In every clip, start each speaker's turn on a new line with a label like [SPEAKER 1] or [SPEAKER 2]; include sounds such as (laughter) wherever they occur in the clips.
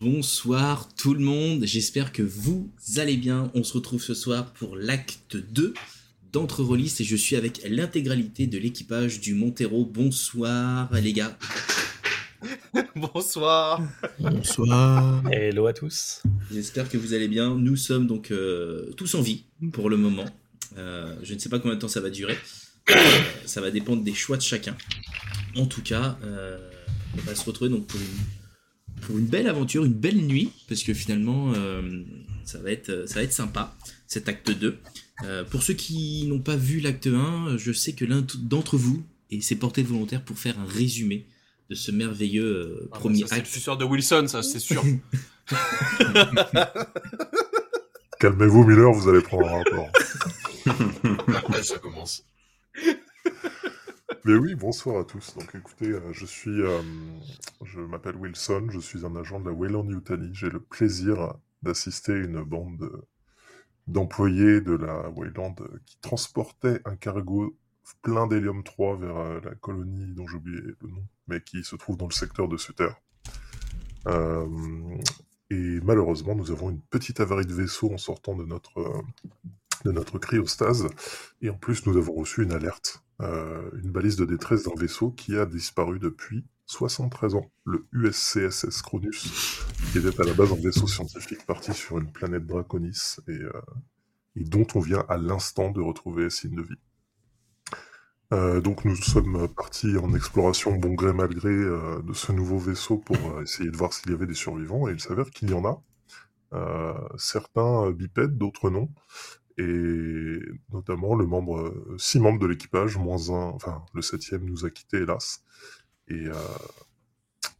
[SPEAKER 1] Bonsoir tout le monde, j'espère que vous allez bien. On se retrouve ce soir pour l'acte 2 d'Entre Release et je suis avec l'intégralité de l'équipage du Montero. Bonsoir les gars.
[SPEAKER 2] Bonsoir.
[SPEAKER 3] Bonsoir.
[SPEAKER 4] Hello à tous.
[SPEAKER 1] J'espère que vous allez bien. Nous sommes donc euh, tous en vie pour le moment. Euh, je ne sais pas combien de temps ça va durer. Euh, ça va dépendre des choix de chacun. En tout cas, euh, on va se retrouver donc pour une, pour une belle aventure, une belle nuit, parce que finalement, euh, ça, va être, ça va être sympa, cet acte 2. pour ceux qui n'ont pas vu l'acte 1, je sais que l'un d'entre vous et s'est porté volontaire pour faire un résumé de ce merveilleux euh, ah premier
[SPEAKER 2] bah, ça,
[SPEAKER 1] acte.
[SPEAKER 2] C'est le de Wilson, ça, c'est sûr.
[SPEAKER 5] Calmez-vous, Miller, vous allez prendre un rapport. (laughs)
[SPEAKER 6] (laughs) Après, ça commence.
[SPEAKER 5] Mais oui, bonsoir à tous. Donc écoutez, euh, je suis. Euh, je m'appelle Wilson, je suis un agent de la Weyland Yutani. J'ai le plaisir d'assister à une bande d'employés de la Weyland qui transportait un cargo plein d'hélium 3 vers euh, la colonie dont j'ai oublié le nom, mais qui se trouve dans le secteur de Sutter. Euh, et malheureusement, nous avons une petite avarie de vaisseau en sortant de notre, euh, de notre cryostase. Et en plus, nous avons reçu une alerte, euh, une balise de détresse d'un vaisseau qui a disparu depuis 73 ans, le USCSS Cronus, qui était à la base un vaisseau scientifique parti sur une planète Draconis et, euh, et dont on vient à l'instant de retrouver signe de vie. Euh, donc nous sommes partis en exploration bon gré mal gré euh, de ce nouveau vaisseau pour euh, essayer de voir s'il y avait des survivants et il s'avère qu'il y en a. certains bipèdes, d'autres non. Et notamment le membre, euh, six membres de l'équipage, moins un, enfin le septième nous a quittés hélas. Et euh,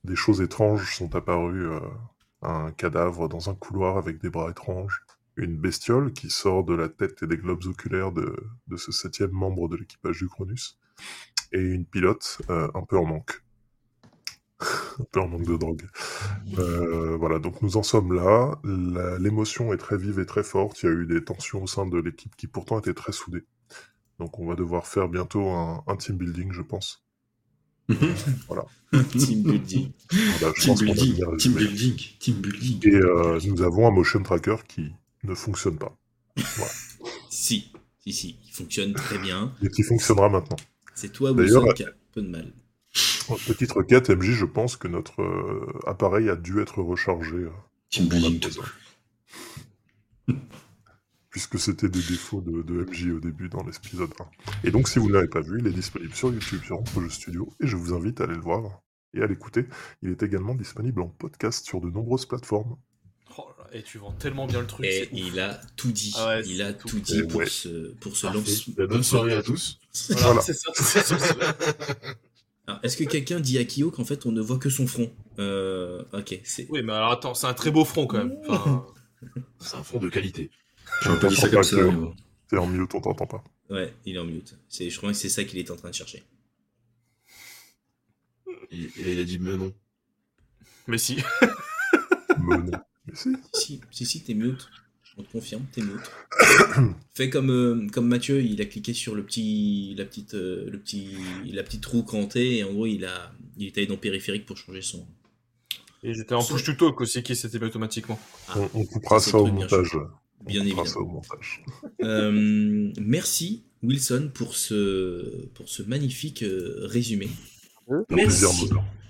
[SPEAKER 5] des choses étranges sont apparues. euh, un cadavre dans un couloir avec des bras étranges une bestiole qui sort de la tête et des globes oculaires de, de ce septième membre de l'équipage du Cronus, et une pilote euh, un peu en manque. (laughs) un peu en manque de drogue. Euh, voilà, donc nous en sommes là. L'émotion est très vive et très forte. Il y a eu des tensions au sein de l'équipe qui pourtant était très soudée. Donc on va devoir faire bientôt un, un team building, je pense. voilà.
[SPEAKER 1] Team building.
[SPEAKER 5] Voilà,
[SPEAKER 3] team, building team building. Team building.
[SPEAKER 5] euh, Et euh, nous avons un motion tracker qui, ne fonctionne pas. Voilà.
[SPEAKER 1] si, si, si, il fonctionne très bien.
[SPEAKER 5] Et qui fonctionnera maintenant.
[SPEAKER 1] C'est toi, Wilson, qui a un peu de mal.
[SPEAKER 5] Petite requête, MJ, je pense que notre euh, appareil a dû être rechargé. Euh,
[SPEAKER 3] Team building
[SPEAKER 5] (laughs) Puisque c'était des défauts de, de, MJ au début dans l'épisode 1. Et donc, si vous ne l'avez pas vu, il est disponible sur YouTube, sur Jeux Studio, et je vous invite à aller le voir et à l'écouter. Il est également disponible en podcast sur de nombreuses plateformes.
[SPEAKER 2] Oh Et tu vends tellement bien le truc.
[SPEAKER 1] Et il a tout dit. Ah ouais, il a tout, tout dit pour, ouais. ce, pour ce lancement.
[SPEAKER 3] Bonne soirée à tous.
[SPEAKER 2] Voilà, voilà. c'est ça.
[SPEAKER 1] Est-ce que quelqu'un dit à Kyo qu'en fait on ne voit que son front euh, Ok.
[SPEAKER 2] Oui, mais alors attends, c'est un très beau front quand même. Enfin...
[SPEAKER 3] c'est un front de qualité.
[SPEAKER 5] J'aurais pas dit ça comme ça. T'es en mute, on t'entend pas.
[SPEAKER 1] Ouais, il est en mute. Est... Je crois que c'est ça qu'il est en train de chercher.
[SPEAKER 3] Et, et il a dit (laughs) mais non.
[SPEAKER 2] (laughs) Mais si.
[SPEAKER 5] mais non.
[SPEAKER 1] Si. si, si, si, t'es mute. On te confirme, t'es
[SPEAKER 5] (coughs)
[SPEAKER 1] mute. Fais comme, euh, comme Mathieu, il a cliqué sur le petit, la petite, euh, le petit, la petite roue crantée et en gros, il a, il est allé dans périphérique pour changer son.
[SPEAKER 2] Et j'étais en push to talk aussi qui s'était automatiquement.
[SPEAKER 5] Ah, on, on, coupera ça, ça au montage.
[SPEAKER 1] Bien, bien évidemment.
[SPEAKER 5] Ça au montage.
[SPEAKER 1] Euh, merci Wilson pour ce, pour ce magnifique euh, résumé.
[SPEAKER 7] Merci.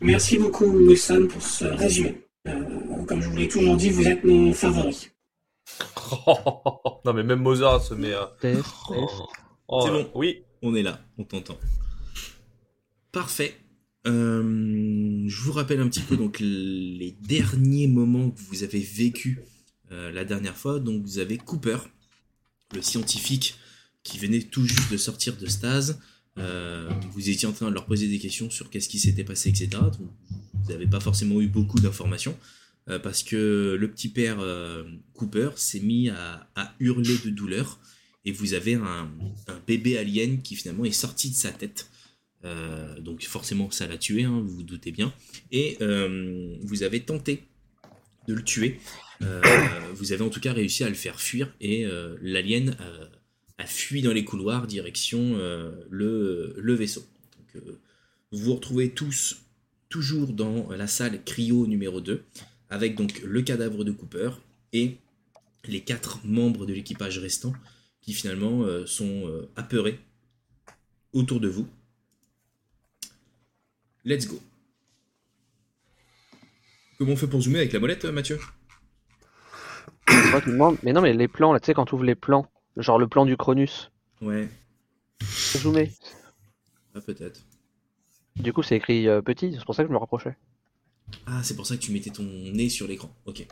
[SPEAKER 7] merci beaucoup Wilson pour ce résumé. Euh, comme je vous l'ai toujours dit, vous êtes mon favori.
[SPEAKER 2] (laughs) non, mais même Mozart se met à.
[SPEAKER 8] Euh...
[SPEAKER 1] Oh, C'est bon, oui, on est là, on t'entend. Parfait. Euh, je vous rappelle un petit peu donc les derniers moments que vous avez vécu euh, la dernière fois. Donc vous avez Cooper, le scientifique qui venait tout juste de sortir de stase. Euh, vous étiez en train de leur poser des questions sur qu'est-ce qui s'était passé, etc. Donc, vous n'avez pas forcément eu beaucoup d'informations euh, parce que le petit père euh, Cooper s'est mis à, à, hurler de douleur et vous avez un, un, bébé alien qui finalement est sorti de sa tête. Euh, donc forcément ça l'a tué, hein, vous vous doutez bien. Et euh, vous avez tenté de le tuer. Euh, vous avez en tout cas réussi à le faire fuir et euh, l'alien a, a, fui dans les couloirs direction euh, le, le, vaisseau. euh, Donc, vous vous retrouvez tous toujours dans la salle cryo numéro 2, avec donc le cadavre de Cooper et les quatre membres de l'équipage restants qui finalement euh, sont euh, apeurés autour de vous. Let's go. Comment on fait pour zoomer avec la molette, euh, Mathieu
[SPEAKER 4] Moi, je me demande- Mais non, mais les plans, là, tu sais, quand tu ouvres les plans, genre le plan du Cronus,
[SPEAKER 1] Ouais,
[SPEAKER 4] zoomé.
[SPEAKER 1] ah, peut-être.
[SPEAKER 4] Du coup, c'est écrit euh, petit, c'est pour ça que je me rapprochais.
[SPEAKER 1] Ah, c'est pour ça que tu mettais ton nez sur l'écran. Ok.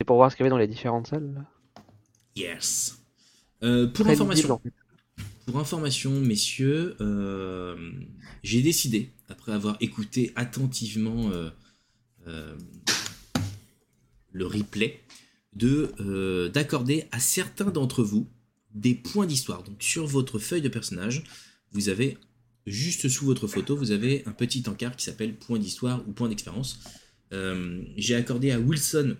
[SPEAKER 4] C'est pour voir ce qu'il y avait dans les différentes salles. là.
[SPEAKER 1] Yes. Euh, pour
[SPEAKER 4] Très
[SPEAKER 1] information,
[SPEAKER 4] lisible, en fait.
[SPEAKER 1] Pour information, messieurs, euh, j'ai décidé, après avoir écouté attentivement euh, euh, le replay, de euh, d'accorder à certains d'entre vous des points d'histoire. Donc sur votre feuille de personnage, vous avez juste sous votre photo, vous avez un petit encart qui s'appelle point d'histoire ou point d'expérience. Euh, j'ai accordé à Wilson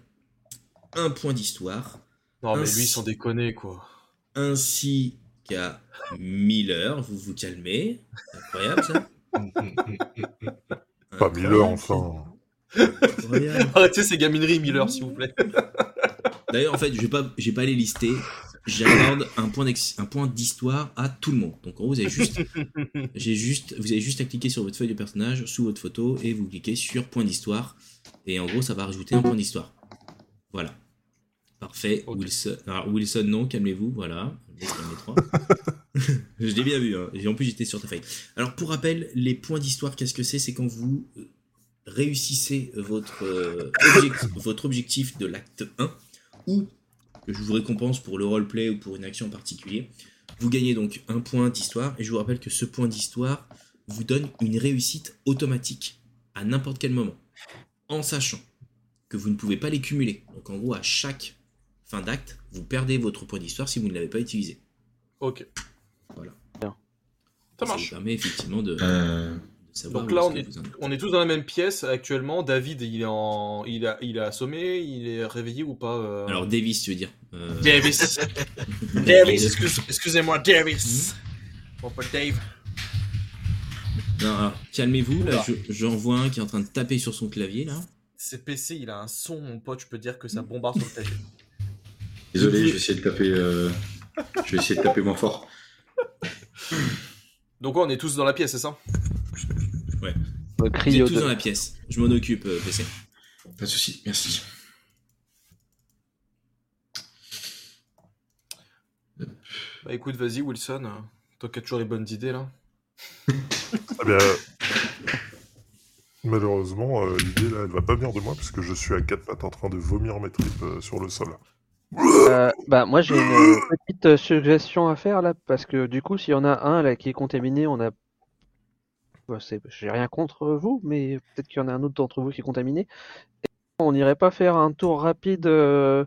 [SPEAKER 1] un point d'histoire,
[SPEAKER 2] Non, mais
[SPEAKER 1] Ainsi-
[SPEAKER 2] lui, ils sont déconnés, quoi. (laughs)
[SPEAKER 1] ainsi qu'à Miller. Vous vous calmez. C'est Incroyable ça.
[SPEAKER 5] Pas Miller, enfin.
[SPEAKER 1] Incroyable.
[SPEAKER 2] Arrêtez ces gamineries, Miller, s'il vous plaît. (laughs)
[SPEAKER 1] D'ailleurs, en fait, je vais pas, j'ai pas les lister. J'accorde un point d'ex- un point d'histoire à tout le monde. Donc en gros, vous avez juste, j'ai juste, vous avez juste à cliquer sur votre feuille de personnage sous votre photo et vous cliquez sur point d'histoire et en gros, ça va rajouter un point d'histoire. Voilà. Parfait.
[SPEAKER 2] Ok.
[SPEAKER 1] Wilson, alors, Wilson, non, calmez-vous. Voilà. Les trois, les trois. je l'ai bien vu. hein. Et En plus, j'étais sur ta feuille. Alors pour rappel, les points d'histoire, qu'est-ce que c'est C'est quand vous euh, réussissez votre, euh, objectif, votre objectif de l'acte 1 ou que je vous récompense pour le roleplay ou pour une action en particulier. Vous gagnez donc un point d'histoire et je vous rappelle que ce point d'histoire vous donne une réussite automatique à n'importe quel moment, en sachant que vous ne pouvez pas les cumuler. Donc en gros, à chaque fin d'acte, vous perdez votre point d'histoire si vous ne l'avez pas utilisé.
[SPEAKER 2] Ok.
[SPEAKER 1] Voilà.
[SPEAKER 4] Bien.
[SPEAKER 2] Ça
[SPEAKER 1] vous
[SPEAKER 2] marche.
[SPEAKER 1] permet effectivement de,
[SPEAKER 6] Euh,
[SPEAKER 1] de savoir
[SPEAKER 2] Donc là,
[SPEAKER 1] où
[SPEAKER 2] on
[SPEAKER 1] est-ce que
[SPEAKER 2] est-
[SPEAKER 1] vous en êtes.
[SPEAKER 2] On est tous dans la même pièce actuellement. David, il est en, il a, il a assommé, il est réveillé ou pas euh
[SPEAKER 1] Alors Davis, tu veux dire euh,
[SPEAKER 8] Davis. Davis, excuse- excusez-moi, Davis.
[SPEAKER 2] Hmm.
[SPEAKER 8] Bon, pas Dave.
[SPEAKER 1] Non, alors, calmez-vous, là, je- j'en vois un qui est en train de taper sur son clavier, là.
[SPEAKER 2] C'est PC, il a un son, mon pote. Je peux dire que ça bombarde sur le clavier.
[SPEAKER 1] Vous-
[SPEAKER 6] Désolé, je vais essayer de taper. euh, Je vais essayer de taper moins fort.
[SPEAKER 2] Donc ouais, on est tous dans la pièce, c'est ça
[SPEAKER 4] Le
[SPEAKER 1] Vous êtes
[SPEAKER 4] cryo
[SPEAKER 1] tous dans
[SPEAKER 4] Euh, de...
[SPEAKER 1] la pièce. Je m'en occupe, euh, PC.
[SPEAKER 6] Pas de soucis, merci.
[SPEAKER 2] Bah écoute, vas-y Wilson. euh, Toi qui as toujours les bonnes idées là.
[SPEAKER 5] Eh bien, euh, malheureusement, euh, l'idée là, elle va pas venir de moi puisque je suis à quatre pattes en train de vomir mes tripes euh, sur le sol.
[SPEAKER 4] Euh, bah, moi, j'ai une petite euh, suggestion à faire, là, parce que du coup, s'il y en a un, là, qui est contaminé, on a... Bah, c'est- J'ai rien contre vous, mais peut-être qu'il y en a un autre d'entre vous qui est contaminé. Et on n'irait pas faire un tour rapide euh,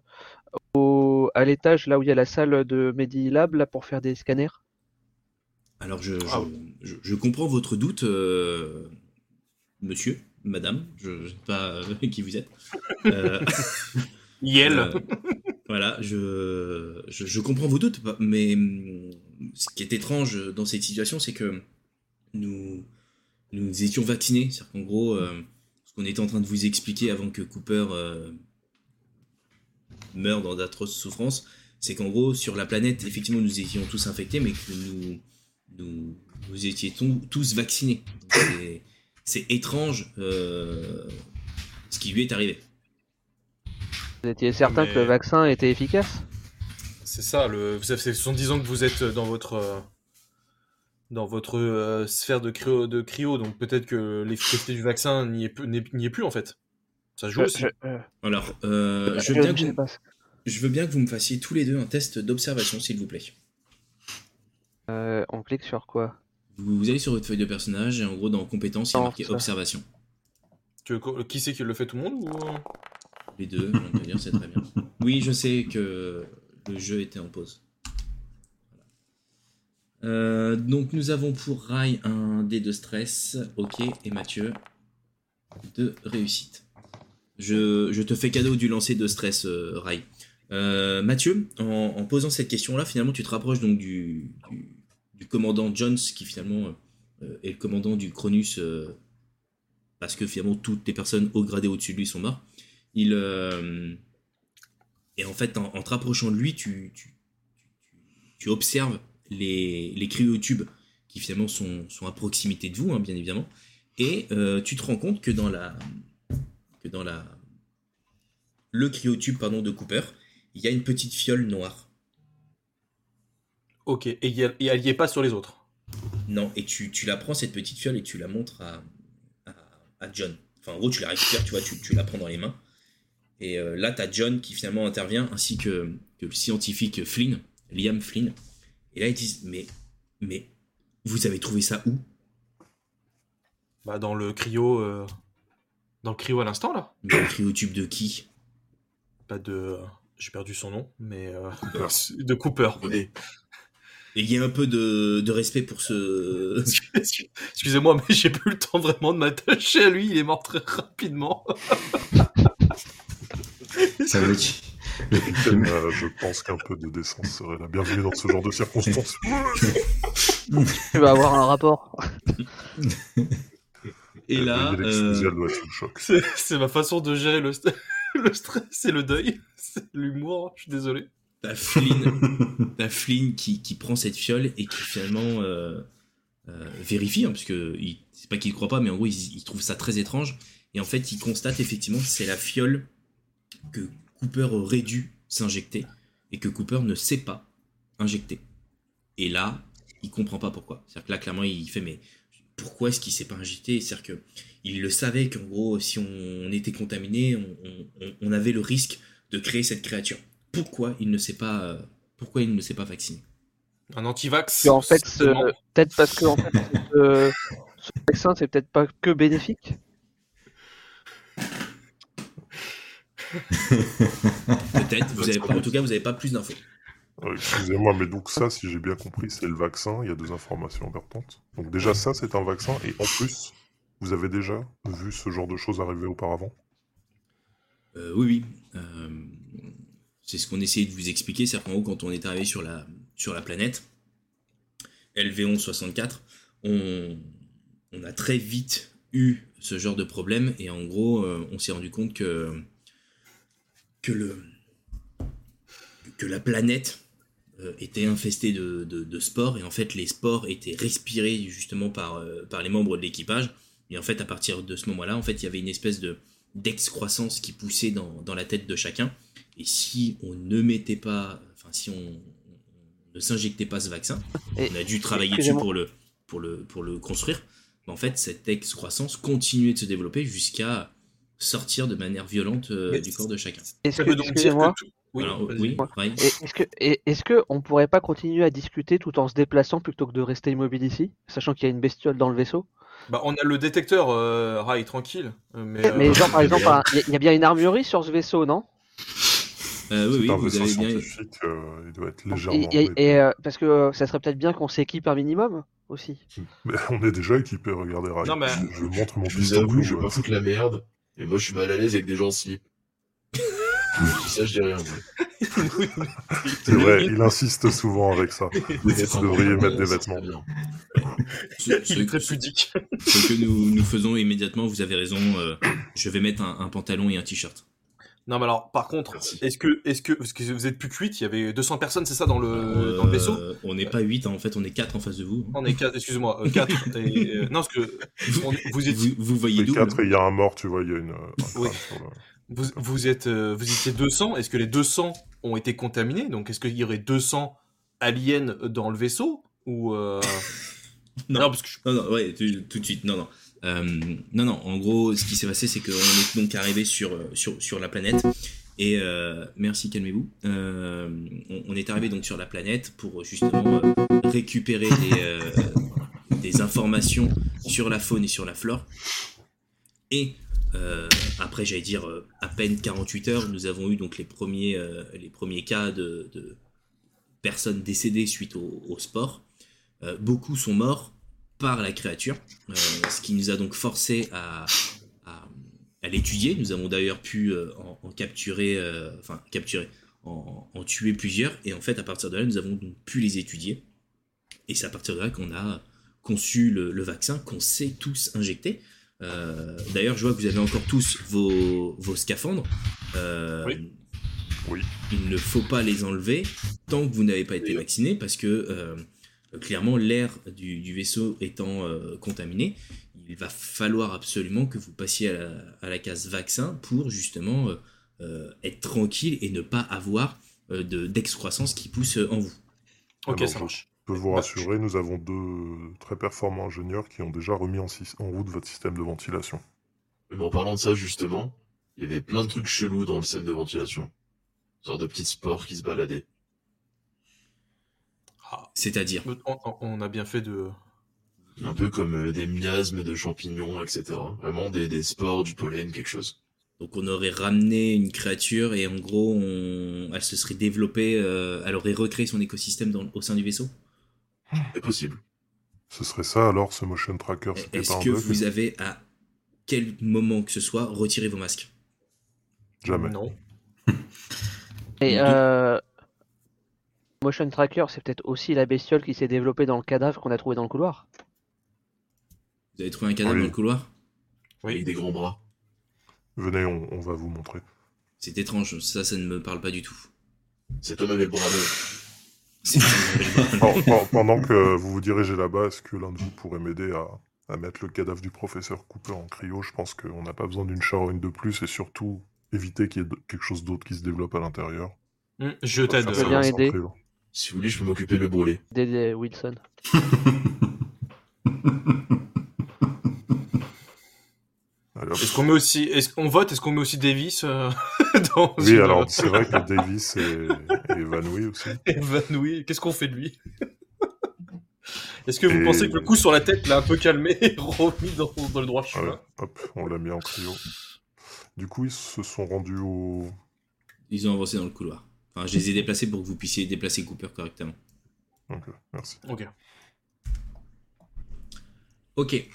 [SPEAKER 4] au... à l'étage, là où il y a la salle de Medilab, là, pour faire des scanners
[SPEAKER 1] Alors, je, je, je- je comprends votre doute, euh, monsieur, madame, je ne sais pas euh, (laughs) qui vous êtes. Euh,
[SPEAKER 2] Yel.
[SPEAKER 1] euh, voilà, je, je, je comprends vos doutes, pa- mais hum, ce qui est étrange dans cette situation, c'est que nous, nous étions vaccinés. C'est-à-dire qu'en gros, euh, ce qu'on était en train de vous expliquer avant que Cooper euh, meure dans d'atroces souffrances, c'est qu'en gros, sur la planète, effectivement, nous étions tous infectés, mais que nous, nous, nous étions tous- tous vaccinés. Donc, c'est- C'est étrange euh, ce qui lui est arrivé.
[SPEAKER 4] Vous étiez certain
[SPEAKER 2] Mais-
[SPEAKER 4] que le vaccin était efficace
[SPEAKER 2] C'est ça, le... ça fait 70 ans que vous êtes dans votre, euh, dans votre euh, sphère de cryo, de cryo, donc peut-être que l'efficacité du vaccin n'y est, peu- n'est- n'y est plus en fait. Ça joue aussi.
[SPEAKER 4] euh,
[SPEAKER 1] Alors, euh, je,
[SPEAKER 4] je-
[SPEAKER 1] veux bien
[SPEAKER 4] je sais
[SPEAKER 1] que vous,
[SPEAKER 4] pas.
[SPEAKER 1] je veux bien que vous me fassiez tous les deux un test d'observation, s'il vous plaît.
[SPEAKER 4] Euh, on clique sur quoi
[SPEAKER 1] Vous, vous allez sur votre feuille de personnage et en gros, dans compétences, il y a
[SPEAKER 4] Non,
[SPEAKER 1] marqué
[SPEAKER 4] ça.
[SPEAKER 1] observation.
[SPEAKER 2] Tu veux co- qui c'est qui le fait tout le monde ou... euh
[SPEAKER 1] Les deux, on peut dire, c'est très bien. Oui, je sais que le jeu était en pause. Voilà. Euh, donc, nous avons pour Rai un dé de stress, ok, et Mathieu, de réussite. Je, je te fais cadeau du lancer de stress, euh, Rai. Euh, Mathieu, en, en posant cette question-là, finalement, tu te rapproches donc du, du, du commandant Jones, qui finalement euh, est le commandant du Cronus, euh, parce que finalement, toutes les personnes haut gradées au-dessus de lui sont mortes. Il, euh, et en fait, en, en te rapprochant de lui, tu, tu, tu- tu observes les, les cryotubes qui finalement sont, sont à proximité de vous, hein, bien évidemment. Et euh, tu te rends compte que dans la. que dans la. le cryotube pardon, de Cooper, il y a une petite fiole noire.
[SPEAKER 2] Ok, et, y a- et elle y est pas sur les autres.
[SPEAKER 1] Non, et tu, tu la prends cette petite fiole et tu la montres à, à, à John. Enfin, en gros, tu la récupères, tu vois, tu, tu la prends dans les mains. Et euh, là, t'as John qui finalement intervient, ainsi que, que le scientifique Flynn, Liam Flynn. Et là, ils disent Mais, mais, vous avez trouvé ça où
[SPEAKER 2] Bah, dans le cryo. euh, Dans le cryo à l'instant, là.
[SPEAKER 1] Mais le cryotube de qui
[SPEAKER 2] Pas de. J'ai perdu son nom, mais. euh,
[SPEAKER 5] Cooper.
[SPEAKER 2] (laughs) de Cooper.
[SPEAKER 3] Venez.
[SPEAKER 1] Et il y a un peu de, de respect pour ce.
[SPEAKER 2] Excusez-moi, mais j'ai plus le temps vraiment de m'attacher à lui, il est mort très rapidement.
[SPEAKER 6] Ça veut dire-
[SPEAKER 5] Euh, je pense qu'un peu de décence serait la bienvenue dans ce genre de circonstances.
[SPEAKER 4] Tu vas avoir un rapport.
[SPEAKER 1] (laughs) Et là.
[SPEAKER 5] Veuillez
[SPEAKER 1] euh,
[SPEAKER 5] l'excuser, elle doit être sous le choc.
[SPEAKER 2] C'est c'est ma façon de gérer le, st- (laughs) le stress et le deuil. C'est l'humour, je suis désolé.
[SPEAKER 1] T'as Flynn, t'as Flynn qui, qui prend cette fiole et qui finalement euh, euh, vérifie, hein, parce que il- c'est pas qu'il croit pas, mais en gros il, il trouve ça très étrange. Et en fait, il constate effectivement que c'est la fiole que Cooper aurait dû s'injecter et que Cooper ne sait pas injecter. Et là, il comprend pas pourquoi. C'est-à-dire que là, clairement, il fait mais pourquoi est-ce qu'il s'est pas injecté C'est-à-dire que il le savait qu'en gros, si on était contaminé, on- on- on- on avait le risque de créer cette créature pourquoi il ne s'est pas euh, pourquoi il ne s'est pas vacciné.
[SPEAKER 2] Un antivax.
[SPEAKER 4] Et en fait,
[SPEAKER 2] se demande-
[SPEAKER 4] euh, Peut-être parce que en fait, ce, ce vaccin, c'est peut-être pas que bénéfique.
[SPEAKER 1] Peut-être. Vous avez pas, en tout cas, vous n'avez pas plus d'infos.
[SPEAKER 5] Euh, Excusez-moi, mais donc ça, si j'ai bien compris, c'est le vaccin. Il y a deux informations importantes. Donc déjà, ça, c'est un vaccin. Et en plus, vous avez déjà vu ce genre de choses arriver auparavant
[SPEAKER 1] Euh, oui, oui. Euh, c'est ce qu'on essayait de vous expliquer. C'est-à-dire qu'en gros, quand on est arrivé sur la sur la planète LV1164, on on a très vite eu ce genre de problème et en gros, euh, on s'est rendu compte que que le que la planète euh, était infestée de, de- de spores et en fait les spores étaient respirés justement par, euh, par les membres de l'équipage et en fait à partir de ce moment-là en fait il y avait une espèce de d'excroissance qui poussait dans, dans la tête de chacun et si on ne mettait pas enfin si on, on ne s'injectait pas ce vaccin
[SPEAKER 4] Et-
[SPEAKER 1] on a dû travailler dessus
[SPEAKER 4] excusez-moi.
[SPEAKER 1] pour le pour le pour le construire mais en fait cette excroissance continuait de se développer jusqu'à sortir de manière violente euh,
[SPEAKER 2] Mais
[SPEAKER 1] du
[SPEAKER 2] c'est-
[SPEAKER 1] corps de chacun
[SPEAKER 4] Est-ce
[SPEAKER 2] Ça
[SPEAKER 4] que,
[SPEAKER 2] veut donc dire
[SPEAKER 4] excusez-moi,
[SPEAKER 2] que tout. Oui,
[SPEAKER 1] Alors,
[SPEAKER 2] vas-y.
[SPEAKER 1] oui Ryan
[SPEAKER 4] et- est-ce que, et- est-ce que on pourrait pas continuer à discuter tout en se déplaçant plutôt que de rester immobile ici, sachant qu'il y a une bestiole dans le vaisseau
[SPEAKER 2] Bah, on a le détecteur, euh, Rai, tranquille. Euh, Mais, euh,
[SPEAKER 4] Mais genre par exemple, (laughs) un- il y a- il y, a bien une armurerie sur ce vaisseau, non
[SPEAKER 1] Euh, oui,
[SPEAKER 5] C'est
[SPEAKER 1] oui,
[SPEAKER 5] un
[SPEAKER 1] vous
[SPEAKER 5] vaccin
[SPEAKER 1] avez bien.
[SPEAKER 5] scientifique. euh, il doit être
[SPEAKER 4] Et,
[SPEAKER 5] légèrement.
[SPEAKER 4] et- et, euh, parce que euh, ça serait peut-être bien qu'on s'équipe un minimum aussi.
[SPEAKER 5] Mais on est déjà équipé. Regardez, Ray.
[SPEAKER 2] Non, mais-
[SPEAKER 5] je, je montre mon
[SPEAKER 3] Je vous
[SPEAKER 5] piston
[SPEAKER 3] avoue,
[SPEAKER 5] bleu. euh,
[SPEAKER 3] je vais pas foutre la merde. Et moi, je suis mal à l'aise avec des gens en slip. ça, je dis rien.
[SPEAKER 5] (laughs)
[SPEAKER 3] moi.
[SPEAKER 5] C'est vrai, il insiste souvent avec ça. Vous devriez mettre des
[SPEAKER 3] Ça, c'est
[SPEAKER 5] vêtements.
[SPEAKER 3] bien.
[SPEAKER 1] Ce, ce-
[SPEAKER 2] il est très pudique.
[SPEAKER 1] ce que nous, nous faisons immédiatement, vous avez raison. euh, je vais mettre un, un pantalon et un t-shirt.
[SPEAKER 2] Non, mais alors, par contre,
[SPEAKER 3] Merci.
[SPEAKER 2] est-ce que, est que, parce que vous êtes plus que 8 Il y avait 200 personnes, c'est ça, dans le, dans le vaisseau
[SPEAKER 1] Euh, On n'est pas 8, en fait, on est 4 en face de vous.
[SPEAKER 2] On est 4, excusez-moi, 4. et, euh, non, parce que on- vous, étiez,
[SPEAKER 1] Vous, vous voyez hein
[SPEAKER 5] Les
[SPEAKER 1] double.
[SPEAKER 5] quatre, et il y a un mort, tu vois, il y a une. euh, un
[SPEAKER 2] Oui.
[SPEAKER 5] crâne sur le-
[SPEAKER 2] vous, vous êtes, euh, vous étiez 200. Est-ce que les 200 ont été contaminés Donc, est-ce qu'il y aurait 200 aliens dans le vaisseau Ou. euh,
[SPEAKER 1] Non.
[SPEAKER 2] parce que je-
[SPEAKER 1] Non, non, ouais, tu- tout de suite, non, non. Euh, non, non, en gros, ce qui s'est passé, c'est qu'on est donc arrivé sur, euh, sur, sur la planète. Et euh, merci, calmez-vous. Euh, on, on est arrivé donc sur la planète pour justement euh, récupérer des, euh, des informations sur la faune et sur la flore. Et euh, après, j'allais dire, euh, à peine 48 heures, nous avons eu donc les premiers, euh, les premiers cas de, de personnes décédées suite au, au sport. Euh, beaucoup sont morts par la créature, euh, ce qui nous a donc forcé à, à, à l'étudier. Nous avons d'ailleurs pu euh, en, en capturer, euh, enfin capturer, en, en tuer plusieurs, et en fait à partir de là, nous avons donc pu les étudier. Et c'est à partir de là qu'on a conçu le, le vaccin qu'on sait tous injecter. Euh, D'ailleurs, je vois que vous avez encore tous vos, vos scaphandres. Euh,
[SPEAKER 2] Oui.
[SPEAKER 5] Oui.
[SPEAKER 1] Il ne faut pas les enlever tant que vous n'avez pas été vacciné, parce que euh, clairement, l'air du, du vaisseau étant euh, contaminé, il va falloir absolument que vous passiez à la, à la case vaccin pour justement euh, euh, être tranquille et ne pas avoir euh, de- d'excroissance qui pousse euh, en vous.
[SPEAKER 2] Ok,
[SPEAKER 5] Alors,
[SPEAKER 2] ça
[SPEAKER 5] je-
[SPEAKER 2] marche.
[SPEAKER 5] Je peux vous
[SPEAKER 2] Bah,
[SPEAKER 5] rassurer, nous avons deux très performants ingénieurs qui ont déjà remis en, sys- en route votre système de ventilation.
[SPEAKER 3] Mais en parlant de ça, justement, il y avait plein de trucs chelous dans le système de ventilation. Sorte de petits spores qui se baladaient.
[SPEAKER 2] Ah,
[SPEAKER 1] C'est-à-dire.
[SPEAKER 2] on, on- on a bien fait de.
[SPEAKER 3] Un peu comme euh, des miasmes de champignons, etc. Vraiment des, des spores, du pollen, quelque chose.
[SPEAKER 1] Donc on aurait ramené une créature et en gros on- elle se serait développée, euh, elle aurait recréé son écosystème dans- au sein du vaisseau.
[SPEAKER 3] C'est possible.
[SPEAKER 5] Ce serait ça alors, ce motion tracker, c'était
[SPEAKER 1] Est-ce
[SPEAKER 5] pas hein. un
[SPEAKER 1] que
[SPEAKER 5] bug
[SPEAKER 1] vous avez à quel moment que ce soit retiré vos masques
[SPEAKER 5] Jamais.
[SPEAKER 2] Non.
[SPEAKER 1] Il
[SPEAKER 4] Et
[SPEAKER 1] doute.
[SPEAKER 4] euh, Motion Tracker, c'est peut-être aussi la bestiole qui s'est développée dans le cadavre qu'on a trouvé dans le couloir.
[SPEAKER 1] Vous avez trouvé un cadavre
[SPEAKER 5] Oui.
[SPEAKER 1] dans le couloir
[SPEAKER 2] Oui.
[SPEAKER 3] Avec des grands bras.
[SPEAKER 5] Venez, on, on va vous montrer.
[SPEAKER 1] C'est étrange, ça ça ne me parle pas du
[SPEAKER 5] (laughs)
[SPEAKER 1] tout.
[SPEAKER 3] Cet homme avait le bras long.
[SPEAKER 1] C'est-
[SPEAKER 5] Alors, pen- pendant que vous vous dirigez là-bas, est-ce que l'un de vous pourrait m'aider à, à mettre le cadavre du professeur Cooper en cryo Je pense qu'on n'a pas besoin d'une charogne de plus et surtout éviter qu'il y ait de- quelque chose d'autre qui se développe à l'intérieur.
[SPEAKER 2] Hmm, je
[SPEAKER 5] On va
[SPEAKER 2] t'aide.
[SPEAKER 5] faire
[SPEAKER 4] Je veux
[SPEAKER 5] ça
[SPEAKER 4] bien
[SPEAKER 5] dans un
[SPEAKER 4] aider.
[SPEAKER 5] cryo.
[SPEAKER 3] Si vous voulez, je peux m'occuper de le brûler.
[SPEAKER 4] Dédé Wilson.
[SPEAKER 5] Allez, hop.
[SPEAKER 2] Est-ce qu'on met aussi, est-ce qu'on vote, est-ce qu'on met aussi Davis euh, (laughs) dans
[SPEAKER 5] Oui,
[SPEAKER 2] une-
[SPEAKER 5] alors c'est
[SPEAKER 1] (laughs)
[SPEAKER 5] vrai que Davis est, est évanoui aussi.
[SPEAKER 2] évanoui Qu'est-ce qu'on fait de lui (laughs) Est-ce que vous
[SPEAKER 5] Et-
[SPEAKER 2] pensez que le coup sur la tête l'a un peu calmé (laughs) et remis dans, dans le droit chemin
[SPEAKER 5] Voilà, hop, on l'a mis en cryo. Du coup, ils se sont rendus au.
[SPEAKER 1] Ils ont avancé dans le couloir. Enfin, je les ai déplacés pour que vous puissiez déplacer Cooper correctement.
[SPEAKER 5] Ok, euh, merci.
[SPEAKER 2] Ok.
[SPEAKER 1] Ok,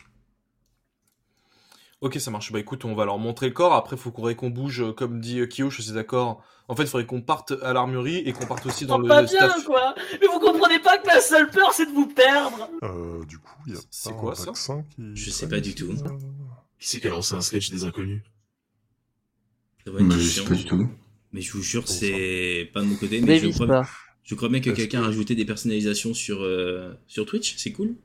[SPEAKER 2] Ok, ça marche. Bah écoute, on va leur montrer le corps. Après, faut qu'on faudrait qu'on bouge, euh, comme dit euh, Kyo, je suis d'accord. En fait, il faudrait qu'on parte à l'armurerie et qu'on parte aussi dans
[SPEAKER 9] Ils
[SPEAKER 2] le
[SPEAKER 9] sont pas bien,
[SPEAKER 2] staff.
[SPEAKER 9] quoi. Mais vous comprenez pas que la seule peur, c'est de vous perdre.
[SPEAKER 5] Euh, du coup, il y a
[SPEAKER 2] C'est
[SPEAKER 5] pas
[SPEAKER 2] quoi,
[SPEAKER 5] un
[SPEAKER 2] ça
[SPEAKER 5] vaccin qui.
[SPEAKER 1] Je sais pas du tout.
[SPEAKER 5] Euh,
[SPEAKER 3] Qui c'est qui a lancé un sketch des inconnus
[SPEAKER 1] très bonne
[SPEAKER 6] Mais je
[SPEAKER 1] question.
[SPEAKER 6] sais pas du tout.
[SPEAKER 1] Mais je vous jure, c'est pas de mon côté. Mais je
[SPEAKER 4] Davis,
[SPEAKER 1] crois,
[SPEAKER 4] pas.
[SPEAKER 1] je crois bien que
[SPEAKER 5] Est-ce
[SPEAKER 1] quelqu'un a rajouté des personnalisations sur, euh, sur Twitch, c'est cool.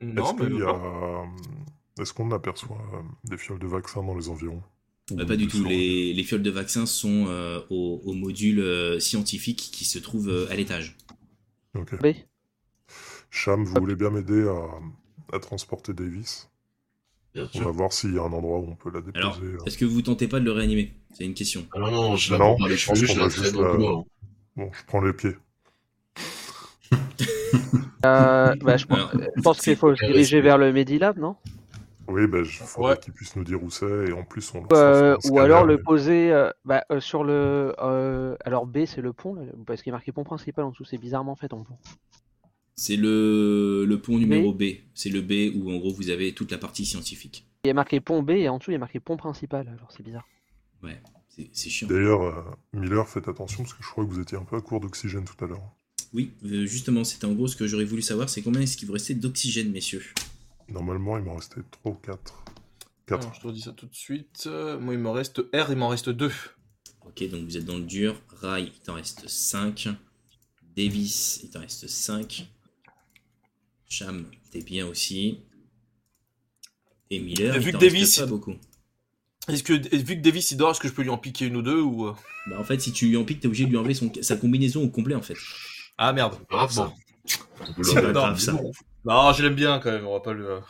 [SPEAKER 2] Non,
[SPEAKER 5] Est-ce
[SPEAKER 2] mais
[SPEAKER 5] qu'il y a,
[SPEAKER 2] non.
[SPEAKER 5] euh, Est-ce qu'on aperçoit euh, des fioles de vaccin dans les environs
[SPEAKER 1] Bah, pas du tout.
[SPEAKER 5] Sur-
[SPEAKER 1] Les, les fioles de vaccins sont euh, au, au module euh, scientifique qui se trouve euh, à l'étage.
[SPEAKER 5] Ok.
[SPEAKER 4] B.
[SPEAKER 5] Cham, vous voulez bien m'aider à, à transporter Davis
[SPEAKER 3] Bien
[SPEAKER 5] On va
[SPEAKER 3] sûr.
[SPEAKER 5] voir s'il y a un endroit où on peut la déposer.
[SPEAKER 1] Alors,
[SPEAKER 5] euh.
[SPEAKER 1] Est-ce que vous tentez pas de le réanimer C'est une question.
[SPEAKER 3] Ah non, non, je la
[SPEAKER 5] Non,
[SPEAKER 3] prends par les
[SPEAKER 5] je
[SPEAKER 3] cheveux,
[SPEAKER 5] pense
[SPEAKER 3] je
[SPEAKER 5] qu'on
[SPEAKER 3] la
[SPEAKER 5] va
[SPEAKER 3] traîne
[SPEAKER 5] juste euh,
[SPEAKER 3] dans le
[SPEAKER 5] la-
[SPEAKER 3] couloir. hein.
[SPEAKER 5] Bon, je prends les pieds.
[SPEAKER 4] Euh, bah, je,
[SPEAKER 1] Alors,
[SPEAKER 4] je pense
[SPEAKER 1] (laughs)
[SPEAKER 4] qu'il faut se diriger vers le Medilab, non
[SPEAKER 5] Oui, ben, je faudrait
[SPEAKER 2] Ouais.
[SPEAKER 5] qu'il puisse nous dire où c'est, et en plus, on
[SPEAKER 4] Euh,
[SPEAKER 5] le
[SPEAKER 4] Ou alors le poser euh, bah, euh, sur le. euh, alors B, c'est le pont, là, parce qu'il est marqué pont principal en dessous, c'est bizarrement fait en pont.
[SPEAKER 1] C'est le, le pont numéro B. C'est le B où en gros vous avez toute la partie scientifique.
[SPEAKER 4] Il est marqué pont B et en dessous il est marqué pont principal, alors c'est bizarre.
[SPEAKER 1] C'est c'est chiant.
[SPEAKER 5] D'ailleurs, euh, Miller, faites attention, parce que je crois que vous étiez un peu à court d'oxygène tout à l'heure.
[SPEAKER 1] Oui, euh, justement, c'était en gros ce que j'aurais voulu savoir, c'est combien est-ce qu'il vous restait d'oxygène, messieurs
[SPEAKER 5] Normalement, il m'en restait 3 ou 4. 4.
[SPEAKER 2] Alors, je te redis ça tout de suite. Euh, Moi, il me reste R, il m'en reste deux.
[SPEAKER 1] Ok, donc vous êtes dans le dur. Rai, il t'en reste 5. Davis, il t'en reste 5. Cham, t'es bien aussi. Et Miller,
[SPEAKER 2] Et vu
[SPEAKER 1] il
[SPEAKER 2] que
[SPEAKER 1] t'en
[SPEAKER 2] Davis-
[SPEAKER 1] reste pas beaucoup.
[SPEAKER 2] Est-ce que, et vu que Davis il dort, est-ce que je peux lui en piquer une ou deux ou... euh
[SPEAKER 1] Bah en fait, si tu lui en piques, t'es obligé de lui enlever son, sa combinaison au complet en fait.
[SPEAKER 2] Ah merde.
[SPEAKER 3] C'est pas grave, ça.
[SPEAKER 2] Bon.
[SPEAKER 3] On peut le
[SPEAKER 1] C'est pas
[SPEAKER 3] remettre.
[SPEAKER 1] grave ça.
[SPEAKER 2] Non, je l'aime bien quand même, on va pas le. euh.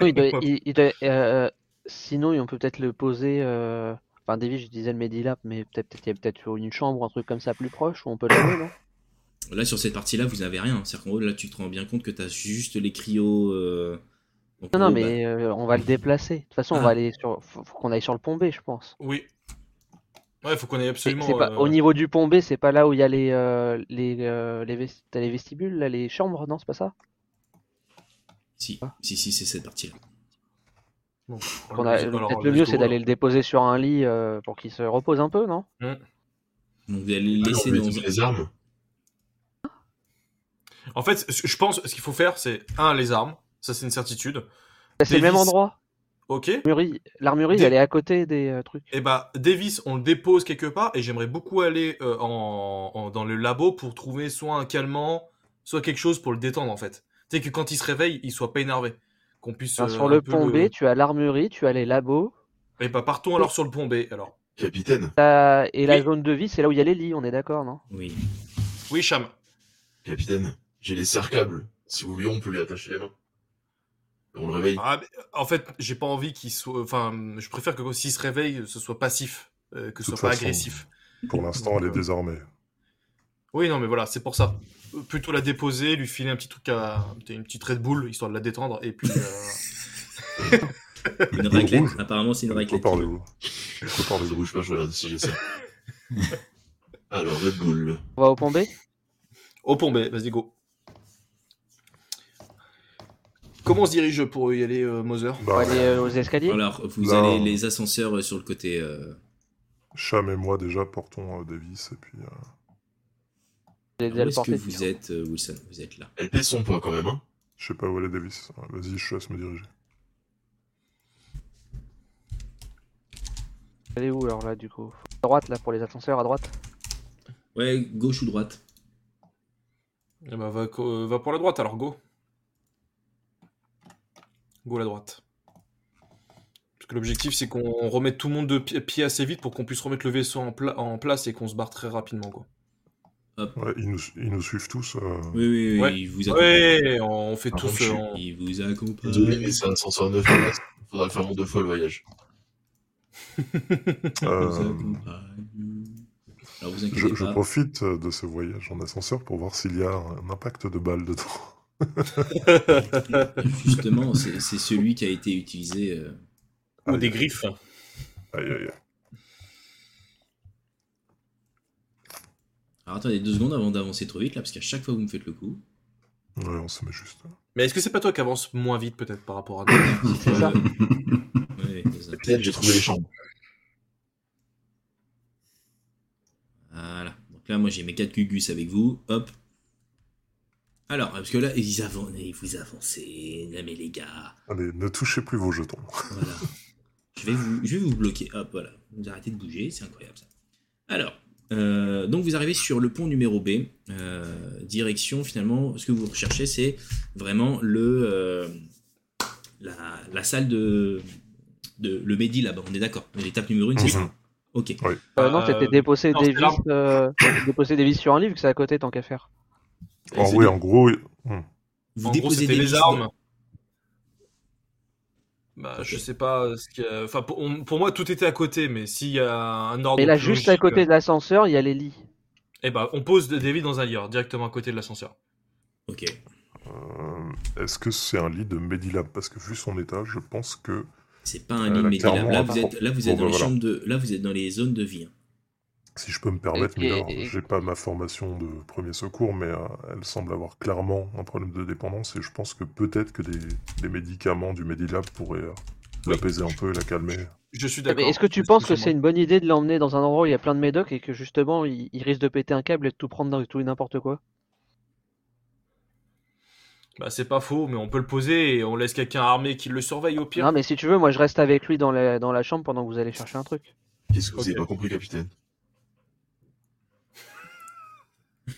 [SPEAKER 4] Oui,
[SPEAKER 2] (laughs)
[SPEAKER 4] il doit- il- il doit- euh, sinon, on peut peut-être le poser. euh, Enfin, Davis, je disais le Medilab, mais peut-être peut-être il y a peut-être une chambre ou un truc comme ça plus proche où on peut l'amener, non
[SPEAKER 1] Là, sur cette partie-là, vous avez rien. C'est-à-dire qu'en gros, là, tu te rends bien compte que t'as juste les cryos. euh, donc,
[SPEAKER 4] Non,
[SPEAKER 1] en
[SPEAKER 4] non,
[SPEAKER 1] gros, bah,
[SPEAKER 4] mais euh, on va le déplacer. De toute façon, on
[SPEAKER 1] Ah.
[SPEAKER 4] va aller sur. Faut, faut qu'on aille sur le pont B, je pense.
[SPEAKER 2] Oui. Ouais, faut qu'on aille
[SPEAKER 4] C'est-
[SPEAKER 2] absolument.
[SPEAKER 4] c'est pas-
[SPEAKER 2] euh,
[SPEAKER 4] Au niveau du pont B, c'est pas là où il y a les, euh, les, euh, les, vesti- t'as les vestibules, là, les chambres, non, c'est pas ça
[SPEAKER 1] Si, si, si, c'est cette partie-là.
[SPEAKER 2] bon,
[SPEAKER 4] Qu'on a-
[SPEAKER 2] alors,
[SPEAKER 4] Peut-être le
[SPEAKER 2] let's
[SPEAKER 4] mieux,
[SPEAKER 2] go,
[SPEAKER 4] c'est d'aller
[SPEAKER 2] alors.
[SPEAKER 4] le déposer sur un lit euh, pour qu'il se repose un peu, non
[SPEAKER 1] Donc, vous allez le
[SPEAKER 3] Ah non,
[SPEAKER 1] laisser
[SPEAKER 3] mais
[SPEAKER 1] dans
[SPEAKER 3] toutes
[SPEAKER 1] un.
[SPEAKER 3] les armes.
[SPEAKER 2] En fait, ce- je pense, ce qu'il faut faire, c'est un, les armes. Ça, c'est une certitude.
[SPEAKER 4] C'est le même
[SPEAKER 2] Davis.
[SPEAKER 4] endroit
[SPEAKER 2] Ok
[SPEAKER 4] L'armurerie, l'armurerie,
[SPEAKER 2] Des-
[SPEAKER 4] elle est à côté des euh, trucs.
[SPEAKER 2] Eh bah, Davis, on le dépose quelque part et j'aimerais beaucoup aller euh, en, en- dans le labo pour trouver soit un calmant, soit quelque chose pour le détendre en fait. Tu sais que quand il se réveille, il soit pas énervé. Qu'on puisse.
[SPEAKER 4] Alors,
[SPEAKER 2] euh,
[SPEAKER 4] sur
[SPEAKER 2] un
[SPEAKER 4] le
[SPEAKER 2] peu
[SPEAKER 4] pont B, tu as l'armurerie, tu as les labos,
[SPEAKER 2] Eh bah, partons alors sur le pont B alors.
[SPEAKER 3] Capitaine,
[SPEAKER 4] t'as- et la
[SPEAKER 2] Oui.
[SPEAKER 4] zone de vie, c'est là où il y a les lits, on est d'accord, non
[SPEAKER 1] Oui.
[SPEAKER 2] Oui, Cham.
[SPEAKER 3] capitaine, j'ai les serre-câbles. Si vous voulez, on peut lui attacher les mains. Et On le réveille.
[SPEAKER 2] Ah, mais, en fait, j'ai pas envie qu'il soit. Enfin, je préfère que s'il se réveille, ce soit passif, euh, que ce soit
[SPEAKER 5] Toute
[SPEAKER 2] pas
[SPEAKER 5] façon.
[SPEAKER 2] agressif.
[SPEAKER 5] Pour l'instant, elle est désarmée.
[SPEAKER 2] Oui, non, mais voilà, c'est pour ça. Euh, Plutôt la déposer, lui filer un petit truc à. Une petite Red Bull, histoire de la détendre, et puis. euh,
[SPEAKER 1] Une raclette.
[SPEAKER 5] rouge.
[SPEAKER 1] Apparemment, c'est une
[SPEAKER 5] De quoi
[SPEAKER 1] raclette.
[SPEAKER 5] parlez-vous De quoi
[SPEAKER 3] Ça
[SPEAKER 5] parlez-vous
[SPEAKER 3] bouge pas, je regarde si j'ai ça. (laughs) Alors, Red Bull.
[SPEAKER 4] On va au pont B
[SPEAKER 2] Au pont B, vas-y, go. Comment on se dirige pour y aller, euh, Mother
[SPEAKER 4] On va
[SPEAKER 5] Bah,
[SPEAKER 4] aller euh, aux escaliers
[SPEAKER 1] Alors, vous
[SPEAKER 5] Non.
[SPEAKER 1] avez les ascenseurs euh, sur le côté. euh,
[SPEAKER 5] Cham et moi, déjà, portons euh, Davis, et puis... euh,
[SPEAKER 4] les
[SPEAKER 1] Où est-ce que
[SPEAKER 4] téléporter.
[SPEAKER 1] vous êtes, euh, Wilson Vous êtes là.
[SPEAKER 3] Elle pèse son poids quand même, hein.
[SPEAKER 5] Je sais pas où elle est, Davis. Euh, Vas-y, je te laisse me diriger.
[SPEAKER 4] Elle est où alors là du coup À droite là pour les ascenseurs, à droite
[SPEAKER 1] Ouais, gauche ou droite
[SPEAKER 2] Eh ben, va, co- euh, va pour la droite, alors go. Go la droite. Parce que l'objectif, c'est qu'on remette tout le monde de pi- pied assez vite pour qu'on puisse remettre le vaisseau en, pla- en place et qu'on se barre très rapidement, quoi.
[SPEAKER 5] Ouais, ils nous, ils nous suivent tous. euh,
[SPEAKER 1] Oui, oui, oui.
[SPEAKER 2] Ouais.
[SPEAKER 1] Il vous accompagne.
[SPEAKER 2] Ouais, on fait tous...
[SPEAKER 3] Ah, je
[SPEAKER 2] euh,
[SPEAKER 3] suis-
[SPEAKER 2] on-
[SPEAKER 1] Il vous
[SPEAKER 3] Désolé,
[SPEAKER 1] accompagne.
[SPEAKER 3] mais c'est un ascenseur neuf. à place. hein. Faudra le faire en deux fois le voyage.
[SPEAKER 1] Il vous
[SPEAKER 5] euh,
[SPEAKER 1] accompagne. Alors, vous inquiétez
[SPEAKER 5] je, je
[SPEAKER 1] pas.
[SPEAKER 5] profite euh, de ce voyage en ascenseur pour voir s'il y a un impact de balle dedans. (laughs)
[SPEAKER 1] Justement, c'est c'est celui qui a été utilisé. euh,
[SPEAKER 3] Ah,
[SPEAKER 2] Ou des griffes.
[SPEAKER 5] Aïe, aïe, aïe.
[SPEAKER 1] Alors attendez deux secondes avant d'avancer trop vite là, parce qu'à chaque fois vous me faites le coup.
[SPEAKER 5] Ouais, on se met juste.
[SPEAKER 2] Mais est-ce que c'est pas toi qui avance moins vite, peut-être, par rapport à
[SPEAKER 3] (coughs)
[SPEAKER 2] nous
[SPEAKER 1] Euh,
[SPEAKER 4] C'est ça. Euh,
[SPEAKER 5] (laughs)
[SPEAKER 1] Ouais, c'est ça.
[SPEAKER 3] Capitaine, j'ai trouvé les chambres.
[SPEAKER 1] Voilà. Donc là, moi j'ai mes 4 Gugus avec vous. Hop. Alors, parce que là, ils avancent, vous avancez. Non mais les gars,
[SPEAKER 5] Allez, ne touchez plus vos jetons.
[SPEAKER 1] voilà. je, vais vous, je vais vous bloquer. Hop, voilà. Vous arrêtez de bouger, c'est incroyable ça. Alors, euh, donc vous arrivez sur le pont numéro B. Euh, direction, finalement, ce que vous recherchez, c'est vraiment le, euh, la, la salle de, de. Le Mehdi là-bas, on est d'accord. L'étape numéro 1, c'est ça
[SPEAKER 2] Mm-hmm.
[SPEAKER 5] Mhm.
[SPEAKER 1] Ok.
[SPEAKER 4] Euh, Non, c'était
[SPEAKER 2] Euh,
[SPEAKER 4] déposer
[SPEAKER 2] non,
[SPEAKER 4] des
[SPEAKER 2] c'est là.
[SPEAKER 4] vis, euh, déposer des vis sur un livre, que c'est à côté tant qu'à faire.
[SPEAKER 2] Eh,
[SPEAKER 5] Oh, ouais, en gros. il- Hmm.
[SPEAKER 1] Vous
[SPEAKER 2] en gros,
[SPEAKER 1] déposez
[SPEAKER 2] c'était
[SPEAKER 1] des
[SPEAKER 2] les
[SPEAKER 1] listes.
[SPEAKER 2] armes. Bah,
[SPEAKER 1] Ok.
[SPEAKER 2] je sais pas ce qu'il y a- Enfin, pour, on- pour moi, tout était à côté, mais s'il y a un ordre.
[SPEAKER 4] Et là,
[SPEAKER 2] plus
[SPEAKER 4] juste à
[SPEAKER 2] Oh, logique,
[SPEAKER 4] côté de l'ascenseur, il y a les lits.
[SPEAKER 2] Eh bah, on pose David dans un lit, alors, directement à côté de l'ascenseur.
[SPEAKER 1] Ok.
[SPEAKER 5] Euh, Est-ce que c'est un lit de Medilab Parce que vu son état, je pense que.
[SPEAKER 1] C'est pas un
[SPEAKER 5] Euh,
[SPEAKER 1] lit
[SPEAKER 5] là,
[SPEAKER 1] médiéval.
[SPEAKER 5] clairement,
[SPEAKER 1] Là,
[SPEAKER 5] on
[SPEAKER 1] vous
[SPEAKER 5] va-
[SPEAKER 1] êtes, là, vous êtes
[SPEAKER 5] bon,
[SPEAKER 1] dans
[SPEAKER 5] bah,
[SPEAKER 1] les
[SPEAKER 5] voilà.
[SPEAKER 1] chambres de, là, vous êtes dans les zones de vie. hein.
[SPEAKER 5] Si je peux me permettre,
[SPEAKER 4] Et-
[SPEAKER 5] mais
[SPEAKER 4] et- et-
[SPEAKER 5] j'ai pas ma formation de premier secours, mais euh, elle semble avoir clairement un problème de dépendance et je pense que peut-être que des, des médicaments du Medilab pourraient euh, l'apaiser un peu et la calmer.
[SPEAKER 2] Je suis
[SPEAKER 4] Mais
[SPEAKER 2] d'accord.
[SPEAKER 4] Eh ben, est-ce que tu penses que c'est une bonne idée de l'emmener dans un endroit où il y a plein de médocs et que justement il, il risque de péter un câble et de tout prendre dans tout et n'importe quoi
[SPEAKER 2] Bah, c'est pas faux, mais on peut le poser et on laisse quelqu'un armé qui le surveille au pire.
[SPEAKER 4] Non, mais si tu veux, moi je reste avec lui dans la, dans la chambre pendant que vous allez chercher un truc.
[SPEAKER 3] Qu'est-ce que vous avez pas compris, capitaine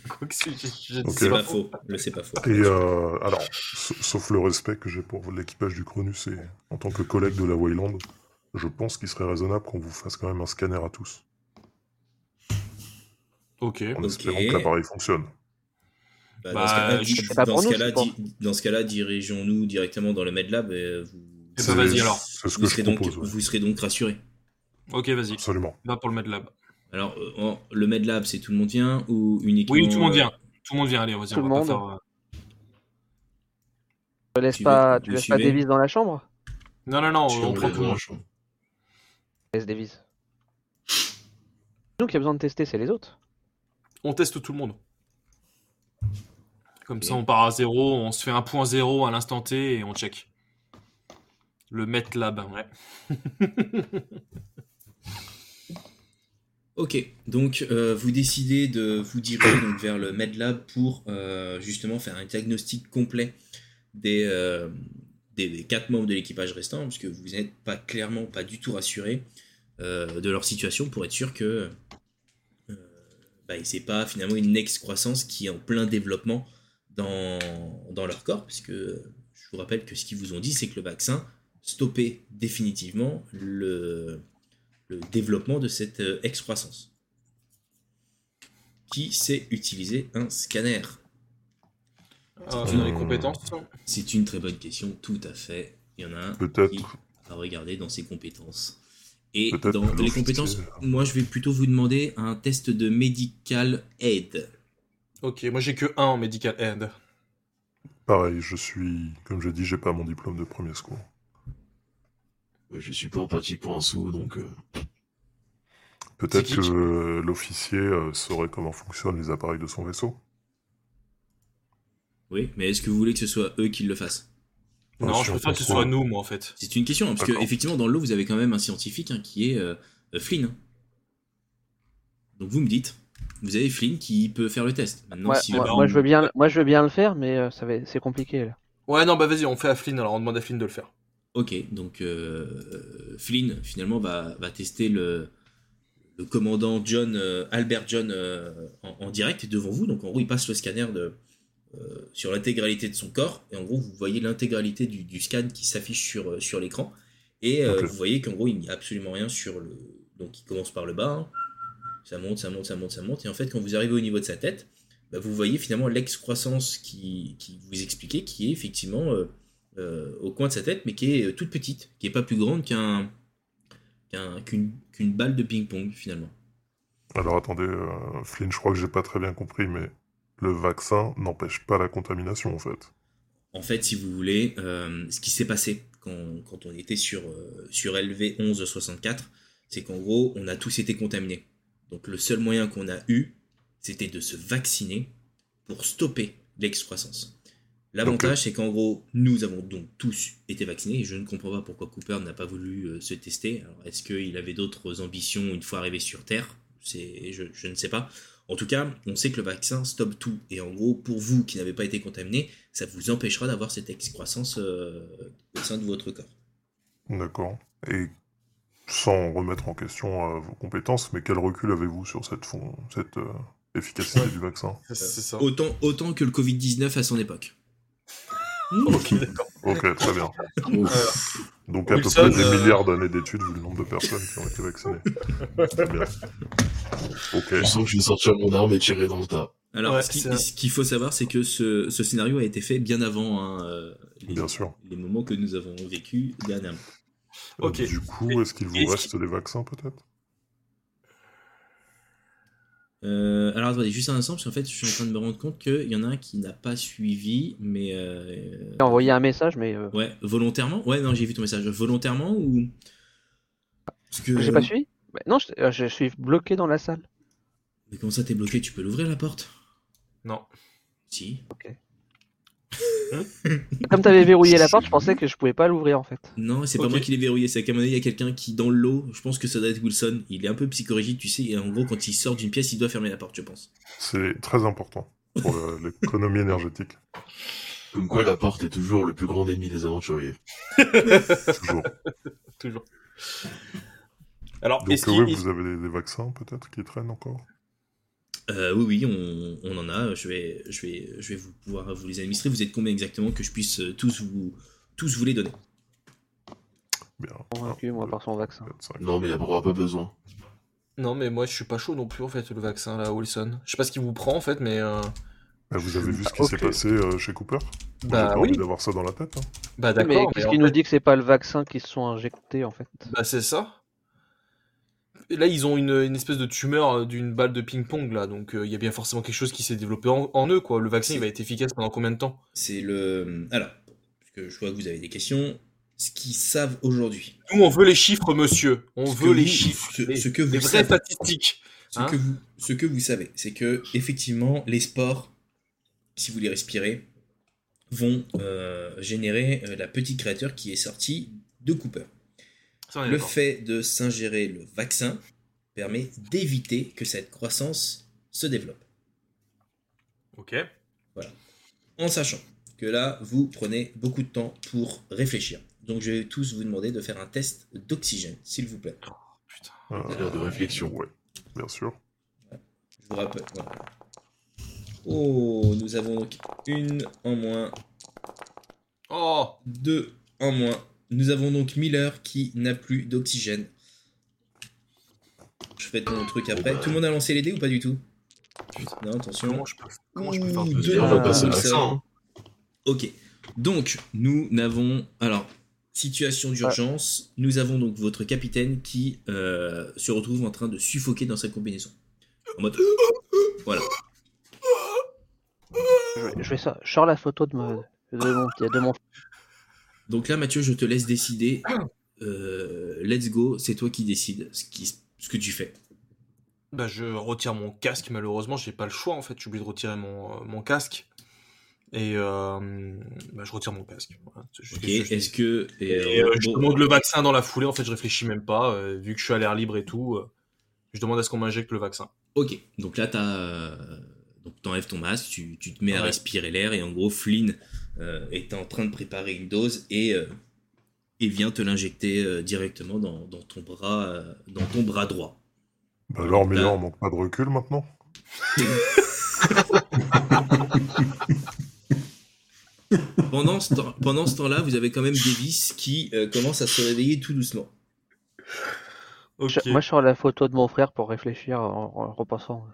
[SPEAKER 2] Quoi que (laughs) c'est- je- je-
[SPEAKER 5] Ok.
[SPEAKER 2] c'est
[SPEAKER 1] C'est
[SPEAKER 2] pas
[SPEAKER 1] pas
[SPEAKER 2] faux.
[SPEAKER 1] faux. Le c'est pas faux.
[SPEAKER 5] Et euh, alors, sa- sauf le respect que j'ai pour l'équipage du Cronus et en tant que collègue de la Wayland, je pense qu'il serait raisonnable qu'on vous fasse quand même un scanner à tous,
[SPEAKER 2] Ok.
[SPEAKER 5] en
[SPEAKER 1] Ok.
[SPEAKER 5] espérant que l'appareil fonctionne.
[SPEAKER 1] Bah,
[SPEAKER 2] Bah,
[SPEAKER 1] dans
[SPEAKER 2] je-
[SPEAKER 1] ce cas-là,
[SPEAKER 4] c'est pas
[SPEAKER 1] di- dans
[SPEAKER 4] pour
[SPEAKER 1] ce
[SPEAKER 4] nous,
[SPEAKER 1] cas-là,
[SPEAKER 4] je pense.
[SPEAKER 1] di- dans ce cas-là, dirigeons-nous directement dans le medlab. Et vous,
[SPEAKER 2] Eh ben,
[SPEAKER 5] C'est-
[SPEAKER 2] vas-y, alors.
[SPEAKER 5] C'est ce
[SPEAKER 1] vous
[SPEAKER 5] que je
[SPEAKER 1] serez donc,
[SPEAKER 5] propose, ouais.
[SPEAKER 1] vous serez donc rassuré.
[SPEAKER 2] Ok, vas-y.
[SPEAKER 5] absolument.
[SPEAKER 2] Va pour le Medlab.
[SPEAKER 1] Alors, euh, en- le medlab, c'est tout le monde vient ou uniquement
[SPEAKER 2] Oui, tout le monde
[SPEAKER 1] euh,
[SPEAKER 2] vient. Tout le monde vient, allez, vas-y,
[SPEAKER 4] Tout
[SPEAKER 2] on va
[SPEAKER 4] le monde.
[SPEAKER 2] pas faire. euh,
[SPEAKER 4] Tu laisses
[SPEAKER 1] Tu veux-
[SPEAKER 4] pas,
[SPEAKER 1] tu
[SPEAKER 4] tu
[SPEAKER 1] veux
[SPEAKER 4] laisses pas
[SPEAKER 1] suivre
[SPEAKER 4] Davis dans la chambre
[SPEAKER 2] Non, non, non,
[SPEAKER 3] Je suis
[SPEAKER 2] on
[SPEAKER 3] en
[SPEAKER 2] prend
[SPEAKER 3] train
[SPEAKER 2] tout le monde.
[SPEAKER 3] de
[SPEAKER 4] Laisse Davis. Donc il y a besoin de tester, c'est les autres.
[SPEAKER 2] on teste tout le monde. Comme ça, on part à zéro, on se fait un point zéro à l'instant T et on check. Le MetLab, ouais.
[SPEAKER 1] Ok, donc euh, vous décidez de vous diriger donc, vers le MedLab pour euh, justement faire un diagnostic complet des, euh, des, des quatre membres de l'équipage restant, parce que vous n'êtes pas clairement, pas du tout rassuré euh, de leur situation pour être sûr que euh, bah, c'est pas finalement une excroissance qui est en plein développement dans, dans leur corps, puisque je vous rappelle que ce qu'ils vous ont dit, c'est que le vaccin stoppait définitivement le, le développement de cette euh, excroissance. Qui sait utiliser un scanner
[SPEAKER 2] Ah, dans les compétences
[SPEAKER 1] C'est une très bonne question, tout à fait. Il y en a un
[SPEAKER 5] Peut-être.
[SPEAKER 1] qui à regarder dans ses compétences. Et
[SPEAKER 5] Peut-être
[SPEAKER 1] dans
[SPEAKER 5] que
[SPEAKER 1] les
[SPEAKER 5] l'officier-
[SPEAKER 1] compétences, moi je vais plutôt vous demander un test de medical aid.
[SPEAKER 2] Ok, moi j'ai que 1 en medical aid.
[SPEAKER 5] Pareil, je suis, comme j'ai dit, j'ai pas mon diplôme de premier secours.
[SPEAKER 3] Ouais, Euh, Je suis pas empathique pour un sou, donc euh,
[SPEAKER 5] Peut-être
[SPEAKER 2] qui
[SPEAKER 5] que
[SPEAKER 2] qui-
[SPEAKER 5] euh, l'officier euh, saurait comment fonctionnent les appareils de son vaisseau.
[SPEAKER 1] Oui, mais est-ce que vous voulez que ce soit eux qui le fassent
[SPEAKER 5] Ah,
[SPEAKER 2] non,
[SPEAKER 5] si
[SPEAKER 2] je
[SPEAKER 5] on
[SPEAKER 2] préfère que ce
[SPEAKER 5] contrôle.
[SPEAKER 2] soit nous, moi en fait.
[SPEAKER 1] C'est une question, hein, parce que
[SPEAKER 5] D'accord.
[SPEAKER 1] effectivement dans le lot vous avez quand même un scientifique hein, qui est euh, euh, Flynn. Donc vous me dites, vous avez Flynn qui peut faire le test. Maintenant,
[SPEAKER 4] Ouais,
[SPEAKER 1] si
[SPEAKER 4] moi,
[SPEAKER 1] vous-
[SPEAKER 4] moi, je veux bien, moi je veux bien le faire, mais euh, ça va- c'est compliqué là.
[SPEAKER 2] Ouais, non, bah vas-y, on fait à Flynn, alors on demande à Flynn de le faire.
[SPEAKER 1] Ok, donc euh, Flynn finalement va, va tester le, le commandant John euh, Albert John euh, en, en direct devant vous. Donc en gros, il passe le scanner de, euh, sur l'intégralité de son corps et en gros, vous voyez l'intégralité du, du scan qui s'affiche sur, euh, sur l'écran et euh,
[SPEAKER 5] Ok.
[SPEAKER 1] vous voyez qu'en gros, il n'y a absolument rien sur le. Donc il commence par le bas, hein. ça monte, ça monte, ça monte, ça monte et en fait, quand vous arrivez au niveau de sa tête, bah, vous voyez finalement l'excroissance qui, qui vous expliquait, qui est effectivement euh, euh, au coin de sa tête, mais qui est euh, toute petite, qui est pas plus grande qu'un qu'un- qu'une qu'une balle de ping-pong finalement.
[SPEAKER 5] Alors attendez, euh, Flynn, je crois que j'ai pas très bien compris, mais le vaccin n'empêche pas la contamination en fait.
[SPEAKER 1] En fait, si vous voulez, euh, ce qui s'est passé quand, quand on était sur, euh, sur LV1164, c'est qu'en gros, on a tous été contaminés. Donc le seul moyen qu'on a eu, c'était de se vacciner pour stopper l'excroissance. L'avantage, c'est qu'en gros, nous avons donc tous été vaccinés. Et je ne comprends pas pourquoi Cooper n'a pas voulu euh, se tester. Alors, est-ce qu'il avait d'autres ambitions une fois arrivé sur Terre C'est, je, je ne sais pas. En tout cas, on sait que le vaccin stoppe tout. Et en gros, pour vous qui n'avez pas été contaminés, ça vous empêchera d'avoir cette excroissance euh, au sein de votre corps.
[SPEAKER 5] D'accord. Et sans remettre en question euh, vos compétences, mais quel recul avez-vous sur cette, fon- cette euh, efficacité du vaccin
[SPEAKER 2] C'est ça.
[SPEAKER 1] Autant, autant que le Covid-19 à son époque.
[SPEAKER 2] (laughs) Ok, d'accord.
[SPEAKER 5] Ok, très bien. Donc à
[SPEAKER 2] Wilson,
[SPEAKER 5] peu près des
[SPEAKER 2] euh,
[SPEAKER 5] milliards d'années d'études vu le nombre de personnes qui ont été vaccinées. Très bien. Ok.
[SPEAKER 3] je sens que je vais sortir mon arme et tirer dans le tas.
[SPEAKER 1] Alors,
[SPEAKER 2] Ouais,
[SPEAKER 1] ce qui-
[SPEAKER 2] c'est vrai.
[SPEAKER 1] ce qu'il faut savoir, c'est que ce, ce scénario a été fait bien avant hein, euh, les,
[SPEAKER 5] Bien sûr.
[SPEAKER 1] les moments que nous avons vécu dernièrement.
[SPEAKER 2] Ok.
[SPEAKER 5] Du coup, est-ce qu'il
[SPEAKER 2] est-ce
[SPEAKER 5] vous reste des vaccins peut-être
[SPEAKER 1] Euh, alors, attendez, juste un instant, parce qu'en fait, je suis en train de me rendre compte qu'il y en a un qui n'a pas suivi, mais. euh,
[SPEAKER 4] J'ai envoyé un message, mais euh,
[SPEAKER 1] Ouais, volontairement Ouais, non, j'ai vu ton message. Volontairement ou. Parce que.
[SPEAKER 4] j'ai pas suivi. Bah, non, je, euh, je suis bloqué dans la salle.
[SPEAKER 1] Mais comment ça, t'es bloqué Tu peux l'ouvrir la porte
[SPEAKER 2] Non.
[SPEAKER 1] Si.
[SPEAKER 4] Comme t'avais verrouillé la porte, je pensais que je pouvais pas l'ouvrir en fait.
[SPEAKER 1] Non, c'est pas
[SPEAKER 2] Ok.
[SPEAKER 1] moi qui l'ai verrouillé, c'est qu'à un moment donné, il y a quelqu'un qui, dans l'eau, je pense que ça doit être Wilson, il est un peu psychorigide, tu sais, et en gros, quand il sort d'une pièce, il doit fermer la porte, je pense.
[SPEAKER 5] C'est très important pour le- l'économie énergétique.
[SPEAKER 3] Comme quoi, la porte est toujours le plus grand ennemi des aventuriers.
[SPEAKER 5] Toujours.
[SPEAKER 2] Toujours. Alors,
[SPEAKER 5] Donc
[SPEAKER 2] est-ce
[SPEAKER 5] oui,
[SPEAKER 2] qu'il.
[SPEAKER 5] vous avez des, des vaccins peut-être qui traînent encore
[SPEAKER 1] Euh, oui, oui, on, on en a, je vais, je, vais, je vais vous pouvoir vous les administrer, vous êtes combien exactement que je puisse euh, tous vous, tous vous les donner
[SPEAKER 5] Bien.
[SPEAKER 4] Convaincu, moi, par son vaccin.
[SPEAKER 5] 4, 5.
[SPEAKER 3] Non, mais on aura pas besoin.
[SPEAKER 2] Non, mais moi je suis pas chaud non plus en fait, le vaccin là, Wilson. Je sais pas ce qu'il vous prend en fait, mais. euh,
[SPEAKER 5] vous avez vu ce qui
[SPEAKER 4] Ah,
[SPEAKER 5] s'est
[SPEAKER 4] ok.
[SPEAKER 5] passé euh, chez Cooper J'ai
[SPEAKER 2] Bah
[SPEAKER 5] pas
[SPEAKER 2] oui,
[SPEAKER 5] envie d'avoir ça dans la tête. hein.
[SPEAKER 2] bah
[SPEAKER 4] Mais
[SPEAKER 2] d'accord. mais
[SPEAKER 4] qu'est-ce
[SPEAKER 2] en
[SPEAKER 4] qui nous
[SPEAKER 2] fait,
[SPEAKER 4] dit que c'est pas le vaccin qui se sont injectés en fait
[SPEAKER 2] Bah c'est ça. Et là, ils ont une, une espèce de tumeur euh, d'une balle de ping-pong là, donc euh, il y a bien forcément quelque chose qui s'est développé en, en eux quoi. Le vaccin il va être efficace pendant combien de temps
[SPEAKER 1] C'est le. euh, Alors, parce que je vois que vous avez des questions, ce qu'ils savent aujourd'hui.
[SPEAKER 2] Nous on veut les chiffres, monsieur. On
[SPEAKER 1] Ce que
[SPEAKER 2] veut les
[SPEAKER 1] vous-
[SPEAKER 2] chiffres.
[SPEAKER 1] ce-
[SPEAKER 2] les-
[SPEAKER 1] ce que vous
[SPEAKER 2] les vraies
[SPEAKER 1] savez.
[SPEAKER 2] statistiques.
[SPEAKER 1] Ce,
[SPEAKER 2] Hein
[SPEAKER 1] que vous, ce que vous savez, c'est que effectivement, les sports, si vous les respirez, vont euh, générer euh, la petite créature qui est sortie de Cooper.
[SPEAKER 2] Ça, on est
[SPEAKER 1] Le
[SPEAKER 2] Ah, d'accord.
[SPEAKER 1] fait de s'ingérer le vaccin permet d'éviter que cette croissance se développe.
[SPEAKER 2] Ok.
[SPEAKER 1] En sachant que là, vous prenez beaucoup de temps pour réfléchir. Donc je vais tous vous demander de faire un test d'oxygène, s'il vous plaît.
[SPEAKER 3] Heure de réflexion.
[SPEAKER 5] Euh, Ouais, bien sûr.
[SPEAKER 1] Je vous rappelle. voilà. Oh, nous avons donc une en moins,
[SPEAKER 2] Oh
[SPEAKER 1] deux en moins. Nous avons donc Miller qui n'a plus d'oxygène. Je ferai ton truc après. Tout le monde a lancé les dés ou pas du tout Non, attention.
[SPEAKER 2] Comment je peux, comment je peux faire
[SPEAKER 1] Ouh,
[SPEAKER 2] deux
[SPEAKER 1] deux.
[SPEAKER 3] Et on va passer à
[SPEAKER 1] Ah, ça
[SPEAKER 3] ça.
[SPEAKER 1] va.
[SPEAKER 3] hein.
[SPEAKER 1] Ok. Donc, nous n'avons. Alors, situation d'urgence. Nous avons donc votre capitaine qui euh, se retrouve en train de suffoquer dans sa combinaison. En mode.
[SPEAKER 4] Je, je fais ça. Je sors la photo de, ma, de mon petit- de mon
[SPEAKER 1] Donc là, Mathieu, je te laisse décider. Euh, let's go, c'est toi qui décides ce, qui, ce que tu fais.
[SPEAKER 2] Bah, je retire mon casque, malheureusement, j'ai pas le choix en fait, je suis obligé de retirer mon, euh, mon casque. Et euh, bah, je retire mon casque. Voilà, c'est juste
[SPEAKER 1] Ok,
[SPEAKER 2] ce que je
[SPEAKER 1] est-ce
[SPEAKER 2] dis.
[SPEAKER 1] que. et,
[SPEAKER 2] Et, euh,
[SPEAKER 1] euh,
[SPEAKER 2] je
[SPEAKER 1] bon,
[SPEAKER 2] demande le vaccin dans la foulée, en fait, je réfléchis même pas, euh, vu que je suis à l'air libre et tout. euh, je demande à ce qu'on m'injecte le vaccin.
[SPEAKER 1] Ok, donc là, t'as, euh, donc t'enlèves ton masque, tu, tu te mets à
[SPEAKER 2] Ouais.
[SPEAKER 1] respirer l'air, et en gros, Flynn euh, est en train de préparer une dose et, euh, et vient te l'injecter euh, directement dans, dans ton bras, euh, dans ton bras droit.
[SPEAKER 5] Bah alors, mais là, on manque pas de recul maintenant.
[SPEAKER 1] Pendant ce, temps, pendant ce temps-là, vous avez quand même Davis qui euh, commence à se réveiller tout doucement.
[SPEAKER 2] Ok.
[SPEAKER 4] Je- Moi, je sors la photo de mon frère pour réfléchir en, en repensant.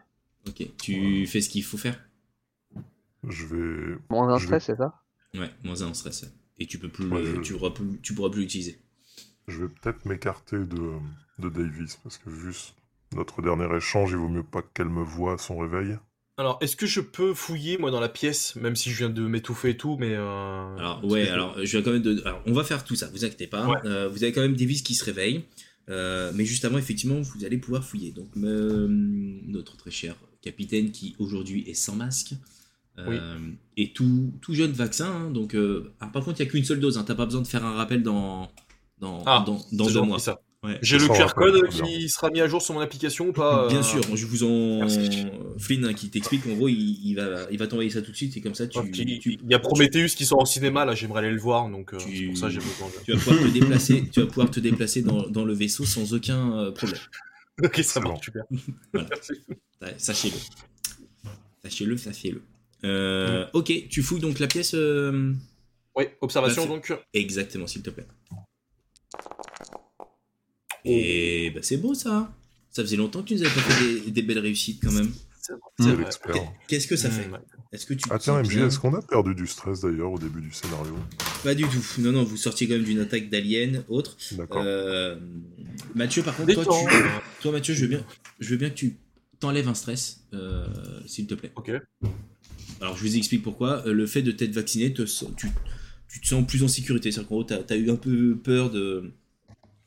[SPEAKER 1] Ok, tu fais ce qu'il faut faire
[SPEAKER 5] Je vais.
[SPEAKER 4] Mon
[SPEAKER 5] Je-
[SPEAKER 4] intérêt, c'est ça
[SPEAKER 1] Ouais, moins un en stress. ouais. Et tu peux plus,
[SPEAKER 5] Ouais,
[SPEAKER 1] le-
[SPEAKER 5] je-
[SPEAKER 1] tu pourras plus, tu pourras plus l'utiliser.
[SPEAKER 5] Je vais peut-être m'écarter de, de Davis, parce que vu ce- notre dernier échange, il vaut mieux pas qu'elle me voie à son réveil.
[SPEAKER 2] Alors, est-ce que je peux fouiller, moi, dans la pièce, même si je viens de m'étouffer et tout, mais. euh,
[SPEAKER 1] Alors ouais, alors euh, je vais quand même. de- alors, on va faire tout ça. Vous inquiétez pas.
[SPEAKER 2] Ouais.
[SPEAKER 1] Euh, vous avez quand même Davis qui se réveille, Euh, mais juste avant, effectivement, vous allez pouvoir fouiller. Donc me- notre très cher capitaine qui aujourd'hui est sans masque. euh, Et tout, tout jeune vaccin, hein. donc euh, ah, par contre il n'y a qu'une seule dose, hein. t'as pas besoin de faire un rappel dans, dans,
[SPEAKER 2] Ah,
[SPEAKER 1] dans,
[SPEAKER 2] c'est
[SPEAKER 1] dans deux
[SPEAKER 2] gentil,
[SPEAKER 1] mois.
[SPEAKER 2] ça.
[SPEAKER 1] Ouais.
[SPEAKER 2] J'ai le
[SPEAKER 5] Ça, on va
[SPEAKER 2] QR code
[SPEAKER 5] faire,
[SPEAKER 2] qui sera mis à jour sur mon application ou pas euh,
[SPEAKER 1] Bien sûr, je vous en.
[SPEAKER 2] Merci.
[SPEAKER 1] Flynn hein, qui t'explique, en gros, il, il va, il va t'envoyer ça tout de suite, et comme ça tu,
[SPEAKER 2] parce qu'il-
[SPEAKER 1] tu,
[SPEAKER 2] Il y a Prometheus qui sort en cinéma, là, j'aimerais aller le voir, donc euh,
[SPEAKER 1] Tu-
[SPEAKER 2] c'est pour ça que j'ai besoin de.
[SPEAKER 1] tu vas pouvoir te déplacer, tu vas pouvoir te déplacer dans, dans le vaisseau sans aucun euh, problème.
[SPEAKER 2] (laughs) Ok, ça
[SPEAKER 5] bon.
[SPEAKER 2] marche, super.
[SPEAKER 1] Voilà. Ouais, Sachez-le. Sachez-le, sachez-le. Euh, ok, tu fouilles donc la pièce euh,
[SPEAKER 2] Oui, observation
[SPEAKER 1] Merci.
[SPEAKER 2] donc. euh,
[SPEAKER 1] exactement, s'il te plaît.
[SPEAKER 5] Oh.
[SPEAKER 1] Et bah, c'est beau ça. Ça faisait longtemps que tu nous avais pas fait des, des belles réussites quand même.
[SPEAKER 5] C'est
[SPEAKER 2] vrai.
[SPEAKER 5] l'expert.
[SPEAKER 1] Qu'est-ce que ça
[SPEAKER 2] Mm,
[SPEAKER 1] fait
[SPEAKER 2] ouais.
[SPEAKER 1] Est-ce que tu
[SPEAKER 5] Ah
[SPEAKER 1] te
[SPEAKER 5] tiens,
[SPEAKER 1] sens
[SPEAKER 5] MJ,
[SPEAKER 1] bien
[SPEAKER 5] est-ce qu'on a perdu du stress d'ailleurs au début du scénario
[SPEAKER 1] Pas du tout. Non, non, vous sortiez quand même d'une attaque d'alien, autre.
[SPEAKER 5] D'accord.
[SPEAKER 1] Euh, Mathieu, par contre, toi,
[SPEAKER 2] Détends.
[SPEAKER 1] tu- toi, Mathieu, je veux bien, je veux bien que tu t'enlèves un stress, euh, s'il te plaît.
[SPEAKER 2] Ok.
[SPEAKER 1] Alors, je vous explique pourquoi. Euh, Le fait de t'être vacciné, te sens- tu, tu te sens plus en sécurité. C'est-à-dire qu'en gros, t'as as eu un peu peur de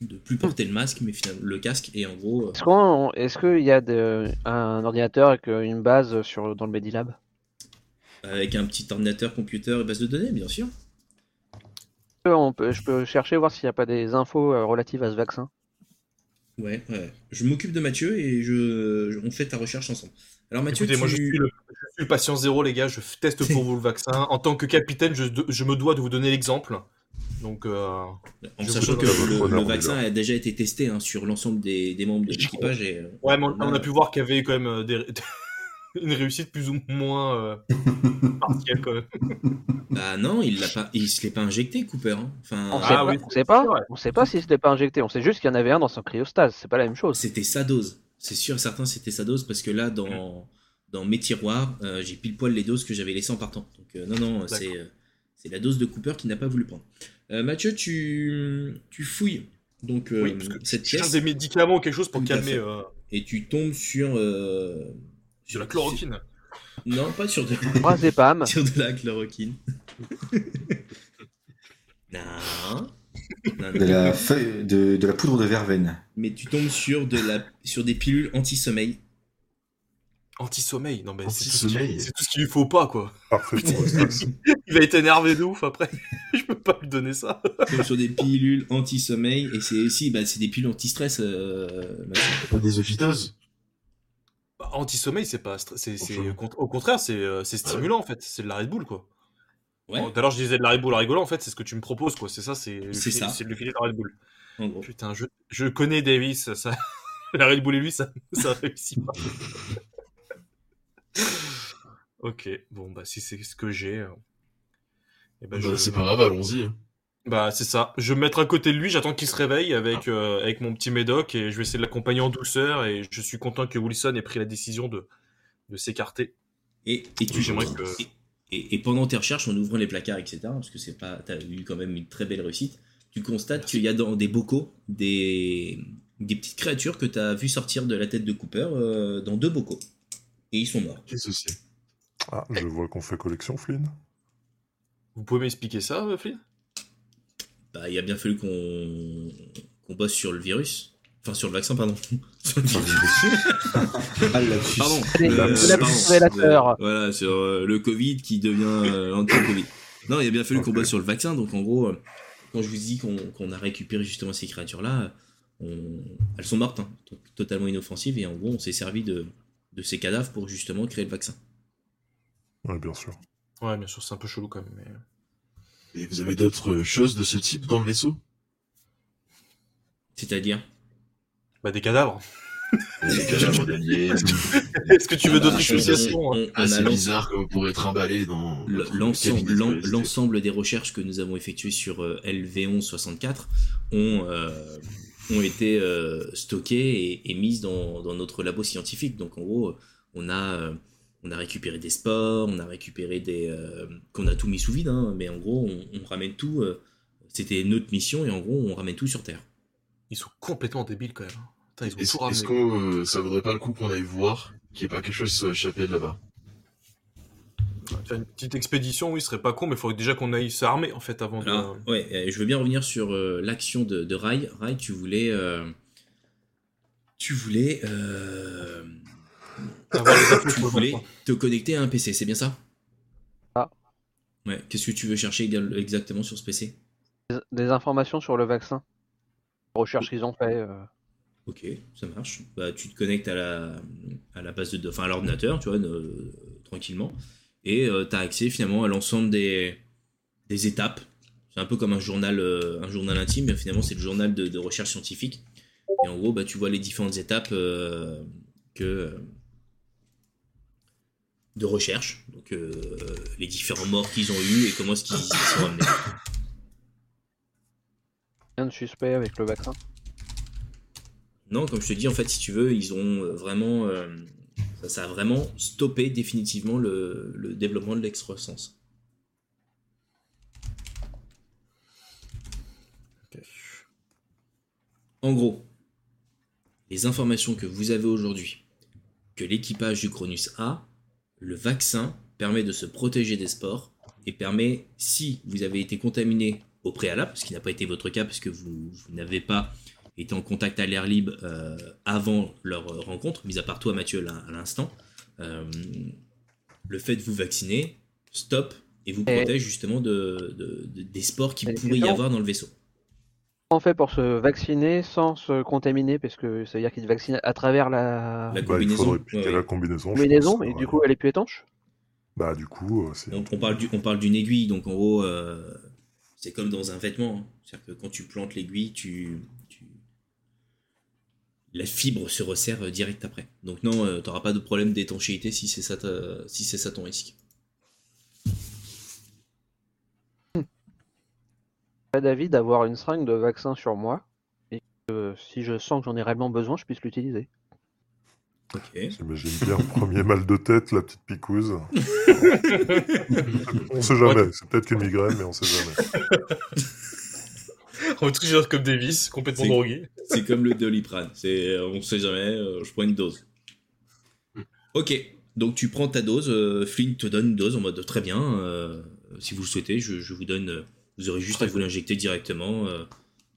[SPEAKER 1] de plus porter le masque, mais finalement le casque. Et en gros, euh,
[SPEAKER 4] Est-ce qu'on- est-ce qu'il y a de- un ordinateur avec euh, une base sur, dans le Medilab
[SPEAKER 1] avec un petit ordinateur, computer et base de données, bien sûr.
[SPEAKER 4] Euh, on peut- Je peux chercher, voir s'il n'y a pas des infos euh, relatives à ce vaccin.
[SPEAKER 1] Ouais. ouais. Je m'occupe de Mathieu et je, je- on fait ta recherche ensemble. Alors Mathieu,
[SPEAKER 2] Écoutez, moi je
[SPEAKER 1] tu-
[SPEAKER 2] suis, le, je suis le patient zéro, les gars, je f- teste
[SPEAKER 1] (laughs)
[SPEAKER 2] pour vous le vaccin. En tant que capitaine, je, do- je me dois de vous donner l'exemple. Donc, euh,
[SPEAKER 1] En
[SPEAKER 2] Je
[SPEAKER 1] sachant
[SPEAKER 2] vous
[SPEAKER 1] que
[SPEAKER 5] donne la bonne
[SPEAKER 1] le,
[SPEAKER 5] bonne
[SPEAKER 1] le
[SPEAKER 5] heure,
[SPEAKER 1] vaccin a déjà été testé hein, sur l'ensemble des, des membres de l'équipage et euh,
[SPEAKER 2] ouais, mais on,
[SPEAKER 1] là,
[SPEAKER 2] on a pu voir qu'il y avait quand même euh, des- (laughs) une réussite plus ou moins euh, partielle quand même.
[SPEAKER 1] Bah non, il l'a pas, il se l'est pas injecté Cooper. hein. Enfin,
[SPEAKER 4] On sait
[SPEAKER 2] Ah
[SPEAKER 4] pas,
[SPEAKER 2] oui,
[SPEAKER 4] on sait pas,
[SPEAKER 2] c'est vrai.
[SPEAKER 4] on sait pas si c'était pas injecté. On sait juste qu'il y en avait un dans son cryostase. C'est pas la même chose.
[SPEAKER 1] c'était sa dose. C'est sûr, certains c'était sa dose parce que là dans dans mes tiroirs, euh, j'ai pile poil les doses que j'avais laissées en partant. Donc euh, non non,
[SPEAKER 2] D'accord.
[SPEAKER 1] c'est euh, c'est la dose de Cooper qui n'a pas voulu prendre. Euh, Mathieu, tu tu fouilles donc euh,
[SPEAKER 2] Oui, parce que
[SPEAKER 1] cette
[SPEAKER 2] Je cherche
[SPEAKER 1] pièce
[SPEAKER 2] des médicaments, quelque chose pour
[SPEAKER 1] Tout à
[SPEAKER 2] calmer
[SPEAKER 1] fait.
[SPEAKER 2] euh,
[SPEAKER 1] et tu tombes sur euh,
[SPEAKER 2] sur la chloroquine.
[SPEAKER 1] Non, pas
[SPEAKER 2] (laughs)
[SPEAKER 1] sur de (laughs)
[SPEAKER 4] Pam.
[SPEAKER 1] Sur de la chloroquine. (laughs) non. Non,
[SPEAKER 6] De
[SPEAKER 1] non.
[SPEAKER 6] la, feuille- de, de la poudre de verveine.
[SPEAKER 1] Mais tu tombes sur, de la, sur des pilules anti-sommeil.
[SPEAKER 2] Anti-sommeil, non mais c'est tout, ce
[SPEAKER 3] Anti-sommeil.
[SPEAKER 2] qu'il- c'est tout ce qu'il lui faut pas quoi.
[SPEAKER 1] (laughs)
[SPEAKER 5] Parfait pour le stress.
[SPEAKER 2] Il va être énervé de ouf après, (laughs) je peux pas lui donner ça.
[SPEAKER 1] Tu tombes sur des pilules anti-sommeil. Et c'est aussi bah, c'est des pilules anti-stress. euh, machin.
[SPEAKER 3] Pas Des ophitoses
[SPEAKER 2] Bah, Anti-sommeil, c'est pas, stra- c'est, c'est-
[SPEAKER 3] Bonjour.
[SPEAKER 2] au contraire, c'est, euh, c'est stimulant en fait, c'est de la Red Bull quoi.
[SPEAKER 1] Ouais.
[SPEAKER 2] Bon, Tout à l'heure, je disais de la Red Bull en rigolant, en fait, c'est ce que tu me proposes, quoi. C'est ça, c'est
[SPEAKER 1] C'est ça.
[SPEAKER 2] c'est de lui filer de la Red Bull.
[SPEAKER 1] En gros.
[SPEAKER 2] Putain, je, je connais Davis, ça... (laughs) la Red Bull et lui, ça, ça réussit pas. (laughs) ok, bon, bah si c'est ce que j'ai. euh, eh ben,
[SPEAKER 3] Bah,
[SPEAKER 2] je-
[SPEAKER 3] C'est pas grave, allons-y. hein.
[SPEAKER 2] Bah c'est ça, je vais me mettre à côté de lui, j'attends qu'il se réveille avec, euh, avec mon petit médoc et je vais essayer de l'accompagner en douceur et je suis content que Wilson ait pris la décision de, de s'écarter.
[SPEAKER 1] Et, et tu-
[SPEAKER 2] J'aimerais que-
[SPEAKER 1] et- et- et pendant tes recherches, en ouvrant les placards, etc., parce que c'est pas, t'as eu quand même une très belle réussite, tu constates qu'il y a dans des bocaux des, des petites créatures que t'as vu sortir de la tête de Cooper euh, dans deux bocaux. Et ils sont morts.
[SPEAKER 3] Qu'est-ce que c'est
[SPEAKER 5] Ah, je vois qu'on fait collection, Flynn.
[SPEAKER 2] Vous pouvez m'expliquer ça, euh, Flynn
[SPEAKER 1] Bah, il a bien fallu qu'on qu'on bosse sur le virus. Enfin, sur le vaccin, pardon. (laughs) Sur le virus.
[SPEAKER 6] Ah, la puce.
[SPEAKER 1] Pardon.
[SPEAKER 4] Allez,
[SPEAKER 1] Euh,
[SPEAKER 4] lapsus
[SPEAKER 1] pardon.
[SPEAKER 4] révélateur.
[SPEAKER 1] Euh, Voilà, sur euh, le Covid qui devient euh, anti-Covid. Non, il a bien fallu qu'on
[SPEAKER 5] Ok.
[SPEAKER 1] bosse sur le vaccin. Donc, en gros, euh, quand je vous dis qu'on qu'on a récupéré justement ces créatures-là, euh, on- elles sont mortes, hein, to- totalement inoffensives. Et en gros, on s'est servi de, de ces cadavres pour justement créer le vaccin.
[SPEAKER 5] Ouais, bien sûr.
[SPEAKER 2] Ouais, bien sûr, c'est un peu chelou quand même. Mais...
[SPEAKER 3] Et vous avez d'autres choses de ce type dans le (laughs) vaisseau
[SPEAKER 1] C'est-à-dire
[SPEAKER 2] Bah des cadavres.
[SPEAKER 3] Des cadavres d'alliés,
[SPEAKER 2] Est-ce que tu veux
[SPEAKER 3] Ah bah,
[SPEAKER 2] d'autres
[SPEAKER 3] je sais,
[SPEAKER 2] explications hein
[SPEAKER 1] on, on a
[SPEAKER 3] assez
[SPEAKER 1] l'en-
[SPEAKER 3] bizarre que vous pourrez trimballer dans
[SPEAKER 1] le-
[SPEAKER 3] votre
[SPEAKER 1] l'ensemble-
[SPEAKER 3] cabinet de
[SPEAKER 1] l'en-
[SPEAKER 3] curiosité.
[SPEAKER 1] l'ensemble des recherches que nous avons effectuées sur euh, LV1164 ont, euh, ont été euh, stockées et, et mises dans, dans notre labo scientifique. Donc en gros, on a, euh, on a récupéré des spores, on a récupéré des... euh, qu'on a tout mis sous vide, hein, mais en gros, on, on ramène tout. euh, C'était notre mission et en gros, on ramène tout sur Terre.
[SPEAKER 2] Ils sont complètement débiles quand même. hein. Putain, ils ont
[SPEAKER 3] Est-ce
[SPEAKER 2] tout ramené.
[SPEAKER 3] est-ce qu'on, euh, ça vaudrait pas le coup qu'on aille voir qu'il n'y ait pas quelque chose qui soit échappé de là-bas
[SPEAKER 2] Faire une petite expédition, oui, ce serait pas con, mais il faudrait déjà qu'on aille s'armer en fait avant
[SPEAKER 1] Alors,
[SPEAKER 2] de...
[SPEAKER 1] ouais, euh, je veux bien revenir sur euh, l'action de, de Rai. Rai, tu voulais... euh, tu voulais... euh,
[SPEAKER 2] avant les appeler,
[SPEAKER 1] tu
[SPEAKER 2] quoi,
[SPEAKER 1] voulais
[SPEAKER 2] maintenant.
[SPEAKER 1] te connecter à un PC, c'est bien ça
[SPEAKER 4] Ah.
[SPEAKER 1] Ouais, qu'est-ce que tu veux chercher égal- exactement sur ce PC
[SPEAKER 4] Des, des informations sur le vaccin. Recherche qu'ils ont fait. euh.
[SPEAKER 1] Ok, ça marche. Bah, tu te connectes à la, à la base de, enfin à l'ordinateur, tu vois, ne- tranquillement, et tu as accès finalement à l'ensemble des, des étapes. C'est un peu comme un journal, euh, un journal intime, mais finalement c'est le journal de, de recherche scientifique. Et en gros, bah, tu vois les différentes étapes euh, que euh, de recherche, donc euh, les différents morts qu'ils ont eus et comment est-ce qu'ils s'y sont ramenés.
[SPEAKER 4] Rien de suspect avec le vaccin.
[SPEAKER 1] Non, comme je te dis, en fait, si tu veux, ils ont euh, vraiment. euh, ça, ça a vraiment stoppé définitivement le, le développement de l'excroissance. En gros, les informations que vous avez aujourd'hui, que l'équipage du Cronus a, le vaccin permet de se protéger des spores et permet, si vous avez été contaminé au préalable, ce qui n'a pas été votre cas parce que vous, vous n'avez pas été en contact à l'air libre euh, avant leur euh, rencontre, mis à part toi Mathieu là, à l'instant, euh, le fait de vous vacciner stop et vous
[SPEAKER 4] Et-
[SPEAKER 1] protège justement de, de- de- des spores qui
[SPEAKER 4] Et
[SPEAKER 1] pourraient y
[SPEAKER 4] non.
[SPEAKER 1] avoir dans le vaisseau.
[SPEAKER 4] Comment on fait pour se vacciner sans se contaminer Parce que ça veut dire qu'ils te vaccinent à travers la,
[SPEAKER 1] La
[SPEAKER 5] Bah, il
[SPEAKER 1] combinaison.
[SPEAKER 5] faudrait piquer
[SPEAKER 1] ouais,
[SPEAKER 5] la
[SPEAKER 1] ouais.
[SPEAKER 5] combinaison. je
[SPEAKER 4] combinaison,
[SPEAKER 5] pense,
[SPEAKER 4] mais
[SPEAKER 5] ouais.
[SPEAKER 4] du coup elle est plus étanche.
[SPEAKER 5] Bah, du coup, euh, c'est.
[SPEAKER 1] On, on parle du- on parle d'une aiguille, donc en gros, euh, c'est comme dans un vêtement. hein. C'est-à-dire que quand tu plantes l'aiguille, tu, tu- la fibre se resserre euh, direct après. Donc non, tu n'auras pas de problème d'étanchéité si c'est ça, ta- si c'est ça ton risque.
[SPEAKER 4] Pas d'avis d'avoir une seringue de vaccin sur moi et que si je sens que j'en ai réellement besoin, je puisse l'utiliser.
[SPEAKER 1] Ok.
[SPEAKER 5] J'imagine bien, premier mal de tête, la petite
[SPEAKER 1] (laughs)
[SPEAKER 5] picouse. on sait jamais, c'est peut-être une migraine, mais on sait jamais.
[SPEAKER 2] On est toujours comme Davis, complètement
[SPEAKER 1] C'est-
[SPEAKER 2] drogué.
[SPEAKER 1] C'est comme le doliprane. C'est, on sait jamais. euh, je prends une dose. Ok. Donc tu prends ta dose. euh, Flynn te donne une dose en mode très bien. euh, si vous le souhaitez, je, je vous donne. euh, vous aurez juste à vous l'injecter directement euh,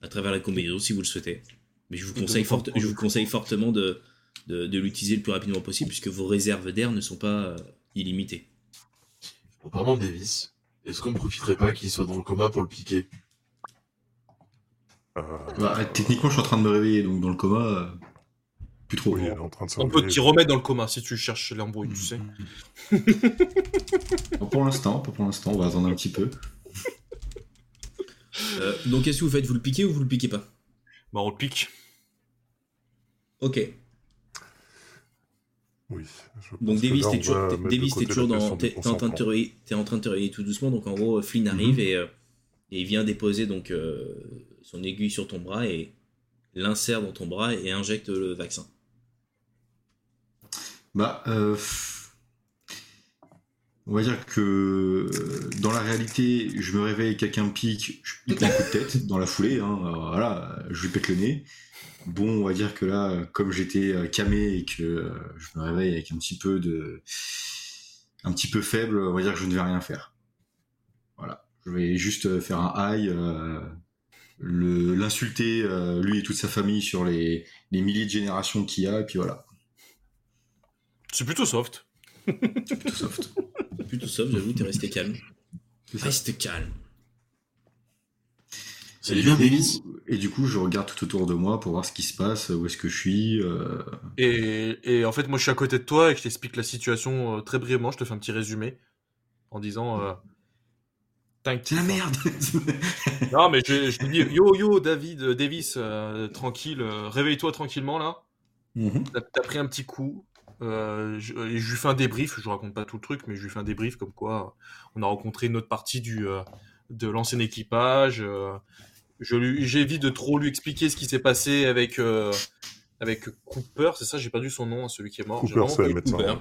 [SPEAKER 1] à travers la combinaison si vous le souhaitez. Mais je vous
[SPEAKER 2] Il
[SPEAKER 1] conseille,
[SPEAKER 2] donne pas
[SPEAKER 1] fort-
[SPEAKER 2] de
[SPEAKER 1] je vous conseille fortement de, de, de l'utiliser le plus rapidement possible puisque vos réserves d'air ne sont pas euh, illimitées.
[SPEAKER 3] En parlant de Davis, est-ce qu'on ne profiterait pas qu'il soit dans le coma pour le piquer
[SPEAKER 5] Euh,
[SPEAKER 6] Bah, techniquement, je suis en train de me réveiller, donc dans le coma. euh,
[SPEAKER 1] Plus trop.
[SPEAKER 5] Oui, hein. elle est en train de se
[SPEAKER 2] On peut
[SPEAKER 5] réveiller.
[SPEAKER 2] t'y remettre dans le coma si tu cherches l'embrouille, tu sais.
[SPEAKER 6] Pas pour l'instant, pas pour l'instant, on va attendre un petit peu.
[SPEAKER 1] Euh, donc qu'est-ce que vous faites Vous le piquez ou vous le piquez pas
[SPEAKER 2] Bah, on le pique.
[SPEAKER 1] Ok.
[SPEAKER 5] Oui. je pense
[SPEAKER 1] Donc
[SPEAKER 5] que
[SPEAKER 1] Davis,
[SPEAKER 5] là,
[SPEAKER 1] t'es
[SPEAKER 5] on
[SPEAKER 1] toujours,
[SPEAKER 5] va
[SPEAKER 1] t'es-
[SPEAKER 5] mettre de Mhm.
[SPEAKER 1] Davis, t'es
[SPEAKER 5] côté la
[SPEAKER 1] toujours
[SPEAKER 5] question
[SPEAKER 1] dans,
[SPEAKER 5] du
[SPEAKER 1] t'es, t'es en train de te
[SPEAKER 5] consentement.
[SPEAKER 1] réveiller, t'es en train de te réveiller tout doucement. Donc en gros, Flynn arrive et, euh, et il vient déposer donc euh, son aiguille sur ton bras et l'insère dans ton bras et injecte le vaccin.
[SPEAKER 6] Bah, euh, pff, on va dire que euh, dans la réalité, je me réveille, quelqu'un me pique, je lui prends un coup de tête dans la foulée, hein, euh, voilà, je lui pète le nez. Bon, on va dire que là, comme j'étais euh, camé et que euh, je me réveille avec un petit peu de, un petit peu faible, on va dire que je ne vais rien faire. Voilà, je vais juste euh, faire un high, euh, le- l'insulter euh, lui et toute sa famille sur les, les milliers de générations qu'il y a, et puis voilà,
[SPEAKER 2] C'est plutôt soft.
[SPEAKER 6] tout soft.
[SPEAKER 1] Plutôt sauf, j'avoue, t'es resté
[SPEAKER 5] (laughs)
[SPEAKER 1] calme. Reste calme.
[SPEAKER 3] Salut,
[SPEAKER 6] Et
[SPEAKER 3] bien,
[SPEAKER 6] du coup-
[SPEAKER 3] Davis.
[SPEAKER 6] Et du coup, je regarde tout autour de moi pour voir ce qui se passe, où est-ce que je suis. euh,
[SPEAKER 2] Et, et en fait, moi, je suis à côté de toi et je t'explique la situation euh, très brièvement. Je te fais un petit résumé en disant. euh, hein.
[SPEAKER 6] C'est la merde
[SPEAKER 2] Non, mais je, je lui dis Yo, yo, David, euh, Davis, euh, tranquille, euh, réveille-toi tranquillement là.
[SPEAKER 6] Mhm.
[SPEAKER 2] T'as t'as pris un petit coup. euh, je, et je lui fais un débrief. Je vous raconte pas tout le truc, mais je lui fais un débrief comme quoi euh, on a rencontré une autre partie du, euh, de l'ancien équipage. euh, je lui- J'évite de trop lui expliquer ce qui s'est passé avec, euh, avec Cooper. C'est ça, j'ai perdu son nom, hein, celui qui est mort. J'ai
[SPEAKER 5] Cooper,
[SPEAKER 2] vraiment
[SPEAKER 5] c'est le
[SPEAKER 2] pas eu
[SPEAKER 5] médecin.
[SPEAKER 2] Cooper.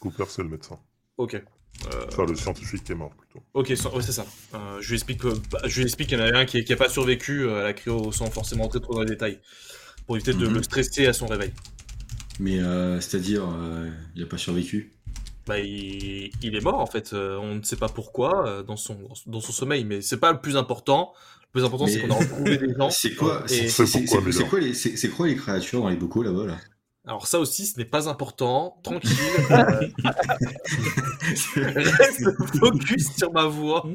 [SPEAKER 5] Cooper, c'est le médecin.
[SPEAKER 2] Ok. Euh,
[SPEAKER 5] Enfin, le scientifique qui est mort plutôt.
[SPEAKER 2] Ok, sans- ouais, c'est ça. Euh, je lui explique que- bah, je lui explique qu'il y en a un qui n'a pas survécu euh, à la cryo sans forcément entrer trop dans les détails. Pour éviter de
[SPEAKER 6] Mhm.
[SPEAKER 2] le stresser à son réveil.
[SPEAKER 6] Mais euh, c'est-à-dire, euh, il n'a pas survécu.
[SPEAKER 2] Bah, il, il est mort en fait. Euh, on ne sait pas pourquoi euh, dans, son, dans son sommeil, mais c'est pas le plus important. Le plus important, c'est
[SPEAKER 6] Mais-
[SPEAKER 2] qu'on a retrouvé des
[SPEAKER 6] (laughs)
[SPEAKER 2] gens.
[SPEAKER 6] C'est quoi, c'est-
[SPEAKER 2] Et-
[SPEAKER 6] c'est-
[SPEAKER 5] C'est
[SPEAKER 6] c'est-
[SPEAKER 5] pourquoi,
[SPEAKER 6] c'est- c'est
[SPEAKER 5] Miller
[SPEAKER 6] quoi, les- c'est- c'est quoi les créatures dans les bocaux là-bas là
[SPEAKER 2] Alors, ça aussi, ce n'est pas important.
[SPEAKER 6] (laughs)
[SPEAKER 2] Tranquille. euh, (laughs) reste focus sur ma voix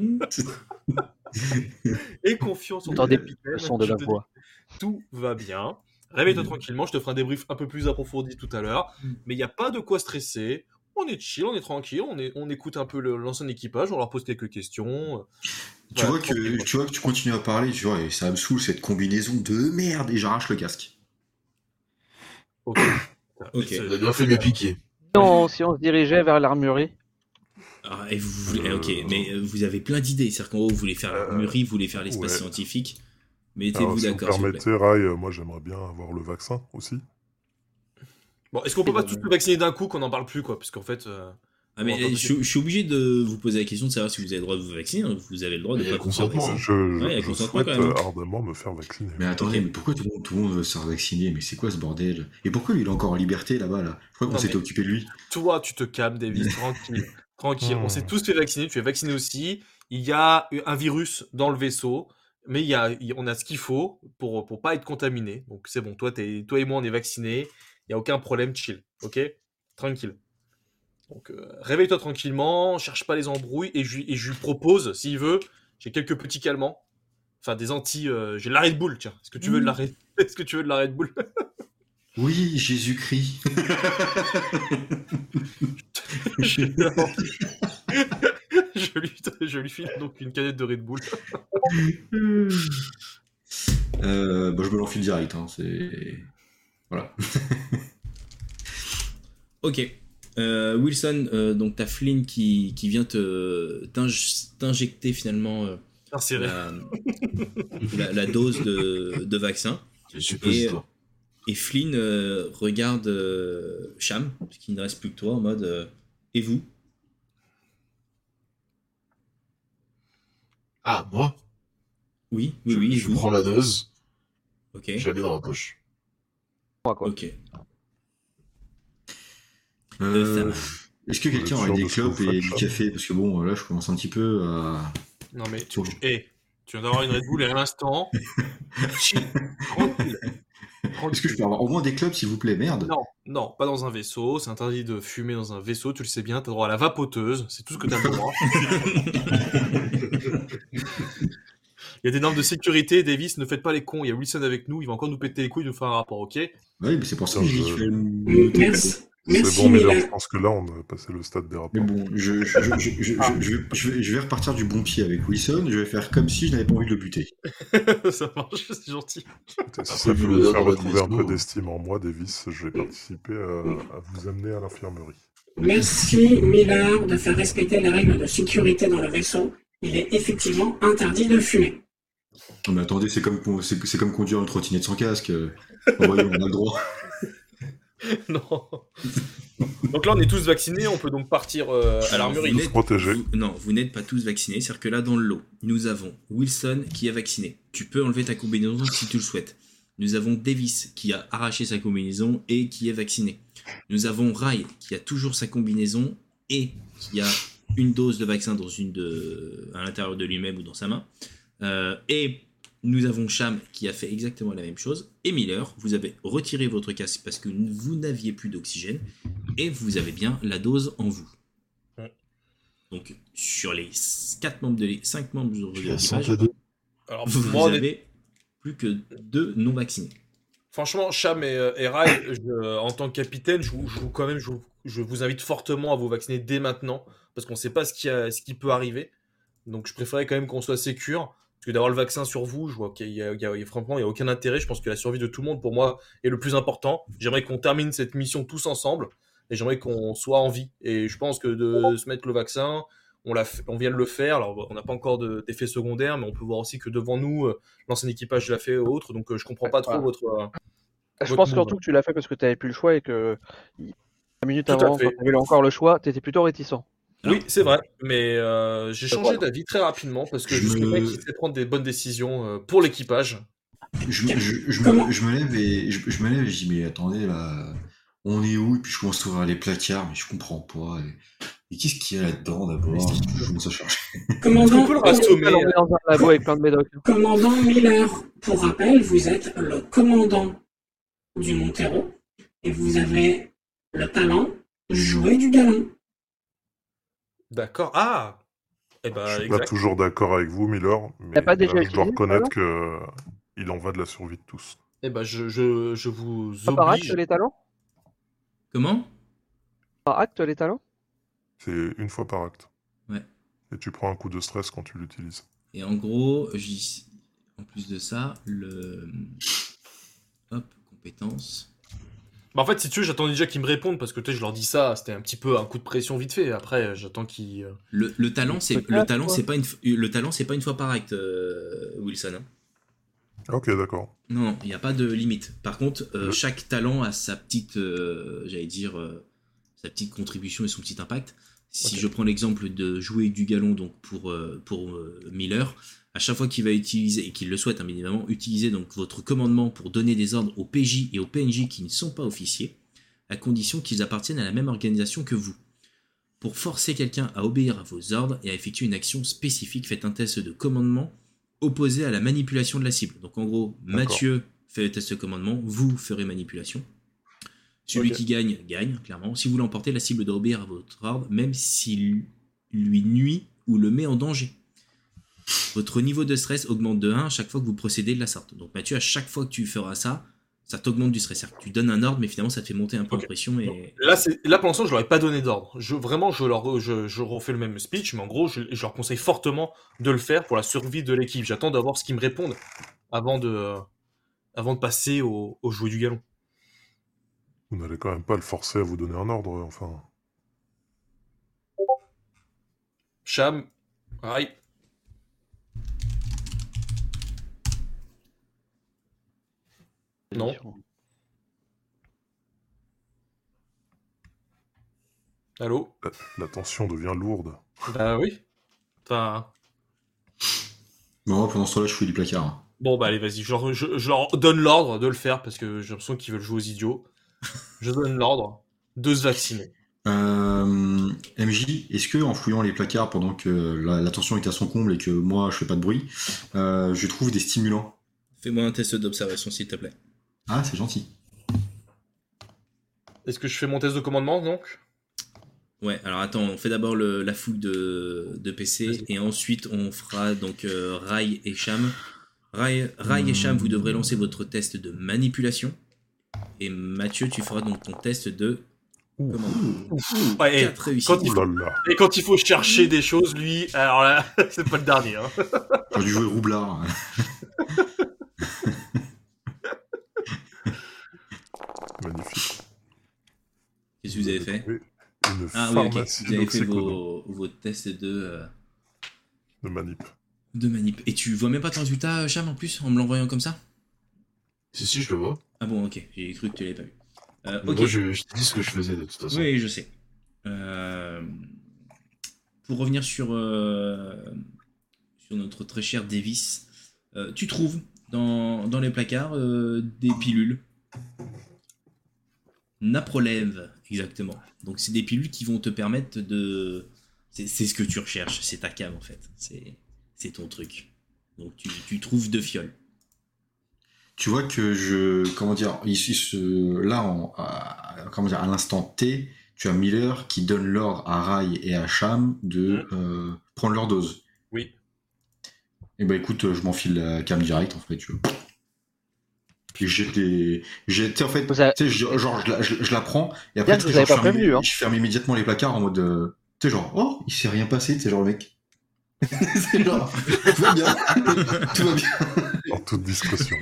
[SPEAKER 2] et confiance en
[SPEAKER 4] Dans
[SPEAKER 2] ton
[SPEAKER 4] des
[SPEAKER 2] capitaine.
[SPEAKER 4] le son de
[SPEAKER 2] Je
[SPEAKER 4] la
[SPEAKER 2] bah, te dis
[SPEAKER 4] voix.
[SPEAKER 2] tout va bien.
[SPEAKER 6] Mm.
[SPEAKER 2] Réveille-toi tranquillement, je te ferai un débrief un peu plus approfondi tout à l'heure. Mais il n'y a pas de quoi stresser. On est chill, on est tranquille, on, est, on écoute un peu le- l'ancien équipage, on leur pose quelques questions.
[SPEAKER 6] tu,
[SPEAKER 2] Voilà,
[SPEAKER 6] vois
[SPEAKER 2] tranquille,
[SPEAKER 6] que,
[SPEAKER 2] quoi.
[SPEAKER 6] tu vois que tu continues à parler, tu vois, et ça me saoule cette combinaison de merde, et j'arrache le casque.
[SPEAKER 2] Ok.
[SPEAKER 1] Ok.
[SPEAKER 2] C'est-
[SPEAKER 3] Il a bien fait de me piquer.
[SPEAKER 4] Non, si on se dirigeait vers l'armurerie,
[SPEAKER 1] Ah, et vous voulez-
[SPEAKER 5] Euh,
[SPEAKER 1] ok, mais euh, vous avez plein d'idées. C'est-à-dire qu'en gros, vous voulez faire
[SPEAKER 5] Euh,
[SPEAKER 1] l'armurerie, vous voulez faire l'espace
[SPEAKER 5] ouais.
[SPEAKER 1] scientifique.
[SPEAKER 5] Alors,
[SPEAKER 1] Mettez-vous
[SPEAKER 5] si vous
[SPEAKER 1] d'accord, s'il vous plaît.
[SPEAKER 5] permettez, Rai, euh, moi j'aimerais bien avoir le vaccin aussi.
[SPEAKER 2] Bon, est-ce qu'on peut pas tous le vacciner d'un coup qu'on n'en parle plus, quoi Parce qu'en fait. euh,
[SPEAKER 1] Ah, mais
[SPEAKER 2] On va pas
[SPEAKER 1] je, je suis obligé de vous poser la question de savoir si vous avez le droit de vous vacciner. hein. Vous avez le droit de
[SPEAKER 3] Il y a
[SPEAKER 1] pas
[SPEAKER 3] le
[SPEAKER 1] vous faire
[SPEAKER 3] consentement,
[SPEAKER 1] vacciner.
[SPEAKER 5] Je, je-
[SPEAKER 1] Ouais, avec
[SPEAKER 5] je
[SPEAKER 1] consentement,
[SPEAKER 5] souhaite
[SPEAKER 1] quand même.
[SPEAKER 5] euh, ardemment me faire vacciner.
[SPEAKER 6] Mais attendez, mais pourquoi tout le monde, tout le monde veut se faire vacciner Mais c'est quoi ce bordel Et pourquoi lui, il est encore en liberté là-bas là Je crois qu'on
[SPEAKER 2] Non,
[SPEAKER 6] s'était
[SPEAKER 2] mais-
[SPEAKER 6] occupé de lui.
[SPEAKER 2] Toi, tu te calmes, Davis, tranquille. tranquille. On
[SPEAKER 5] Hmm.
[SPEAKER 2] s'est tous fait vacciner, tu es vacciné aussi. Il y a eu un virus dans le vaisseau, mais il y a, il- on a ce qu'il faut pour pour pas être contaminé. Donc c'est bon, toi, t'es- toi et moi, on est vaccinés. Il y a aucun problème, chill, ok Tranquille. Donc euh, réveille-toi tranquillement, cherche pas les embrouilles et je, lui- et je lui propose, s'il veut, j'ai quelques petits calmants. Enfin, des anti... euh, j'ai de la Red Bull, tiens. Est-ce que tu veux de la Red... (laughs) Est-ce que tu veux de la Red Bull
[SPEAKER 6] Oui, Jésus-Christ.
[SPEAKER 2] je, lui, je lui file donc une canette de Red Bull.
[SPEAKER 6] Euh, bah, je me l'enfile direct. Hein, c'est...
[SPEAKER 1] Ok. Euh, Wilson, euh, donc t'as Flynn qui, qui vient te t'inj- t'injecter finalement euh,
[SPEAKER 2] Inséré.
[SPEAKER 3] (laughs)
[SPEAKER 1] la, la- la dose de, de vaccin.
[SPEAKER 3] C'est une suppositoire.
[SPEAKER 1] Et Flynn euh, regarde euh, Cham, parce qu'il ne reste plus que toi, en mode euh, Et vous
[SPEAKER 3] Ah, moi
[SPEAKER 1] Oui, oui, oui, et
[SPEAKER 3] Je
[SPEAKER 1] vous
[SPEAKER 3] prends la dose,
[SPEAKER 1] Ok,
[SPEAKER 3] je la mets dans ma poche.
[SPEAKER 4] moi quoi.
[SPEAKER 1] ok.
[SPEAKER 6] Euh,
[SPEAKER 1] ça va.
[SPEAKER 6] Est-ce que
[SPEAKER 5] Vous
[SPEAKER 6] quelqu'un
[SPEAKER 5] êtes
[SPEAKER 6] aurait
[SPEAKER 5] sûr
[SPEAKER 6] des
[SPEAKER 5] de ce que vous
[SPEAKER 6] clopes et
[SPEAKER 5] faites,
[SPEAKER 6] du
[SPEAKER 5] ça
[SPEAKER 6] café Parce que bon, là, je commence un petit peu à.
[SPEAKER 2] Non mais tu, tu- hey, tu viens d'avoir une Red Bull et à l'instant. Chill. Tranquille.
[SPEAKER 6] Est-ce que je peux avoir au moins des clopes, s'il vous plaît Merde.
[SPEAKER 2] Non, non, pas dans un vaisseau. C'est interdit de fumer dans un vaisseau. Tu le sais bien. T'as droit à la vapoteuse. C'est tout ce que t'as le droit. Il y a des normes de sécurité, Davis, ne faites pas les cons. Il y a Wilson avec nous, il va encore nous péter les couilles, nous faire un rapport, ok (laughs)
[SPEAKER 6] Ah Oui, mais c'est pour ça que
[SPEAKER 5] Je-
[SPEAKER 6] je fais
[SPEAKER 7] Mm, Merci.
[SPEAKER 5] C'est
[SPEAKER 7] Merci,
[SPEAKER 5] bon, mais
[SPEAKER 7] mais
[SPEAKER 5] là,
[SPEAKER 7] la-
[SPEAKER 5] je pense que là, on a passé le stade des
[SPEAKER 6] Mais
[SPEAKER 5] rapports.
[SPEAKER 6] bon, je, je, je, je, je- je- je- je vais, je vais repartir du bon pied avec Wilson, je vais faire comme si je n'avais pas envie de le buter.
[SPEAKER 2] Ça marche, c'est gentil.
[SPEAKER 5] Écoutez, Si
[SPEAKER 3] Après,
[SPEAKER 5] ça
[SPEAKER 3] vu
[SPEAKER 5] peut
[SPEAKER 3] le
[SPEAKER 5] vous
[SPEAKER 3] date
[SPEAKER 5] faire
[SPEAKER 3] de votre
[SPEAKER 5] retrouver un peu
[SPEAKER 3] discours.
[SPEAKER 5] d'estime en moi, Davis, je vais participer à, à vous amener à l'infirmerie.
[SPEAKER 7] Merci, Millard, de faire respecter les règles de sécurité dans le vaisseau. Il est effectivement interdit de fumer.
[SPEAKER 6] Non mais attendez, c'est comme, con- c'est c'est comme conduire une trottinette sans casque. euh. Oh, voyons, on a le droit.
[SPEAKER 2] (laughs) Non. donc là, on est tous vaccinés, on peut donc partir euh, à l'armurerie.
[SPEAKER 1] Vous
[SPEAKER 5] Se
[SPEAKER 1] n'êtes-
[SPEAKER 5] protéger.
[SPEAKER 1] vous- non, vous n'êtes pas tous vaccinés. C'est-à-dire que là, dans le lot, nous avons Wilson qui est vacciné. Tu peux enlever ta combinaison si tu le souhaites. Nous avons Davis qui a arraché sa combinaison et qui est vacciné. Nous avons Rai qui a toujours sa combinaison et qui a une dose de vaccin dans une de... à l'intérieur de lui-même ou dans sa main. Euh, et nous avons Cham qui a fait exactement la même chose. Et Miller, vous avez retiré votre casque parce que vous n'aviez plus d'oxygène et vous avez bien la dose en vous.
[SPEAKER 2] Ouais.
[SPEAKER 1] Donc sur les 4 membres de les 5 membres de
[SPEAKER 3] Je suis à
[SPEAKER 1] l'équipage,
[SPEAKER 3] 102.
[SPEAKER 2] Alors,
[SPEAKER 1] vous
[SPEAKER 2] moi, on est-
[SPEAKER 1] avez plus que deux non vaccinés.
[SPEAKER 2] Franchement, Cham et, euh, et Rai, je- en tant que capitaine, je, vous- je vous- quand même, je, vous- je vous invite fortement à vous vacciner dès maintenant, parce qu'on ne sait pas ce qui, a- ce qui peut arriver. Donc, je préférais quand même qu'on soit sécure, parce que d'avoir le vaccin sur vous, je vois qu'il y a, il y a- il y a- franchement, il n'y a aucun intérêt. Je pense que la survie de tout le monde, pour moi, est le plus important. J'aimerais qu'on termine cette mission tous ensemble, et j'aimerais qu'on soit en vie. Et je pense que de se mettre le vaccin, on, l'a fait- on vient de le faire. Alors, on n'a pas encore de- d'effet secondaire, mais on peut voir aussi que devant nous, euh, l'ancien équipage l'a fait ou autre. Donc, euh, je comprends pas trop
[SPEAKER 4] Voilà.
[SPEAKER 2] votre. euh,
[SPEAKER 4] Je
[SPEAKER 2] Votre
[SPEAKER 4] pense
[SPEAKER 2] nombre.
[SPEAKER 4] surtout que tu l'as fait parce que tu n'avais plus le choix et que y- la minute
[SPEAKER 2] Tout à
[SPEAKER 4] avant,
[SPEAKER 2] fait.
[SPEAKER 4] quand tu avais encore le choix, tu étais plutôt réticent.
[SPEAKER 2] Oui, c'est vrai, mais euh, j'ai changé
[SPEAKER 4] Voilà.
[SPEAKER 2] d'avis très rapidement parce que je
[SPEAKER 6] Je
[SPEAKER 2] suis
[SPEAKER 6] me-
[SPEAKER 2] quelqu'un qui sait prendre des bonnes décisions euh, pour l'équipage.
[SPEAKER 6] (laughs) Je, me- je- je me, je me lève et je, je me lève et je dis mais attendez là, on est où Et puis je commence à ouvrir les placards, mais je comprends pas. Et, et qu'est-ce qu'il y a là-dedans d'abord Je commence à chercher.
[SPEAKER 2] On
[SPEAKER 7] Commandant,
[SPEAKER 2] peut le
[SPEAKER 4] On
[SPEAKER 2] rassommer.
[SPEAKER 4] est dans un labo avec plein de médocs.
[SPEAKER 7] commandant Miller, pour rappel, vous êtes le commandant du Montero et vous avez le talent jouer du galon.
[SPEAKER 2] D'accord. Ah Eh ben,
[SPEAKER 5] je suis pas
[SPEAKER 2] exact.
[SPEAKER 5] toujours d'accord avec vous, Miller, mais
[SPEAKER 4] T'as pas déjà
[SPEAKER 5] là, je dois
[SPEAKER 4] utilisé,
[SPEAKER 5] reconnaître que euh, il en va de la survie de tous.
[SPEAKER 2] Eh ben, je, je, je vous
[SPEAKER 4] Pas par acte
[SPEAKER 2] oblige.
[SPEAKER 4] les talents
[SPEAKER 1] Comment
[SPEAKER 4] Par acte les talents
[SPEAKER 5] C'est une fois par acte.
[SPEAKER 1] Ouais.
[SPEAKER 5] Et tu prends un coup de stress quand tu l'utilises.
[SPEAKER 1] Et en gros, j'y- en plus de ça, le hop compétences.
[SPEAKER 2] Bah, en fait, si tu veux, j'attends déjà qu'ils me répondent parce que tu sais, je leur dis ça. C'était un petit peu un coup de pression vite fait. Après, j'attends qu'ils. euh,
[SPEAKER 1] Le, le talent, c'est le
[SPEAKER 4] Peut-être,
[SPEAKER 1] talent,
[SPEAKER 4] quoi.
[SPEAKER 1] c'est pas une f- le talent, c'est pas une fois par acte, euh, Wilson. hein.
[SPEAKER 5] Ok, d'accord.
[SPEAKER 1] Non, il n'y a pas de limite. Par contre, euh,
[SPEAKER 5] Le-
[SPEAKER 1] chaque talent a sa petite, euh, j'allais dire, euh, sa petite contribution et son petit impact. Si
[SPEAKER 2] Ok.
[SPEAKER 1] je prends l'exemple de jouer du galon donc pour, euh, pour euh, Miller, à chaque fois qu'il va utiliser, et qu'il le souhaite hein, bien évidemment, utiliser donc votre commandement pour donner des ordres aux PJ et aux PNJ qui ne sont pas officiers, à condition qu'ils appartiennent à la même organisation que vous. Pour forcer quelqu'un à obéir à vos ordres et à effectuer une action spécifique, faites un test de commandement opposé à la manipulation de la cible. Donc en gros,
[SPEAKER 5] D'accord.
[SPEAKER 1] Mathieu fait le test de commandement, vous ferez manipulation. Celui
[SPEAKER 2] Ok.
[SPEAKER 1] qui gagne, gagne, clairement. Si vous l'emportez, la cible doit obéir à votre ordre, même s'il lui nuit ou le met en danger. Votre niveau de stress augmente de 1 à chaque fois que vous procédez de la sorte. Donc Mathieu, à chaque fois que tu feras ça, ça t'augmente du stress. C'est-à-dire que Tu donnes un ordre, mais finalement ça te fait monter un peu
[SPEAKER 2] Ok.
[SPEAKER 1] de pression.
[SPEAKER 2] Donc,
[SPEAKER 1] Et...
[SPEAKER 2] Là, c'est- là, pour l'instant, je leur ai pas donné d'ordre. Je, vraiment, je leur je, je refais le même speech, mais en gros, je, je leur conseille fortement de le faire pour la survie de l'équipe. J'attends d'avoir ce qu'ils me répondent avant de, euh, avant de passer au, au jouet du galon.
[SPEAKER 5] Vous n'allez quand même pas le forcer à vous donner un ordre, enfin.
[SPEAKER 2] Cham, Rai. Non. Allô
[SPEAKER 5] La, la tension devient lourde.
[SPEAKER 2] Bah oui. Enfin,
[SPEAKER 6] Mais moi pendant ce temps-là, je fouille les placards. hein.
[SPEAKER 2] bon bah allez, vas-y, je, leur- je- je leur donne l'ordre de le faire parce que j'ai l'impression qu'ils veulent jouer aux idiots. (laughs) Je donne l'ordre de se vacciner.
[SPEAKER 6] Euh, MJ, est-ce que en fouillant les placards pendant que la, la tension est à son comble et que moi je fais pas de bruit, euh, je trouve des stimulants
[SPEAKER 1] Fais-moi un test d'observation, s'il te plaît.
[SPEAKER 6] Ah, c'est gentil.
[SPEAKER 2] Est-ce que je fais mon test de commandement donc
[SPEAKER 1] Ouais, alors attends, on fait d'abord le- la fouille de, de PC et ensuite on fera donc euh, Rai et Cham. Rai, Rai et Cham, vous devrez lancer votre test de manipulation. Et Mathieu, tu feras donc ton test de commande.
[SPEAKER 2] Ouais, et
[SPEAKER 1] Quatre réussites.
[SPEAKER 2] quand il
[SPEAKER 5] Ouh là Oh là.
[SPEAKER 2] Et quand il faut chercher des choses, lui, alors là, (laughs) c'est pas le dernier. hein.
[SPEAKER 6] J'aurais dû jouer roublard. (laughs)
[SPEAKER 5] Magnifique.
[SPEAKER 1] Qu'est-ce que vous avez fait
[SPEAKER 5] Oui, Une
[SPEAKER 1] Ah oui, ok.
[SPEAKER 5] pharmacie
[SPEAKER 1] Vous avez fait
[SPEAKER 5] d'oxycodone
[SPEAKER 1] vos, vos tests de, euh,
[SPEAKER 5] de manip.
[SPEAKER 1] de manip. Et tu vois même pas ton résultat, euh, Cham, en plus, en me l'envoyant comme ça
[SPEAKER 3] Si, si, je le vois.
[SPEAKER 1] Ah bon, ok, j'ai cru que tu l'avais pas vu. Euh,
[SPEAKER 3] Mais
[SPEAKER 1] ok.
[SPEAKER 3] Moi, je, je te dis ce que je faisais de toute façon.
[SPEAKER 1] Oui, je sais. Euh, pour revenir sur, euh, sur notre très cher Davis, euh, tu trouves dans, dans les placards euh, des pilules. Naprolève, exactement. Donc c'est des pilules qui vont te permettre de... C'est c'est ce que tu recherches, c'est ta cave en fait. C'est c'est ton truc. Donc tu, tu trouves deux fioles.
[SPEAKER 6] Tu vois que je. Comment dire ici, ce- Là, en- à, comment dire, à l'instant T, tu as Miller qui donne l'ordre à Rai et à Cham de euh, prendre leur dose.
[SPEAKER 2] Oui.
[SPEAKER 6] Et bah écoute, je m'enfile la cam direct en fait. Je... Puis jette les. jette- tu sais, en fait,
[SPEAKER 4] Vous avez-
[SPEAKER 6] tu sais, je- genre, je la, je- je la prends et après,
[SPEAKER 4] Euh, Yann,
[SPEAKER 6] tu
[SPEAKER 4] vous
[SPEAKER 6] sais, genre,
[SPEAKER 4] avez pas
[SPEAKER 6] je, ferme,
[SPEAKER 4] prévenu, hein.
[SPEAKER 6] je ferme immédiatement les placards en mode. euh, Tu sais, genre, oh, il s'est rien passé, tu sais, genre le mec. (laughs) c'est genre, tout va bien, tout va bien.
[SPEAKER 5] En toute
[SPEAKER 1] (laughs)
[SPEAKER 5] discrétion.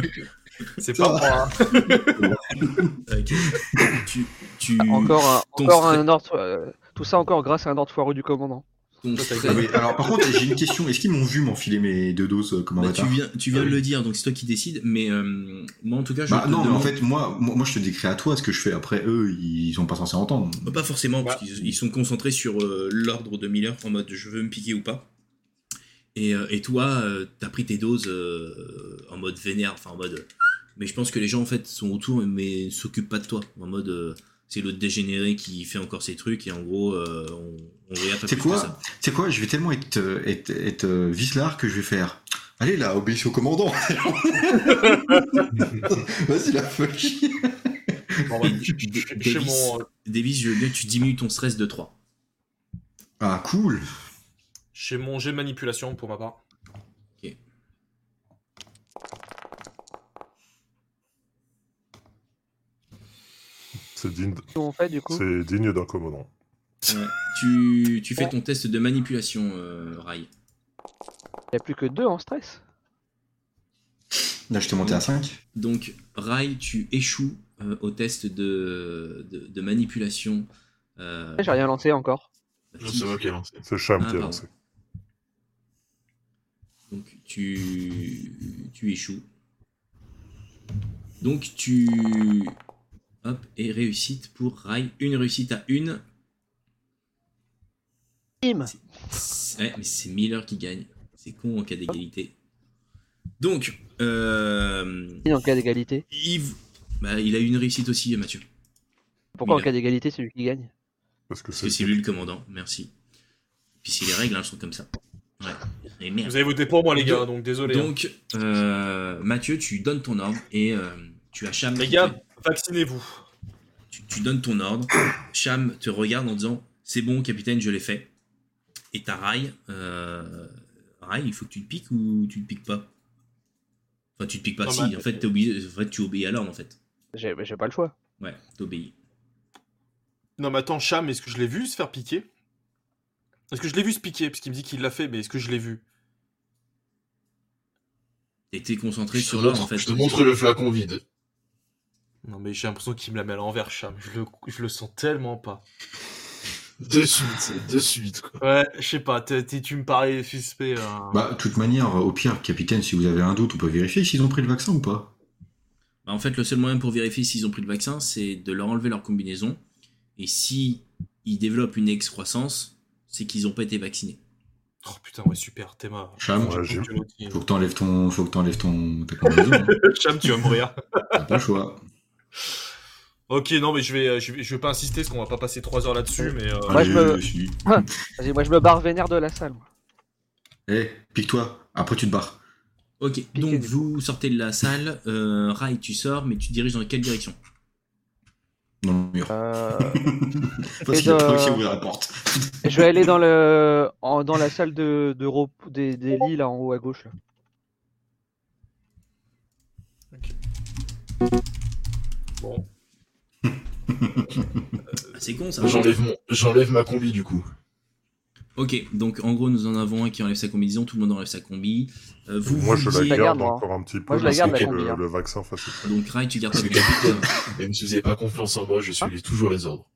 [SPEAKER 2] C'est
[SPEAKER 6] Ça
[SPEAKER 2] pas
[SPEAKER 6] va.
[SPEAKER 2] moi. hein.
[SPEAKER 1] Ok. Euh, tu,
[SPEAKER 2] Ah,
[SPEAKER 1] tu...
[SPEAKER 4] Encore un,
[SPEAKER 1] ton
[SPEAKER 4] encore
[SPEAKER 1] strait-
[SPEAKER 4] un ordre. euh, tout ça encore grâce à un ordre foireux du commandant.
[SPEAKER 1] ton
[SPEAKER 2] Toi, t'as
[SPEAKER 1] strait-
[SPEAKER 6] Ah oui, alors par contre, j'ai une question. Est-ce qu'ils m'ont vu m'enfiler mes deux doses euh, comme un
[SPEAKER 1] Bah, tu
[SPEAKER 6] bâtard
[SPEAKER 1] viens, tu viens
[SPEAKER 6] Ah
[SPEAKER 1] de
[SPEAKER 6] oui.
[SPEAKER 1] le dire, donc c'est toi qui décides, mais euh, moi en tout cas, je
[SPEAKER 6] Bah,
[SPEAKER 1] te
[SPEAKER 6] non, mais en
[SPEAKER 1] demande-
[SPEAKER 6] fait, moi, moi, moi, je te décris à toi ce que je fais. Après, eux, ils sont pas censés entendre.
[SPEAKER 1] Pas forcément,
[SPEAKER 2] Bah.
[SPEAKER 1] parce qu'ils ils sont concentrés sur euh, l'ordre de Miller en mode je veux me piquer ou pas. Et, euh, et toi, euh, t'as pris tes doses euh, en mode vénère, enfin en mode. Mais je pense que les gens en fait sont autour mais ne s'occupent pas de toi. En mode euh, c'est l'autre dégénéré qui fait encore ses trucs et en gros euh, on, on regarde pas
[SPEAKER 6] C'est
[SPEAKER 1] plus
[SPEAKER 6] quoi
[SPEAKER 1] que ça.
[SPEAKER 6] Tu sais quoi Je vais tellement être, euh, être, être euh, vicelard que je vais faire. Allez là, obéissez au commandant. (laughs) Vas-y, la fuck.
[SPEAKER 2] Bon, bah,
[SPEAKER 1] Et
[SPEAKER 2] je- (laughs) je-
[SPEAKER 1] Davis-
[SPEAKER 2] chez mon, euh,
[SPEAKER 1] Davis, je veux bien que tu diminues ton stress de 3.
[SPEAKER 6] Ah, cool.
[SPEAKER 2] chez mon jet de manipulation pour ma part.
[SPEAKER 5] C'est digne,
[SPEAKER 4] Qu'est-ce qu'on fait du coup
[SPEAKER 5] c'est digne d'un commandant.
[SPEAKER 1] Tu, tu fais ton test de manipulation, euh, Rai.
[SPEAKER 4] Il n'y a plus que deux en stress.
[SPEAKER 6] Là, je t'ai monté à 5.
[SPEAKER 1] Donc, Rai, tu échoues euh, au test de, de, de manipulation. euh,
[SPEAKER 4] J'ai rien lancé encore.
[SPEAKER 3] Non, c'est moi qui ai lancé.
[SPEAKER 5] C'est Cham
[SPEAKER 1] Ah,
[SPEAKER 5] qui a
[SPEAKER 1] pardon.
[SPEAKER 5] lancé.
[SPEAKER 1] donc, tu, tu échoues. Donc, tu. Hop, et réussite pour Rai. Une réussite à une.
[SPEAKER 4] Im.
[SPEAKER 1] C'est- Ouais, mais c'est Miller qui gagne. C'est con en cas d'égalité. Donc, euh,
[SPEAKER 4] Et en cas d'égalité.
[SPEAKER 1] Yves. Bah, il a eu une réussite aussi, Mathieu.
[SPEAKER 4] Pourquoi
[SPEAKER 1] Miller.
[SPEAKER 4] en cas d'égalité c'est lui qui gagne
[SPEAKER 5] Parce que
[SPEAKER 1] Parce que
[SPEAKER 5] c'est
[SPEAKER 1] c'est lui le commandant, merci. Puis si les règles, hein, elles sont comme ça. Ouais. Et merde.
[SPEAKER 2] Vous avez voté pour moi, les gars, donc désolé. hein.
[SPEAKER 1] Donc, euh, Mathieu, tu donnes ton ordre et euh, tu as Cham.
[SPEAKER 2] les
[SPEAKER 1] qui
[SPEAKER 2] gars,
[SPEAKER 1] te-
[SPEAKER 2] hein. vaccinez-vous.
[SPEAKER 1] tu, tu donnes ton ordre. (coughs) Cham te regarde en disant C'est bon, capitaine, je l'ai fait. Et ta rail, euh, rail, il faut que tu te piques ou tu te piques pas Enfin, tu te piques pas,
[SPEAKER 2] Non,
[SPEAKER 1] si.
[SPEAKER 2] bah,
[SPEAKER 1] en, fait, t'es obligé, en fait, tu obéis à l'ordre, en fait.
[SPEAKER 4] J'ai mais j'ai pas le choix.
[SPEAKER 1] Ouais, t'obéis.
[SPEAKER 2] Non, mais attends, Cham, est-ce que je l'ai vu se faire piquer Est-ce que je l'ai vu se piquer Parce qu'il me dit qu'il l'a fait, mais est-ce que je l'ai vu
[SPEAKER 1] T'étais concentré
[SPEAKER 3] Je te
[SPEAKER 1] sur l'ordre,
[SPEAKER 3] montre-
[SPEAKER 1] en fait.
[SPEAKER 3] Je te montre le flacon vide.
[SPEAKER 2] Non, mais j'ai l'impression qu'il me la met à l'envers, Cham. Je le, je le sens tellement pas.
[SPEAKER 3] De suite, de suite, quoi.
[SPEAKER 2] Ouais, je sais pas, t'es- t'es- tu me parais suspect. hein.
[SPEAKER 6] Bah, de toute manière, au pire, capitaine, si vous avez un doute, on peut vérifier s'ils ont pris le vaccin ou pas.
[SPEAKER 1] Bah, en fait, le seul moyen pour vérifier s'ils ont pris le vaccin, c'est de leur enlever leur combinaison. Et si ils développent une excroissance, c'est qu'ils n'ont pas été vaccinés.
[SPEAKER 2] Oh putain, ouais, super, Théma.
[SPEAKER 6] Cham,
[SPEAKER 5] Ouais, j'ai-
[SPEAKER 6] faut que t'enlèves ton, faut que t'enlèves ton, ta combinaison. hein.
[SPEAKER 2] (laughs) Cham, tu vas mourir.
[SPEAKER 6] T'as pas le choix.
[SPEAKER 2] Ok, non, mais je vais, euh, je vais, je vais pas insister parce qu'on va pas passer 3 heures là-dessus, mais. euh,
[SPEAKER 4] Moi, je me-
[SPEAKER 6] Allez, suis-
[SPEAKER 4] Vas-y, moi je me barre vénère de la salle. moi.
[SPEAKER 6] Eh, pique-toi, après tu te barres.
[SPEAKER 1] Ok, donc vous sortez de la salle, euh, Rai, tu sors, mais tu te diriges dans quelle direction
[SPEAKER 6] dans le mur.
[SPEAKER 4] Euh,
[SPEAKER 6] Parce
[SPEAKER 4] et
[SPEAKER 6] qu'il y a
[SPEAKER 4] dans-
[SPEAKER 6] pas qui ouvrir la porte.
[SPEAKER 4] je vais aller dans le en- dans la salle de, de repos- des, des lits là en haut à gauche. là.
[SPEAKER 5] Euh,
[SPEAKER 1] Ah, c'est con ça.
[SPEAKER 3] J'enlève mon- J'enlève ma combi du coup.
[SPEAKER 1] Ok, donc en gros, nous en avons un qui enlève sa combinaison, tout le monde enlève sa combi. Euh, vous,
[SPEAKER 5] Moi,
[SPEAKER 1] vous
[SPEAKER 5] je la
[SPEAKER 1] disiez-
[SPEAKER 5] garde,
[SPEAKER 4] garde, moi.
[SPEAKER 5] encore un petit peu
[SPEAKER 4] Moi, je la
[SPEAKER 5] parce
[SPEAKER 4] garde,
[SPEAKER 5] que
[SPEAKER 4] la
[SPEAKER 5] le,
[SPEAKER 4] combi, hein.
[SPEAKER 5] le vaccin fasse effet.
[SPEAKER 1] Donc Rai, tu gardes ta
[SPEAKER 3] Parce que
[SPEAKER 1] combi.
[SPEAKER 3] capitaine, même si vous n'avez pas confiance en moi, je
[SPEAKER 1] Ah.
[SPEAKER 3] suis toujours
[SPEAKER 1] (laughs)
[SPEAKER 3] les ordres.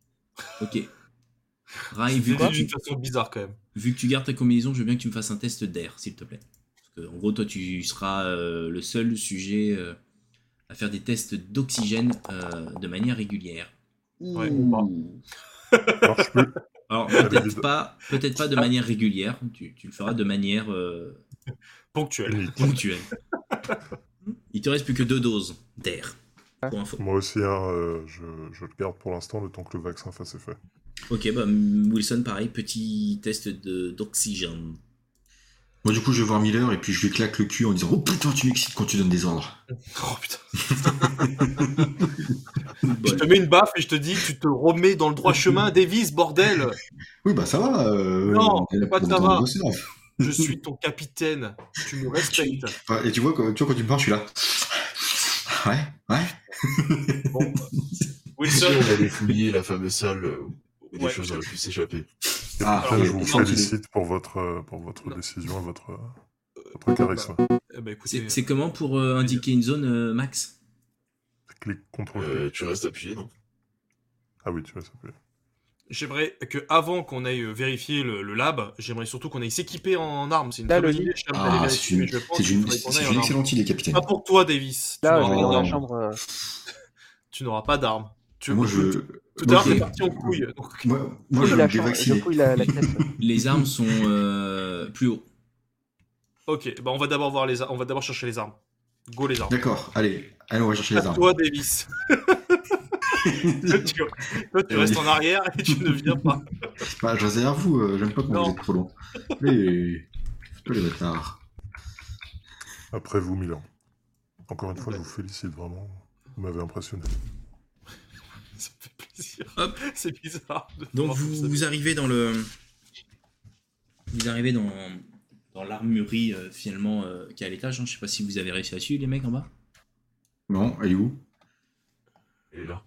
[SPEAKER 1] Ok. Rai,
[SPEAKER 2] Il
[SPEAKER 1] vu que, tu,
[SPEAKER 2] d'une façon bizarre quand même.
[SPEAKER 1] vu que tu gardes ta combinaison, je veux bien que tu me fasses un test d'air, s'il te plaît. Parce que, en gros, toi, tu seras euh, le seul sujet euh, à faire des tests d'oxygène euh, de manière régulière.
[SPEAKER 2] Ouais.
[SPEAKER 1] Ouh.
[SPEAKER 5] Ça marche plus.
[SPEAKER 1] Alors,
[SPEAKER 5] Elle est
[SPEAKER 1] peut-être
[SPEAKER 5] vide.
[SPEAKER 1] pas, peut-être pas de manière régulière, tu, tu le feras de manière euh,
[SPEAKER 2] Ponctuel.
[SPEAKER 1] (laughs) ponctuelle. Il te reste plus que deux doses d'air. Pour info.
[SPEAKER 5] Moi aussi, hein, euh, je, je le garde pour l'instant, le temps que le vaccin fasse effet.
[SPEAKER 1] Ok, bah, m- Wilson, pareil, petit test de- d'oxygène.
[SPEAKER 6] Moi, du coup, je vais voir Miller et puis je lui claque le cul en disant Oh putain, tu m'excites quand tu donnes des ordres.
[SPEAKER 2] Oh putain. (laughs)
[SPEAKER 1] Coup de
[SPEAKER 2] Je te
[SPEAKER 1] bol.
[SPEAKER 2] mets une baffe et je te dis, tu te remets dans le droit chemin, Davis, bordel.
[SPEAKER 6] Oui, bah ça va. euh,
[SPEAKER 2] Non,
[SPEAKER 6] on est là
[SPEAKER 2] pas
[SPEAKER 6] pour
[SPEAKER 2] ça va.
[SPEAKER 6] bosser, là.
[SPEAKER 2] Je suis ton capitaine. Tu me respectes.
[SPEAKER 6] Ouais, Et tu vois, quand, tu vois, quand tu me parles, je suis là. Ouais, ouais.
[SPEAKER 2] Bon.
[SPEAKER 3] Si
[SPEAKER 2] Wilson.
[SPEAKER 3] on allait fouiller la fameuse salle euh, où des
[SPEAKER 2] ouais.
[SPEAKER 3] choses auraient pu s'échapper.
[SPEAKER 6] Ah,
[SPEAKER 5] Capitaine,
[SPEAKER 6] alors,
[SPEAKER 5] je vous
[SPEAKER 6] non, tu-
[SPEAKER 5] félicite pour votre, euh, pour votre
[SPEAKER 2] Non.
[SPEAKER 5] décision et votre, euh, votre charisme.
[SPEAKER 2] Eh ben, écoutez,
[SPEAKER 1] C'est c'est comment pour euh, indiquer une zone, euh, Max
[SPEAKER 5] Clic contrôle.
[SPEAKER 3] Euh, tu restes appuyé, non
[SPEAKER 5] Ah oui, tu vas s'appeler.
[SPEAKER 2] J'aimerais que avant qu'on aille euh, vérifier le, le lab, j'aimerais surtout qu'on aille s'équiper en armes. C'est une
[SPEAKER 4] Là,
[SPEAKER 2] très bonne
[SPEAKER 4] le lit.
[SPEAKER 2] idée. je suis allé
[SPEAKER 6] Ah,
[SPEAKER 2] vérifier,
[SPEAKER 6] c'est une,
[SPEAKER 2] mais je pense
[SPEAKER 6] c'est
[SPEAKER 2] qu'il
[SPEAKER 6] une-
[SPEAKER 2] faudrait qu'on
[SPEAKER 6] c'est
[SPEAKER 2] aille hein. Ah
[SPEAKER 6] une
[SPEAKER 2] en armes.
[SPEAKER 6] excellente idée, capitaine.
[SPEAKER 2] Pas pour toi, Davis. Tu
[SPEAKER 4] Là, je
[SPEAKER 2] n'auras
[SPEAKER 4] vais
[SPEAKER 2] pas
[SPEAKER 4] dans la
[SPEAKER 2] d'armes.
[SPEAKER 4] chambre. euh,
[SPEAKER 2] Tu n'auras pas d'armes. Tu-
[SPEAKER 6] Moi, je.
[SPEAKER 2] Tout à l'heure,
[SPEAKER 6] je-
[SPEAKER 2] t'es parti en couille. donc-
[SPEAKER 6] Moi, moi,
[SPEAKER 4] fouille
[SPEAKER 6] je vais
[SPEAKER 4] la chambre-
[SPEAKER 6] me
[SPEAKER 4] je
[SPEAKER 6] dévacciner.
[SPEAKER 4] fouille
[SPEAKER 2] (laughs)
[SPEAKER 4] la, la caisse.
[SPEAKER 1] Les armes sont euh, plus haut.
[SPEAKER 2] Ok, bah on va d'abord voir les, ar- on va d'abord chercher les armes. Go les armes.
[SPEAKER 6] D'accord, allez, allez, on va chercher
[SPEAKER 2] À
[SPEAKER 6] les armes.
[SPEAKER 2] toi,
[SPEAKER 1] (laughs)
[SPEAKER 2] Davis. Toi, tu, toi, tu restes en arrière et tu ne viens pas.
[SPEAKER 6] Bah, je reste derrière vous, euh, j'aime pas quand
[SPEAKER 2] Non.
[SPEAKER 6] vous êtes trop long. Mais. Pas les bâtards.
[SPEAKER 5] Après vous, Milan. Encore une fois, je vous félicite vraiment. Vous m'avez impressionné.
[SPEAKER 2] Ça me fait plaisir.
[SPEAKER 1] Hop.
[SPEAKER 2] C'est bizarre. de
[SPEAKER 1] Donc
[SPEAKER 2] voir comme ça.
[SPEAKER 1] vous, vous arrivez dans le. Vous arrivez dans, dans l'armurerie euh, finalement euh, qui est à l'étage. hein. Je sais pas si vous avez réussi à suivre les mecs en bas.
[SPEAKER 6] Non, elle est où
[SPEAKER 3] Et là.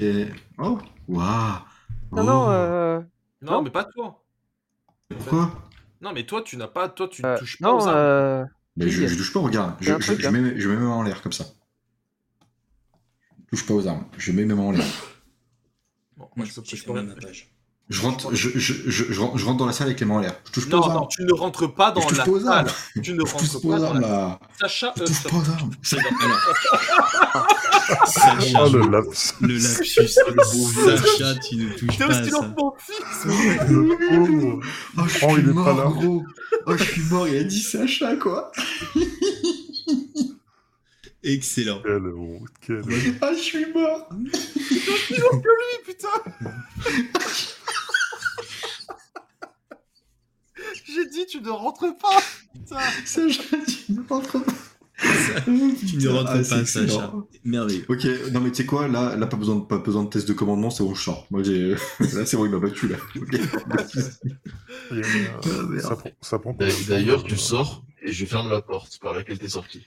[SPEAKER 6] Et- Oh Waouh
[SPEAKER 4] Non,
[SPEAKER 6] Oh.
[SPEAKER 4] non, euh,
[SPEAKER 2] Non, mais pas toi.
[SPEAKER 6] Pourquoi
[SPEAKER 2] Non, mais toi, tu n'as pas, toi, tu ne
[SPEAKER 4] euh,
[SPEAKER 2] touches pas aux
[SPEAKER 4] non,
[SPEAKER 2] armes.
[SPEAKER 4] euh,
[SPEAKER 6] Mais Bah, je, je touche pas, regarde.
[SPEAKER 4] Il y
[SPEAKER 6] Je,
[SPEAKER 4] a un
[SPEAKER 6] je,
[SPEAKER 4] truc,
[SPEAKER 6] je
[SPEAKER 4] hein.
[SPEAKER 6] mets, mes- je mets mes mains en l'air comme ça. Je touche pas aux armes, je mets mes mains en l'air.
[SPEAKER 2] Bon, moi, je peux,
[SPEAKER 1] J'ai
[SPEAKER 2] je
[SPEAKER 1] fait
[SPEAKER 2] peux
[SPEAKER 1] la
[SPEAKER 2] rien-
[SPEAKER 1] même
[SPEAKER 2] (laughs)
[SPEAKER 1] page.
[SPEAKER 6] Je rentre, je, je, je, je rentre je rentre dans la salle avec les mains en l'air. Je touche pas
[SPEAKER 2] Non,
[SPEAKER 6] aux armes.
[SPEAKER 2] non, tu ne rentres pas dans
[SPEAKER 6] je touche
[SPEAKER 2] la
[SPEAKER 6] pas aux armes.
[SPEAKER 2] salle. Tu ne
[SPEAKER 6] Je touche
[SPEAKER 2] rentres
[SPEAKER 6] pas
[SPEAKER 2] pas
[SPEAKER 6] aux
[SPEAKER 2] dans
[SPEAKER 6] armes
[SPEAKER 2] la
[SPEAKER 6] là.
[SPEAKER 2] Sacha,
[SPEAKER 6] Je
[SPEAKER 2] euh,
[SPEAKER 6] touche pas aux armes.
[SPEAKER 5] Ah,
[SPEAKER 1] Sacha,
[SPEAKER 5] le laps.
[SPEAKER 1] le lapsus. Sacha, tu ne touches
[SPEAKER 2] T'es
[SPEAKER 1] pas à
[SPEAKER 2] aussi dans
[SPEAKER 1] ça.
[SPEAKER 2] mon fils.
[SPEAKER 5] Le pauvre.
[SPEAKER 6] Oh, je
[SPEAKER 5] Oh,
[SPEAKER 6] suis
[SPEAKER 5] il est pas
[SPEAKER 6] mort,
[SPEAKER 5] là.
[SPEAKER 6] gros. Oh, je suis mort, il a dit Sacha, quoi.
[SPEAKER 1] Excellent.
[SPEAKER 5] Quel honte, quelle honte.
[SPEAKER 6] Ah, je suis mort.
[SPEAKER 2] Oui, putain.
[SPEAKER 1] (laughs)
[SPEAKER 2] J'ai dit, tu ne rentres pas. Putain.
[SPEAKER 6] Sacha, tu ne rentres pas.
[SPEAKER 1] (laughs) Tu ne rentres
[SPEAKER 6] Ah, c'est
[SPEAKER 1] pas,
[SPEAKER 6] excellent.
[SPEAKER 1] Sacha. Merveilleux.
[SPEAKER 6] Ok, non mais tu sais quoi, là, là pas, besoin de, pas besoin de test de commandement, c'est bon, je sors. Moi, j'ai... (laughs) Là, c'est bon, il m'a battu, là.
[SPEAKER 1] (laughs)
[SPEAKER 6] Ok.
[SPEAKER 5] Il y a-
[SPEAKER 6] Ah, merde.
[SPEAKER 5] ça, prend- ça prend
[SPEAKER 1] Bah,
[SPEAKER 5] combien
[SPEAKER 3] D'a-
[SPEAKER 5] de temps
[SPEAKER 3] D'ailleurs,
[SPEAKER 5] de-
[SPEAKER 3] tu sors et je ferme la porte par laquelle t'es sorti.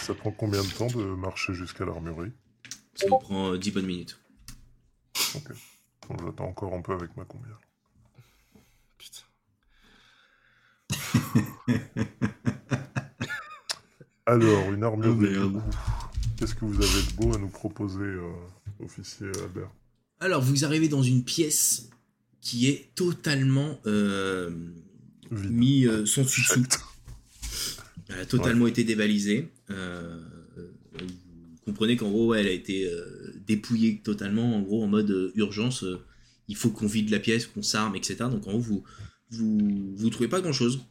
[SPEAKER 5] Ça prend combien de temps de marcher jusqu'à l'armurerie
[SPEAKER 1] Ça nous prend euh, 10 bonnes minutes.
[SPEAKER 5] Donc, J'attends encore un peu avec ma combi.
[SPEAKER 2] Putain.
[SPEAKER 5] Alors, une armurerie.
[SPEAKER 3] Ah,
[SPEAKER 6] Oh, merde.
[SPEAKER 5] Qu'est-ce que vous avez de beau à nous proposer, euh, officier Albert
[SPEAKER 1] Alors, vous arrivez dans une pièce qui est totalement euh,
[SPEAKER 5] Vide.
[SPEAKER 1] mis euh, sans dessus-dessous.
[SPEAKER 5] Chut.
[SPEAKER 1] Elle a totalement été dévalisée. Euh, euh, vous comprenez qu'en gros, ouais, elle a été euh, dépouillée totalement, en gros, en mode euh, urgence. euh, il faut qu'on vide la pièce, qu'on s'arme, etc. Donc en gros, vous vous, vous trouvez pas grand-chose.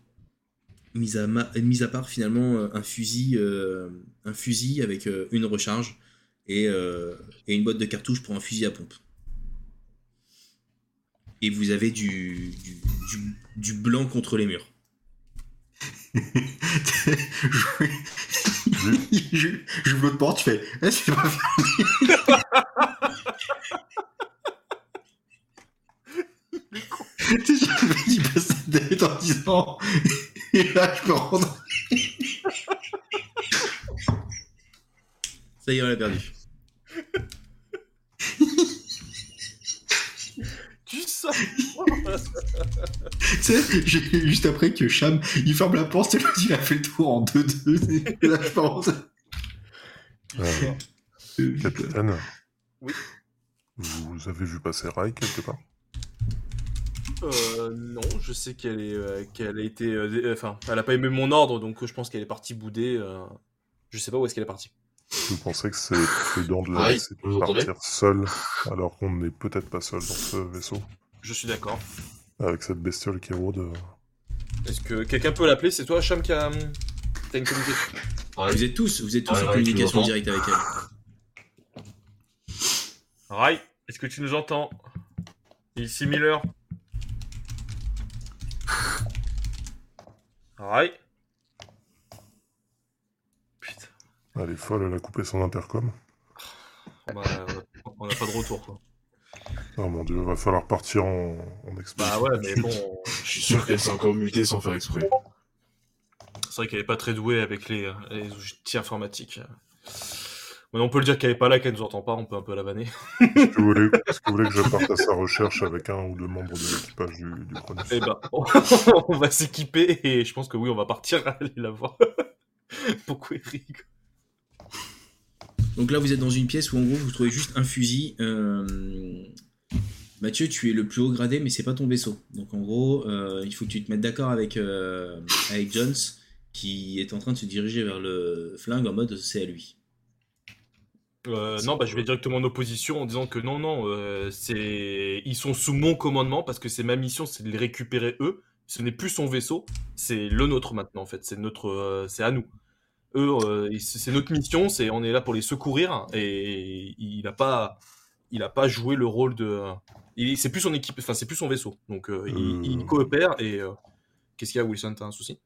[SPEAKER 1] Mis à, ma- mis à part finalement euh, un fusil, euh, un fusil avec euh, une recharge et, euh, et une boîte de cartouches pour un fusil à pompe. Et vous avez du, du, du- du blanc contre les murs.
[SPEAKER 6] Je- J'ouvre l'autre porte, je fais Eh, c'est pas
[SPEAKER 1] (laughs)
[SPEAKER 6] fermé. Tu sais, j'avais dit passer la tête en disant (laughs) Et là, je peux rentrer.
[SPEAKER 1] Ça y est, on l'a perdu.
[SPEAKER 2] Tu sors
[SPEAKER 6] Tu sais, j'ai eu juste après que Cham, il ferme la porte, et l'autre, il a fait le tour en 2-2. Et là, je peux rentrer.
[SPEAKER 5] Euh, capitaine
[SPEAKER 2] Oui.
[SPEAKER 5] Vous avez vu passer Rai quelque part
[SPEAKER 2] Euh, non, je sais qu'elle est, euh, qu'elle a été, euh, dé- euh, enfin, elle a pas aimé mon ordre, donc euh, je pense qu'elle est partie boudée. euh, Je sais pas où est-ce qu'elle est partie.
[SPEAKER 5] Vous pensez que c'est prudent de la
[SPEAKER 3] Rai,
[SPEAKER 5] laisser
[SPEAKER 3] vous entendez
[SPEAKER 5] partir seule alors qu'on n'est peut-être pas seul dans ce vaisseau
[SPEAKER 2] Je suis d'accord.
[SPEAKER 5] avec cette bestiole qui rôde euh,
[SPEAKER 2] Est-ce que quelqu'un peut l'appeler C'est toi, Cham, qui a, hum, t'as une communication
[SPEAKER 1] Ah, Vous êtes tous, vous êtes tous
[SPEAKER 5] Ah,
[SPEAKER 1] en
[SPEAKER 3] Ouais, ouais, tu
[SPEAKER 1] communication
[SPEAKER 3] m'entends
[SPEAKER 1] directe avec elle.
[SPEAKER 2] Rai, est-ce que tu nous entends Ici Miller. Rai. Putain.
[SPEAKER 5] Elle est folle, elle a coupé son intercom.
[SPEAKER 2] Bah, on a- on n'a pas de retour. Quoi.
[SPEAKER 5] Oh mon dieu, va falloir partir en, en expédition.
[SPEAKER 2] Bah ouais, mais bon,
[SPEAKER 3] Je suis sûr qu'elle s'est encore mutée sans faire exprès.
[SPEAKER 2] c'est vrai qu'elle est pas très douée avec les, euh, les outils informatiques. Mais on peut le dire qu'elle est pas là, qu'elle nous entend pas, on peut un peu la vanner.
[SPEAKER 5] Est-ce que vous voulez- est-ce que vous voulez que je parte à sa recherche avec un ou deux membres de l'équipage du, du Cronus
[SPEAKER 2] Et bah, on, (laughs) on va s'équiper et je pense que oui, on va partir (laughs) aller la voir. Pourquoi Eric
[SPEAKER 1] Donc là, vous êtes dans une pièce où en gros, vous trouvez juste un fusil. euh, Mathieu, tu es le plus haut gradé, mais c'est pas ton vaisseau. Donc en gros, euh, il faut que tu te mettes d'accord avec, euh, avec Jones, qui est en train de se diriger vers le flingue en mode c'est à lui.
[SPEAKER 2] Euh, non, bah, je vais directement en opposition en disant que non, non, euh, c'est ils sont sous mon commandement parce que c'est ma mission, c'est de les récupérer eux. Ce n'est plus son vaisseau, c'est le nôtre maintenant en fait, c'est notre, euh, c'est à nous. Eux, euh, ils- c'est notre mission, c'est on est là pour les secourir et il n'a pas, il a pas joué le rôle de, il- c'est plus son équipe, enfin c'est plus son vaisseau, donc euh, il, il
[SPEAKER 5] Euh.
[SPEAKER 2] coopère et euh, qu'est-ce qu'il y a Wilson, t'as un souci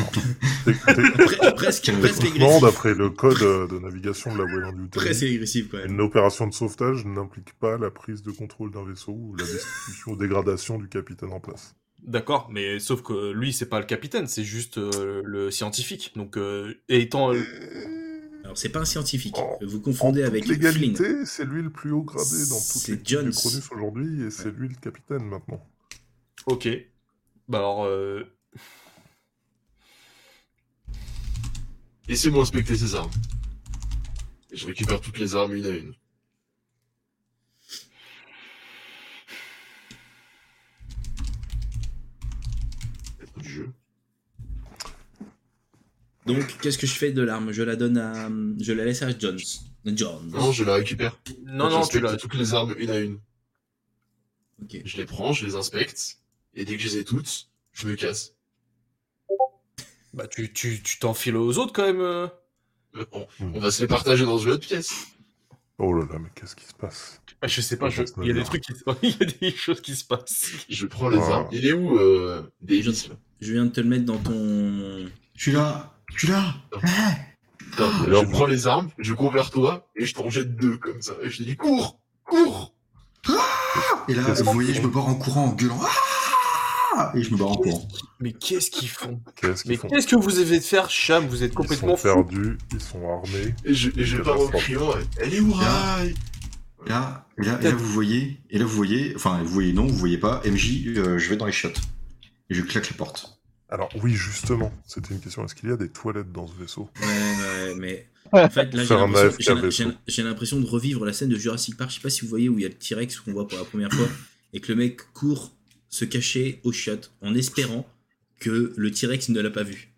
[SPEAKER 5] Écoutez, (laughs)
[SPEAKER 1] Pre- presque, presque
[SPEAKER 5] Techniquement,
[SPEAKER 1] agressif.
[SPEAKER 5] d'après le code euh, de navigation de la Wayland
[SPEAKER 1] Presque
[SPEAKER 5] Yutani,
[SPEAKER 1] agressif quand même.
[SPEAKER 5] une opération de sauvetage n'implique pas la prise de contrôle d'un vaisseau ou la destitution ou dégradation du capitaine en place.
[SPEAKER 2] D'accord, mais sauf que lui, c'est pas le capitaine, c'est juste euh, le scientifique. Donc, euh, et étant euh,
[SPEAKER 1] Alors, c'est pas un scientifique.
[SPEAKER 5] Oh.
[SPEAKER 1] Vous confondez
[SPEAKER 5] en
[SPEAKER 1] avec
[SPEAKER 5] toute
[SPEAKER 1] Flynn.
[SPEAKER 5] légalité, c'est lui le plus haut gradé dans toutes
[SPEAKER 1] C'est
[SPEAKER 5] les
[SPEAKER 1] Jones.
[SPEAKER 5] du Cronus aujourd'hui et c'est
[SPEAKER 1] Ouais.
[SPEAKER 5] lui le capitaine maintenant.
[SPEAKER 2] Ok. Bah alors, euh,
[SPEAKER 3] Laissez-moi inspecter ses armes. Et je récupère toutes les armes une à une. Maître du jeu.
[SPEAKER 1] Donc, qu'est-ce que je fais de l'arme Je la donne à. Je la laisse à Jones. Jones.
[SPEAKER 5] Oh.
[SPEAKER 3] Non, je la récupère.
[SPEAKER 2] non,
[SPEAKER 3] Donc,
[SPEAKER 2] non, tu
[SPEAKER 3] j'inspecte
[SPEAKER 2] l'as.
[SPEAKER 3] toutes les armes une à une.
[SPEAKER 1] Ok.
[SPEAKER 3] Je les prends, je les inspecte, et dès que je les ai toutes, je me casse.
[SPEAKER 2] Bah, tu tu- tu t'enfiles aux autres quand même. euh.
[SPEAKER 3] Euh, On, on va se les partager dans une autre pièce.
[SPEAKER 5] Oh là là, mais qu'est-ce qui se passe
[SPEAKER 2] Ah, je sais pas, je- il y a des trucs qui, se- (laughs) il y a des choses qui se passent.
[SPEAKER 3] Je prends les
[SPEAKER 5] Ah.
[SPEAKER 3] armes. Il est où, euh, Davis là
[SPEAKER 1] Je viens de te le mettre dans ton.
[SPEAKER 6] Je suis là, je suis là.
[SPEAKER 3] Putain, Je prends les armes, je cours vers toi, et je t'en jette deux comme ça. Et je te dis, cours Cours
[SPEAKER 6] Et là, vous voyez, je me barre en courant, en gueulant. Ah Et je me barre en courant.
[SPEAKER 2] Mais qu'est-ce qu'ils font
[SPEAKER 5] Qu'est-ce qu'ils
[SPEAKER 2] Mais
[SPEAKER 5] font
[SPEAKER 2] qu'est-ce que vous avez de faire, Cham Vous êtes
[SPEAKER 5] Ils
[SPEAKER 2] complètement fou.
[SPEAKER 5] sont perdus, ils sont armés.
[SPEAKER 3] Et je, et je pars en criant, elle est où, Rai
[SPEAKER 6] Et là, et là, et là, vous voyez, et là, vous voyez, enfin, vous voyez non, vous voyez pas. MJ, euh, je vais dans les chiottes. Et je claque les portes.
[SPEAKER 5] Alors oui, justement, c'était une question. Est-ce qu'il y a des toilettes dans ce vaisseau
[SPEAKER 1] Ouais, ouais, mais. En fait, là, j'ai
[SPEAKER 5] Faire un
[SPEAKER 1] l'impression- j'ai
[SPEAKER 5] AFK
[SPEAKER 1] la-
[SPEAKER 5] vaisseau.
[SPEAKER 1] j'ai- j'ai l'impression de revivre la scène de Jurassic Park. Je sais pas si vous voyez où il y a le T-Rex qu'on voit pour la première fois et que le mec court se cacher aux chiottes en espérant que le T-Rex ne l'a pas vu.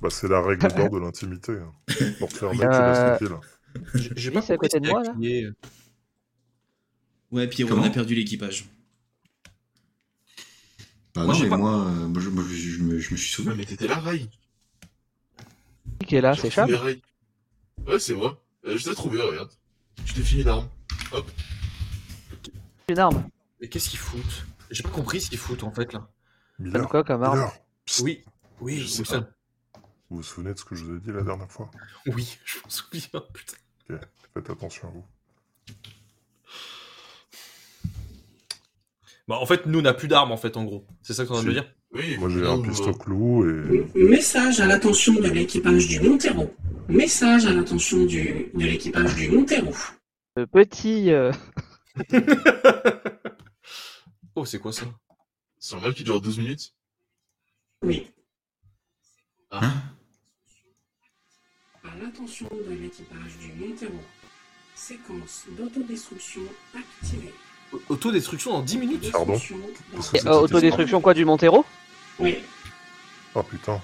[SPEAKER 5] Bah, c'est la règle d'or de
[SPEAKER 1] (laughs)
[SPEAKER 5] l'intimité. hein. Pour te faire mec,
[SPEAKER 4] Euh,
[SPEAKER 5] tu laisses tranquille.
[SPEAKER 2] J'ai- j'ai
[SPEAKER 4] Oui, c'est à
[SPEAKER 2] compris
[SPEAKER 4] côté de
[SPEAKER 2] ce
[SPEAKER 4] moi,
[SPEAKER 2] qu'il y a
[SPEAKER 4] là.
[SPEAKER 2] qui est-
[SPEAKER 1] Ouais, Pierrot, on
[SPEAKER 6] Comment
[SPEAKER 1] a perdu l'équipage.
[SPEAKER 6] Bah
[SPEAKER 2] Moi,
[SPEAKER 6] non,
[SPEAKER 2] j'ai
[SPEAKER 6] mais
[SPEAKER 2] pas-
[SPEAKER 6] moi, euh, moi, je, moi, je- je me, je me suis
[SPEAKER 3] Ouais,
[SPEAKER 6] sauvé.
[SPEAKER 3] mais t'étais là, Rai.
[SPEAKER 4] Qui est là,
[SPEAKER 3] J'ai
[SPEAKER 4] Ah, c'est
[SPEAKER 3] retrouvé
[SPEAKER 4] Cham
[SPEAKER 3] Ray. Ouais, c'est moi. Euh, je t'ai trouvé, regarde. Je t'ai fini l'arme. Hop.
[SPEAKER 4] Une arme.
[SPEAKER 2] Mais qu'est-ce qu'ils foutent J'ai pas compris ce qu'ils foutent en fait là.
[SPEAKER 5] Miller,
[SPEAKER 4] Comme quoi, comme arme
[SPEAKER 5] Miller,
[SPEAKER 2] Oui, oui,
[SPEAKER 3] Je sais
[SPEAKER 2] Wilson.
[SPEAKER 5] Vous vous souvenez de ce que je vous ai dit la dernière fois
[SPEAKER 2] Oui, (laughs) je m'en souviens, putain.
[SPEAKER 5] Ok, faites attention à vous.
[SPEAKER 2] Bah, en fait, nous, on n'a plus d'armes, en fait, en gros. C'est ça que tu en train de me
[SPEAKER 5] Si.
[SPEAKER 2] dire
[SPEAKER 3] Oui,
[SPEAKER 5] Moi j'ai
[SPEAKER 3] non, euh,
[SPEAKER 5] un
[SPEAKER 2] bah.
[SPEAKER 5] pistoclou et.
[SPEAKER 7] Message à l'attention de l'équipage du Montero. Message à l'attention du- de l'équipage du Montero.
[SPEAKER 4] Le
[SPEAKER 2] (laughs)
[SPEAKER 4] petit. euh,
[SPEAKER 2] Oh, c'est quoi ça
[SPEAKER 3] C'est un rêve qui dure 12 minutes
[SPEAKER 7] Oui.
[SPEAKER 3] Ah.
[SPEAKER 6] Hein
[SPEAKER 7] À l'attention de l'équipage du Montero. Séquence d'autodestruction activée.
[SPEAKER 2] Autodestruction en 10 minutes
[SPEAKER 5] Pardon
[SPEAKER 7] Destruction dans-
[SPEAKER 5] Parce que
[SPEAKER 4] euh,
[SPEAKER 5] c'était-
[SPEAKER 4] autodestruction quoi du Montero
[SPEAKER 2] Eh
[SPEAKER 7] Oui.
[SPEAKER 5] Oh putain.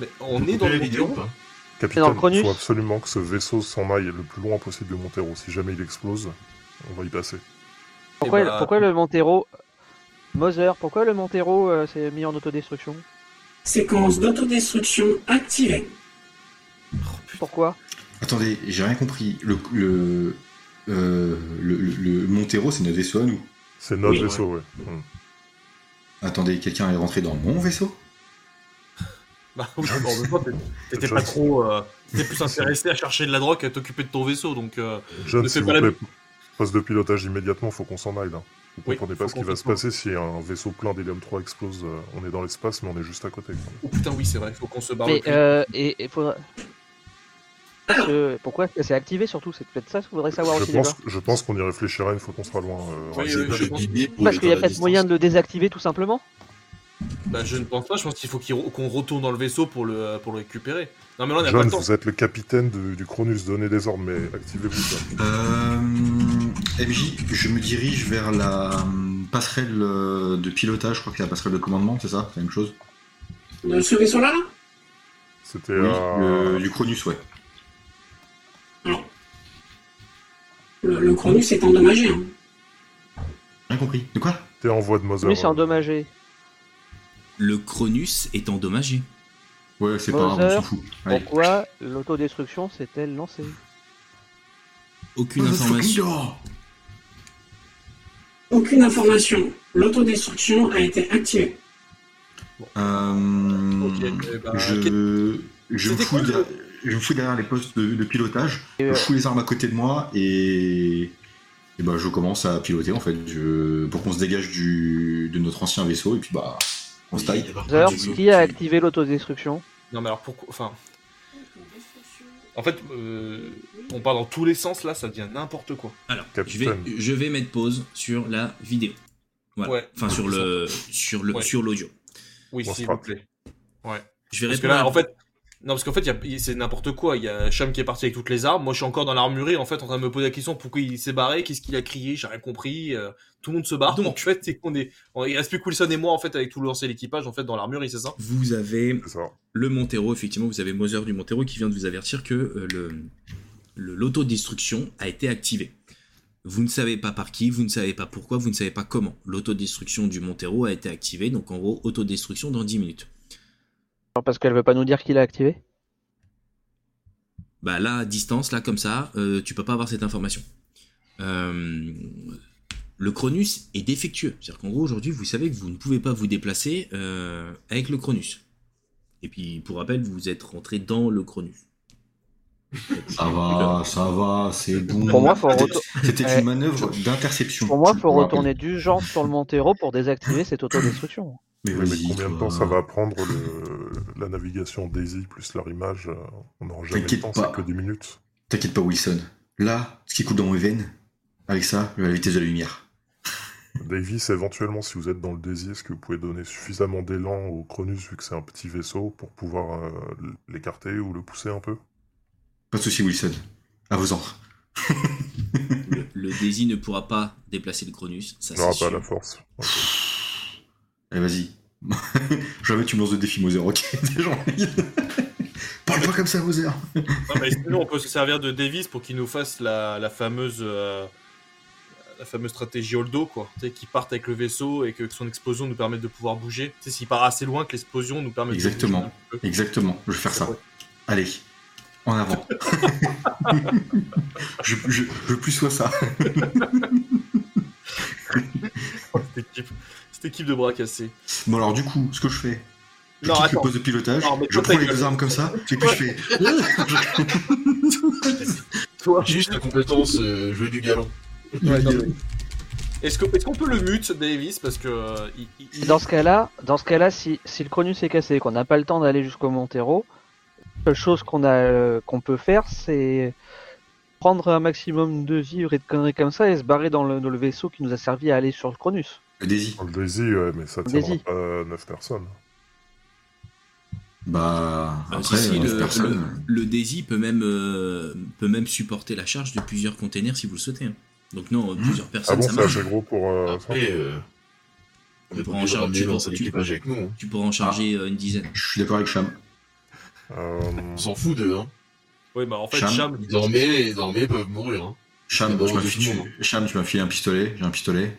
[SPEAKER 2] Mais on est dans
[SPEAKER 3] la
[SPEAKER 2] le
[SPEAKER 3] vidéo ou
[SPEAKER 2] vidéo
[SPEAKER 3] pas
[SPEAKER 4] Dans
[SPEAKER 5] Capitaine,
[SPEAKER 4] le Cronus
[SPEAKER 5] il faut absolument que ce vaisseau s'en aille le plus loin possible de Montero. Si jamais il explose, on va y passer.
[SPEAKER 4] Pourquoi,
[SPEAKER 2] Eh ben,
[SPEAKER 4] pourquoi le Montero. Mother, pourquoi le Montero euh, s'est mis en autodestruction
[SPEAKER 7] Séquence d'autodestruction activée.
[SPEAKER 4] Pourquoi
[SPEAKER 6] Attendez, j'ai rien compris. Le, le, euh, le, le- le Montero, c'est notre vaisseau à nous.
[SPEAKER 5] C'est notre
[SPEAKER 7] Oui,
[SPEAKER 5] vaisseau, ouais. Hmm.
[SPEAKER 6] Attendez, quelqu'un est rentré dans mon vaisseau
[SPEAKER 2] Bah oui, bon, en même temps, t'es- t'étais pas
[SPEAKER 5] John.
[SPEAKER 2] trop. euh, T'étais plus intéressé à chercher de la drogue qu'à t'occuper de ton vaisseau, donc. euh,
[SPEAKER 5] John,
[SPEAKER 2] Ne
[SPEAKER 5] s'il
[SPEAKER 2] fais
[SPEAKER 5] vous
[SPEAKER 2] pas la-
[SPEAKER 5] plaît, poste de pilotage immédiatement, faut qu'on s'en aille là. Vous
[SPEAKER 2] Oui,
[SPEAKER 5] comprenez
[SPEAKER 2] faut
[SPEAKER 5] pas ce qui
[SPEAKER 2] qu'on
[SPEAKER 5] va
[SPEAKER 2] se
[SPEAKER 5] se passer si un vaisseau plein d'hélium 3 explose. euh, on est dans l'espace, mais on est juste à côté. quand même.
[SPEAKER 2] Oh putain, oui, c'est vrai, faut qu'on se barre. le
[SPEAKER 4] Mais
[SPEAKER 2] plus
[SPEAKER 4] euh, et, et faudra- Euh, pourquoi est-ce que c'est activé surtout C'est peut-être ça qu'il faudrait savoir
[SPEAKER 5] Je
[SPEAKER 4] aussi
[SPEAKER 5] pense,
[SPEAKER 4] déjà.
[SPEAKER 5] je pense qu'on y réfléchira une fois qu'on sera loin. euh,
[SPEAKER 2] Oui,
[SPEAKER 5] Ryan.
[SPEAKER 2] oui, je pense-
[SPEAKER 4] Parce qu'il y a peut-être moyen de le désactiver tout simplement.
[SPEAKER 2] vite. Bah, je ne pense pas, je pense qu'il faut qu'il re- qu'on retourne dans le vaisseau pour le, pour le récupérer. Non, mais là, on n'a pas
[SPEAKER 5] John,
[SPEAKER 2] le temps.
[SPEAKER 5] vous êtes le capitaine du, du Cronus, donnez des ordres, mais activez-vous. John.
[SPEAKER 6] Euh, MJ, je me dirige vers la euh, passerelle euh, de pilotage, je crois que c'est la passerelle de commandement, c'est ça C'est la même chose
[SPEAKER 7] De ce vaisseau-là là
[SPEAKER 5] C'était
[SPEAKER 6] Oui,
[SPEAKER 5] à-
[SPEAKER 2] euh,
[SPEAKER 6] le- du Cronus, ouais.
[SPEAKER 7] Alors. Le, le Cronus est endommagé. hein.
[SPEAKER 6] Rien compris. De quoi
[SPEAKER 5] c'était en voie de Mother.
[SPEAKER 4] Mais c'est
[SPEAKER 5] euh,
[SPEAKER 4] endommagé.
[SPEAKER 1] Le Cronus est endommagé.
[SPEAKER 6] Ouais, c'est pas grave, on s'en
[SPEAKER 4] Mother.
[SPEAKER 6] fout. Allez.
[SPEAKER 4] Pourquoi l'autodestruction s'est-elle lancée
[SPEAKER 1] Aucune information.
[SPEAKER 7] Aucune information. L'autodestruction a été activée.
[SPEAKER 6] Euh,
[SPEAKER 2] Ok, eh ben,
[SPEAKER 6] je, je, me
[SPEAKER 2] C'était
[SPEAKER 6] fous
[SPEAKER 2] quoi,
[SPEAKER 6] derrière, je me fous derrière les postes de, de pilotage,
[SPEAKER 4] Et, euh,
[SPEAKER 6] je fous les armes à côté de moi et, et bah, je commence à piloter en fait je, pour qu'on se dégage du, de notre ancien vaisseau et puis bah on se taille.
[SPEAKER 4] Mother,
[SPEAKER 1] Dieu,
[SPEAKER 4] qui a activé l'autodestruction
[SPEAKER 2] Non, mais alors pourquoi. Enfin, en fait, euh, on part dans tous les sens là, ça devient n'importe quoi.
[SPEAKER 1] Alors, je vais,
[SPEAKER 5] Capitaine.
[SPEAKER 1] je vais mettre pause sur la vidéo. Voilà.
[SPEAKER 2] Ouais.
[SPEAKER 1] Enfin, sur le, sur le,
[SPEAKER 2] Ouais.
[SPEAKER 1] sur l'audio.
[SPEAKER 2] Oui,
[SPEAKER 5] On se
[SPEAKER 2] s'il vous
[SPEAKER 5] frappe.
[SPEAKER 2] plaît.
[SPEAKER 1] Je vais
[SPEAKER 2] Parce que
[SPEAKER 1] répondre.
[SPEAKER 2] là,
[SPEAKER 1] à-
[SPEAKER 2] en fait. Non, parce qu'en fait, il y a- il- c'est n'importe quoi. Il y a Cham qui est parti avec toutes les armes. Moi, je suis encore dans l'armurerie, en fait, en train de me poser la question pourquoi il s'est barré, qu'est-ce qu'il a crié, j'ai rien compris. euh, tout le monde se barre.
[SPEAKER 1] Donc.
[SPEAKER 2] Donc, en fait, c'est qu'on est. on- il reste plus que Wilson et moi, en fait, avec tout le l'ancien équipage, en fait, dans l'armurerie, c'est ça
[SPEAKER 1] Vous avez
[SPEAKER 5] c'est ça.
[SPEAKER 1] le Montero, effectivement, vous avez Mother du Montero qui vient de vous avertir que euh, le le- l'autodestruction a été activée. Vous ne savez pas par qui, vous ne savez pas pourquoi, vous ne savez pas comment. L'autodestruction du Montero a été activée, donc en gros, autodestruction dans 10 minutes.
[SPEAKER 4] Non, Parce qu'elle veut pas nous dire qui l'a activé.
[SPEAKER 1] Bah là, à distance, là, comme ça, euh, tu peux pas avoir cette information. Euh, le Cronus est défectueux. C'est-à-dire qu'en gros, aujourd'hui, vous savez que vous ne pouvez pas vous déplacer euh, avec le Cronus. Et puis, pour rappel, vous êtes rentré dans le Cronus.
[SPEAKER 6] Ça va, ça va, c'est bon.
[SPEAKER 4] Pour moi, faut
[SPEAKER 6] C'était-
[SPEAKER 4] retour-
[SPEAKER 6] C'était
[SPEAKER 4] Ouais.
[SPEAKER 6] une manœuvre d'interception.
[SPEAKER 4] Pour moi, faut
[SPEAKER 6] Voilà.
[SPEAKER 4] retourner d'urgence sur le Montero pour désactiver cette autodestruction.
[SPEAKER 6] Mais
[SPEAKER 5] Oui, mais
[SPEAKER 6] vas-y,
[SPEAKER 5] combien de
[SPEAKER 6] toi.
[SPEAKER 5] temps ça va prendre le- la navigation Daisy plus leur image euh, On n'aura jamais le
[SPEAKER 6] T'inquiète
[SPEAKER 5] temps,
[SPEAKER 6] pas.
[SPEAKER 5] c'est que 10 minutes.
[SPEAKER 6] T'inquiète pas, Wilson. Là, ce qui coule dans mes veines, avec ça, je vais à la vitesse de la lumière.
[SPEAKER 5] Davis, éventuellement, si vous êtes dans le Daisy, est-ce que vous pouvez donner suffisamment d'élan au Cronus, vu que c'est un petit vaisseau, pour pouvoir euh, l'écarter ou le pousser un peu
[SPEAKER 6] Pas de souci, Wilson. À vos ordres.
[SPEAKER 1] Le, le Daisy ne pourra pas déplacer le Cronus. Ça,
[SPEAKER 5] On n'aura
[SPEAKER 1] c'est
[SPEAKER 5] pas la
[SPEAKER 1] sûr.
[SPEAKER 5] force. Ok.
[SPEAKER 6] Allez, vas-y. (laughs) Jamais tu me lances de défi, Moser, ok (laughs) Déjà, on- Parle pas comme ça, Moser
[SPEAKER 2] Non, mais sinon, on peut se servir de Davis pour qu'il nous fasse la, la fameuse euh, la fameuse stratégie Holdo, quoi. Tu sais, qu'il parte avec le vaisseau et que son explosion nous permette de pouvoir bouger. Tu sais, s'il part assez loin, que l'explosion nous permette
[SPEAKER 6] Exactement.
[SPEAKER 2] de bouger un peu.
[SPEAKER 6] Exactement, je vais faire ça. Allez, en avant. (laughs) je, je, je veux plus soit ça.
[SPEAKER 2] Cette équipe, cette équipe de bras cassés.
[SPEAKER 6] Bon, alors, du coup, ce que je fais, Je
[SPEAKER 8] Non,
[SPEAKER 6] quitte
[SPEAKER 8] attends.
[SPEAKER 6] le poste de pilotage,
[SPEAKER 8] Non, mais
[SPEAKER 6] je
[SPEAKER 8] toi,
[SPEAKER 6] prends
[SPEAKER 8] ta
[SPEAKER 6] les
[SPEAKER 8] gueule.
[SPEAKER 6] deux armes comme ça, et puis je fais.
[SPEAKER 3] Juste la compétence euh, jouer du galon.
[SPEAKER 2] Ouais, non, mais- Est-ce que- est-ce qu'on peut le mute, Davis Parce que. euh, il- il- il-
[SPEAKER 4] Dans ce cas-là, dans ce cas-là, si, si le Cronus est cassé, et qu'on n'a pas le temps d'aller jusqu'au Montero, la seule chose qu'on a, euh, qu'on peut faire, c'est prendre un maximum de vivres et de conneries comme ça et se barrer dans le, dans le vaisseau qui nous a servi à aller sur le Cronus.
[SPEAKER 6] Le euh, Daisy.
[SPEAKER 5] Dans Le Daisy, ouais, mais ça tiendra
[SPEAKER 4] Daisy.
[SPEAKER 5] pas 9 personnes.
[SPEAKER 6] Bah.
[SPEAKER 1] Ah,
[SPEAKER 6] Après, hein.
[SPEAKER 1] si, si,
[SPEAKER 6] neuf
[SPEAKER 1] le, le,
[SPEAKER 6] personnes.
[SPEAKER 1] le Daisy peut même, euh, peut même supporter la charge de plusieurs containers si vous le souhaitez. hein. Donc non, euh, plusieurs
[SPEAKER 5] Ah
[SPEAKER 1] personnes,
[SPEAKER 5] bon,
[SPEAKER 1] ça
[SPEAKER 5] c'est
[SPEAKER 1] marche.
[SPEAKER 5] assez gros pour. euh,
[SPEAKER 6] Ah,
[SPEAKER 3] Après, euh, on
[SPEAKER 1] Tu
[SPEAKER 3] est
[SPEAKER 1] prends
[SPEAKER 3] pas
[SPEAKER 1] en
[SPEAKER 3] obligé de
[SPEAKER 1] charge,
[SPEAKER 3] ramener
[SPEAKER 1] tu
[SPEAKER 3] dans
[SPEAKER 1] prends-
[SPEAKER 3] cet
[SPEAKER 1] tu-
[SPEAKER 3] équipage avec nous. hein.
[SPEAKER 1] Tu pourras en charger euh, une dizaine.
[SPEAKER 6] Je suis d'accord avec Cham.
[SPEAKER 5] ça. Euh,
[SPEAKER 3] On s'en fout d'eux. Hein.
[SPEAKER 2] Ouais, bah en fait,
[SPEAKER 6] Cham.
[SPEAKER 2] Cham.
[SPEAKER 3] Ils dormaient, ils dormaient, peuvent mourir. Hein.
[SPEAKER 6] Cham,
[SPEAKER 3] D'abord,
[SPEAKER 6] tu m'as filé-
[SPEAKER 3] doucement.
[SPEAKER 6] tu- Cham, tu m'as filé un pistolet, j'ai un pistolet.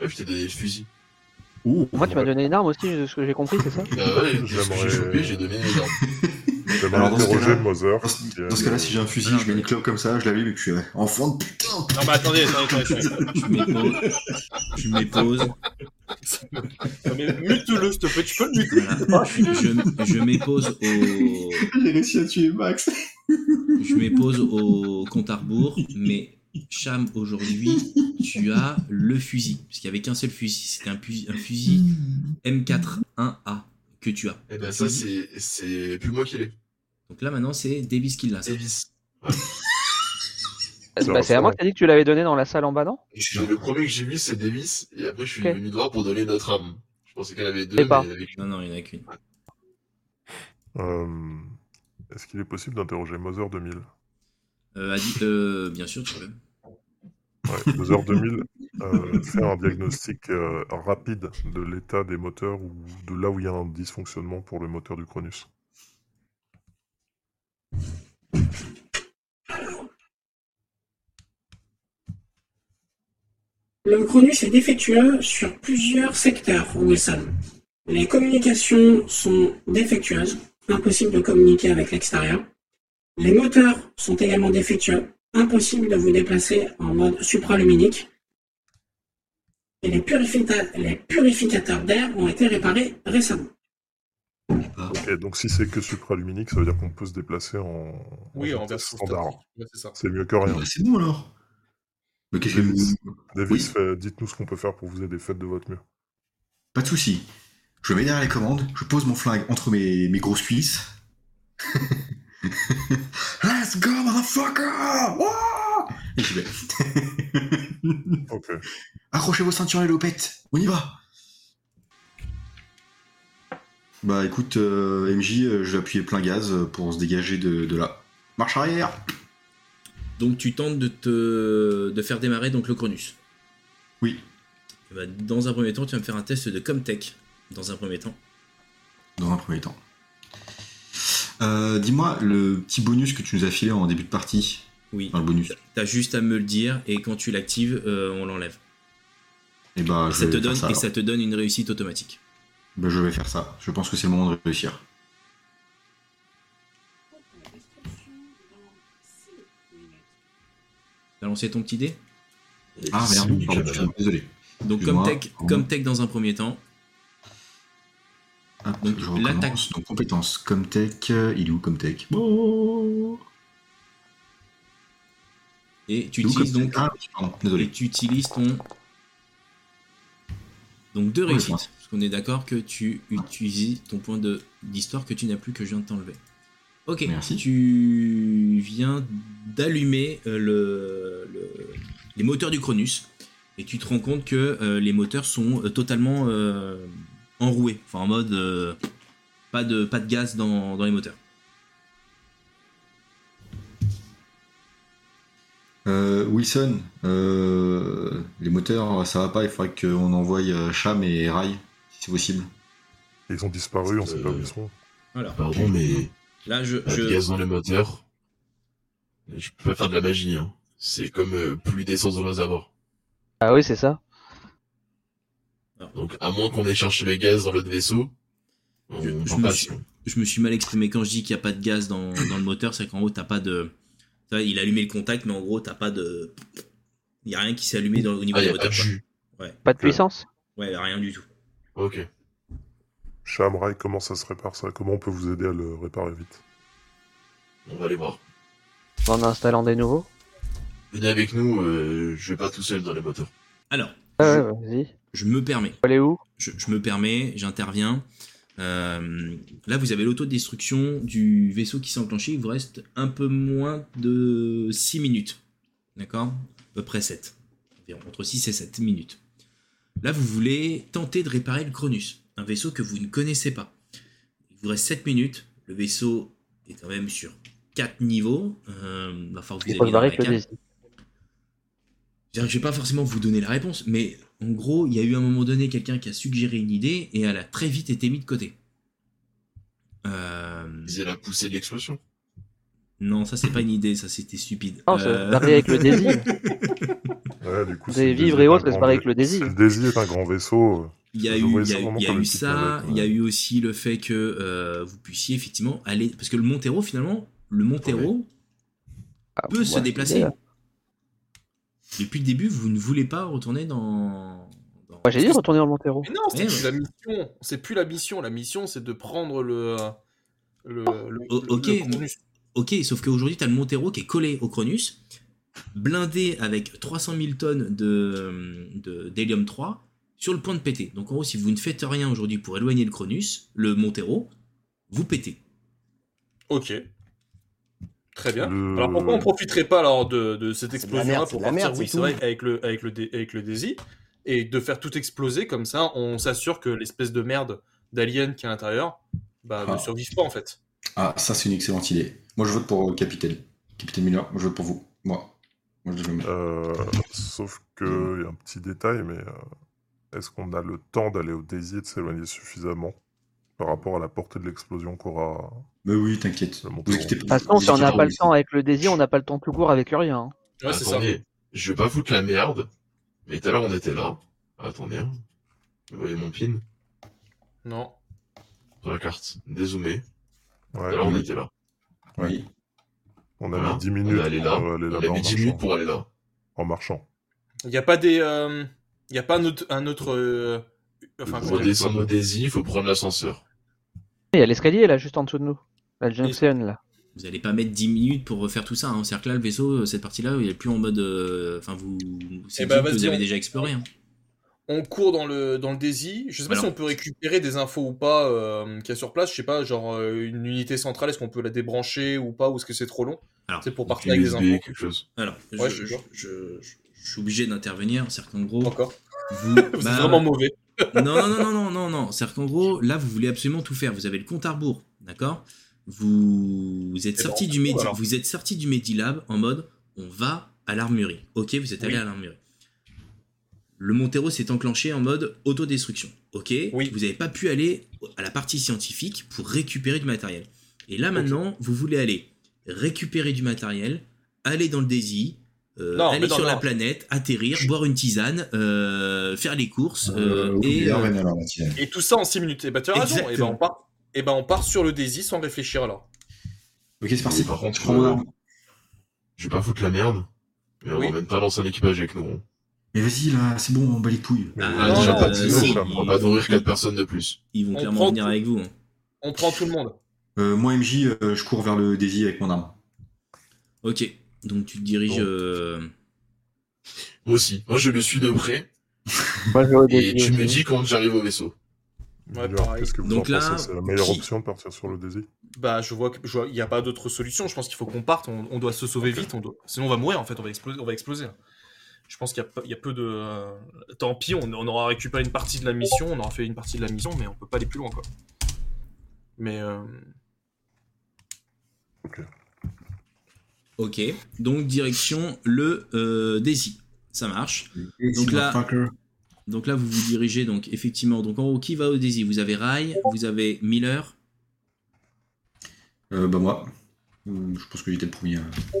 [SPEAKER 3] Ah, je t'ai donné le fusil.
[SPEAKER 6] Ouh,
[SPEAKER 4] Moi, tu m'as donné une arme aussi, de ce que j'ai compris,
[SPEAKER 1] (laughs)
[SPEAKER 4] c'est ça
[SPEAKER 3] Bah
[SPEAKER 5] (laughs)
[SPEAKER 3] ouais, parce que
[SPEAKER 5] J'aimerais-
[SPEAKER 3] j'ai chopé, j'ai donné les armes.
[SPEAKER 5] J'aimerais
[SPEAKER 6] Alors, dans ce
[SPEAKER 5] interroger
[SPEAKER 6] cas-là-
[SPEAKER 5] Mother.
[SPEAKER 6] Dans
[SPEAKER 5] qui
[SPEAKER 6] ce,
[SPEAKER 5] est
[SPEAKER 6] dans ce
[SPEAKER 5] le-
[SPEAKER 6] cas-là, si j'ai un fusil, je mets une clope comme ça, je l'allume et puis je fais enfant de putain
[SPEAKER 8] Non, mais attendez, attendez, attendez. attendez.
[SPEAKER 1] (laughs) Tu m'épauses. tu m'épauses.
[SPEAKER 2] Non, mais mute-le, s'il te plaît, tu peux le muter.
[SPEAKER 1] Voilà. Je, je m'épose au.
[SPEAKER 6] (laughs) J'ai réussi à tuer Max
[SPEAKER 1] Je m'épose au compte à rebours, mais Cham, aujourd'hui, tu as le fusil. Parce qu'il n'y avait qu'un seul fusil. C'était un, fusil- un fusil M41A que tu as.
[SPEAKER 3] Et bah ça, c'est c'est plus moi qui l'ai.
[SPEAKER 1] Donc là, maintenant, c'est Davis qui l'a. ça.
[SPEAKER 3] Davis.
[SPEAKER 5] Ça
[SPEAKER 4] Bah,
[SPEAKER 5] va,
[SPEAKER 4] C'est
[SPEAKER 5] ça
[SPEAKER 4] à moi
[SPEAKER 5] va.
[SPEAKER 4] que t'as dit que tu l'avais donné dans la salle en bas, non
[SPEAKER 3] Le premier que j'ai vu, c'est Davis. Et après, je suis
[SPEAKER 4] Ok.
[SPEAKER 3] venu droit pour donner notre arme. Je pensais qu'elle avait deux,
[SPEAKER 4] Eh
[SPEAKER 3] mais
[SPEAKER 4] ben.
[SPEAKER 3] avec
[SPEAKER 1] Non, non, il n'y en a qu'une.
[SPEAKER 5] Euh, Est-ce qu'il est possible d'interroger Mother 2000
[SPEAKER 1] Euh, Adi- euh, bien sûr, tu peux.
[SPEAKER 5] ouais, Mother 2000, euh, faire un diagnostic euh, rapide de l'état des moteurs ou de là où il y a un dysfonctionnement pour le moteur du Cronus.
[SPEAKER 7] Le Cronus est défectueux sur plusieurs secteurs, Wilson. Les communications sont défectueuses, impossible de communiquer avec l'extérieur. Les moteurs sont également défectueux, impossible de vous déplacer en mode supraluminique. Et les, purifica- les purificateurs d'air ont été réparés récemment.
[SPEAKER 5] Ok, donc si c'est que supraluminique, ça veut dire qu'on peut se déplacer en,
[SPEAKER 2] Oui, en
[SPEAKER 5] vitesse
[SPEAKER 2] version
[SPEAKER 5] standard.
[SPEAKER 2] statique. Ouais, c'est ça.
[SPEAKER 5] C'est mieux que rien.
[SPEAKER 6] C'est bon alors Mais qu'est-ce que-
[SPEAKER 5] Davis, euh, dites-nous ce qu'on peut faire pour vous aider, faites de votre mieux.
[SPEAKER 6] Pas de souci. Je mets derrière les commandes, je pose mon flingue entre mes, mes grosses cuisses. (laughs) Let's go, motherfucker! Wouah Et j'y vais.
[SPEAKER 5] Ok.
[SPEAKER 6] Accrochez vos ceintures, les lopettes. On y va. Bah écoute, euh, MJ, euh, je vais appuyer plein gaz euh, pour se dégager de, de là. Marche arrière
[SPEAKER 1] Donc, tu tentes de, te... de faire démarrer donc, le Cronus.
[SPEAKER 6] Oui.
[SPEAKER 1] Eh ben, dans un premier temps, tu vas me faire un test de Comtech. Dans un premier temps.
[SPEAKER 6] Dans un premier temps. Euh, Dis-moi, le petit bonus que tu nous as filé en début de partie,
[SPEAKER 1] Oui.
[SPEAKER 6] dans le bonus,
[SPEAKER 1] T'as juste à me le dire et quand tu l'actives, euh, on l'enlève.
[SPEAKER 6] et bah,
[SPEAKER 1] Et
[SPEAKER 6] je
[SPEAKER 1] ça
[SPEAKER 6] vais
[SPEAKER 1] te
[SPEAKER 6] faire
[SPEAKER 1] donne
[SPEAKER 6] ça,
[SPEAKER 1] et
[SPEAKER 6] alors.
[SPEAKER 1] ça te donne une réussite automatique.
[SPEAKER 6] Bah, je vais faire ça. Je pense que c'est le moment de réussir.
[SPEAKER 1] T'as lancé ton petit dé
[SPEAKER 6] Ah merde, pardon, je suis désolé.
[SPEAKER 1] Donc
[SPEAKER 6] Excuse-moi.
[SPEAKER 1] Comtech,
[SPEAKER 6] Pardon.
[SPEAKER 1] Comtech dans un premier temps.
[SPEAKER 6] Hop,
[SPEAKER 1] Donc,
[SPEAKER 6] je
[SPEAKER 1] l'attaque.
[SPEAKER 6] recommence. Donc compétence, Comtech, euh, il est où Comtech
[SPEAKER 1] Et tu
[SPEAKER 6] Il est où,
[SPEAKER 1] utilises
[SPEAKER 6] Comtech
[SPEAKER 1] donc
[SPEAKER 6] Ah, oui, pardon,
[SPEAKER 1] et
[SPEAKER 6] désolé.
[SPEAKER 1] tu utilises ton donc deux
[SPEAKER 6] Oui,
[SPEAKER 1] réussites.
[SPEAKER 6] moi.
[SPEAKER 1] Parce qu'on est d'accord que tu utilises ton point de d'histoire que tu n'as plus que je viens de t'enlever. Ok.
[SPEAKER 6] Merci.
[SPEAKER 1] Tu viens d'allumer euh, le, le- les moteurs du Cronus et tu te rends compte que euh, les moteurs sont euh, totalement euh, enroués, enfin en mode euh, pas de pas de gaz dans, dans les moteurs.
[SPEAKER 6] Euh, Wilson, euh, les moteurs, ça va pas, il faudrait qu'on envoie euh, Cham et Rai, si c'est possible.
[SPEAKER 5] Ils ont disparu, on sait pas où ils sont.
[SPEAKER 1] Alors
[SPEAKER 3] Pardon, mais
[SPEAKER 1] là je,
[SPEAKER 3] pas
[SPEAKER 1] je-
[SPEAKER 3] de gaz dans le moteur. Je peux pas faire de la magie. Hein. C'est comme euh, plus d'essence dans nos abords.
[SPEAKER 4] Ah oui, c'est ça.
[SPEAKER 3] Donc, à moins qu'on ait cherché le gaz dans l'autre vaisseau, on
[SPEAKER 1] Je- je
[SPEAKER 3] en
[SPEAKER 1] me
[SPEAKER 3] passe. Ah,
[SPEAKER 1] suis- je me suis mal exprimé quand je dis qu'il n'y a pas de gaz dans, dans le moteur, c'est qu'en gros, t'as pas de. tu vois, Il a allumé le contact, mais en gros, t'as pas de. Il n'y a rien qui s'est allumé dans- au niveau
[SPEAKER 3] Ah,
[SPEAKER 1] du
[SPEAKER 3] y a pas
[SPEAKER 1] moteur.
[SPEAKER 3] de jus.
[SPEAKER 4] Pas de
[SPEAKER 5] Euh,
[SPEAKER 4] puissance
[SPEAKER 1] quoi. Ouais, rien du tout.
[SPEAKER 3] Ok.
[SPEAKER 5] Je Shamrai, comment ça se répare ça Comment on peut vous aider à le réparer vite
[SPEAKER 3] On va aller voir.
[SPEAKER 4] En installant des nouveaux
[SPEAKER 3] Venez avec nous, euh, je vais pas tout seul dans les moteurs.
[SPEAKER 1] Alors,
[SPEAKER 4] Ah ouais, vas-y.
[SPEAKER 1] je me permets.
[SPEAKER 4] Faut aller où
[SPEAKER 1] je, je me permets, j'interviens. Euh, là, vous avez l'autodestruction du vaisseau qui s'est enclenché. Il vous reste un peu moins de 6 minutes. D'accord À peu près 7. Environ, Entre 6 et 7 minutes. Là, vous voulez tenter de réparer le Cronus, un vaisseau que vous ne connaissez pas. Il vous reste 7 minutes. Le vaisseau est quand même sur 4 niveaux. Euh, va falloir que vous
[SPEAKER 4] Il faut
[SPEAKER 1] alliez dans
[SPEAKER 4] se barrer
[SPEAKER 1] la
[SPEAKER 4] avec le
[SPEAKER 1] cave.
[SPEAKER 4] désir.
[SPEAKER 1] C'est-à-dire que Je vais pas forcément vous donner la réponse, mais en gros, il y a eu à un moment donné quelqu'un qui a suggéré une idée et elle a très vite été mise de côté. Euh,
[SPEAKER 3] Ils la poussée de l'explosion.
[SPEAKER 1] Non, ça c'est pas une idée, ça c'était stupide.
[SPEAKER 4] Non, se
[SPEAKER 1] Euh,
[SPEAKER 4] barrer avec le désir.
[SPEAKER 5] Ouais, du coup,
[SPEAKER 4] Vous
[SPEAKER 5] c'est
[SPEAKER 4] allez
[SPEAKER 5] le
[SPEAKER 4] vivre
[SPEAKER 5] Daisy
[SPEAKER 4] et
[SPEAKER 5] est un
[SPEAKER 4] autres, ça se
[SPEAKER 5] grand
[SPEAKER 4] barrer
[SPEAKER 5] vais-
[SPEAKER 4] avec le désir.
[SPEAKER 5] Le Daisy est un grand vaisseau. euh,
[SPEAKER 1] Il y a
[SPEAKER 5] Je
[SPEAKER 1] eu,
[SPEAKER 5] vois
[SPEAKER 1] il y a,
[SPEAKER 5] sûrement
[SPEAKER 1] il y a
[SPEAKER 5] comme
[SPEAKER 1] eu
[SPEAKER 5] le petit
[SPEAKER 1] ça,
[SPEAKER 5] planète,
[SPEAKER 1] il y a
[SPEAKER 5] ouais.
[SPEAKER 1] eu aussi le fait que euh, vous puissiez effectivement aller. Parce que le Montero, finalement, le Montero
[SPEAKER 4] Ah,
[SPEAKER 1] peut
[SPEAKER 4] ouais,
[SPEAKER 1] se
[SPEAKER 4] c'est
[SPEAKER 1] déplacer.
[SPEAKER 4] bien.
[SPEAKER 1] Depuis le début, vous ne voulez pas retourner dans. dans-
[SPEAKER 4] Moi, j'ai dit retourner en Montero.
[SPEAKER 2] Mais non, c'est
[SPEAKER 1] Ouais,
[SPEAKER 2] plus
[SPEAKER 1] ouais.
[SPEAKER 2] la mission. C'est plus la mission. La mission, c'est de prendre le. euh, le, le-
[SPEAKER 1] O- Oh, ok,
[SPEAKER 2] le Cronus.
[SPEAKER 1] Ok, sauf qu'aujourd'hui, tu as le Montero qui est collé au Cronus, blindé avec 300 000 tonnes de de- d'hélium 3 sur le point de péter. Donc en gros, si vous ne faites rien aujourd'hui pour éloigner le Cronus, le Montero, vous pétez.
[SPEAKER 2] Ok. Très bien.
[SPEAKER 5] Le-
[SPEAKER 2] Alors pourquoi on profiterait pas alors de, de cette explosion-là
[SPEAKER 8] merde, c'est
[SPEAKER 2] pour
[SPEAKER 8] de la
[SPEAKER 2] partir,
[SPEAKER 8] merde,
[SPEAKER 2] oui,
[SPEAKER 8] c'est
[SPEAKER 2] c'est
[SPEAKER 8] tout.
[SPEAKER 2] vrai, avec le, avec le, dé- avec le Daisy, et de faire tout exploser comme ça, on s'assure que l'espèce de merde d'alien qui est à l'intérieur, bah,
[SPEAKER 6] Ah.
[SPEAKER 2] ne survive pas en fait.
[SPEAKER 6] Ah, ça, c'est une excellente idée. Moi, je vote pour euh, Capitaine. Capitaine Miller, moi, je vote pour vous. Moi. Moi, je le mets.
[SPEAKER 5] Euh, sauf que il y a un petit détail, mais euh, est-ce qu'on a le temps d'aller au Daisy et de s'éloigner suffisamment par rapport à la portée de l'explosion qu'aura
[SPEAKER 6] Mais oui, t'inquiète.
[SPEAKER 5] le
[SPEAKER 6] Vous
[SPEAKER 5] Montero
[SPEAKER 6] inquiétez
[SPEAKER 4] De
[SPEAKER 6] pas.
[SPEAKER 4] toute façon, Bah, si on n'a
[SPEAKER 6] Vous
[SPEAKER 4] pas le
[SPEAKER 6] inquiétez
[SPEAKER 4] temps avec le désir, on n'a pas le temps tout court avec le rien. hein.
[SPEAKER 2] Ouais, c'est ça.
[SPEAKER 3] Attendez, je vais pas foutre la merde. Mais tout à l'heure, on était là. Attendez. hein. Vous voyez mon pin
[SPEAKER 2] Non.
[SPEAKER 3] sur la carte. Dézoomé. Tout à
[SPEAKER 5] Ouais,
[SPEAKER 3] l'heure, on
[SPEAKER 5] oui.
[SPEAKER 3] était là.
[SPEAKER 6] Oui.
[SPEAKER 5] on a
[SPEAKER 3] Voilà.
[SPEAKER 5] mis 10 minutes
[SPEAKER 3] on est allé là.
[SPEAKER 5] pour euh, aller
[SPEAKER 3] On
[SPEAKER 5] là-bas
[SPEAKER 3] a
[SPEAKER 5] en
[SPEAKER 3] mis 10
[SPEAKER 5] marchant.
[SPEAKER 3] minutes pour aller là.
[SPEAKER 5] En marchant.
[SPEAKER 2] Ah, Il n'y a pas des. euh, Il n'y a pas un autre. Un autre euh, Enfin,
[SPEAKER 3] Pour
[SPEAKER 2] comment dire
[SPEAKER 3] descendre au Daisy, il faut prendre l'ascenseur.
[SPEAKER 4] Il y a l'escalier là, juste en dessous de nous. La Johnson là.
[SPEAKER 1] Vous n'allez pas mettre 10 minutes pour refaire tout ça. Hein. C'est-à-dire que là, le vaisseau, cette partie-là, il est plus en mode. euh, Enfin, vous. C'est
[SPEAKER 2] Eh
[SPEAKER 1] une
[SPEAKER 2] ben,
[SPEAKER 1] zone que
[SPEAKER 2] vas-y,
[SPEAKER 1] vous avez
[SPEAKER 2] on-
[SPEAKER 1] déjà exploré. hein.
[SPEAKER 2] on court dans le, dans le Daisy. Je sais pas
[SPEAKER 1] Alors.
[SPEAKER 2] si on peut récupérer des infos ou pas euh, qu'il y a sur place. Je sais pas, genre euh, une unité centrale, est-ce qu'on peut la débrancher ou pas, ou est-ce que c'est trop long
[SPEAKER 1] Alors,
[SPEAKER 2] C'est pour
[SPEAKER 3] Donc,
[SPEAKER 2] partir avec des
[SPEAKER 3] USB,
[SPEAKER 2] infos.
[SPEAKER 3] quelque chose.
[SPEAKER 1] Alors,
[SPEAKER 2] Ouais,
[SPEAKER 1] je, je,
[SPEAKER 2] je suis
[SPEAKER 1] je- je- je suis obligé d'intervenir. C'est-à-dire qu'en gros.
[SPEAKER 2] Encore.
[SPEAKER 1] Vous,
[SPEAKER 2] (laughs) Vous
[SPEAKER 1] bah,
[SPEAKER 2] êtes vraiment mauvais.
[SPEAKER 1] non, non, non, non, non, non, non. C'est-à-dire qu'en gros, là, vous voulez absolument tout faire. Vous avez le compte à rebours, d'accord vous... vous êtes
[SPEAKER 2] Eh ben,
[SPEAKER 1] sorti
[SPEAKER 2] on
[SPEAKER 1] du
[SPEAKER 2] fout,
[SPEAKER 1] Medi,
[SPEAKER 2] alors.
[SPEAKER 1] vous êtes sorti du Medilab en mode, on va à l'armurerie. Ok, vous êtes allé à l'armurerie. Le Montero s'est enclenché en mode autodestruction. Ok,
[SPEAKER 2] Oui.
[SPEAKER 1] vous n'avez pas pu aller à la partie scientifique pour récupérer du matériel. Et là maintenant, vous voulez aller récupérer du matériel, aller dans le Daisy, euh,
[SPEAKER 2] Non,
[SPEAKER 1] aller
[SPEAKER 2] mais non,
[SPEAKER 1] sur la
[SPEAKER 2] non.
[SPEAKER 1] planète, atterrir, boire une tisane, euh, faire les courses euh,
[SPEAKER 6] Euh,
[SPEAKER 1] et
[SPEAKER 6] et
[SPEAKER 1] euh,
[SPEAKER 6] alors, Mathilde.
[SPEAKER 2] Et tout ça en 6 minutes. Et bah, tu as raison. Et ben,
[SPEAKER 1] Exactement.
[SPEAKER 2] on part, et ben, on part sur le Daisy sans réfléchir alors.
[SPEAKER 6] Ok, c'est parti.
[SPEAKER 3] Mais par contre,
[SPEAKER 6] Je prends mon arme.
[SPEAKER 3] Je vais pas foutre la merde. Mais on
[SPEAKER 2] Oui.
[SPEAKER 3] ramène pas l'ancien équipage avec nous. hein.
[SPEAKER 6] Mais vas-y, là, c'est bon, on bat les couilles.
[SPEAKER 5] Mais
[SPEAKER 1] Ah,
[SPEAKER 5] il y a
[SPEAKER 2] non,
[SPEAKER 5] pas
[SPEAKER 2] euh,
[SPEAKER 5] de signaux,
[SPEAKER 1] si.
[SPEAKER 5] ça.
[SPEAKER 3] On va pas nourrir 4 personnes de plus.
[SPEAKER 1] ils vont
[SPEAKER 2] On
[SPEAKER 1] clairement
[SPEAKER 2] prend
[SPEAKER 1] venir
[SPEAKER 2] tout.
[SPEAKER 1] avec vous. hein.
[SPEAKER 2] On prend tout le monde.
[SPEAKER 6] Euh, moi, MJ, euh, je cours vers le Daisy avec mon arme.
[SPEAKER 1] Ok, donc tu te diriges.
[SPEAKER 3] Bon.
[SPEAKER 1] euh,
[SPEAKER 3] Moi aussi. Moi, je le suis de près.
[SPEAKER 4] Moi je vais au
[SPEAKER 3] Et
[SPEAKER 4] désir.
[SPEAKER 3] tu me
[SPEAKER 4] aussi.
[SPEAKER 3] dis quand j'arrive au vaisseau.
[SPEAKER 2] Ouais,
[SPEAKER 5] Miller,
[SPEAKER 2] pareil.
[SPEAKER 5] Qu'est-ce que vous
[SPEAKER 1] Donc
[SPEAKER 5] en
[SPEAKER 1] là,
[SPEAKER 5] pensez C'est la meilleure
[SPEAKER 1] qui-
[SPEAKER 5] option de partir sur le Daisy
[SPEAKER 2] Bah, je vois qu'il n'y a pas d'autre solution. Je pense qu'il faut qu'on parte. On, on doit se sauver vite. On doit- Sinon, on va mourir en fait. On va exploser. On va exploser. Je pense qu'il y a pas- il y, a peu de. euh, Tant pis, on, on aura récupéré une partie de la mission. On aura fait une partie de la mission, mais on peut pas aller plus loin quoi. Mais. euh,
[SPEAKER 1] Ok, donc direction le euh, Daisy. Ça marche.
[SPEAKER 6] Daisy,
[SPEAKER 1] là-
[SPEAKER 6] motherfucker.
[SPEAKER 1] Donc là, vous vous dirigez donc effectivement. Donc en haut, qui va au Daisy Vous avez Rai, vous avez Miller.
[SPEAKER 6] Euh, bah, moi. Euh, je pense que j'étais le premier. euh.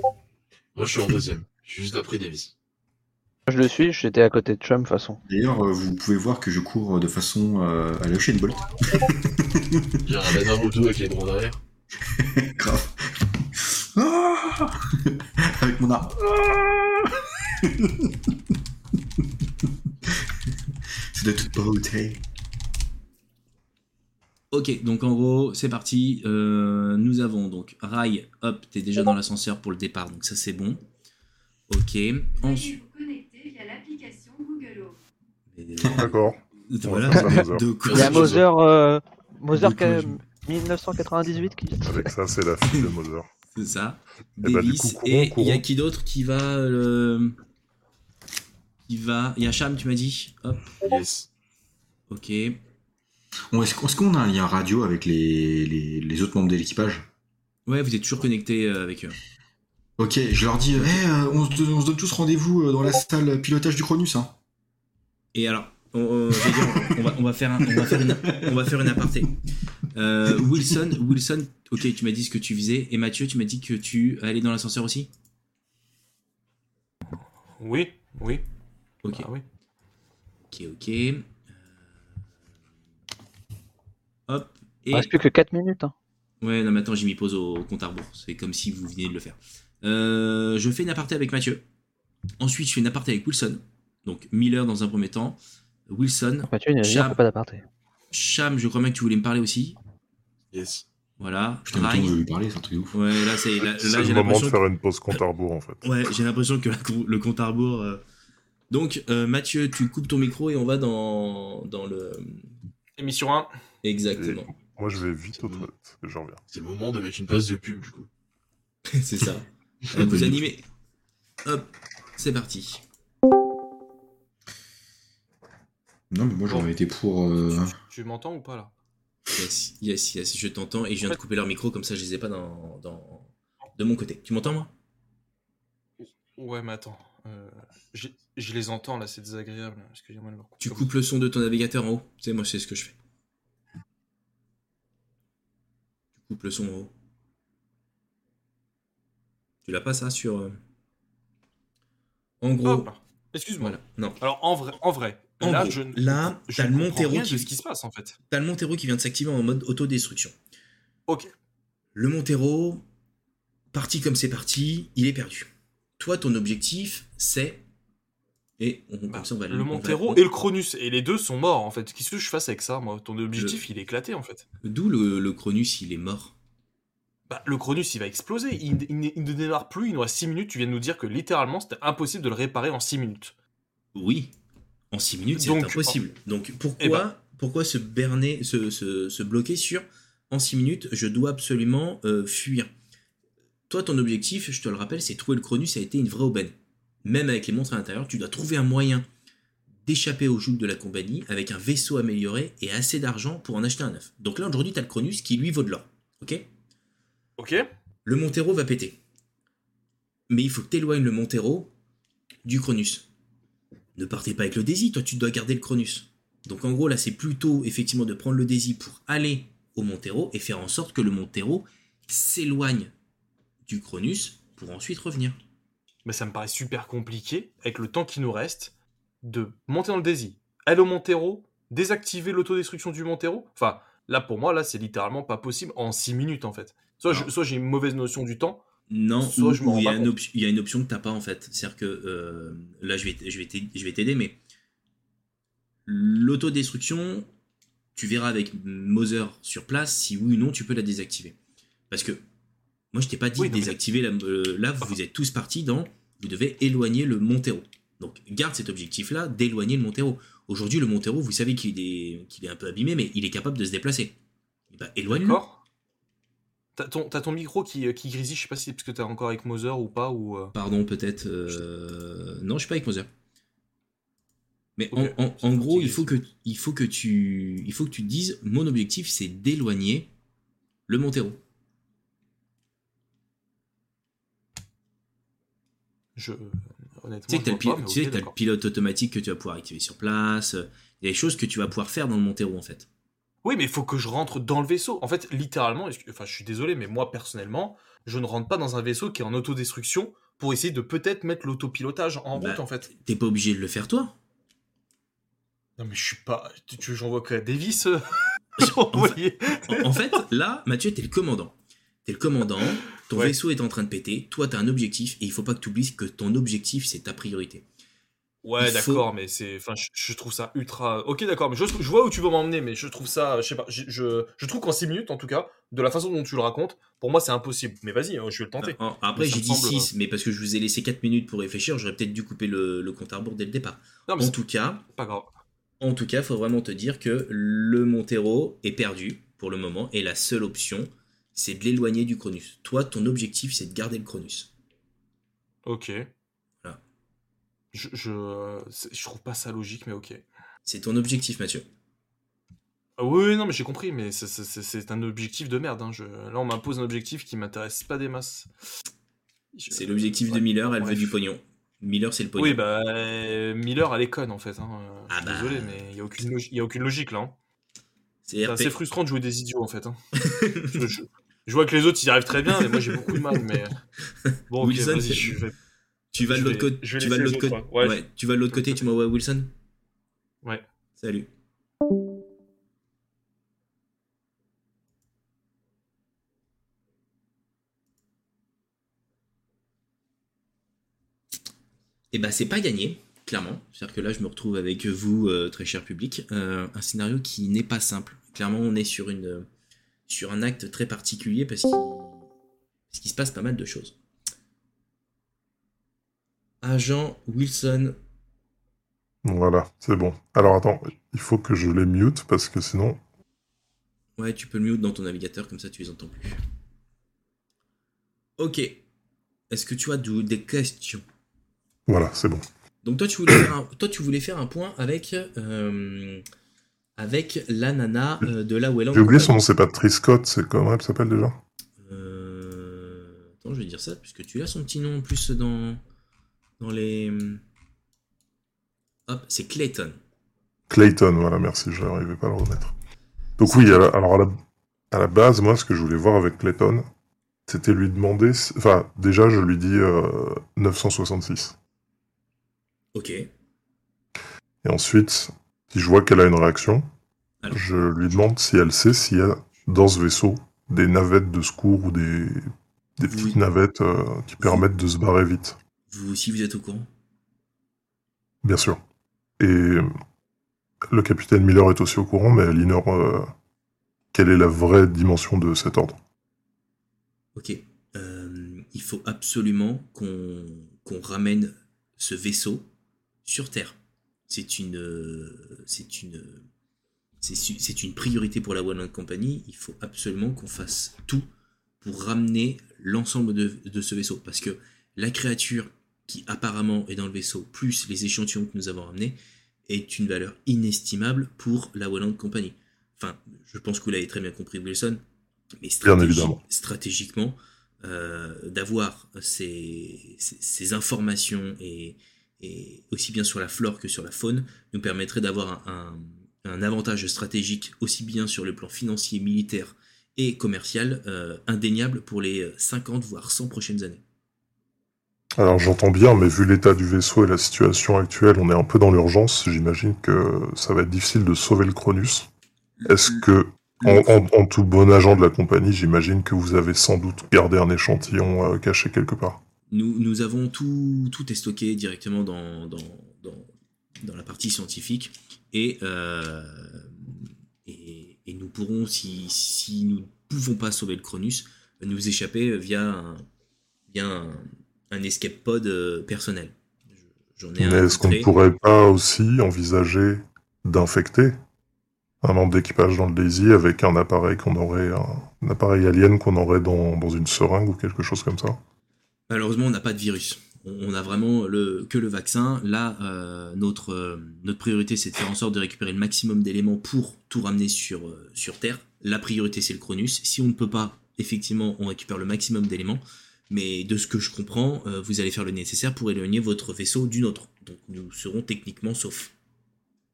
[SPEAKER 3] Moi, je suis en deuxième. Je suis juste après Davis.
[SPEAKER 4] Moi, Je le suis, j'étais à côté de Chum de toute façon.
[SPEAKER 6] D'ailleurs, euh, vous pouvez voir que je cours de façon euh, à la Usain Bolt.
[SPEAKER 3] Il y a un Naruto avec les drones derrière.
[SPEAKER 6] (laughs) Grave. Ah Avec mon (laughs) arme. Ah C'est de toute beauté.
[SPEAKER 1] Ok, donc en gros, c'est parti. Euh, nous avons donc Rai, hop, t'es déjà dans l'ascenseur pour le départ, donc ça c'est bon. Ok, ensuite.
[SPEAKER 10] Veuillez vous connecter via l'application Google Home.
[SPEAKER 5] D'accord.
[SPEAKER 1] Voilà,
[SPEAKER 5] On va faire
[SPEAKER 1] (laughs)
[SPEAKER 5] ça,
[SPEAKER 1] de
[SPEAKER 4] Il y a
[SPEAKER 1] quoi-
[SPEAKER 4] Moser, euh, Moser
[SPEAKER 1] Deux
[SPEAKER 4] quand même,
[SPEAKER 1] clous.
[SPEAKER 4] 1998 qui
[SPEAKER 5] Avec ça, c'est la fille de Mother.
[SPEAKER 1] C'est ça.
[SPEAKER 5] Eh ben, du
[SPEAKER 1] Davis,
[SPEAKER 5] coup, courons,
[SPEAKER 1] et il y a
[SPEAKER 5] courons.
[SPEAKER 1] qui d'autre qui va. euh, Qui va. Il y a Cham, tu m'as dit. Hop,
[SPEAKER 3] Yes.
[SPEAKER 1] ok.
[SPEAKER 6] On- Est-ce qu'on est-ce qu'on a un lien radio avec les, les, les autres membres de l'équipage
[SPEAKER 1] Ouais, vous êtes toujours connectés euh, avec eux.
[SPEAKER 6] Ok, je leur dis, euh, Eh, euh, on, se, on se donne tous rendez-vous euh, dans la salle pilotage du Cronus. Hein.
[SPEAKER 1] Et alors, on, euh, je vais dire, on va, on va faire un- on va faire une, on va faire une aparté. Euh, Wilson, Wilson, ok, tu m'as dit ce que tu faisais. Et Mathieu, tu m'as dit que tu allais dans l'ascenseur aussi
[SPEAKER 2] Oui, oui.
[SPEAKER 1] Ok,
[SPEAKER 2] Ah oui.
[SPEAKER 1] ok, ok. Euh, Hop. Et...
[SPEAKER 4] Il reste plus que 4 minutes. hein.
[SPEAKER 1] Ouais, non, mais attends, j'ai mis pause au compte à rebours. C'est comme si vous veniez de le faire. Euh, je fais une aparté avec Mathieu. Ensuite, je fais une aparté avec Wilson. Donc, Miller dans un premier temps. Wilson.
[SPEAKER 4] Mathieu, il n'y a
[SPEAKER 1] Cham.
[SPEAKER 4] rien, faut pas d'aparté.
[SPEAKER 1] Cham, je crois bien que tu voulais me parler aussi.
[SPEAKER 3] Yes.
[SPEAKER 1] Voilà.
[SPEAKER 6] Putain, mais
[SPEAKER 1] Rai.
[SPEAKER 6] attends, je vais lui parler, c'est un truc de ouf.
[SPEAKER 1] Ouais, là, c'est, là, là,
[SPEAKER 5] C'est
[SPEAKER 1] j'ai
[SPEAKER 5] le moment de
[SPEAKER 1] l'impression.
[SPEAKER 5] faire une pause compte à rebours, en fait.
[SPEAKER 1] que- Ouais, j'ai l'impression que la cou- le compte à rebours. euh, Donc, euh, Mathieu, tu coupes ton micro et on va dans, dans le.
[SPEAKER 2] Émission 1.
[SPEAKER 1] Exactement.
[SPEAKER 5] Moi, je vais vite aux
[SPEAKER 3] C'est bon.
[SPEAKER 5] toilettes. J'en reviens.
[SPEAKER 3] C'est le moment de mettre une passe de pub, du coup.
[SPEAKER 1] (laughs) c'est ça. Euh,
[SPEAKER 5] (laughs)
[SPEAKER 1] vous animez. Hop, c'est parti.
[SPEAKER 6] Non, mais moi j'aurais été pour. euh,
[SPEAKER 2] Tu m'entends ou pas là
[SPEAKER 1] Yes, yes, yes, je t'entends et je viens de couper leur micro comme ça je les ai pas dans, dans- de mon côté. Tu m'entends moi
[SPEAKER 2] Ouais, mais attends. euh, j'ai- je les entends là, c'est désagréable. Excusez-moi de leur couper.
[SPEAKER 1] Tu coupes le son de ton navigateur en haut. Tu sais, moi c'est ce que je fais. Tu coupes le son en haut. Tu l'as pas ça sur. euh, En gros.
[SPEAKER 2] Hop. Excuse-moi.
[SPEAKER 1] Voilà. Non.
[SPEAKER 2] Alors en vrai, en vrai.
[SPEAKER 1] En
[SPEAKER 2] là,
[SPEAKER 1] gros,
[SPEAKER 2] je ne-
[SPEAKER 1] là,
[SPEAKER 2] je
[SPEAKER 1] t'as
[SPEAKER 2] ne
[SPEAKER 1] le
[SPEAKER 2] comprends
[SPEAKER 1] Montero
[SPEAKER 2] rien
[SPEAKER 1] qui-
[SPEAKER 2] de ce qui se passe en fait.
[SPEAKER 1] T'as le Montero qui vient de s'activer en mode autodestruction.
[SPEAKER 2] Ok.
[SPEAKER 1] Le Montero, parti comme c'est parti, il est perdu. Toi, ton objectif, c'est. Et on, comme ça, on va on
[SPEAKER 2] Bah, le
[SPEAKER 1] va-
[SPEAKER 2] Montero
[SPEAKER 1] on-
[SPEAKER 2] et le Cronus et les deux sont morts en fait. Qu'est-ce que je fasse avec ça, moi Ton objectif, il est éclaté en fait.
[SPEAKER 1] D'où le, le Cronus, il est mort.
[SPEAKER 2] Bah, le Cronus, il va exploser. Il, il ne- il ne démarre plus. Il nous reste 6 minutes. Tu viens de nous dire que littéralement, c'était impossible de le réparer en 6 minutes.
[SPEAKER 1] Oui. En 6 minutes, c'est
[SPEAKER 2] Donc,
[SPEAKER 1] impossible. Donc pourquoi,
[SPEAKER 2] Eh ben.
[SPEAKER 1] pourquoi se, berner, se, se- se bloquer sur en 6 minutes, je dois absolument euh, fuir Toi, ton objectif, je te le rappelle, c'est trouver le Cronus, ça a été une vraie aubaine. Même avec les monstres à l'intérieur, tu dois trouver un moyen d'échapper au joug de la compagnie avec un vaisseau amélioré et assez d'argent pour en acheter un neuf. Donc là, aujourd'hui, tu as le Cronus qui lui vaut de l'or. Ok
[SPEAKER 2] Ok
[SPEAKER 1] Le Montero va péter. Mais il faut que t'éloignes le Montero du Cronus. Ne partez pas avec le Daisy, toi tu dois garder le Cronus. Donc en gros là c'est plutôt effectivement de prendre le Daisy pour aller au Montero et faire en sorte que le Montero s'éloigne du Cronus pour ensuite revenir.
[SPEAKER 2] Mais ça me paraît super compliqué, avec le temps qui nous reste, de monter dans le Daisy, aller au Montero, désactiver l'autodestruction du Montero. Enfin, là pour moi, là c'est littéralement pas possible en 6 minutes en fait. Soit je- soit j'ai une mauvaise notion du temps.
[SPEAKER 1] Non,
[SPEAKER 2] Ça,
[SPEAKER 1] ou-
[SPEAKER 2] je m'en
[SPEAKER 1] ou
[SPEAKER 2] rends
[SPEAKER 1] il y, a
[SPEAKER 2] pas
[SPEAKER 1] une
[SPEAKER 2] compte.
[SPEAKER 1] op- il y a une option que t'as pas en fait. C'est-à-dire que euh, là, je vais, t- je vais t'aider- je vais t'aider, mais l'autodestruction, tu verras avec Moser sur place si oui ou non tu peux la désactiver. Parce que moi, je t'ai pas dit
[SPEAKER 2] Oui, non, mais-
[SPEAKER 1] désactiver. la- euh, là, vous êtes tous partis dans. Vous devez éloigner le Montero. Donc, garde cet objectif-là d'éloigner le Montero. Aujourd'hui, le Montero, vous savez qu'il est, qu'il est un peu abîmé, mais il est capable de se déplacer. Eh ben, éloigne-le.
[SPEAKER 2] D'accord T'as ton, t'as ton micro qui, euh, qui grésille, je sais pas si c'est parce que t'es encore avec Moser ou pas. Ou, euh,
[SPEAKER 1] Pardon, peut-être. euh, Non, je suis pas avec Moser. Mais en-
[SPEAKER 2] Ok.
[SPEAKER 1] en, en gros,
[SPEAKER 2] Ok.
[SPEAKER 1] il faut, que, il, faut que tu, il faut que tu dises mon objectif, c'est d'éloigner le Montero.
[SPEAKER 2] je, euh,
[SPEAKER 1] Tu sais
[SPEAKER 2] honnêtement,
[SPEAKER 1] que tu as,
[SPEAKER 2] je vois pas, mais ok,
[SPEAKER 1] le
[SPEAKER 2] d'accord.
[SPEAKER 1] pilote automatique que tu vas pouvoir activer sur place. euh, Il y a des choses que tu vas pouvoir faire dans le Montero en fait.
[SPEAKER 2] Oui, mais il faut que je rentre dans le vaisseau. En fait, littéralement, excuse- enfin, je suis désolé, mais moi, personnellement, je ne rentre pas dans un vaisseau qui est en autodestruction pour essayer de peut-être mettre l'autopilotage en
[SPEAKER 1] Bah.
[SPEAKER 2] route, en fait.
[SPEAKER 1] T'es pas obligé de le faire toi.
[SPEAKER 2] (laughs) Non, mais je suis pas. Tu tu veux que j'envoie que la Davis (laughs) euh,
[SPEAKER 1] En fait,
[SPEAKER 2] envoyer
[SPEAKER 1] En, en fait, là, Mathieu, t'es le commandant. T'es le commandant, ton
[SPEAKER 2] Ouais.
[SPEAKER 1] vaisseau est en train de péter, toi t'as un objectif, et il faut pas que tu oublies que ton objectif c'est ta priorité.
[SPEAKER 2] Ouais,
[SPEAKER 1] Il
[SPEAKER 2] d'accord,
[SPEAKER 1] faut-
[SPEAKER 2] mais c'est. Enfin, je, je trouve ça ultra. Ok, d'accord, mais je, je vois où tu veux m'emmener, mais je trouve ça. Je sais pas. Je, je, je trouve qu'en 6 minutes, en tout cas, de la façon dont tu le racontes, pour moi, c'est impossible. Mais vas-y, hein, je vais le tenter.
[SPEAKER 1] Ah, Après,
[SPEAKER 2] Mais ça
[SPEAKER 1] j'ai
[SPEAKER 2] me
[SPEAKER 1] dit
[SPEAKER 2] semble-
[SPEAKER 1] 6, mais parce que je vous ai laissé 4 minutes pour réfléchir, j'aurais peut-être dû couper le, le compte à rebours dès le départ.
[SPEAKER 2] Non, Ah, mais
[SPEAKER 1] en
[SPEAKER 2] c'est
[SPEAKER 1] tout cas,
[SPEAKER 2] pas grave.
[SPEAKER 1] en tout cas, faut vraiment te dire que le Montero est perdu pour le moment, et la seule option, c'est de l'éloigner du Cronus. Toi, ton objectif, c'est de garder le Cronus.
[SPEAKER 2] Ok.
[SPEAKER 1] Voilà.
[SPEAKER 2] Je, je, c'est- je trouve pas ça logique, mais ok.
[SPEAKER 1] C'est ton objectif, Mathieu.
[SPEAKER 2] Ah oui, oui, non, mais j'ai compris, mais c'est- c'est- c'est c'est un objectif de merde. hein, je- Là, on m'impose un objectif qui m'intéresse pas des masses. Je-
[SPEAKER 1] C'est l'objectif de
[SPEAKER 2] Ouais,
[SPEAKER 1] Miller, elle
[SPEAKER 2] bref.
[SPEAKER 1] veut du pognon. Miller, c'est le pognon.
[SPEAKER 2] Oui, bah, euh, Miller, elle est conne, en fait. hein, euh,
[SPEAKER 1] Ah
[SPEAKER 2] je suis
[SPEAKER 1] bah.
[SPEAKER 2] Désolé, mais il n'y a, aucune logi- y a aucune logique, là. hein.
[SPEAKER 1] c'est
[SPEAKER 2] bah, C'est
[SPEAKER 1] RP.
[SPEAKER 2] assez frustrant de jouer des idiots, en fait.
[SPEAKER 1] (laughs)
[SPEAKER 2] hein. je, je- je vois que les autres, ils y arrivent très bien, mais moi, j'ai beaucoup de mal,
[SPEAKER 1] (laughs)
[SPEAKER 2] mais... Bon, ok,
[SPEAKER 1] Wilson,
[SPEAKER 2] vas-y,
[SPEAKER 1] c'est-
[SPEAKER 2] je vais...
[SPEAKER 1] Tu vas de
[SPEAKER 2] je
[SPEAKER 1] l'autre
[SPEAKER 2] vais-
[SPEAKER 1] côté.
[SPEAKER 2] je vais
[SPEAKER 1] Tu vas de
[SPEAKER 2] laisser
[SPEAKER 1] l'autre
[SPEAKER 2] les
[SPEAKER 1] côté.
[SPEAKER 2] autres, ouais. Ouais.
[SPEAKER 1] Ouais, tu vas de l'autre côté, tu m'envoies Wilson
[SPEAKER 2] Ouais.
[SPEAKER 1] Salut. Et bah c'est pas gagné, clairement. C'est-à-dire que là je me retrouve avec vous, euh, très cher public, euh, un scénario qui n'est pas simple. Clairement on est sur, une, euh, sur un acte très particulier parce qu'il parce qu'il se passe pas mal de choses. Agent Wilson,
[SPEAKER 5] Voilà, c'est bon. Alors attends, il faut que je les mute parce que sinon.
[SPEAKER 1] Ouais, tu peux le mute dans ton navigateur, comme ça tu les entends plus. Ok. Est-ce que tu as du- des questions
[SPEAKER 5] Voilà, c'est bon.
[SPEAKER 1] Donc toi tu voulais faire un, toi, tu voulais faire un point avec, euh, avec la nana euh, de la Welland.
[SPEAKER 5] J'ai oublié son nom, c'est pas Triscott, c'est comment elle s'appelle déjà
[SPEAKER 1] Euh, Attends, je vais dire ça, puisque tu as son petit nom en plus dans, dans les... Hop, c'est Clayton.
[SPEAKER 5] Clayton, voilà, merci, je n'arrivais pas à le remettre. Donc oui, à la- alors à la, à la base, moi, ce que je voulais voir avec Clayton, c'était lui demander... si- Enfin, déjà, je lui dis euh, 966.
[SPEAKER 1] Ok.
[SPEAKER 5] Et ensuite, si je vois qu'elle a une réaction,
[SPEAKER 1] Alors.
[SPEAKER 5] je lui demande si elle sait s'il y a dans ce vaisseau des navettes de secours ou des, des petites
[SPEAKER 1] Oui.
[SPEAKER 5] navettes euh, qui permettent de se barrer vite.
[SPEAKER 1] Vous aussi, vous êtes au courant
[SPEAKER 5] Bien sûr. Et euh, le capitaine Miller est aussi au courant, mais elle ignore euh, quelle est la vraie dimension de cet ordre.
[SPEAKER 1] Ok. Euh, il faut absolument qu'on qu'on ramène ce vaisseau sur Terre. C'est une, euh, c'est une, euh, c'est su- c'est une priorité pour la One Land Company. Il faut absolument qu'on fasse tout pour ramener l'ensemble de, de ce vaisseau. Parce que la créature qui apparemment est dans le vaisseau, plus les échantillons que nous avons ramenés, est une valeur inestimable pour la One Land Company. Enfin, je pense que vous l'avez très bien compris, Wilson. Mais stratégi-
[SPEAKER 5] évidemment.
[SPEAKER 1] stratégiquement, euh, d'avoir ces, ces- ces informations et, et aussi bien sur la flore que sur la faune nous permettrait d'avoir un, un- un avantage stratégique aussi bien sur le plan financier, militaire et commercial euh, indéniable pour les 50 voire 100 prochaines années.
[SPEAKER 5] Alors j'entends bien, mais vu l'état du vaisseau et la situation actuelle, on est un peu dans l'urgence. J'imagine que ça va être difficile de sauver le Cronus. Est-ce que, en, en- en tout bon agent de la compagnie, j'imagine que vous avez sans doute gardé un échantillon euh, caché quelque part
[SPEAKER 1] Nous, nous avons tout, tout est stocké directement dans, dans, dans, dans la partie scientifique et, euh, et, et nous pourrons, si, si nous ne pouvons pas sauver le Cronus, nous échapper via un, via un, un escape pod euh, personnel. J'en ai
[SPEAKER 5] Mais
[SPEAKER 1] un.
[SPEAKER 5] est-ce qu'on ne
[SPEAKER 1] extrait.
[SPEAKER 5] pourrait pas aussi envisager d'infecter un membre d'équipage dans le Daisy avec un appareil qu'on aurait, un, un appareil alien qu'on aurait dans, dans une seringue ou quelque chose comme ça
[SPEAKER 1] Malheureusement, on n'a pas de virus. On on a vraiment le, que le vaccin. Là, euh, notre, euh, notre priorité, c'est de faire en sorte de récupérer le maximum d'éléments pour tout ramener sur, euh, sur Terre. La priorité, c'est le Cronus. Si on ne peut pas, effectivement, on récupère le maximum d'éléments. Mais de ce que je comprends, euh, vous allez faire le nécessaire pour éloigner votre vaisseau du nôtre. Donc nous serons techniquement saufs.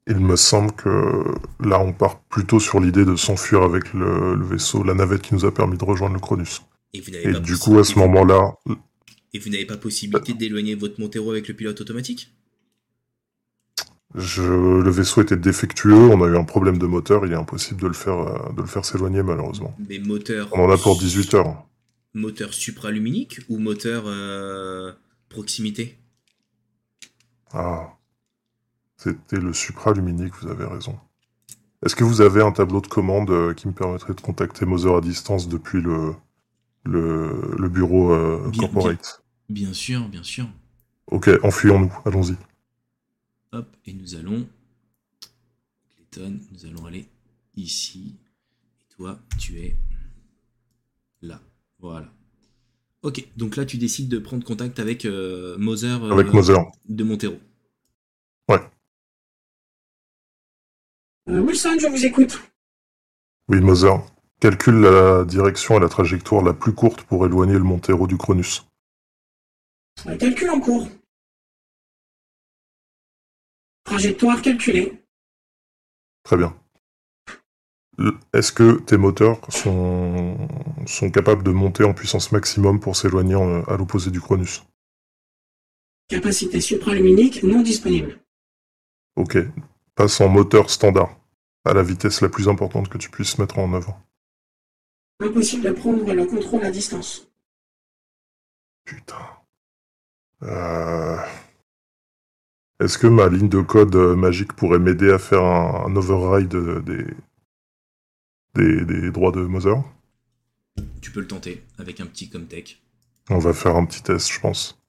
[SPEAKER 5] Il me semble que là, on part plutôt sur l'idée de s'enfuir avec le, le vaisseau, la navette qui nous a permis de rejoindre le Cronus.
[SPEAKER 1] Et vous n'avez
[SPEAKER 5] Et
[SPEAKER 1] pas
[SPEAKER 5] du
[SPEAKER 1] possi-
[SPEAKER 5] coup, à ce moment-là,
[SPEAKER 1] Et vous n'avez pas possibilité d'éloigner votre Montero avec le pilote automatique
[SPEAKER 5] je- le vaisseau était défectueux, on a eu un problème de moteur, il est impossible de le faire, euh, de le faire s'éloigner malheureusement.
[SPEAKER 1] Mais moteur.
[SPEAKER 5] On en a pour 18 heures.
[SPEAKER 1] Moteur supraluminique ou moteur euh, proximité
[SPEAKER 5] Ah, C'était le supraluminique, vous avez raison. Est-ce que vous avez un tableau de commande euh, qui me permettrait de contacter Mother à distance depuis le, le, le bureau euh,
[SPEAKER 1] Bien-
[SPEAKER 5] corporate
[SPEAKER 1] Bien sûr, bien sûr.
[SPEAKER 5] Ok, enfuyons-nous, allons-y.
[SPEAKER 1] Hop, et nous allons. Clayton, nous allons aller ici. Et toi, tu es là. Voilà. Ok, donc là, tu décides de prendre contact avec euh, Moser. euh,
[SPEAKER 5] Avec Moser.
[SPEAKER 1] De Montero.
[SPEAKER 7] Euh, Wilson, je vous écoute.
[SPEAKER 5] Oui, Mother. Calcule la direction et la trajectoire la plus courte pour éloigner le Montero du Cronus.
[SPEAKER 7] Euh, Calcul en cours. Trajectoire calculée.
[SPEAKER 5] Très bien. L- Est-ce que tes moteurs sont, sont capables de monter en puissance maximum pour s'éloigner en- à l'opposé du Cronus
[SPEAKER 7] Capacité supraluminique non disponible.
[SPEAKER 5] Ok. Passe en moteur standard, à la vitesse la plus importante que tu puisses mettre en œuvre.
[SPEAKER 7] Impossible de prendre le contrôle à distance.
[SPEAKER 5] Putain. Euh, Est-ce que ma ligne de code euh, magique pourrait m'aider à faire un, un override euh, des... Des, des droits de Mother
[SPEAKER 1] Tu peux le tenter avec un petit
[SPEAKER 5] (laughs)
[SPEAKER 1] comtech.
[SPEAKER 5] On va faire un petit test, je pense.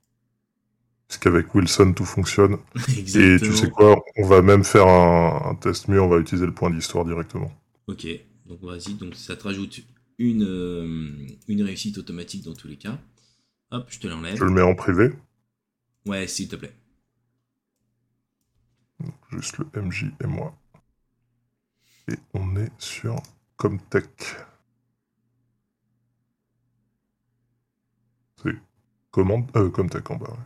[SPEAKER 5] Parce qu'avec Wilson, tout fonctionne. Et tu sais quoi On va même faire un, un test mieux, on va utiliser le point d'histoire directement.
[SPEAKER 1] Ok, donc vas-y, donc ça te rajoute une, euh, une réussite automatique dans tous les cas. Hop, je te l'enlève.
[SPEAKER 5] Je le mets en privé,
[SPEAKER 1] Ouais, s'il te plaît.
[SPEAKER 5] juste le MJ et moi. Et on est sur Comtech. C'est commande euh, Comtech en bas. ouais.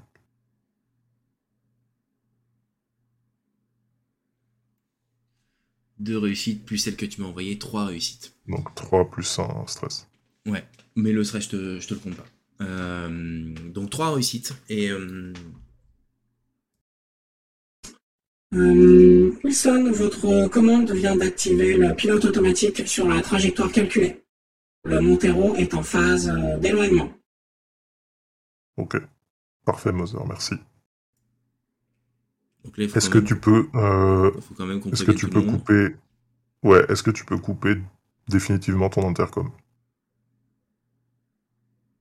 [SPEAKER 1] Deux réussites plus celle que tu m'as envoyée, trois réussites.
[SPEAKER 5] Donc 3 plus 1 stress.
[SPEAKER 1] Ouais, mais le stress, je te, je te le compte pas. Euh, donc trois réussites. Et euh,
[SPEAKER 7] Euh, Wilson, votre commande vient d'activer le pilote automatique sur la trajectoire calculée. Le Montero est en phase euh, d'éloignement.
[SPEAKER 5] Ok. Parfait, Mother, merci.
[SPEAKER 1] donc là, il faut
[SPEAKER 5] Est-ce
[SPEAKER 1] quand
[SPEAKER 5] que
[SPEAKER 1] même-
[SPEAKER 5] tu peux euh,
[SPEAKER 1] faut quand même qu'on
[SPEAKER 5] Est-ce que
[SPEAKER 1] prévienne
[SPEAKER 5] tu
[SPEAKER 1] tout le
[SPEAKER 5] peux
[SPEAKER 1] monde.
[SPEAKER 5] couper Ouais, est-ce que tu peux couper définitivement ton intercom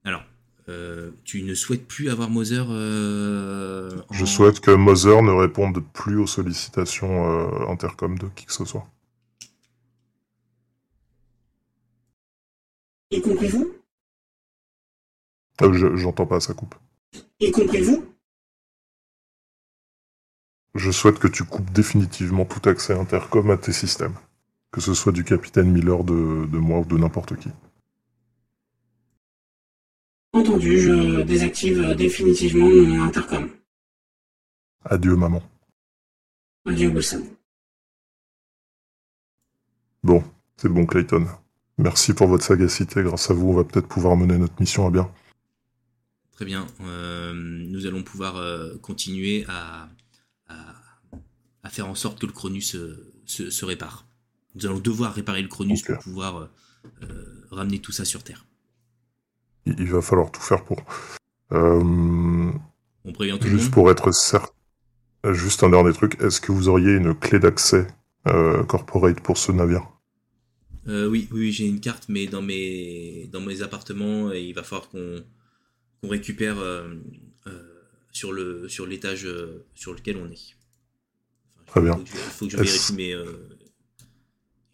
[SPEAKER 1] Alors, euh, tu ne souhaites plus avoir Moser. euh,
[SPEAKER 5] Je
[SPEAKER 1] en-
[SPEAKER 5] souhaite que Mother ne réponde plus aux sollicitations euh, intercom de qui que ce soit.
[SPEAKER 7] Y compris vous
[SPEAKER 5] Euh, je- J'entends pas, ça coupe.
[SPEAKER 7] Y compris vous
[SPEAKER 5] Je souhaite que tu coupes définitivement tout accès intercom à tes systèmes. Que ce soit du capitaine Miller, de, de moi ou de n'importe qui.
[SPEAKER 7] Entendu, je désactive euh, définitivement mon intercom.
[SPEAKER 5] Adieu, maman.
[SPEAKER 7] Adieu Wilson.
[SPEAKER 5] C'est bon, Clayton. Merci pour votre sagacité. Grâce à vous, on va peut-être pouvoir mener notre mission à bien.
[SPEAKER 1] Très bien. euh, nous allons pouvoir euh, continuer à, à, à faire en sorte que le Cronus euh, se, se répare. Nous allons devoir réparer le Cronus
[SPEAKER 5] Ok.
[SPEAKER 1] pour pouvoir euh, euh, ramener tout ça sur Terre.
[SPEAKER 5] Il, il va falloir tout faire pour. Euh,
[SPEAKER 1] On prévient tout le
[SPEAKER 5] Juste
[SPEAKER 1] monde
[SPEAKER 5] pour être certain, juste un dernier truc, est-ce que vous auriez une clé d'accès euh, corporate pour ce navire
[SPEAKER 1] Euh, Oui, oui, oui, j'ai une carte, mais dans mes, dans mes appartements, et il va falloir qu'on qu'on récupère euh, euh, sur le sur l'étage euh, sur lequel on est.
[SPEAKER 5] Très bien.
[SPEAKER 1] Il faut que je, faut que je vérifie,
[SPEAKER 5] Est-ce-
[SPEAKER 1] mais euh,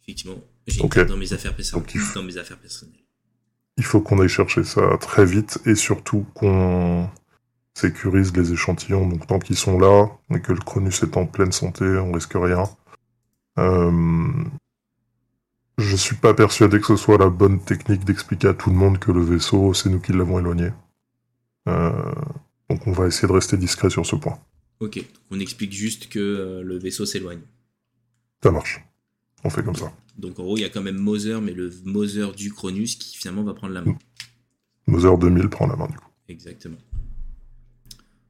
[SPEAKER 1] effectivement, j'ai une
[SPEAKER 5] Ok.
[SPEAKER 1] carte dans mes affaires personnelles.
[SPEAKER 5] Donc, il
[SPEAKER 1] (laughs)
[SPEAKER 5] faut-
[SPEAKER 1] Dans mes affaires personnelles.
[SPEAKER 5] Il faut qu'on aille chercher ça très vite et surtout qu'on sécurise les échantillons. Donc tant qu'ils sont là et que le Cronus est en pleine santé, on risque rien. Euh, Je suis pas persuadé que ce soit la bonne technique d'expliquer à tout le monde que le vaisseau, c'est nous qui l'avons éloigné. Euh, Donc on va essayer de rester discret sur ce point.
[SPEAKER 1] Ok, donc on explique juste que euh, le vaisseau s'éloigne.
[SPEAKER 5] Ça marche. On fait comme ça.
[SPEAKER 1] Donc en gros, il y a quand même Moser, mais le Moser du Cronus qui finalement va prendre la
[SPEAKER 5] Mm.
[SPEAKER 1] main.
[SPEAKER 5] Mother 2000 prend la main du coup.
[SPEAKER 1] Exactement.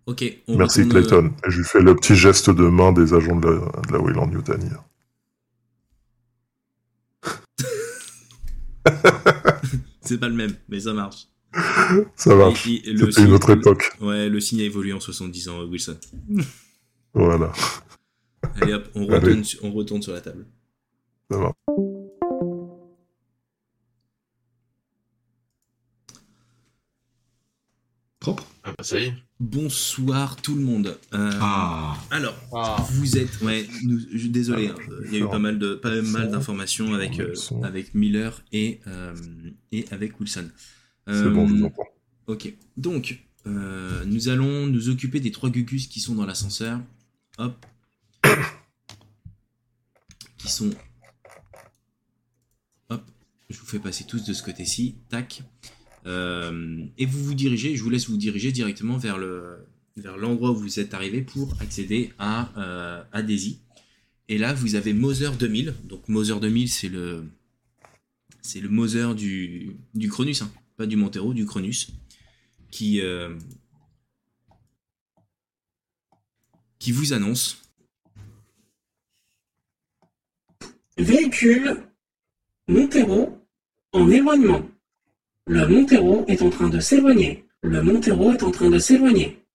[SPEAKER 1] Ok, on
[SPEAKER 5] Merci
[SPEAKER 1] retourne, euh,
[SPEAKER 5] Clayton. Et je lui fais le petit geste de main des agents de la, de la Wayland Yutani.
[SPEAKER 1] C'est pas le même, mais ça marche.
[SPEAKER 5] Ça marche.
[SPEAKER 1] Il- il- le
[SPEAKER 5] C'était une
[SPEAKER 1] signe-
[SPEAKER 5] autre époque.
[SPEAKER 1] Ouais, le signe a évolué en 70 ans, euh, Wilson.
[SPEAKER 5] Voilà.
[SPEAKER 1] Allez hop, on retourne, su- on retourne sur la table.
[SPEAKER 5] Ça va.
[SPEAKER 6] Propre
[SPEAKER 3] Ah bah ça y est.
[SPEAKER 1] Bonsoir tout le monde. Euh,
[SPEAKER 6] Ah
[SPEAKER 1] Alors,
[SPEAKER 2] Ah.
[SPEAKER 1] vous êtes. Ouais, nous- je- désolé, hein, il y a eu pas mal de pas mal
[SPEAKER 5] Wilson.
[SPEAKER 1] d'informations avec euh,
[SPEAKER 5] Wilson.
[SPEAKER 1] avec Miller et euh, et avec Wilson. Euh,
[SPEAKER 5] C'est bon, je vous entends.
[SPEAKER 1] Ok. Donc, euh, nous allons nous occuper des trois gugus qui sont dans l'ascenseur. Hop. (coughs) qui sont. Hop. Je vous fais passer tous de ce côté-ci. Tac. Euh, et vous vous dirigez, je vous laisse vous diriger directement vers le vers l'endroit où vous êtes arrivé pour accéder à, euh, à Daisy. Et là, vous avez Moser 2000. Donc Moser 2000, c'est le c'est le Moser du, du Cronus, hein. pas du Montero, du Cronus, qui, euh, qui vous annonce.
[SPEAKER 7] Véhicule Montero en éloignement. Le Montero est en train de s'éloigner. Le Montero est en train de s'éloigner.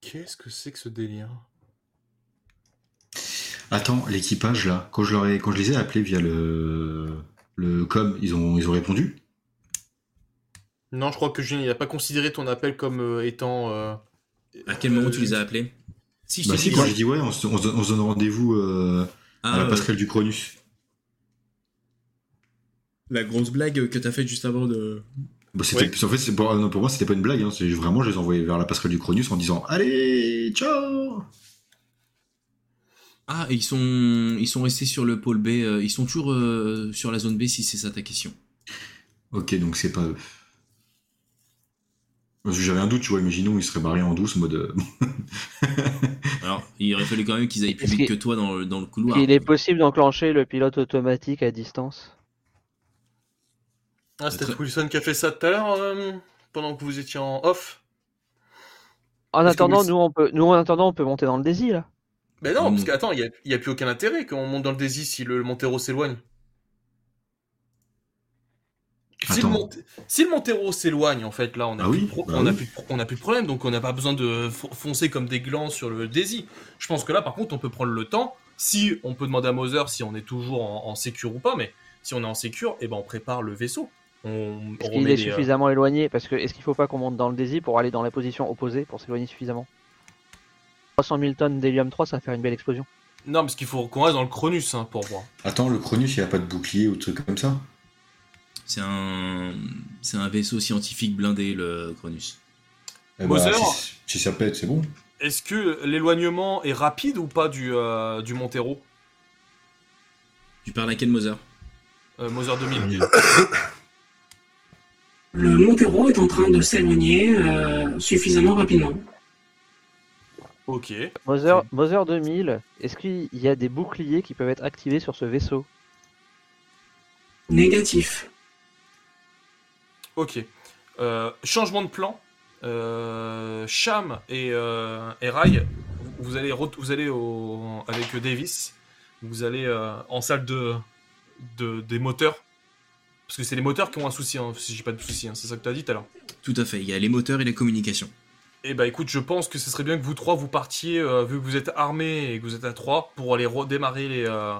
[SPEAKER 2] Qu'est-ce que c'est que ce délire
[SPEAKER 6] Attends, l'équipage là, quand je, leur ai- quand je les ai appelés via le, le com, ils ont, ils ont répondu
[SPEAKER 2] Non, je crois que Julien, il n'a pas considéré ton appel comme euh, étant. euh,
[SPEAKER 1] À quel moment tu les as appelés Si
[SPEAKER 6] Bah
[SPEAKER 1] t'ai
[SPEAKER 6] si,
[SPEAKER 1] dit-
[SPEAKER 6] quand j'ai dit ouais, on se, on se donne- on se donne rendez-vous euh, à
[SPEAKER 1] Ah,
[SPEAKER 6] la
[SPEAKER 1] euh,
[SPEAKER 6] passerelle du Cronus.
[SPEAKER 1] la grosse blague que t'as faite juste avant de.
[SPEAKER 6] Bah, c'était- En fait, c'est- pour, non, pour moi, c'était pas une blague. hein, c'est vraiment, je les envoyais vers la passerelle du Cronus en disant Allez, ciao
[SPEAKER 1] Ah, et ils sont, ils sont restés sur le pôle B. euh, ils sont toujours euh, sur la zone B si c'est ça ta question.
[SPEAKER 6] Ok, donc c'est pas eux. Parce que J'avais un doute, tu vois, imaginons, ils seraient barrés en douce en mode. euh,
[SPEAKER 1] Alors, il aurait fallu quand même qu'ils aillent plus
[SPEAKER 4] Est-ce
[SPEAKER 1] vite que
[SPEAKER 4] qu'il-
[SPEAKER 1] toi dans le, dans le couloir.
[SPEAKER 4] Il est possible d'enclencher le pilote automatique à distance.
[SPEAKER 2] Ah, c'était
[SPEAKER 1] Très-
[SPEAKER 2] Wilson qui a fait ça tout à l'heure, euh, pendant que vous étiez en off
[SPEAKER 4] En
[SPEAKER 1] Parce que
[SPEAKER 4] attendant,
[SPEAKER 1] vous-
[SPEAKER 4] nous on peut, nous en attendant, on peut monter dans le Daisy là.
[SPEAKER 2] Mais non,
[SPEAKER 1] Mm.
[SPEAKER 2] parce qu'attends, il n'y a, plus aucun intérêt qu'on monte dans le Daisy si le Montero s'éloigne. Si le,
[SPEAKER 6] Attends.
[SPEAKER 2] Mont- si le Montero s'éloigne, en fait, là, on a,
[SPEAKER 6] Ah
[SPEAKER 2] plus,
[SPEAKER 6] oui,
[SPEAKER 2] de pro-
[SPEAKER 6] bah
[SPEAKER 2] on a
[SPEAKER 6] oui.
[SPEAKER 2] plus de pro- on a plus de problème, donc on n'a pas besoin de fo- foncer comme des glands sur le Daisy. Je pense que là, par contre, on peut prendre le temps. Si on peut demander à Moser si on est toujours en, en sécure ou pas, mais si on est en sécure, eh ben, on prépare le vaisseau. On, on
[SPEAKER 4] Est-ce qu'il
[SPEAKER 2] remet
[SPEAKER 4] est
[SPEAKER 2] les, euh,
[SPEAKER 4] suffisamment éloigné Parce que est-ce qu'il faut pas qu'on monte dans le Daisy pour aller dans la position opposée pour s'éloigner suffisamment 300 000 tonnes d'hélium 3, ça va faire une belle explosion.
[SPEAKER 2] Non, parce qu'il faut qu'on reste dans le Cronus hein, pour voir.
[SPEAKER 6] Attends, le Cronus, il a pas de bouclier ou de truc comme ça
[SPEAKER 1] C'est un, c'est un vaisseau scientifique blindé, le Cronus.
[SPEAKER 6] Eh ben,
[SPEAKER 2] Bowser
[SPEAKER 6] si, si ça pète, c'est bon.
[SPEAKER 2] Est-ce que l'éloignement est rapide ou pas du, euh, du Montero
[SPEAKER 1] Tu parles à quel Moser
[SPEAKER 2] euh, Moser 2000
[SPEAKER 7] Le Montero est en train de s'éloigner euh, suffisamment rapidement.
[SPEAKER 2] Ok.
[SPEAKER 4] Mother, Mother 2000, est-ce qu'il y a des boucliers qui peuvent être activés sur ce vaisseau
[SPEAKER 7] Négatif.
[SPEAKER 2] Ok. Euh, changement de plan. Euh, Cham et, euh, et Rai, vous allez, re- vous allez au, avec Davis. Vous allez euh, en salle de, de- des moteurs. Parce que c'est les moteurs qui ont un souci, hein, si j'ai pas de souci. hein, c'est ça que tu as dit tout à l'heure.
[SPEAKER 1] Tout à fait, il y a les moteurs et la communication. (laughs)
[SPEAKER 2] Eh bah écoute, je pense que ce serait bien que vous trois vous partiez, euh, vu que vous êtes armés et que vous êtes à trois, pour aller redémarrer les, euh,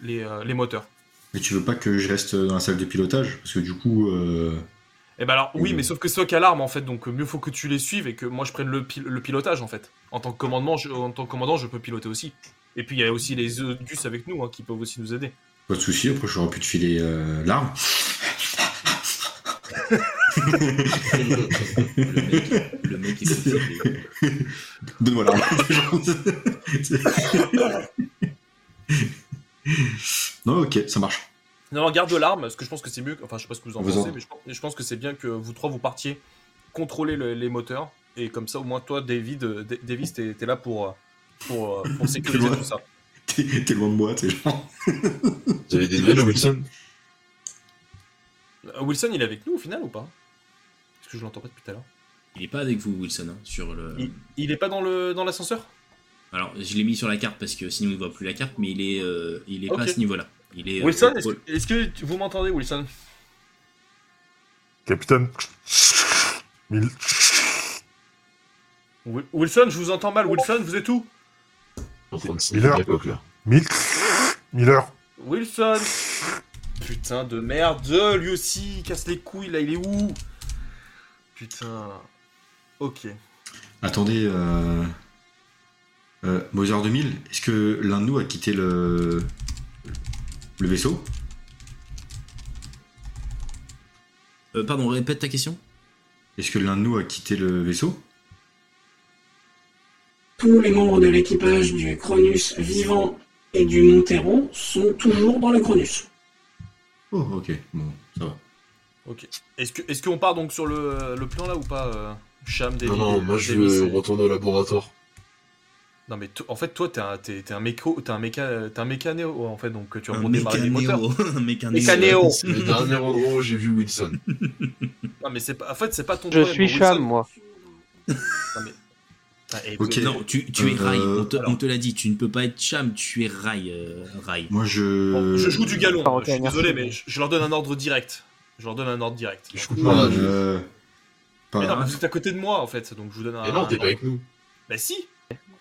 [SPEAKER 2] les, euh, les moteurs.
[SPEAKER 6] Mais tu veux pas que je reste dans la salle de pilotage Parce que du coup. euh,
[SPEAKER 2] Eh ben alors, oui,
[SPEAKER 6] Mhm.
[SPEAKER 2] mais sauf que c'est toi qui as l'arme en fait, donc euh, mieux faut que tu les suives et que moi je prenne le, pil- le pilotage en fait. En tant que commandement, je, en tant que commandant, je peux piloter aussi. Et puis il y a aussi les Gus avec nous hein, qui peuvent aussi nous aider.
[SPEAKER 6] Pas de souci, après j'aurais pu te filer euh, l'arme.
[SPEAKER 1] Le mec, le mec est
[SPEAKER 6] (laughs)
[SPEAKER 1] fatigué.
[SPEAKER 6] (laughs) Donne-moi l'arme. (laughs) non, ok, ça marche.
[SPEAKER 2] Non, non, garde l'arme, parce que je pense que c'est mieux. que- Enfin, je sais pas ce que vous en
[SPEAKER 6] Vous en-
[SPEAKER 2] pensez, mais je, pense- je pense que c'est bien que vous trois vous partiez contrôler le- les moteurs et comme ça au moins toi, David, euh, D- Davis, t'es t'es là pour euh, pour, euh, (laughs) pour sécuriser
[SPEAKER 6] loin.
[SPEAKER 2] tout ça.
[SPEAKER 6] T'es t'es loin de moi, t'es genre.
[SPEAKER 3] Vous avez des nouvelles, Wilson
[SPEAKER 2] Euh, Wilson, il est avec nous au final ou pas Parce que je l'entends pas depuis tout à l'heure.
[SPEAKER 1] Il est pas avec vous, Wilson, hein, sur le.
[SPEAKER 2] Il, il est pas dans le dans l'ascenseur
[SPEAKER 1] Alors, je l'ai mis sur la carte parce que sinon il voit plus la carte, mais il est, euh, il est
[SPEAKER 2] Ok.
[SPEAKER 1] pas à ce niveau-là. Il est. euh,
[SPEAKER 2] Wilson,
[SPEAKER 1] au-
[SPEAKER 2] est-ce
[SPEAKER 1] au-
[SPEAKER 2] que- est-ce que tu- vous m'entendez, Wilson
[SPEAKER 5] Capitaine Mille-
[SPEAKER 2] Wil- Wilson, je vous entends mal. Wilson, vous êtes où
[SPEAKER 3] en train de
[SPEAKER 5] Il
[SPEAKER 3] signer
[SPEAKER 5] a-
[SPEAKER 3] la coque là.
[SPEAKER 5] Mille... Miller
[SPEAKER 2] Wilson Putain de merde Lui aussi, il casse les couilles, là, il est où Putain... Ok.
[SPEAKER 6] Attendez, euh... euh, Mozart 2000, est-ce que l'un de nous a quitté le, le vaisseau
[SPEAKER 1] Euh, pardon, répète ta question.
[SPEAKER 6] Est-ce que l'un de nous a quitté le vaisseau
[SPEAKER 7] Tous les membres de l'équipage du Cronus vivant et du Montero sont toujours dans le Cronus.
[SPEAKER 6] Oh, ok, bon, ça va.
[SPEAKER 2] Ok. Est-ce que- est-ce qu'on part donc sur le, le plan là ou pas euh, Cham, David
[SPEAKER 3] Non, non,
[SPEAKER 2] et-
[SPEAKER 3] moi je
[SPEAKER 2] Davis
[SPEAKER 3] veux
[SPEAKER 2] et-
[SPEAKER 3] retourner au laboratoire.
[SPEAKER 2] Non mais to- en fait toi t'es un, t'es- t'es un méco, t'es un méca, t'es un mécanéo en fait donc euh, tu vas
[SPEAKER 3] Euh,
[SPEAKER 1] Un
[SPEAKER 2] redémarrer les moteurs.
[SPEAKER 1] mécanéo. (laughs) Un mécanéo.
[SPEAKER 2] Mécanéo.
[SPEAKER 3] C'est le dernier endroit où j'ai vu Wilson.
[SPEAKER 2] Non mais c'est pas, en fait c'est pas ton
[SPEAKER 4] Je
[SPEAKER 2] problème,
[SPEAKER 4] suis
[SPEAKER 2] Wilson.
[SPEAKER 4] Cham, moi.
[SPEAKER 2] Ah, et-
[SPEAKER 6] Ok.
[SPEAKER 1] Non, tu, tu es
[SPEAKER 6] Euh,
[SPEAKER 1] rail. On te,
[SPEAKER 2] alors.
[SPEAKER 1] on te l'a dit, tu ne peux pas être cham, tu es rail. euh, rail.
[SPEAKER 2] Bah,
[SPEAKER 6] Moi je.
[SPEAKER 3] euh,
[SPEAKER 2] Bon, je joue du galon.
[SPEAKER 4] Ah, ok,
[SPEAKER 2] je suis
[SPEAKER 4] merci.
[SPEAKER 2] désolé mais je, je leur donne un ordre direct. Je leur donne un ordre direct.
[SPEAKER 3] Je coupe
[SPEAKER 6] Non,
[SPEAKER 3] pas.
[SPEAKER 6] je- euh,
[SPEAKER 3] je-
[SPEAKER 6] pas-
[SPEAKER 2] Mais non, mais vous êtes à côté de moi en fait donc je vous donne un.
[SPEAKER 3] Mais non, t'es
[SPEAKER 2] un ordre.
[SPEAKER 3] pas avec nous.
[SPEAKER 2] Bah si.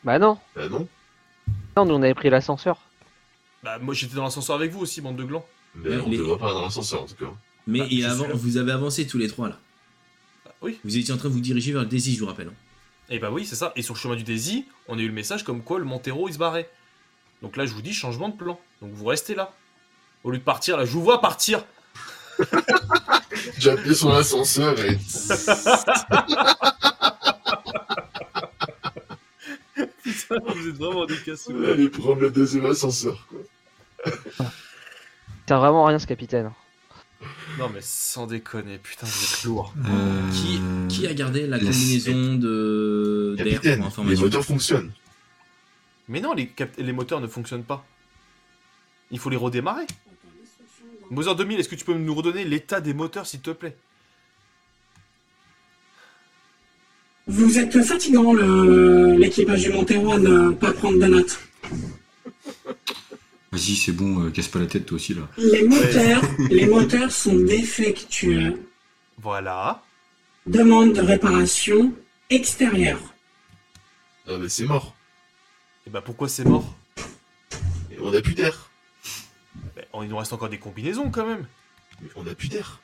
[SPEAKER 4] Bah non,
[SPEAKER 3] Bah non.
[SPEAKER 4] non, nous on avait pris l'ascenseur.
[SPEAKER 2] Bah moi j'étais dans l'ascenseur avec vous aussi bande de glands.
[SPEAKER 3] Mais
[SPEAKER 1] Ouais,
[SPEAKER 3] on
[SPEAKER 1] mais-
[SPEAKER 3] te voit pas dans l'ascenseur en tout cas.
[SPEAKER 1] Mais
[SPEAKER 2] Bah,
[SPEAKER 1] et
[SPEAKER 2] c'est
[SPEAKER 1] avant,
[SPEAKER 2] sûr.
[SPEAKER 1] vous avez avancé tous les trois là.
[SPEAKER 2] Bah, oui.
[SPEAKER 1] Vous étiez en train de vous diriger vers le Daisy, je vous rappelle. hein.
[SPEAKER 2] Et bah oui c'est ça. Et sur le chemin du Daisy on a eu le message comme quoi le Montero il se barrait. Donc là je vous dis changement de plan. Donc vous restez là. Au lieu de partir là je vous vois partir.
[SPEAKER 3] J'ai appuyé sur l'ascenseur et.
[SPEAKER 2] Putain, vous êtes vraiment des cassous.
[SPEAKER 3] Allez prendre le deuxième ascenseur quoi.
[SPEAKER 4] C'est vraiment rien ce capitaine.
[SPEAKER 2] Non mais sans déconner, putain, vous êtes lourd.
[SPEAKER 6] Euh,
[SPEAKER 1] Qui a gardé la
[SPEAKER 6] La
[SPEAKER 1] combinaison de d'air
[SPEAKER 3] Capitaine,
[SPEAKER 1] pour
[SPEAKER 3] les
[SPEAKER 1] information
[SPEAKER 3] moteurs fonctionnent.
[SPEAKER 2] Mais non, les, cap- les moteurs ne fonctionnent pas. Il faut les redémarrer. Mother 2000, est-ce que tu peux nous redonner l'état des moteurs, s'il te plaît
[SPEAKER 7] Vous êtes fatigant, le- l'équipage du Montero, à ne pas prendre de notes.
[SPEAKER 6] Vas-y, c'est bon, euh, casse pas la tête toi aussi là.
[SPEAKER 7] Les moteurs, les moteurs sont défectueux.
[SPEAKER 2] Voilà.
[SPEAKER 7] Demande de réparation extérieure.
[SPEAKER 3] Ah mais c'est mort.
[SPEAKER 2] Et bah pourquoi c'est mort
[SPEAKER 3] Et on a plus d'air.
[SPEAKER 2] Bah, Il nous reste encore des combinaisons quand même.
[SPEAKER 3] Mais on a plus d'air.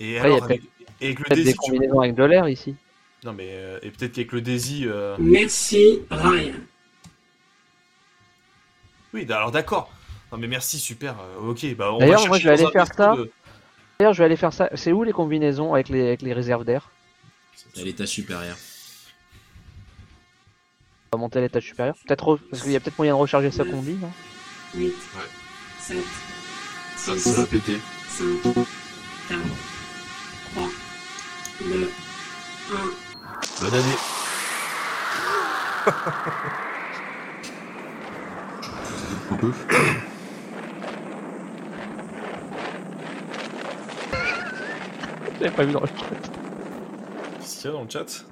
[SPEAKER 2] Et
[SPEAKER 4] Après,
[SPEAKER 2] alors,
[SPEAKER 4] y a
[SPEAKER 2] avec, et avec le
[SPEAKER 4] Peut-être
[SPEAKER 2] Daisy,
[SPEAKER 4] des
[SPEAKER 2] tu...
[SPEAKER 4] combinaisons avec de l'air ici.
[SPEAKER 2] Non mais, euh, et peut-être qu'avec le Daisy... euh,
[SPEAKER 7] Merci, Ryan.
[SPEAKER 2] Oui, alors d'accord. Non mais merci, super. euh, ok, bah on va
[SPEAKER 4] D'ailleurs,
[SPEAKER 2] chercher
[SPEAKER 4] moi, je vais
[SPEAKER 2] dans
[SPEAKER 4] aller
[SPEAKER 2] un
[SPEAKER 4] faire
[SPEAKER 2] vaisseau
[SPEAKER 4] ça.
[SPEAKER 2] de-
[SPEAKER 4] D'ailleurs, je vais aller faire ça. C'est où les combinaisons avec les, avec les réserves d'air
[SPEAKER 1] À l'étage supérieur.
[SPEAKER 4] On va monter à l'étage supérieur. Peut-être re- parce qu'il y a peut-être moyen de recharger sa combi. non
[SPEAKER 7] 8, 7,
[SPEAKER 3] Ça
[SPEAKER 7] 6,
[SPEAKER 3] ça a pété.
[SPEAKER 7] 5, 4, 3, 2, 1.
[SPEAKER 3] Bonne année.
[SPEAKER 6] On peut
[SPEAKER 4] J'avais pas vu dans le chat.
[SPEAKER 2] Qu'est-ce qu'il y a dans le chat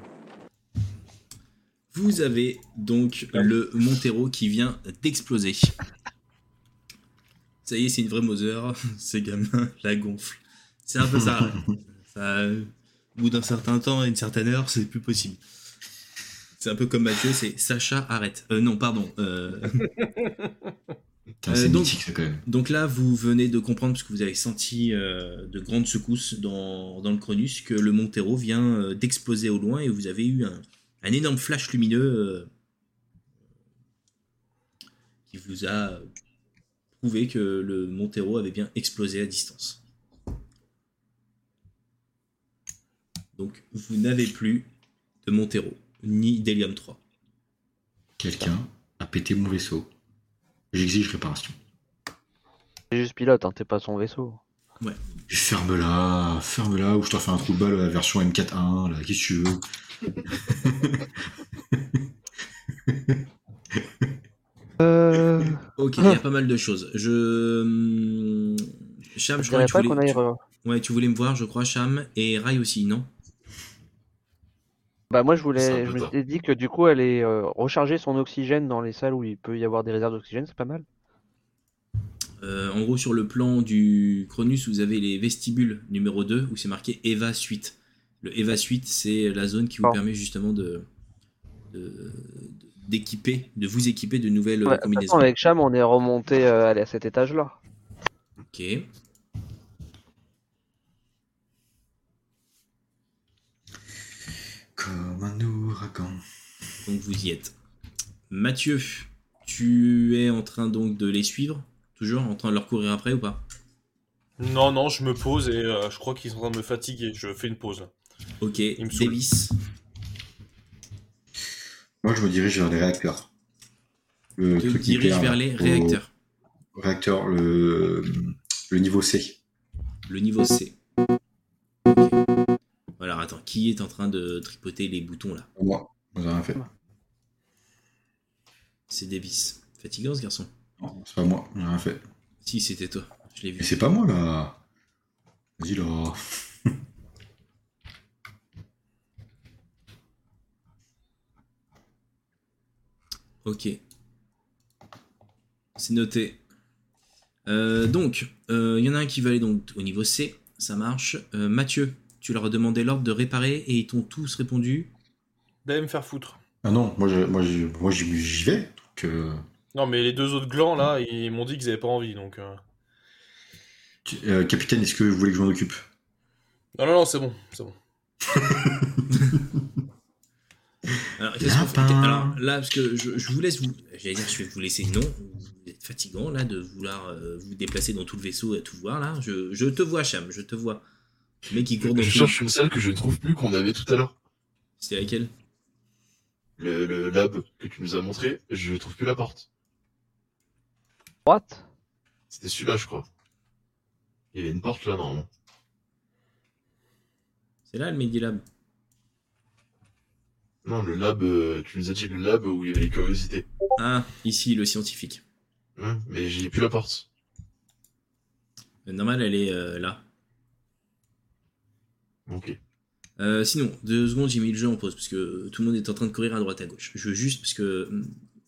[SPEAKER 1] Vous avez donc le Montero qui vient d'exploser. Ça y est, c'est une vraie Mother. (laughs) Ces gamins la gonfle. C'est un peu ça. ouais. Ça, euh, au bout d'un certain temps et une certaine heure, c'est plus possible. C'est un peu comme Mathieu, c'est Sacha, arrête. Euh, non, pardon. euh,
[SPEAKER 6] Putain,
[SPEAKER 1] Euh,
[SPEAKER 6] c'est
[SPEAKER 1] donc-
[SPEAKER 6] mythique ça quand même.
[SPEAKER 1] Donc là, vous venez de comprendre, parce que vous avez senti euh, de grandes secousses dans, dans le Cronus, que le Montero vient euh, d'exploser au loin et vous avez eu un, un énorme flash lumineux euh, qui vous a prouvé que le Montero avait bien explosé à distance. Donc vous n'avez plus de Montero, ni d'Helium 3.
[SPEAKER 6] Quelqu'un a pété mon vaisseau. J'exige réparation.
[SPEAKER 4] T'es juste pilote, hein, t'es pas son vaisseau.
[SPEAKER 6] Ferme-la, ferme-la, ou je t'en fais un trou de balle à la version M4.1, là, qu'est-ce que tu veux
[SPEAKER 4] Euh...
[SPEAKER 1] Ok, il y a pas mal de choses. Je... hum, Cham, je
[SPEAKER 4] Je
[SPEAKER 1] crois
[SPEAKER 4] dirais
[SPEAKER 1] que tu
[SPEAKER 4] pas
[SPEAKER 1] voulais-
[SPEAKER 4] qu'on aille.
[SPEAKER 1] tu-
[SPEAKER 4] re-
[SPEAKER 1] Ouais, tu voulais me voir, je crois, Cham, et Rai aussi, non
[SPEAKER 4] Bah moi je
[SPEAKER 3] C'est un
[SPEAKER 4] voulais,
[SPEAKER 3] peu
[SPEAKER 4] je
[SPEAKER 3] tard.
[SPEAKER 4] m'étais dit que du coup elle est euh, recharger son oxygène dans les salles où il peut y avoir des réserves d'oxygène, c'est pas mal.
[SPEAKER 1] Euh, En gros, sur le plan du Cronus, vous avez les vestibules numéro 2, où c'est marqué Eva Suite. Le Eva Suite, c'est la zone qui vous
[SPEAKER 4] Oh.
[SPEAKER 1] permet justement de, de- d'équiper, de, vous équiper de nouvelles euh,
[SPEAKER 4] Ouais, de toute façon,
[SPEAKER 1] combinaisons.
[SPEAKER 4] avec Cham, on est remonté euh, allez, à cet étage-là.
[SPEAKER 1] Ok.
[SPEAKER 6] Comme un ouragan.
[SPEAKER 1] Donc vous y êtes. Mathieu, tu es en train donc de les suivre, toujours en train de leur courir après ou pas
[SPEAKER 2] Non, non, je me pose et euh, je crois qu'ils sont en train de me fatiguer. Je fais une pause là.
[SPEAKER 1] Ok,
[SPEAKER 2] me saoule.
[SPEAKER 1] Davis.
[SPEAKER 6] Moi, je me dirige vers les réacteurs. Le
[SPEAKER 1] Tu
[SPEAKER 6] truc
[SPEAKER 1] te diriges
[SPEAKER 6] nucléaire,
[SPEAKER 1] vers
[SPEAKER 6] là,
[SPEAKER 1] les
[SPEAKER 6] au-
[SPEAKER 1] réacteurs.
[SPEAKER 6] Réacteur, le, le niveau C.
[SPEAKER 1] Le niveau C. Ok. Voilà, attends, qui est en train de tripoter les boutons là
[SPEAKER 6] Moi, moi, j'ai rien fait.
[SPEAKER 1] C'est Davis. Fatigant ce garçon.
[SPEAKER 6] Non, c'est pas moi, j'ai rien fait.
[SPEAKER 1] Si, c'était toi. Je l'ai vu.
[SPEAKER 6] Mais c'est pas moi, là. Vas-y, là.
[SPEAKER 1] Ok. C'est noté. Euh, donc, euh, il y en a un qui va aller donc au niveau C, ça marche. Euh, Mathieu, tu leur as demandé l'ordre de réparer et ils t'ont tous répondu.
[SPEAKER 2] D'aller me faire foutre.
[SPEAKER 6] Ah non, moi, je- moi, je- moi j'y j'y vais. Donc, euh,
[SPEAKER 2] Non, mais les deux autres glands là, ils m'ont dit qu'ils avaient pas envie donc. euh.
[SPEAKER 6] tu- euh, capitaine, est-ce que vous voulez que je m'en occupe
[SPEAKER 2] Non, non, non, c'est bon, c'est bon.
[SPEAKER 1] Alors, qu'est-ce qu'on fait
[SPEAKER 6] Lapin.
[SPEAKER 1] Alors, là, parce que je, je vous laisse vous. J'allais dire, je vais vous laisser. Non, vous êtes fatigant là de vouloir euh, vous déplacer dans tout le vaisseau et à tout voir là. Je, je te vois, Cham, je te vois. Le mec qui court dans
[SPEAKER 3] Je
[SPEAKER 1] tout.
[SPEAKER 3] cherche une salle que je ne trouve plus qu'on avait tout à l'heure.
[SPEAKER 1] C'était laquelle
[SPEAKER 3] Le, le lab que tu nous as montré, je trouve plus la porte.
[SPEAKER 4] Droite
[SPEAKER 3] C'était celui-là, je crois. Il y avait une porte là, normalement.
[SPEAKER 1] C'est là le Medilab.
[SPEAKER 3] Non, le lab, euh, tu nous as dit le lab où il y avait les curiosités.
[SPEAKER 1] Ah, ici, le scientifique.
[SPEAKER 3] Hein, mais j'ai plus la porte.
[SPEAKER 1] Normal, elle est euh, là.
[SPEAKER 3] Ok.
[SPEAKER 1] Euh, sinon, deux secondes, j'ai mis le jeu en pause parce que tout le monde est en train de courir à droite à gauche. Je veux juste, parce que hum,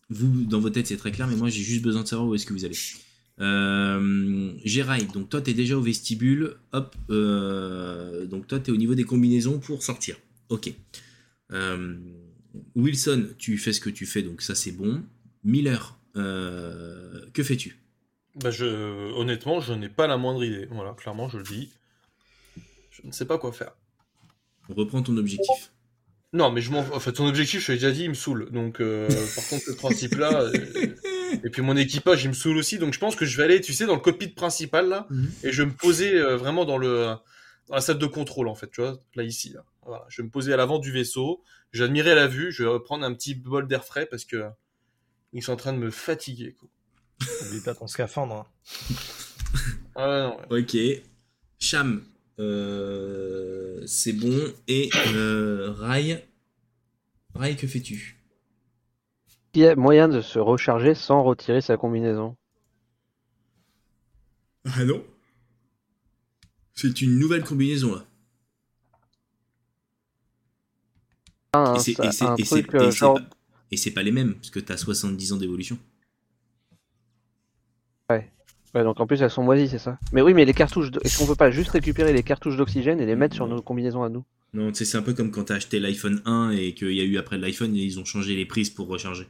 [SPEAKER 1] vous, dans vos têtes, c'est très clair, mais moi, j'ai juste besoin de savoir où est-ce que vous allez. Euh, Gérald, donc toi, t'es déjà au vestibule. Hop, euh, donc toi, t'es au niveau des combinaisons pour sortir. Ok. Euh, Wilson, tu fais ce que tu fais, donc ça, c'est bon. Miller, euh, que fais-tu
[SPEAKER 2] Bah, je... Honnêtement, je n'ai pas la moindre idée. Voilà, clairement, je le dis. Je ne sais pas quoi faire.
[SPEAKER 1] On reprend ton objectif.
[SPEAKER 2] Non, mais je m'en. En fait, ton objectif, je te l'ai déjà dit, il me saoule. Donc, euh, par contre, ce principe-là. euh, Et puis, mon équipage, il me saoule aussi. Donc, je pense que je vais aller, tu sais, dans le cockpit principal, là.
[SPEAKER 1] Mhm.
[SPEAKER 2] Et je vais me poser euh, vraiment dans le. Dans la salle de contrôle, en fait, tu vois, là, ici. Là. Voilà. Je vais me poser à l'avant du vaisseau. J'admirais la vue. Je vais prendre un petit bol d'air frais parce que. Ils sont en train de me fatiguer, quoi.
[SPEAKER 11] N'oublie pas ton scaphandre. hein.
[SPEAKER 2] Ah, ouais, non, ouais.
[SPEAKER 1] Ok. Cham, euh, c'est bon. Et euh, Rai, Rai, que fais-tu
[SPEAKER 4] Il y a moyen de se recharger sans retirer sa combinaison.
[SPEAKER 1] Ah non C'est une nouvelle combinaison là.
[SPEAKER 4] Ah,
[SPEAKER 1] Et
[SPEAKER 4] hein,
[SPEAKER 1] c'est-
[SPEAKER 4] ça-
[SPEAKER 1] et c'est-
[SPEAKER 4] un
[SPEAKER 1] et c'est
[SPEAKER 4] truc euh,
[SPEAKER 1] et c'est
[SPEAKER 4] genre.
[SPEAKER 1] pas- et c'est pas les mêmes, parce que t'as 70 ans d'évolution.
[SPEAKER 4] Ouais, donc en plus elles sont moisies, c'est ça. Mais oui, mais les cartouches. de- Est-ce qu'on peut pas juste récupérer les cartouches d'oxygène et les mettre sur nos combinaisons à nous
[SPEAKER 1] Non, tu sais, c'est un peu comme quand t'as acheté l'iPhone 1 et qu'il y a eu après l'iPhone, ils ont changé les prises pour recharger.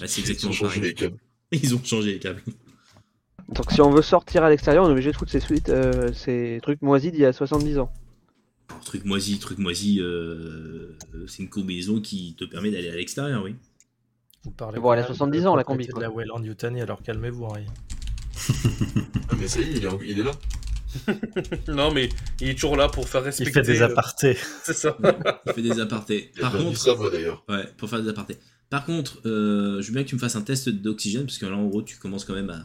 [SPEAKER 1] Là, c'est
[SPEAKER 3] Ils ont
[SPEAKER 1] exactement
[SPEAKER 3] changé
[SPEAKER 1] pareil.
[SPEAKER 3] les câbles.
[SPEAKER 1] (laughs) Ils ont changé les câbles.
[SPEAKER 4] Donc si on veut sortir à l'extérieur, on est obligé de foutre ces suites, euh, ces trucs moisis d'il y a 70 ans.
[SPEAKER 1] Alors, truc moisi, truc moisi, euh, euh, c'est une combinaison qui te permet d'aller à l'extérieur, oui.
[SPEAKER 11] Vous parlez
[SPEAKER 4] Mais bon, elle a
[SPEAKER 11] pas de
[SPEAKER 4] 70 ans, la
[SPEAKER 11] propriété
[SPEAKER 4] combi,
[SPEAKER 11] de La Weyland Yutani, alors calmez-vous, Harry.
[SPEAKER 3] Ah, mais ça y est, il est, en- il est là.
[SPEAKER 2] Non, mais il est toujours là pour faire
[SPEAKER 11] Il
[SPEAKER 2] respecter.
[SPEAKER 11] fait des
[SPEAKER 2] euh,
[SPEAKER 11] apartés.
[SPEAKER 2] C'est ça.
[SPEAKER 1] Il fait des apartés.
[SPEAKER 3] Il a
[SPEAKER 1] Par
[SPEAKER 3] perdu
[SPEAKER 1] contre,
[SPEAKER 3] sa voix d'ailleurs.
[SPEAKER 1] Ouais, pour faire des apartés. Par contre, euh, je veux bien que tu me fasses un test d'oxygène, parce que là, en gros, tu commences quand même à.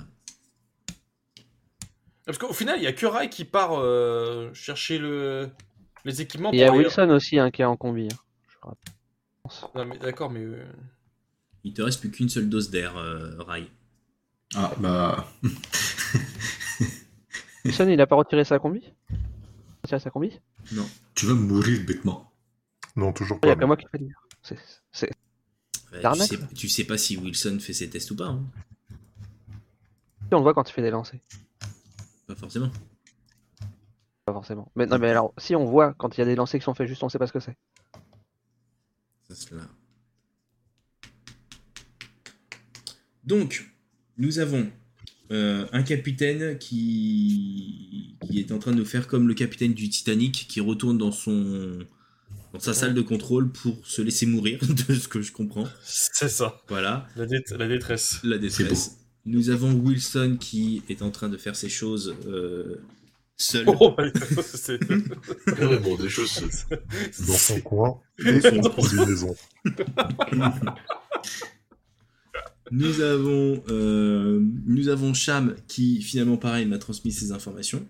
[SPEAKER 2] Parce qu'au final, il y a que Rai qui part euh, chercher le... les équipements.
[SPEAKER 4] Il y a
[SPEAKER 2] aller-
[SPEAKER 4] Wilson aussi hein, qui est en combi. hein.
[SPEAKER 2] Non, mais d'accord, mais. euh,
[SPEAKER 1] Il te reste plus qu'une seule dose d'air, euh, Rai.
[SPEAKER 6] Ah, bah.
[SPEAKER 4] Wilson, il a pas retiré sa combi Retiré sa combi
[SPEAKER 6] Tu vas mourir bêtement.
[SPEAKER 5] Non, toujours
[SPEAKER 4] Il y
[SPEAKER 5] pas.
[SPEAKER 4] a que moi qui fais dire. C'est- c'est-
[SPEAKER 1] Ouais, tu,
[SPEAKER 4] L'arnaque,
[SPEAKER 1] sais, tu sais pas si Wilson fait ses tests ou pas, hein.
[SPEAKER 4] On le voit quand il fait des lancers.
[SPEAKER 1] Pas forcément.
[SPEAKER 4] Pas forcément. Mais non, mais alors, si on voit quand il y a des lancers qui sont faits, juste on sait pas ce que c'est.
[SPEAKER 1] Ça, c'est là. Donc, nous avons euh, un capitaine qui... qui est en train de faire comme le capitaine du Titanic, qui retourne dans son dans sa salle de contrôle pour se laisser mourir, (laughs) de ce que je comprends.
[SPEAKER 2] C'est ça.
[SPEAKER 1] Voilà.
[SPEAKER 2] La, dét- la détresse.
[SPEAKER 1] (laughs) La détresse. Nous avons Wilson qui est en train de faire ses choses euh, seul.
[SPEAKER 2] Oh, ouais, c'est-
[SPEAKER 3] Carrément, des choses seules.
[SPEAKER 5] Dans son coin
[SPEAKER 1] Dans
[SPEAKER 5] et
[SPEAKER 1] son
[SPEAKER 5] son
[SPEAKER 1] coin.
[SPEAKER 5] combinaison.
[SPEAKER 1] Nous avons, euh, nous avons Cham qui finalement pareil m'a transmis ces informations.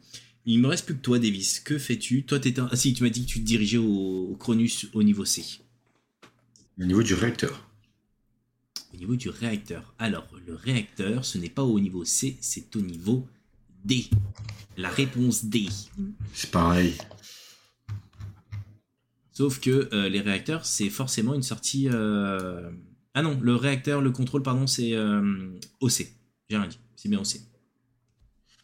[SPEAKER 1] Il me reste plus que toi, Davis. Que fais-tu Toi, t'étais un... ah si, tu m'as dit que tu te dirigeais au, au Cronus au niveau C,
[SPEAKER 6] Au niveau du réacteur.
[SPEAKER 1] au niveau du réacteur. Alors, le réacteur, ce n'est pas au niveau C, c'est au niveau D. La réponse D.
[SPEAKER 6] C'est pareil.
[SPEAKER 1] Sauf que euh, les réacteurs, c'est forcément une sortie. euh, Ah non, le réacteur, le contrôle, pardon, c'est euh, OC. J'ai rien dit. C'est bien OC.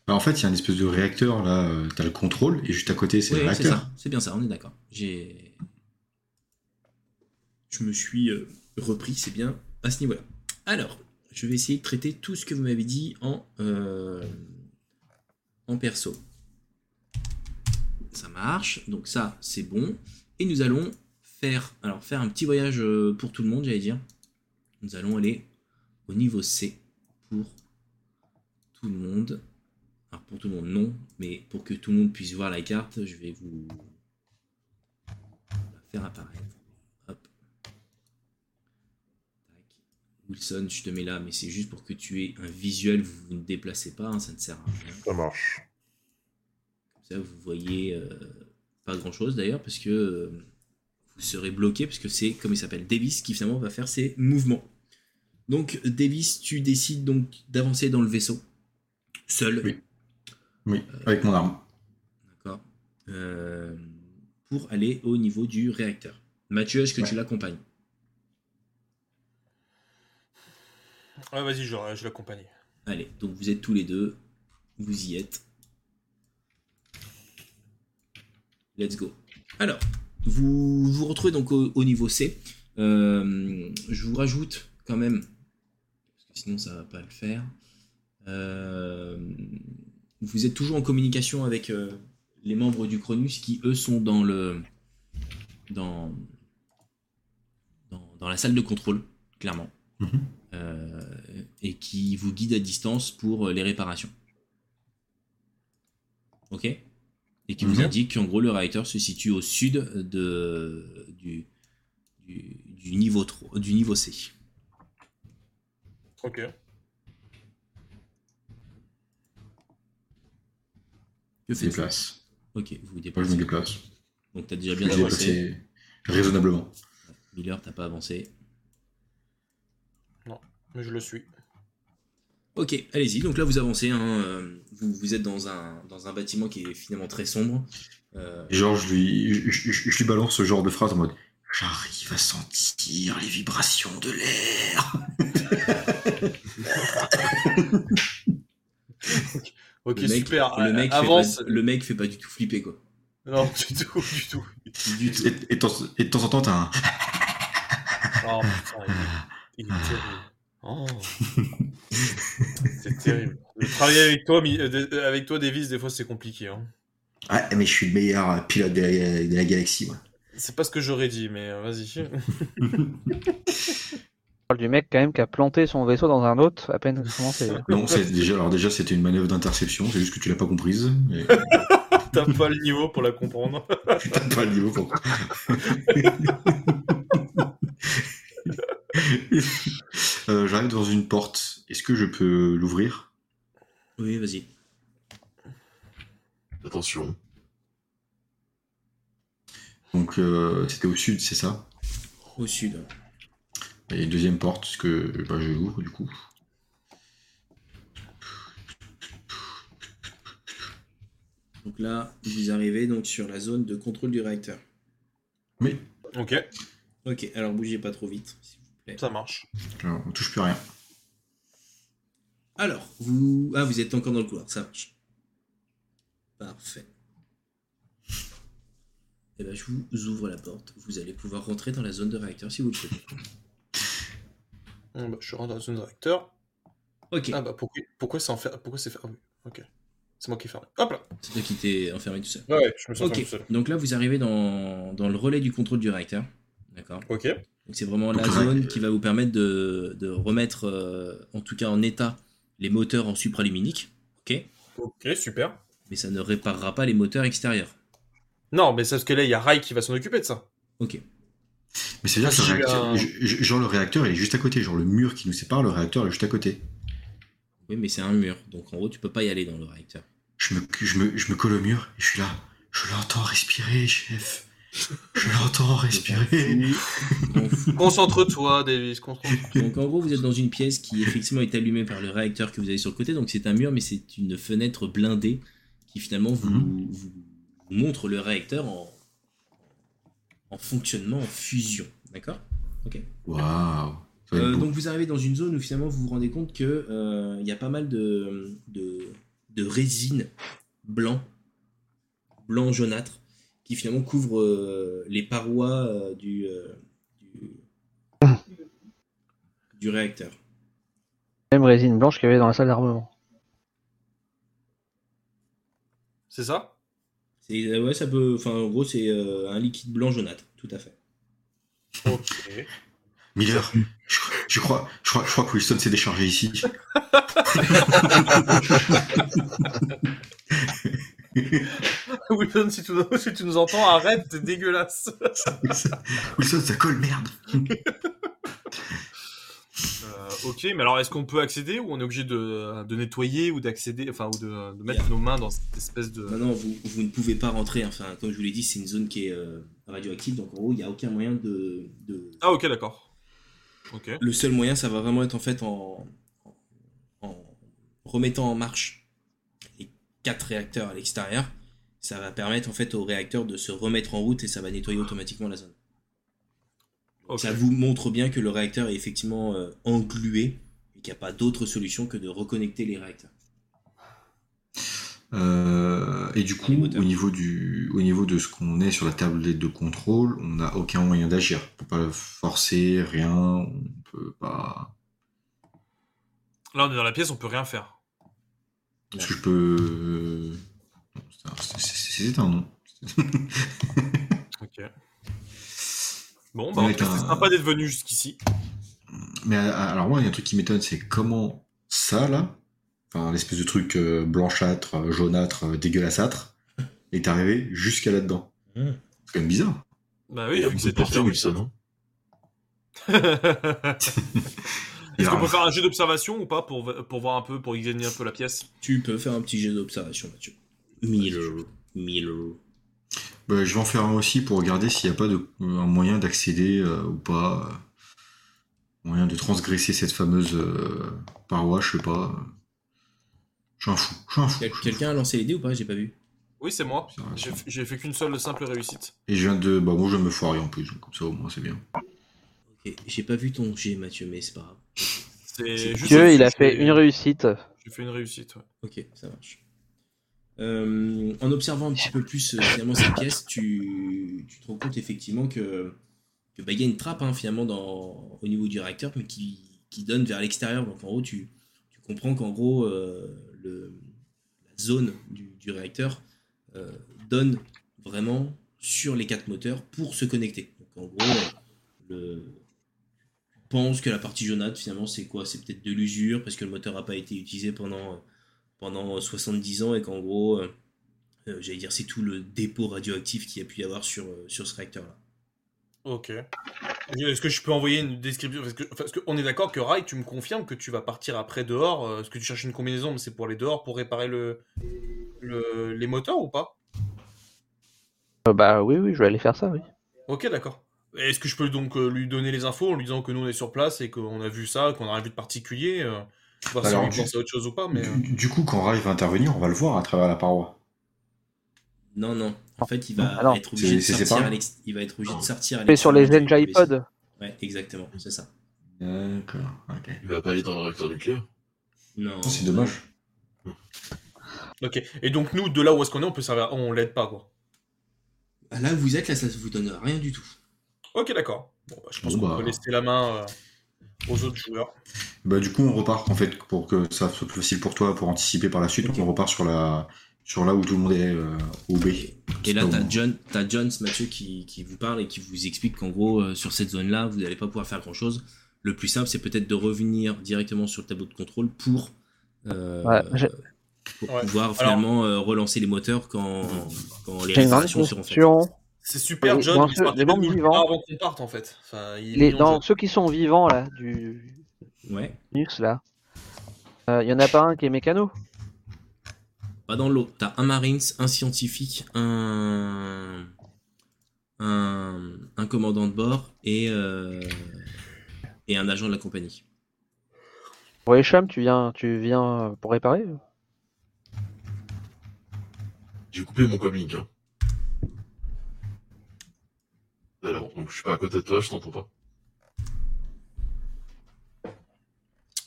[SPEAKER 6] Bah, en fait, il y a une espèce de réacteur là, euh, t'as le contrôle et juste à côté c'est
[SPEAKER 1] Oui,
[SPEAKER 6] le
[SPEAKER 1] oui, c'est
[SPEAKER 6] réacteur.
[SPEAKER 1] ça. C'est bien ça, on est d'accord. J'ai. Je me suis euh, repris, c'est bien à ce niveau-là. Alors, je vais essayer de traiter tout ce que vous m'avez dit en, euh, en perso. Ça marche, donc ça c'est bon. Et nous allons faire, alors, faire un petit voyage euh, pour tout le monde, j'allais dire. Nous allons aller au niveau C pour tout le monde. Alors pour tout le monde, non, mais pour que tout le monde puisse voir la carte, je vais vous la faire apparaître. Hop. Tac. Wilson, je te mets là, mais c'est juste pour que tu aies un visuel, vous, vous ne déplacez pas, hein, ça ne sert à rien.
[SPEAKER 5] Ça marche.
[SPEAKER 1] Comme ça, vous voyez euh, pas grand chose d'ailleurs, parce que euh, vous serez bloqué, parce que c'est, comme il s'appelle, Davis qui finalement va faire ses mouvements. Donc, Davis, tu décides donc d'avancer dans le vaisseau, seul.
[SPEAKER 6] Oui. Oui, avec mon arme.
[SPEAKER 1] D'accord. Euh, pour aller au niveau du réacteur. Mathieu, est-ce que tu l'accompagnes
[SPEAKER 2] (laughs) Ouais, vas-y, je, je l'accompagne.
[SPEAKER 1] Allez, donc vous êtes tous les deux. Vous y êtes. Let's go. Alors, vous vous retrouvez donc au, au niveau C. Euh, je vous rajoute quand même, parce que sinon ça va pas le faire. Euh, vous êtes toujours en communication avec euh, les membres du Cronus qui eux sont dans le dans dans, dans la salle de contrôle, clairement,
[SPEAKER 6] Mhm.
[SPEAKER 1] Euh, et qui vous guident à distance pour euh, les réparations. Ok Et qui vous
[SPEAKER 6] Mhm.
[SPEAKER 1] indique qu'en gros le réacteur se situe au sud de du du, du niveau 3, du niveau C.
[SPEAKER 2] Ok.
[SPEAKER 1] Que
[SPEAKER 6] Je me
[SPEAKER 1] faites-vous
[SPEAKER 6] déplace.
[SPEAKER 1] Ok, vous vous
[SPEAKER 6] Moi, je me
[SPEAKER 1] déplacez.
[SPEAKER 6] déplace.
[SPEAKER 1] Donc t'as déjà
[SPEAKER 6] Je
[SPEAKER 1] bien
[SPEAKER 6] me
[SPEAKER 1] avancé.
[SPEAKER 6] déplace raisonnablement.
[SPEAKER 1] Miller, t'as pas avancé.
[SPEAKER 2] Mais je le suis.
[SPEAKER 1] Ok, allez-y. Donc là, vous avancez. hein, euh, vous, vous êtes dans un, dans un bâtiment qui est finalement très sombre. Euh,
[SPEAKER 6] Et genre, je lui, je, je- je- je lui balance ce genre de phrase en mode J'arrive à sentir les vibrations de l'air.
[SPEAKER 2] Ok,
[SPEAKER 1] le mec,
[SPEAKER 2] super. Euh,
[SPEAKER 1] Le mec,
[SPEAKER 2] Avance.
[SPEAKER 1] Fait pas, le mec fait pas du tout flipper, quoi.
[SPEAKER 2] Non, du tout, du tout.
[SPEAKER 1] Du tout.
[SPEAKER 6] Et, et de temps- et de temps en temps, t'as un.
[SPEAKER 2] Oh putain, il est, il est terrible. Oh. c'est
[SPEAKER 1] (laughs)
[SPEAKER 2] terrible. De travailler avec toi, mi- euh, de- euh, avec toi, Davis, des fois c'est compliqué. hein.
[SPEAKER 6] Ah, mais je suis le meilleur pilote de la, de la galaxie, moi.
[SPEAKER 2] C'est pas ce que j'aurais dit, mais euh, vas-y. (laughs)
[SPEAKER 4] On parle du mec quand même qui a planté son vaisseau dans un autre à peine (laughs) commencé.
[SPEAKER 6] Non, c'est déjà, alors déjà, c'était une manœuvre d'interception, c'est juste que tu l'as pas comprise. mais
[SPEAKER 2] T'as pas le niveau pour la comprendre.
[SPEAKER 6] T'as pas le niveau pour. Euh, J'arrive dans une porte. Est-ce que je peux l'ouvrir
[SPEAKER 1] Oui, vas-y.
[SPEAKER 3] Attention.
[SPEAKER 6] Donc, euh, c'était au sud, c'est ça
[SPEAKER 1] Au sud.
[SPEAKER 6] Et deuxième porte, parce que bah, je l'ouvre du coup.
[SPEAKER 1] Donc là, vous arrivez donc sur la zone de contrôle du réacteur.
[SPEAKER 6] Mais
[SPEAKER 2] Ok,
[SPEAKER 1] Ok, alors bougez pas trop vite. s'il vous plaît.
[SPEAKER 2] ça marche.
[SPEAKER 6] alors, on touche plus à rien.
[SPEAKER 1] Alors, vous. Ah, vous êtes encore dans le couloir, ça marche. Parfait. Et ben, je vous ouvre la porte. Vous allez pouvoir rentrer dans la zone de réacteur si vous le souhaitez.
[SPEAKER 2] Bon, bah, je rentre dans une zone de réacteur.
[SPEAKER 1] Ok.
[SPEAKER 2] Ah bah pourquoi, pourquoi c'est enfer- pourquoi c'est fermé Ok. C'est moi qui ai fermé. Hop là
[SPEAKER 1] C'est toi qui t'es enfermé tout seul.
[SPEAKER 2] Ouais, je me suis
[SPEAKER 1] Ok,
[SPEAKER 2] enfermé tout seul.
[SPEAKER 1] donc là vous arrivez dans, dans le relais du contrôle du réacteur. D'accord.
[SPEAKER 2] Ok.
[SPEAKER 1] Donc c'est vraiment la
[SPEAKER 2] Donc,
[SPEAKER 1] zone qui va vous permettre de, de remettre, euh, en tout cas en état, les moteurs en supraluminique. Ok.
[SPEAKER 2] Ok, super.
[SPEAKER 1] Mais ça ne réparera pas les moteurs extérieurs.
[SPEAKER 2] Non, mais c'est parce que là, il y a Rai qui va s'en occuper de (laughs) ça.
[SPEAKER 1] Ok.
[SPEAKER 6] Mais c'est bien,
[SPEAKER 2] J'ai eu un-
[SPEAKER 6] genre le réacteur il est juste à côté, genre le mur qui nous sépare, le réacteur il est juste à côté.
[SPEAKER 1] Oui, mais c'est un mur. Donc en gros, tu peux pas y aller dans le réacteur.
[SPEAKER 6] Je me, je me, je me colle au mur et je suis là. Je l'entends respirer, chef. Je l'entends respirer.
[SPEAKER 2] Concentre-toi, Davis, concentre-toi.
[SPEAKER 1] Donc en gros, vous êtes dans une pièce qui effectivement est allumée par le réacteur que vous avez sur le côté. Donc c'est un mur, mais c'est une fenêtre blindée qui finalement vous, vous montre le réacteur en, en fonctionnement, en fusion. D'accord Ok.
[SPEAKER 6] Waouh. Ça va être
[SPEAKER 1] Euh,
[SPEAKER 6] beau.
[SPEAKER 1] donc vous arrivez dans une zone où finalement vous vous rendez compte que euh, il y a pas mal de, de, de résine blanc, blanc jaunâtre, qui finalement couvre euh, les parois euh, du, euh, du, du réacteur.
[SPEAKER 4] Même résine blanche qu'il y avait dans la salle d'armement.
[SPEAKER 2] C'est ça
[SPEAKER 1] C'est- euh, ouais, ça peut. Enfin, en gros, c'est euh, un liquide blanc jaunâtre, tout à fait.
[SPEAKER 2] (laughs)
[SPEAKER 6] Miller, je, je crois, je, crois, je crois que Wilson s'est déchargé ici.
[SPEAKER 2] Wilson, si tu, nous- si tu nous entends, arrête, t'es dégueulasse.
[SPEAKER 6] Wilson, ça colle, merde.
[SPEAKER 2] Euh, ok, mais alors est-ce qu'on peut accéder ou on est obligé de, de nettoyer ou d'accéder, enfin, ou de, de mettre nos mains dans cette espèce de.
[SPEAKER 1] Non, non, vous, vous ne pouvez pas rentrer. Enfin, comme je vous l'ai dit, c'est une zone qui est euh, radioactive, donc en gros, il n'y a aucun moyen de- de,
[SPEAKER 2] Ah, ok, d'accord. Ok.
[SPEAKER 1] Le seul moyen, ça va vraiment être en fait en, en remettant en marche les quatre réacteurs à l'extérieur. Ça va permettre en fait aux réacteurs de se remettre en route et ça va nettoyer automatiquement la zone.
[SPEAKER 2] Ok.
[SPEAKER 1] Ça vous montre bien que le réacteur est effectivement euh, englué et qu'il n'y a pas d'autre solution que de reconnecter les réacteurs.
[SPEAKER 6] Euh, et du coup, au niveau, du, au niveau de ce qu'on est sur la tablette de contrôle, on n'a aucun moyen d'agir. On peut pas forcer, rien. On peut pas.
[SPEAKER 2] Là, on est dans la pièce, on peut rien faire.
[SPEAKER 6] Est-ce que je peux. euh, Non, c'est un- c'est- c'est- C'était un nom.
[SPEAKER 2] Ok. Bon, bah, en
[SPEAKER 6] Ouais,
[SPEAKER 2] tout cas,
[SPEAKER 6] t'as-
[SPEAKER 2] c'est sympa d'être venu jusqu'ici.
[SPEAKER 6] Mais euh, alors, moi, il y a un truc qui m'étonne, c'est comment ça, là, enfin, l'espèce de truc euh, blanchâtre, euh, jaunâtre, euh, dégueulassâtre, est arrivé jusqu'à là-dedans.
[SPEAKER 1] Hmm.
[SPEAKER 6] C'est quand même bizarre.
[SPEAKER 2] Bah oui, vu que
[SPEAKER 3] vous
[SPEAKER 2] c'était
[SPEAKER 3] portez Wilson, hein
[SPEAKER 2] Est-ce qu'on peut faire un jeu d'observation ou pas pour, pour voir un peu, pour examiner un peu la pièce
[SPEAKER 1] Tu peux faire un petit jet d'observation là-dessus. Miller. Miller.
[SPEAKER 6] Bah, je vais en faire un aussi pour regarder s'il n'y a pas de, un moyen d'accéder euh, ou pas. euh, moyen de transgresser cette fameuse euh, paroi, je sais pas. euh. Je suis un fou, je suis un fou.
[SPEAKER 1] Quel- Quelqu'un a lancé les dés ou pas J'ai pas vu.
[SPEAKER 2] Oui, c'est moi. J'ai- J'ai fait qu'une seule simple réussite.
[SPEAKER 6] Et je viens de. Bah, moi, je viens de me foirer en plus, donc comme ça au moins c'est bien.
[SPEAKER 1] Ok, J'ai pas vu ton jet, Mathieu, mais c'est pas grave.
[SPEAKER 2] C'est juste.
[SPEAKER 4] Dieu, il a fait une réussite.
[SPEAKER 2] J'ai fait une réussite, ouais.
[SPEAKER 1] Ok, ça marche. Euh, en observant un petit peu plus euh, finalement cette pièce, tu, tu te rends compte effectivement que que, bah, il y a une trappe hein, finalement dans, au niveau du réacteur, mais qui, qui donne vers l'extérieur. Donc en gros, tu, tu comprends qu'en gros, euh, le, la zone du, du réacteur euh, donne vraiment sur les quatre moteurs pour se connecter. Donc en gros, euh, le, tu penses que la partie jaunâtre finalement c'est quoi C'est peut-être de l'usure parce que le moteur n'a pas été utilisé pendant, pendant 70 ans et qu'en gros, euh, euh, j'allais dire, c'est tout le dépôt radioactif qu'il y a pu y avoir sur, euh, sur ce réacteur-là.
[SPEAKER 2] Ok. Est-ce que je peux envoyer une description Parce que, enfin, parce que on est d'accord que Rai, tu me confirmes que tu vas partir après dehors. euh, Est-ce que tu cherches une combinaison Mais c'est pour les dehors, pour réparer le, le- les moteurs ou pas
[SPEAKER 4] Euh, bah oui, oui, je vais aller faire ça, oui.
[SPEAKER 2] Ok, d'accord. Et Est-ce que je peux donc euh, lui donner les infos en lui disant que nous on est sur place et qu'on a vu ça, qu'on a rien vu de particulier euh, voir si
[SPEAKER 6] Alors,
[SPEAKER 2] lui
[SPEAKER 6] du-
[SPEAKER 2] pense à autre chose ou pas, mais. euh,
[SPEAKER 6] Du, du coup, quand Rai va intervenir, on va le voir à travers la paroi.
[SPEAKER 1] Non, non. En fait, il va
[SPEAKER 4] Alors,
[SPEAKER 1] être obligé de
[SPEAKER 6] c'est- c'est
[SPEAKER 1] sortir
[SPEAKER 6] séparé
[SPEAKER 1] à l'ex- Il va être obligé de
[SPEAKER 6] Ah.
[SPEAKER 1] sortir à
[SPEAKER 4] Et sur les
[SPEAKER 1] l'extérieur
[SPEAKER 4] Zenja
[SPEAKER 1] du vaisseau.
[SPEAKER 4] iPod
[SPEAKER 1] Ouais, exactement, c'est ça.
[SPEAKER 6] D'accord, ok.
[SPEAKER 3] Il va pas aller dans le réacteur nucléaire
[SPEAKER 1] Non.
[SPEAKER 6] C'est dommage.
[SPEAKER 2] euh, Ok. Et donc nous, de là où est-ce qu'on est, on peut servir, on l'aide pas quoi.
[SPEAKER 1] Ah, Là où vous êtes, là, ça vous donne rien du tout.
[SPEAKER 2] Ok, d'accord. Bon, bah, je pense
[SPEAKER 6] Bon,
[SPEAKER 2] qu'on
[SPEAKER 6] bah.
[SPEAKER 2] peut laisser la main euh, aux autres joueurs.
[SPEAKER 6] Bah, du coup, on repart en fait pour que ça soit plus facile pour toi pour anticiper par la suite. Donc, on repart sur la sur là où tout le monde est euh, au B.
[SPEAKER 1] Et là,
[SPEAKER 6] Au-
[SPEAKER 1] t'as John, t'as Jones, Mathieu, qui, qui vous parle et qui vous explique qu'en gros, euh, sur cette zone-là, vous n'allez pas pouvoir faire grand-chose. Le plus simple, c'est peut-être de revenir directement sur le tableau de contrôle pour, euh,
[SPEAKER 4] Ouais, j'ai-
[SPEAKER 1] pour
[SPEAKER 2] Ouais.
[SPEAKER 1] pouvoir
[SPEAKER 2] Alors-
[SPEAKER 1] finalement euh, relancer les moteurs quand, quand les
[SPEAKER 4] J'ai une
[SPEAKER 1] réparations seront faites.
[SPEAKER 4] question.
[SPEAKER 2] C'est super,
[SPEAKER 4] Les-
[SPEAKER 2] John.
[SPEAKER 4] dans
[SPEAKER 2] il
[SPEAKER 4] ceux-
[SPEAKER 2] partait
[SPEAKER 4] les
[SPEAKER 2] même
[SPEAKER 4] membres
[SPEAKER 2] nulle
[SPEAKER 4] vivants.
[SPEAKER 2] part avant qu'on parte, en fait. Enfin, il est
[SPEAKER 4] Les,
[SPEAKER 2] mignon,
[SPEAKER 4] dans
[SPEAKER 2] John.
[SPEAKER 4] ceux qui sont vivants là, du
[SPEAKER 1] Ouais,
[SPEAKER 4] virus là, il y en a pas un qui est mécano.
[SPEAKER 1] pas dans l'eau. T'as un Marines, un scientifique, un, un, un commandant de bord et, euh, et un agent de la compagnie.
[SPEAKER 4] Pour les chums, tu viens, tu viens pour réparer
[SPEAKER 3] J'ai coupé mon coming. Hein. Alors, donc je suis pas à côté de toi, je t'entends pas.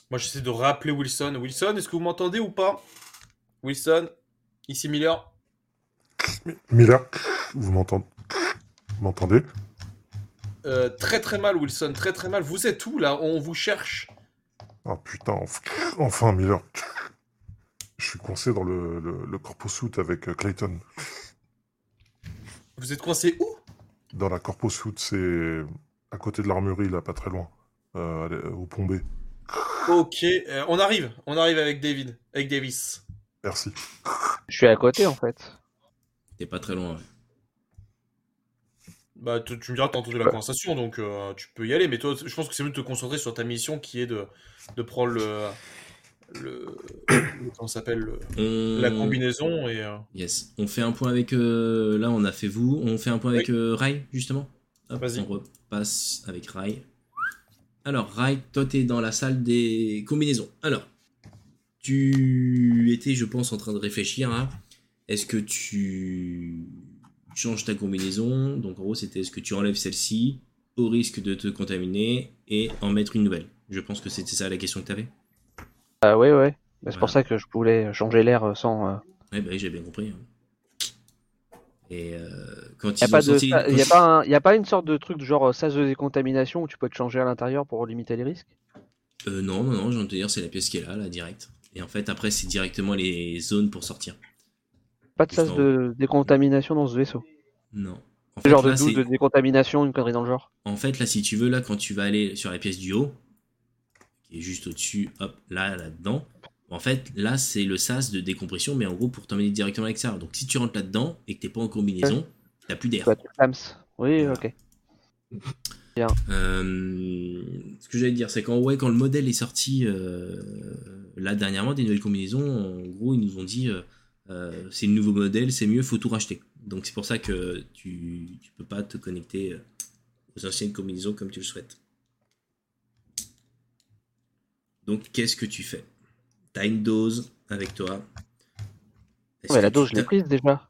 [SPEAKER 2] Moi, j'essaie de rappeler Wilson. Wilson, est-ce que vous m'entendez ou pas Wilson, ici Miller.
[SPEAKER 5] Miller, vous m'entendez Vous m'entendez
[SPEAKER 2] Euh, très très mal, Wilson. Très très mal. Vous êtes où là On vous cherche.
[SPEAKER 5] Ah putain, enf- enfin Miller. Je suis coincé dans le, le, le corposuit avec euh, Clayton.
[SPEAKER 2] Vous êtes coincé où
[SPEAKER 5] Dans la corposuit, c'est à côté de l'armurerie, là, pas très loin. Euh, allez, au pont B.
[SPEAKER 2] Ok, euh, on arrive. On arrive avec David, avec Davis.
[SPEAKER 5] Merci.
[SPEAKER 4] Je suis à côté en fait.
[SPEAKER 1] T'es pas très loin. ouais.
[SPEAKER 2] Bah, tu tu me diras, t'as entendu la conversation, donc euh, tu peux y aller. Mais toi, je pense que c'est mieux de te concentrer sur ta mission qui est de, de prendre le. le, le- comment ça s'appelle le-
[SPEAKER 1] On-
[SPEAKER 2] La combinaison et. euh,
[SPEAKER 1] Yes. On fait un point avec. euh, là, on a fait vous. On fait un point avec euh, Rai, justement. Hop,
[SPEAKER 2] Vas-y.
[SPEAKER 1] On repasse avec Rai. Alors, Rai, toi, t'es dans la salle des combinaisons. Alors, tu étais, je pense, en train de réfléchir à est-ce que tu changes ta combinaison Donc, en gros, c'était est-ce que tu enlèves celle-ci au risque de te contaminer et en mettre une nouvelle Je pense que c'était ça la question que t'avais.
[SPEAKER 4] Ah ouais ouais. Bah, c'est pour
[SPEAKER 1] Voilà.
[SPEAKER 4] ça que je voulais changer l'air euh, sans. euh,
[SPEAKER 1] Ouais, bah oui, j'ai bien compris. Et euh, quand
[SPEAKER 4] Y a
[SPEAKER 1] ils
[SPEAKER 4] pas
[SPEAKER 1] ont
[SPEAKER 4] de,
[SPEAKER 1] sorti-
[SPEAKER 4] ça-
[SPEAKER 1] quand
[SPEAKER 4] y a
[SPEAKER 1] ils-
[SPEAKER 4] pas un- y a pas une sorte de truc de genre euh, sas de décontamination où tu peux te changer à l'intérieur pour limiter les risques
[SPEAKER 1] Euh, non, non, non, j'ai envie de te dire, c'est la pièce qui est là, là, direct. Et en fait, après, c'est directement les zones pour sortir.
[SPEAKER 4] Pas de
[SPEAKER 1] Juste
[SPEAKER 4] sas
[SPEAKER 1] en-
[SPEAKER 4] de décontamination dans ce vaisseau.
[SPEAKER 1] Non. En
[SPEAKER 4] Ce
[SPEAKER 1] fait,
[SPEAKER 4] genre de
[SPEAKER 1] là,
[SPEAKER 4] doute
[SPEAKER 1] c'est-
[SPEAKER 4] de décontamination, une connerie dans le genre.
[SPEAKER 1] en fait, là, si tu veux, là, quand tu vas aller sur la pièce du haut, qui est juste au-dessus, hop, là, là-dedans, en fait, là, c'est le sas de décompression, mais en gros, pour t'emmener directement à l'extérieur. Donc, si tu rentres là-dedans et que t'es pas en combinaison, t'as plus d'air.
[SPEAKER 4] Bah, tu flames. Oui, ok.
[SPEAKER 1] Euh, ce que j'allais dire, c'est quand, ouais, quand le modèle est sorti euh, là dernièrement, des nouvelles combinaisons, en gros, ils nous ont dit euh, euh, c'est le nouveau modèle, c'est mieux, faut tout racheter. Donc c'est pour ça que tu, tu peux pas te connecter euh, aux anciennes combinaisons comme tu le souhaites. Donc qu'est-ce que tu fais T'as une dose avec toi. Est-ce
[SPEAKER 4] Ouais, la
[SPEAKER 1] que tu
[SPEAKER 4] dose, je l'ai
[SPEAKER 1] t'as-
[SPEAKER 4] prise déjà.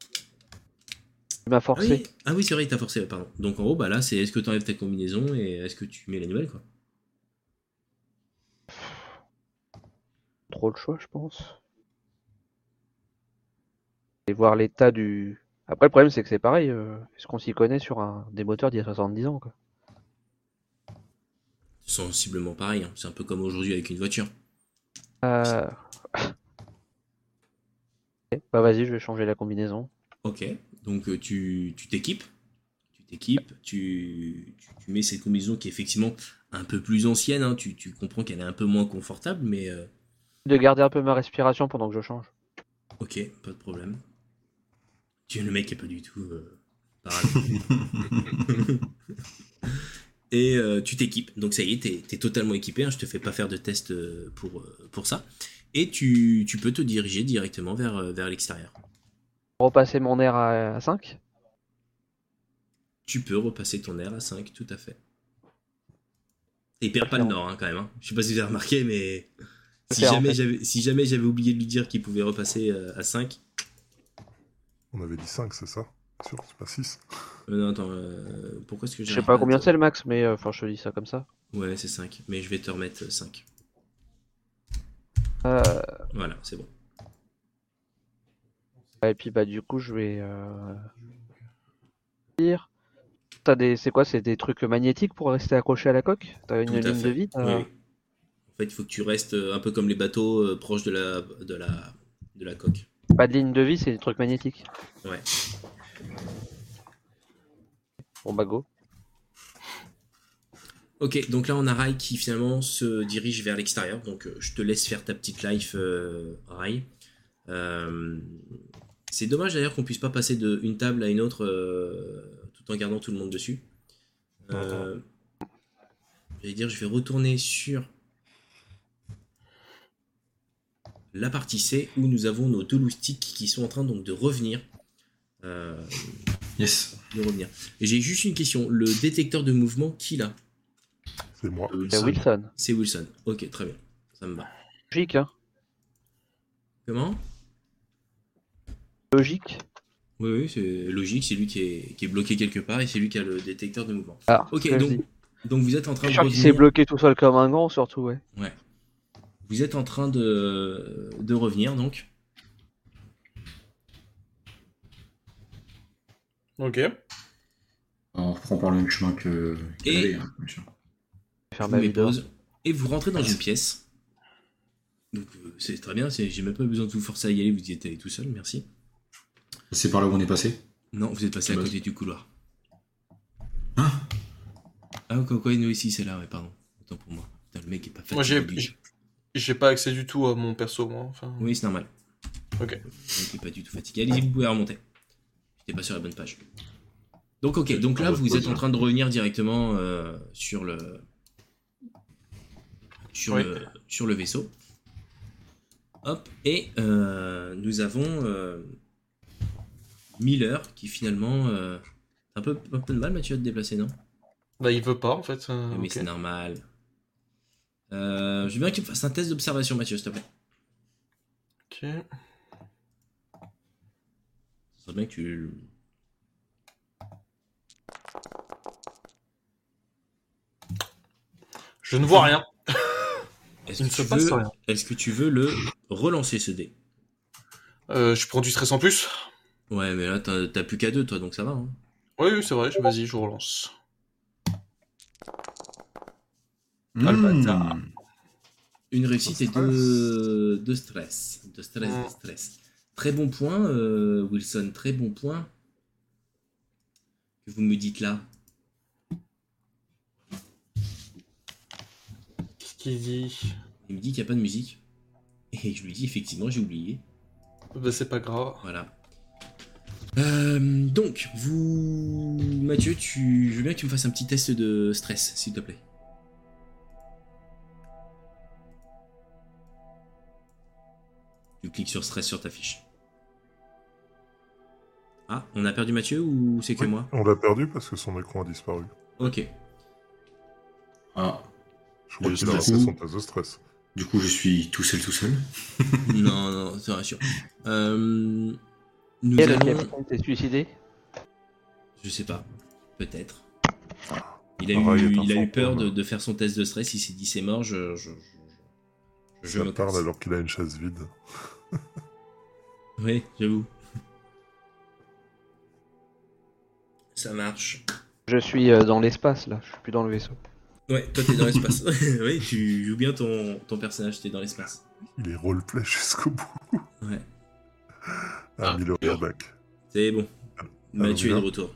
[SPEAKER 4] Tu m'as
[SPEAKER 1] Ah oui,
[SPEAKER 4] forcé.
[SPEAKER 1] Ah oui, c'est vrai, il t'a forcé, pardon. Donc en gros, bah là, c'est est-ce que tu enlèves ta combinaison et est-ce que tu mets la nouvelle, quoi
[SPEAKER 4] Trop de choix, je pense. Et voir l'état du. Après, le problème, c'est que c'est pareil. euh, Est-ce qu'on s'y connaît sur un... des moteurs d'il y a 70 ans quoi
[SPEAKER 1] sensiblement pareil. hein. C'est un peu comme aujourd'hui avec une voiture.
[SPEAKER 4] Euh, Ok, Bah, vas-y, je vais changer la combinaison.
[SPEAKER 1] Ok, donc euh, tu tu t'équipes, tu t'équipes, tu, tu, tu mets cette combinaison qui est effectivement un peu plus ancienne. hein. Tu, tu comprends qu'elle est un peu moins confortable, mais euh,
[SPEAKER 4] De garder un peu ma respiration pendant que je change.
[SPEAKER 1] ok, pas de problème. Tu le mec est pas du tout euh, pareil. Et euh, tu t'équipes, donc ça y est, t'es es totalement équipé. hein. Je te fais pas faire de test euh, pour euh, pour ça. Et tu, tu peux te diriger directement vers euh, vers l'extérieur.
[SPEAKER 4] Repasser mon air à, à 5
[SPEAKER 1] Tu peux repasser ton air à 5, tout à fait. Et il perd pas le nord hein, quand même. hein. Je sais pas si vous avez remarqué, mais si
[SPEAKER 4] C'est en
[SPEAKER 1] jamais,
[SPEAKER 4] fait-
[SPEAKER 1] j'avais, si jamais j'avais oublié de lui dire qu'il pouvait repasser euh, à 5.
[SPEAKER 5] On avait dit 5, c'est ça Sûr, c'est pas 6.
[SPEAKER 1] Euh, non, attends, euh, pourquoi est-ce que j'ai.
[SPEAKER 4] Je sais
[SPEAKER 1] un
[SPEAKER 4] pas
[SPEAKER 1] rate
[SPEAKER 4] combien c'est le max, mais euh, enfin, je te dis ça comme ça.
[SPEAKER 1] Ouais, c'est 5, mais je vais te remettre 5.
[SPEAKER 4] Euh,
[SPEAKER 1] Voilà, c'est bon.
[SPEAKER 4] Et puis bah du coup je vais euh, partir. T'as des, c'est quoi, c'est des trucs magnétiques pour rester accroché à la coque T'as une
[SPEAKER 1] Tout à
[SPEAKER 4] ligne
[SPEAKER 1] fait.
[SPEAKER 4] de vie hein. t'as-
[SPEAKER 1] Oui. En fait, il faut que tu restes euh, un peu comme les bateaux euh, proches de la, de, la, de la coque.
[SPEAKER 4] Pas de ligne de vie, c'est des trucs magnétiques.
[SPEAKER 1] Ouais.
[SPEAKER 4] Bon bah go.
[SPEAKER 1] Ok, donc là on a Rai qui finalement se dirige vers l'extérieur, donc euh, je te laisse faire ta petite life, euh, Rai. Euh, c'est dommage d'ailleurs qu'on puisse pas passer d'une table à une autre euh, tout en gardant tout le monde dessus. Euh, J'allais dire, je vais retourner sur la partie C où nous avons nos deux loustiques qui sont en train donc de revenir. Euh,
[SPEAKER 6] yes.
[SPEAKER 1] De revenir. Et j'ai juste une question. Le détecteur de mouvement, qui l'a
[SPEAKER 5] C'est moi.
[SPEAKER 1] Euh,
[SPEAKER 4] C'est Wilson.
[SPEAKER 1] C'est Wilson. Ok, très bien. Ça me va.
[SPEAKER 4] Logique, hein
[SPEAKER 1] Comment
[SPEAKER 4] Logique.
[SPEAKER 1] Oui, oui, c'est logique. C'est lui qui est, qui est bloqué quelque part et c'est lui qui a le détecteur de mouvement.
[SPEAKER 4] Ah,
[SPEAKER 1] ok,
[SPEAKER 4] je
[SPEAKER 1] donc,
[SPEAKER 4] dis.
[SPEAKER 1] donc vous êtes en train
[SPEAKER 4] Je
[SPEAKER 1] de
[SPEAKER 4] crois qu'il s'est
[SPEAKER 1] revenir.
[SPEAKER 4] bloqué tout seul comme un grand, surtout, ouais.
[SPEAKER 1] Ouais. Vous êtes en train de, de revenir donc.
[SPEAKER 2] Ok.
[SPEAKER 6] On reprend par le même chemin que.
[SPEAKER 1] Et-
[SPEAKER 6] qu'elle est, hein, bien sûr.
[SPEAKER 4] Ah,
[SPEAKER 1] Je
[SPEAKER 4] bah,
[SPEAKER 1] vous mets pause. et vous rentrez dans une pièce. Donc euh, c'est très bien. c'est- J'ai même pas besoin de vous forcer à y aller. Vous y êtes allé tout seul. Merci.
[SPEAKER 6] C'est par là où on est passé
[SPEAKER 1] Non, vous êtes passé à
[SPEAKER 6] Bah,
[SPEAKER 1] côté du couloir.
[SPEAKER 2] Hein
[SPEAKER 1] Ah, quoi, quoi, nous ici, c'est là, ouais, pardon. Autant pour moi. Putain, le mec est pas fatigué.
[SPEAKER 2] Moi, j'ai,
[SPEAKER 1] du tout.
[SPEAKER 2] j'ai- j'ai pas accès du tout à mon perso, moi. Enfin,
[SPEAKER 1] Oui, c'est normal.
[SPEAKER 2] Ok.
[SPEAKER 1] Donc, il est pas du tout fatigué. Allez-y, vous pouvez remonter. J'étais pas sur la bonne page. Donc, ok, donc
[SPEAKER 2] Ah,
[SPEAKER 1] là,
[SPEAKER 2] bah,
[SPEAKER 1] vous êtes en train de revenir directement euh, sur le. Sur,
[SPEAKER 2] Oui.
[SPEAKER 1] le, sur le vaisseau. Hop, et euh, nous avons euh, Miller qui finalement. euh, t'as un peu, un peu de mal, Mathieu, à te déplacer, non
[SPEAKER 2] bah, il veut pas, en fait. euh,
[SPEAKER 1] Ah Oui,
[SPEAKER 2] ok.
[SPEAKER 1] c'est normal. Euh, je veux bien que tu me fasses un test d'observation, Mathieu, s'il te plaît.
[SPEAKER 2] Ok.
[SPEAKER 1] Ça serait bien que tu.
[SPEAKER 2] Je ne vois rien.
[SPEAKER 1] Est-ce
[SPEAKER 2] Il ne
[SPEAKER 1] que,
[SPEAKER 2] se
[SPEAKER 1] tu
[SPEAKER 2] passe
[SPEAKER 1] veux-
[SPEAKER 2] rien.
[SPEAKER 1] est-ce que tu veux le relancer ce dé
[SPEAKER 2] Euh, je prends du stress en plus.
[SPEAKER 1] Ouais, mais là, t'as t'as plus qu'à deux, toi, donc ça va. hein.
[SPEAKER 2] Oui, oui, c'est vrai. je- Vas-y, je relance. Mmh.
[SPEAKER 1] Ah, le bâtard. Une réussite et deux, deux stress. Deux stress,
[SPEAKER 2] Mm.
[SPEAKER 1] deux stress. Très bon point, euh, Wilson, très bon point. Que vous me dites là.
[SPEAKER 2] Qu'est-ce qu'il dit
[SPEAKER 1] Il me dit qu'il n'y a pas de musique. Et je lui dis, effectivement, j'ai oublié.
[SPEAKER 2] Bah, c'est pas grave.
[SPEAKER 1] Voilà. Euh, donc, vous. Mathieu, tu... je veux bien que tu me fasses un petit test de stress, s'il te plaît. Tu cliques sur stress sur ta fiche. Ah, on a perdu Mathieu ou c'est que moi
[SPEAKER 5] On l'a perdu parce que son écran a disparu.
[SPEAKER 1] Ok.
[SPEAKER 6] Ah,
[SPEAKER 5] Je crois
[SPEAKER 6] Et
[SPEAKER 5] qu'il
[SPEAKER 6] du
[SPEAKER 5] a raté
[SPEAKER 6] coup-
[SPEAKER 5] son test de stress.
[SPEAKER 6] du coup, je suis tout seul, tout seul.
[SPEAKER 1] non, non, ça rassure. Euh, nous
[SPEAKER 4] Et le
[SPEAKER 1] allons.
[SPEAKER 4] capitaine s'est suicidé
[SPEAKER 1] Je sais pas. Peut-être. Il a, eu,
[SPEAKER 5] Ah, il est un
[SPEAKER 1] il a eu
[SPEAKER 5] fantôme.
[SPEAKER 1] peur de, de faire son test de stress. Il s'est dit c'est mort. Je, je, je, je
[SPEAKER 5] Ça
[SPEAKER 1] me
[SPEAKER 5] parle
[SPEAKER 1] casse.
[SPEAKER 5] alors qu'il a une chaise vide.
[SPEAKER 1] Oui, j'avoue. (laughs) Ça marche.
[SPEAKER 4] Je suis euh, dans l'espace, là. Je suis plus dans le vaisseau.
[SPEAKER 1] Ouais, toi t'es dans l'espace. (laughs) oui, tu joues bien ton, ton personnage. T'es dans l'espace.
[SPEAKER 5] Il est roleplay (laughs) jusqu'au bout.
[SPEAKER 1] Ouais.
[SPEAKER 5] Ah, Miller est back.
[SPEAKER 1] C'est bon. Mathieu est
[SPEAKER 5] bien.
[SPEAKER 1] de retour.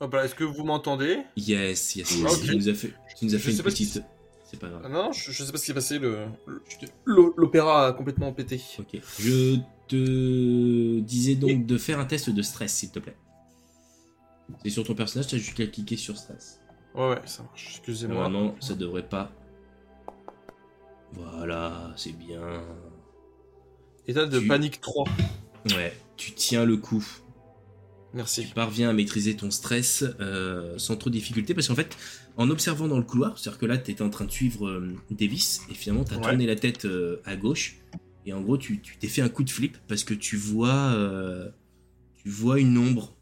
[SPEAKER 2] Hop là, est-ce que vous m'entendez
[SPEAKER 1] Yes, yes, yes.
[SPEAKER 2] Ah, ok.
[SPEAKER 1] Tu nous as fait, tu nous as
[SPEAKER 2] Je
[SPEAKER 1] fait une
[SPEAKER 2] sais pas si-
[SPEAKER 1] petite. C'est pas grave.
[SPEAKER 2] Ah Non, je, je sais pas ce qui s'est passé. le- le- l'o- L'opéra a complètement pété.
[SPEAKER 1] Ok. Je te disais donc de faire un test de stress, s'il te plaît. C'est sur ton personnage, t'as juste qu'à cliquer sur stress.
[SPEAKER 2] Ouais, ouais, ça marche. Excusez-moi.
[SPEAKER 1] Normalement, ça devrait pas. Voilà, c'est bien.
[SPEAKER 2] État de
[SPEAKER 1] Tu-
[SPEAKER 2] panique 3.
[SPEAKER 1] Ouais, tu tiens le coup. Tu
[SPEAKER 2] Merci.
[SPEAKER 1] parviens à maîtriser ton stress euh, sans trop de difficulté parce qu'en fait, en observant dans le couloir, c'est-à-dire que là, tu étais en train de suivre euh, Davis et finalement, tu as
[SPEAKER 2] Ouais.
[SPEAKER 1] tourné la tête euh, à gauche et en gros, tu tu t'es fait un coup de flip parce que tu vois, euh, tu vois une ombre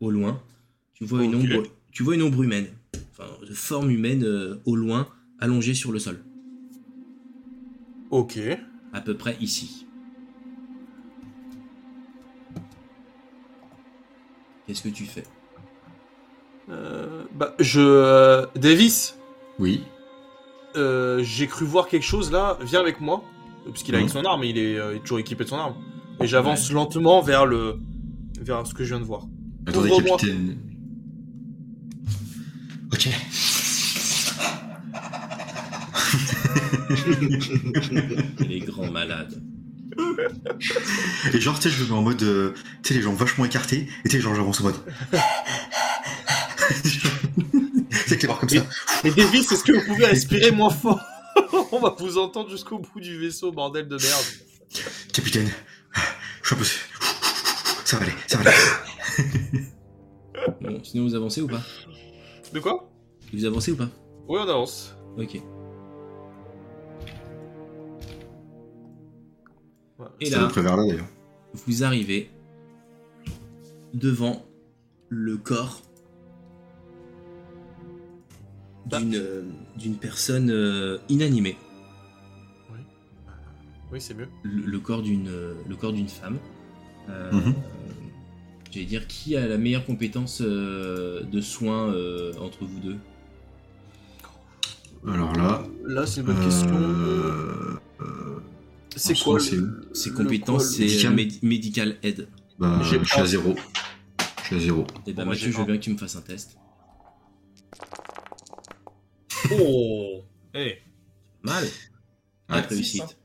[SPEAKER 1] au loin. Tu vois, une
[SPEAKER 2] Ok.
[SPEAKER 1] ombre, tu vois une ombre humaine, enfin, de forme humaine euh, au loin, allongée sur le sol,
[SPEAKER 2] Ok.
[SPEAKER 1] à peu près ici. Qu'est-ce que tu fais
[SPEAKER 2] Euh, bah, je. euh, Davis
[SPEAKER 6] Oui.
[SPEAKER 2] Euh, J'ai cru voir quelque chose là, viens avec moi. Euh, Parce qu'il est avec
[SPEAKER 6] Mhm.
[SPEAKER 2] son arme, il est, euh, il est toujours équipé de son arme. Et j'avance lentement vers le. vers ce que je viens de voir.
[SPEAKER 6] Attendez,
[SPEAKER 2] Ouvre-moi.
[SPEAKER 6] capitaine. Ok.
[SPEAKER 1] Les grands malades.
[SPEAKER 6] Et genre, tu sais, je me mets en mode. euh, tu sais, les gens vachement écartés. Et tu sais, genre, j'avance en mode. (laughs) C'est que les barres comme ça.
[SPEAKER 2] Et Davis, est-ce que vous (laughs) pouvez respirer moins fort On va vous entendre jusqu'au bout du vaisseau, bordel de merde.
[SPEAKER 6] Capitaine, je suis un peu. Ça va aller, ça va aller.
[SPEAKER 1] Bon, sinon vous avancez ou pas
[SPEAKER 2] De quoi
[SPEAKER 1] Vous avancez ou pas
[SPEAKER 2] Oui, on avance.
[SPEAKER 1] Ok. Et
[SPEAKER 6] C'est à
[SPEAKER 1] là,
[SPEAKER 6] peu près vers là d'ailleurs.
[SPEAKER 1] vous arrivez devant le corps d'une euh, d'une personne euh, inanimée.
[SPEAKER 2] Oui, c'est mieux.
[SPEAKER 1] le, le corps d'une le corps d'une femme. Euh,
[SPEAKER 6] Mhm.
[SPEAKER 1] J'allais dire qui a la meilleure compétence euh, de soins euh, entre vous deux.
[SPEAKER 6] Alors là.
[SPEAKER 2] Là, c'est une bonne question.
[SPEAKER 6] euh, euh,
[SPEAKER 2] C'est
[SPEAKER 6] en
[SPEAKER 2] quoi
[SPEAKER 6] soi,
[SPEAKER 2] le-
[SPEAKER 1] Ses
[SPEAKER 2] le-
[SPEAKER 1] compétences,
[SPEAKER 2] le-
[SPEAKER 1] c'est euh, mé- medical aid.
[SPEAKER 6] Bah,
[SPEAKER 2] J'ai
[SPEAKER 6] je suis
[SPEAKER 2] pas.
[SPEAKER 6] à zéro. Je suis à zéro.
[SPEAKER 1] Et bah
[SPEAKER 2] Bon, moi,
[SPEAKER 1] Mathieu,
[SPEAKER 2] j'ai
[SPEAKER 1] je veux
[SPEAKER 2] un.
[SPEAKER 1] bien que tu me fasses un test.
[SPEAKER 2] Oh Eh
[SPEAKER 1] Mal.
[SPEAKER 6] Ouais.
[SPEAKER 1] Quatre réussites.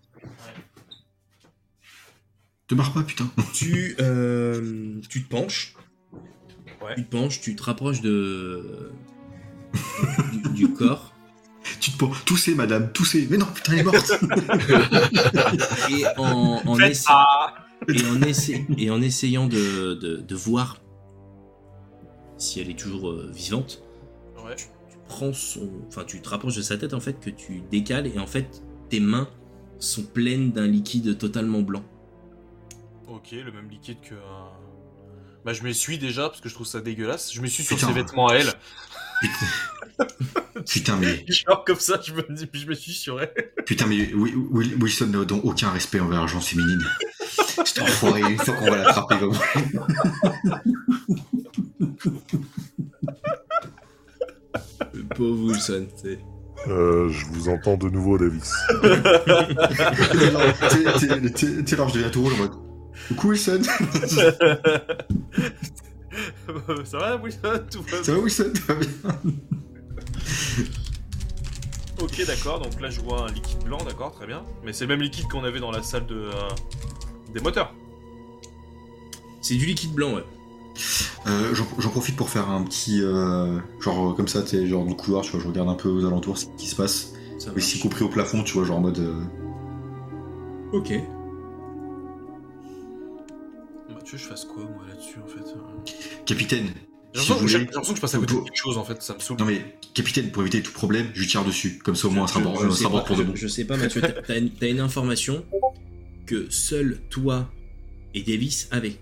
[SPEAKER 6] Te marre pas, putain.
[SPEAKER 1] Tu euh, tu te penches.
[SPEAKER 11] Ouais.
[SPEAKER 1] Tu te penches, tu te rapproches de du, du corps
[SPEAKER 6] tu te prends. Toussez, madame, toussez. Mais non, putain, elle est morte.
[SPEAKER 1] et en, en
[SPEAKER 11] Faites
[SPEAKER 1] essa-
[SPEAKER 11] ça
[SPEAKER 1] et en, essa- et en essayant de, de- de voir si elle est toujours euh, vivante,
[SPEAKER 2] Ouais.
[SPEAKER 1] prends son... Enfin, tu te rapproches de sa tête, en fait, que tu décales, et en fait, tes mains sont pleines d'un liquide totalement blanc.
[SPEAKER 2] Ok, le même liquide que. un- Bah, je m'essuie déjà parce que je trouve ça dégueulasse. Je m'essuie sur
[SPEAKER 6] Putain.
[SPEAKER 2] ses vêtements à
[SPEAKER 6] (laughs)
[SPEAKER 2] elle.
[SPEAKER 6] (laughs) putain, mais.
[SPEAKER 2] Genre comme ça, je me dis, puis je m'essuie sur elle. (laughs)
[SPEAKER 6] Putain, mais Wi- Wi- Wilson n'a donc aucun respect envers la gens féminine. C'est enfoiré, une fois qu'on va l'attraper, il va (laughs) mourir.
[SPEAKER 1] Le pauvre Wilson, c'est...
[SPEAKER 5] Euh, je vous entends de nouveau, Davis.
[SPEAKER 6] T'es- t'es- t'es- T'es alors, je deviens tout rouge en mode. Coucou Wilson,
[SPEAKER 2] ça va, Wilson Tout va
[SPEAKER 6] ça va Wilson Tout va bien
[SPEAKER 2] Ok, d'accord. Donc là, je vois un liquide blanc, d'accord, très bien. Mais c'est le même liquide qu'on avait dans la salle de, euh, des moteurs.
[SPEAKER 1] C'est du liquide blanc, ouais.
[SPEAKER 6] Euh, J'en j'en profite pour faire un petit. euh, genre euh, comme ça, t'es genre dans le couloir, tu vois, je regarde un peu aux alentours ce qui se passe.
[SPEAKER 1] Ça
[SPEAKER 6] Mais
[SPEAKER 1] marche.
[SPEAKER 6] si compris au plafond, tu vois, genre en mode. euh,
[SPEAKER 1] Ok.
[SPEAKER 2] Mathieu, je fasse quoi, moi, là-dessus, en fait hein J'ai
[SPEAKER 6] Capitaine, si
[SPEAKER 2] l'impression
[SPEAKER 6] vous
[SPEAKER 2] que- j'ai
[SPEAKER 6] voulez.
[SPEAKER 2] l'impression que je passe à côté de quelque chose, en fait. Ça me saoule.
[SPEAKER 6] Non mais, capitaine, pour éviter tout problème, je lui tire dessus. Comme ça au moins, on sera
[SPEAKER 1] Je-
[SPEAKER 6] mort
[SPEAKER 1] je
[SPEAKER 6] on
[SPEAKER 1] sais
[SPEAKER 6] sera
[SPEAKER 1] pas,
[SPEAKER 6] mort pour de bon.
[SPEAKER 1] je- je sais pas, Mathieu, t'as- t'as une, t'as une information que seul toi et Davis avaient.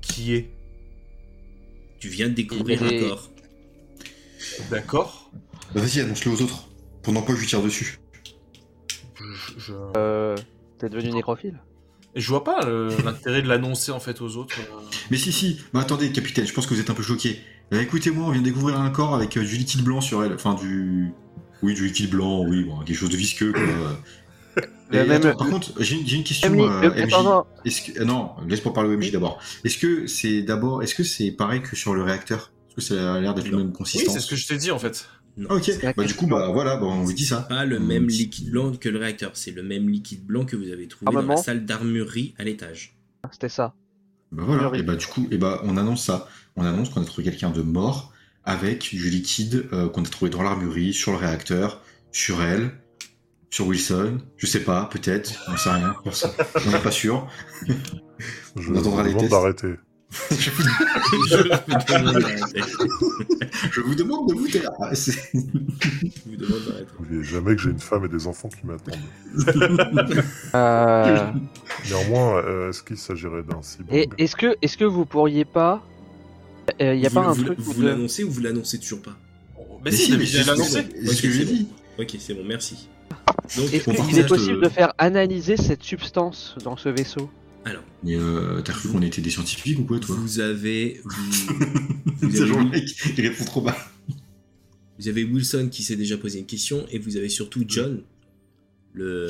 [SPEAKER 2] Qui est
[SPEAKER 1] Tu viens de découvrir
[SPEAKER 4] Et-
[SPEAKER 1] un corps.
[SPEAKER 2] D'accord.
[SPEAKER 6] Bah, Vas-y, annonce-le aux autres. Pendant quoi je lui tire dessus
[SPEAKER 2] Je, je...
[SPEAKER 4] Euh, T'es devenu nécrophile
[SPEAKER 2] je vois pas
[SPEAKER 6] (laughs)
[SPEAKER 2] le- l'intérêt de l'annoncer, en fait, aux autres. euh.
[SPEAKER 6] Mais si, si, bah attendez, capitaine, je pense que vous êtes un peu choqué. Bah, Écoutez-moi, on vient de découvrir un corps avec euh, du liquide blanc sur elle. Enfin, du. Oui, du liquide blanc, oui, bon, quelque chose de visqueux, quoi. Et
[SPEAKER 4] Le Euh, même-
[SPEAKER 6] attends, par contre, j'ai j'ai une question,
[SPEAKER 4] Emily,
[SPEAKER 6] euh,
[SPEAKER 4] le-
[SPEAKER 6] MJ.
[SPEAKER 4] attends, non.
[SPEAKER 6] Est-ce que... euh, Non, laisse-moi parler au MJ d'abord. Est-ce que c'est d'abord. Est-ce que c'est pareil que sur le réacteur Est-ce que ça a l'air d'être la
[SPEAKER 1] Non.
[SPEAKER 6] même
[SPEAKER 2] Oui,
[SPEAKER 6] consistance
[SPEAKER 2] c'est ce que je t'ai dit, en fait.
[SPEAKER 1] Non.
[SPEAKER 6] Ah, ok,
[SPEAKER 4] la
[SPEAKER 6] bah du coup, bah voilà, bah, on vous dit ça.
[SPEAKER 1] Pas le même liquide blanc que le réacteur, c'est le même liquide blanc que vous avez trouvé dans
[SPEAKER 4] Armement.
[SPEAKER 1] la salle d'armurerie à
[SPEAKER 4] (laughs)
[SPEAKER 1] l'étage.
[SPEAKER 4] C'était ça.
[SPEAKER 6] Bah voilà,
[SPEAKER 4] Priori.
[SPEAKER 6] et bah du coup, et bah on annonce ça. On annonce qu'on a trouvé quelqu'un de mort avec du liquide euh, qu'on a trouvé dans l'armurerie, sur le réacteur, sur elle, sur Wilson, je sais pas, peut-être, on sait rien, on sait- on n'est pas sûr. (laughs)
[SPEAKER 5] Je
[SPEAKER 6] On
[SPEAKER 5] vous
[SPEAKER 6] attendra les
[SPEAKER 5] demande
[SPEAKER 6] tests.
[SPEAKER 5] d'arrêter.
[SPEAKER 6] Je vous,
[SPEAKER 1] Je vous demande d'arrêter.
[SPEAKER 6] je vous demande de vous taire. Ah, c'est-
[SPEAKER 1] Je vous demande d'arrêter.
[SPEAKER 5] N'oubliez jamais que j'ai une femme et des enfants qui m'attendent.
[SPEAKER 4] Euh,
[SPEAKER 5] Néanmoins, euh, est-ce qu'il s'agirait d'un cyborg
[SPEAKER 4] et est-ce que, est-ce que vous pourriez pas Il y a
[SPEAKER 1] Vous-
[SPEAKER 4] pas un
[SPEAKER 1] vous,
[SPEAKER 4] truc où
[SPEAKER 1] Vous
[SPEAKER 4] de-
[SPEAKER 1] l'annoncez ou vous l'annoncez toujours pas
[SPEAKER 2] Mais, si, mais j'ai
[SPEAKER 6] c'est
[SPEAKER 2] l'annoncé.
[SPEAKER 6] c'est ce que j'ai dit.
[SPEAKER 1] Ok, c'est bon, merci. Donc,
[SPEAKER 4] Est-ce
[SPEAKER 6] Bon, par
[SPEAKER 4] qu'il est
[SPEAKER 6] contre,
[SPEAKER 4] possible de
[SPEAKER 6] euh,
[SPEAKER 4] faire analyser cette substance dans ce vaisseau
[SPEAKER 1] Alors.
[SPEAKER 6] Mais euh, t'as cru qu'on était des scientifiques ou quoi, toi
[SPEAKER 1] Vous avez.
[SPEAKER 6] (laughs)
[SPEAKER 1] Vous, vous
[SPEAKER 6] C'est
[SPEAKER 1] avez
[SPEAKER 6] genre le mec, il répond trop bas.
[SPEAKER 1] Vous avez Wilson qui s'est déjà posé une question et vous avez surtout John, le,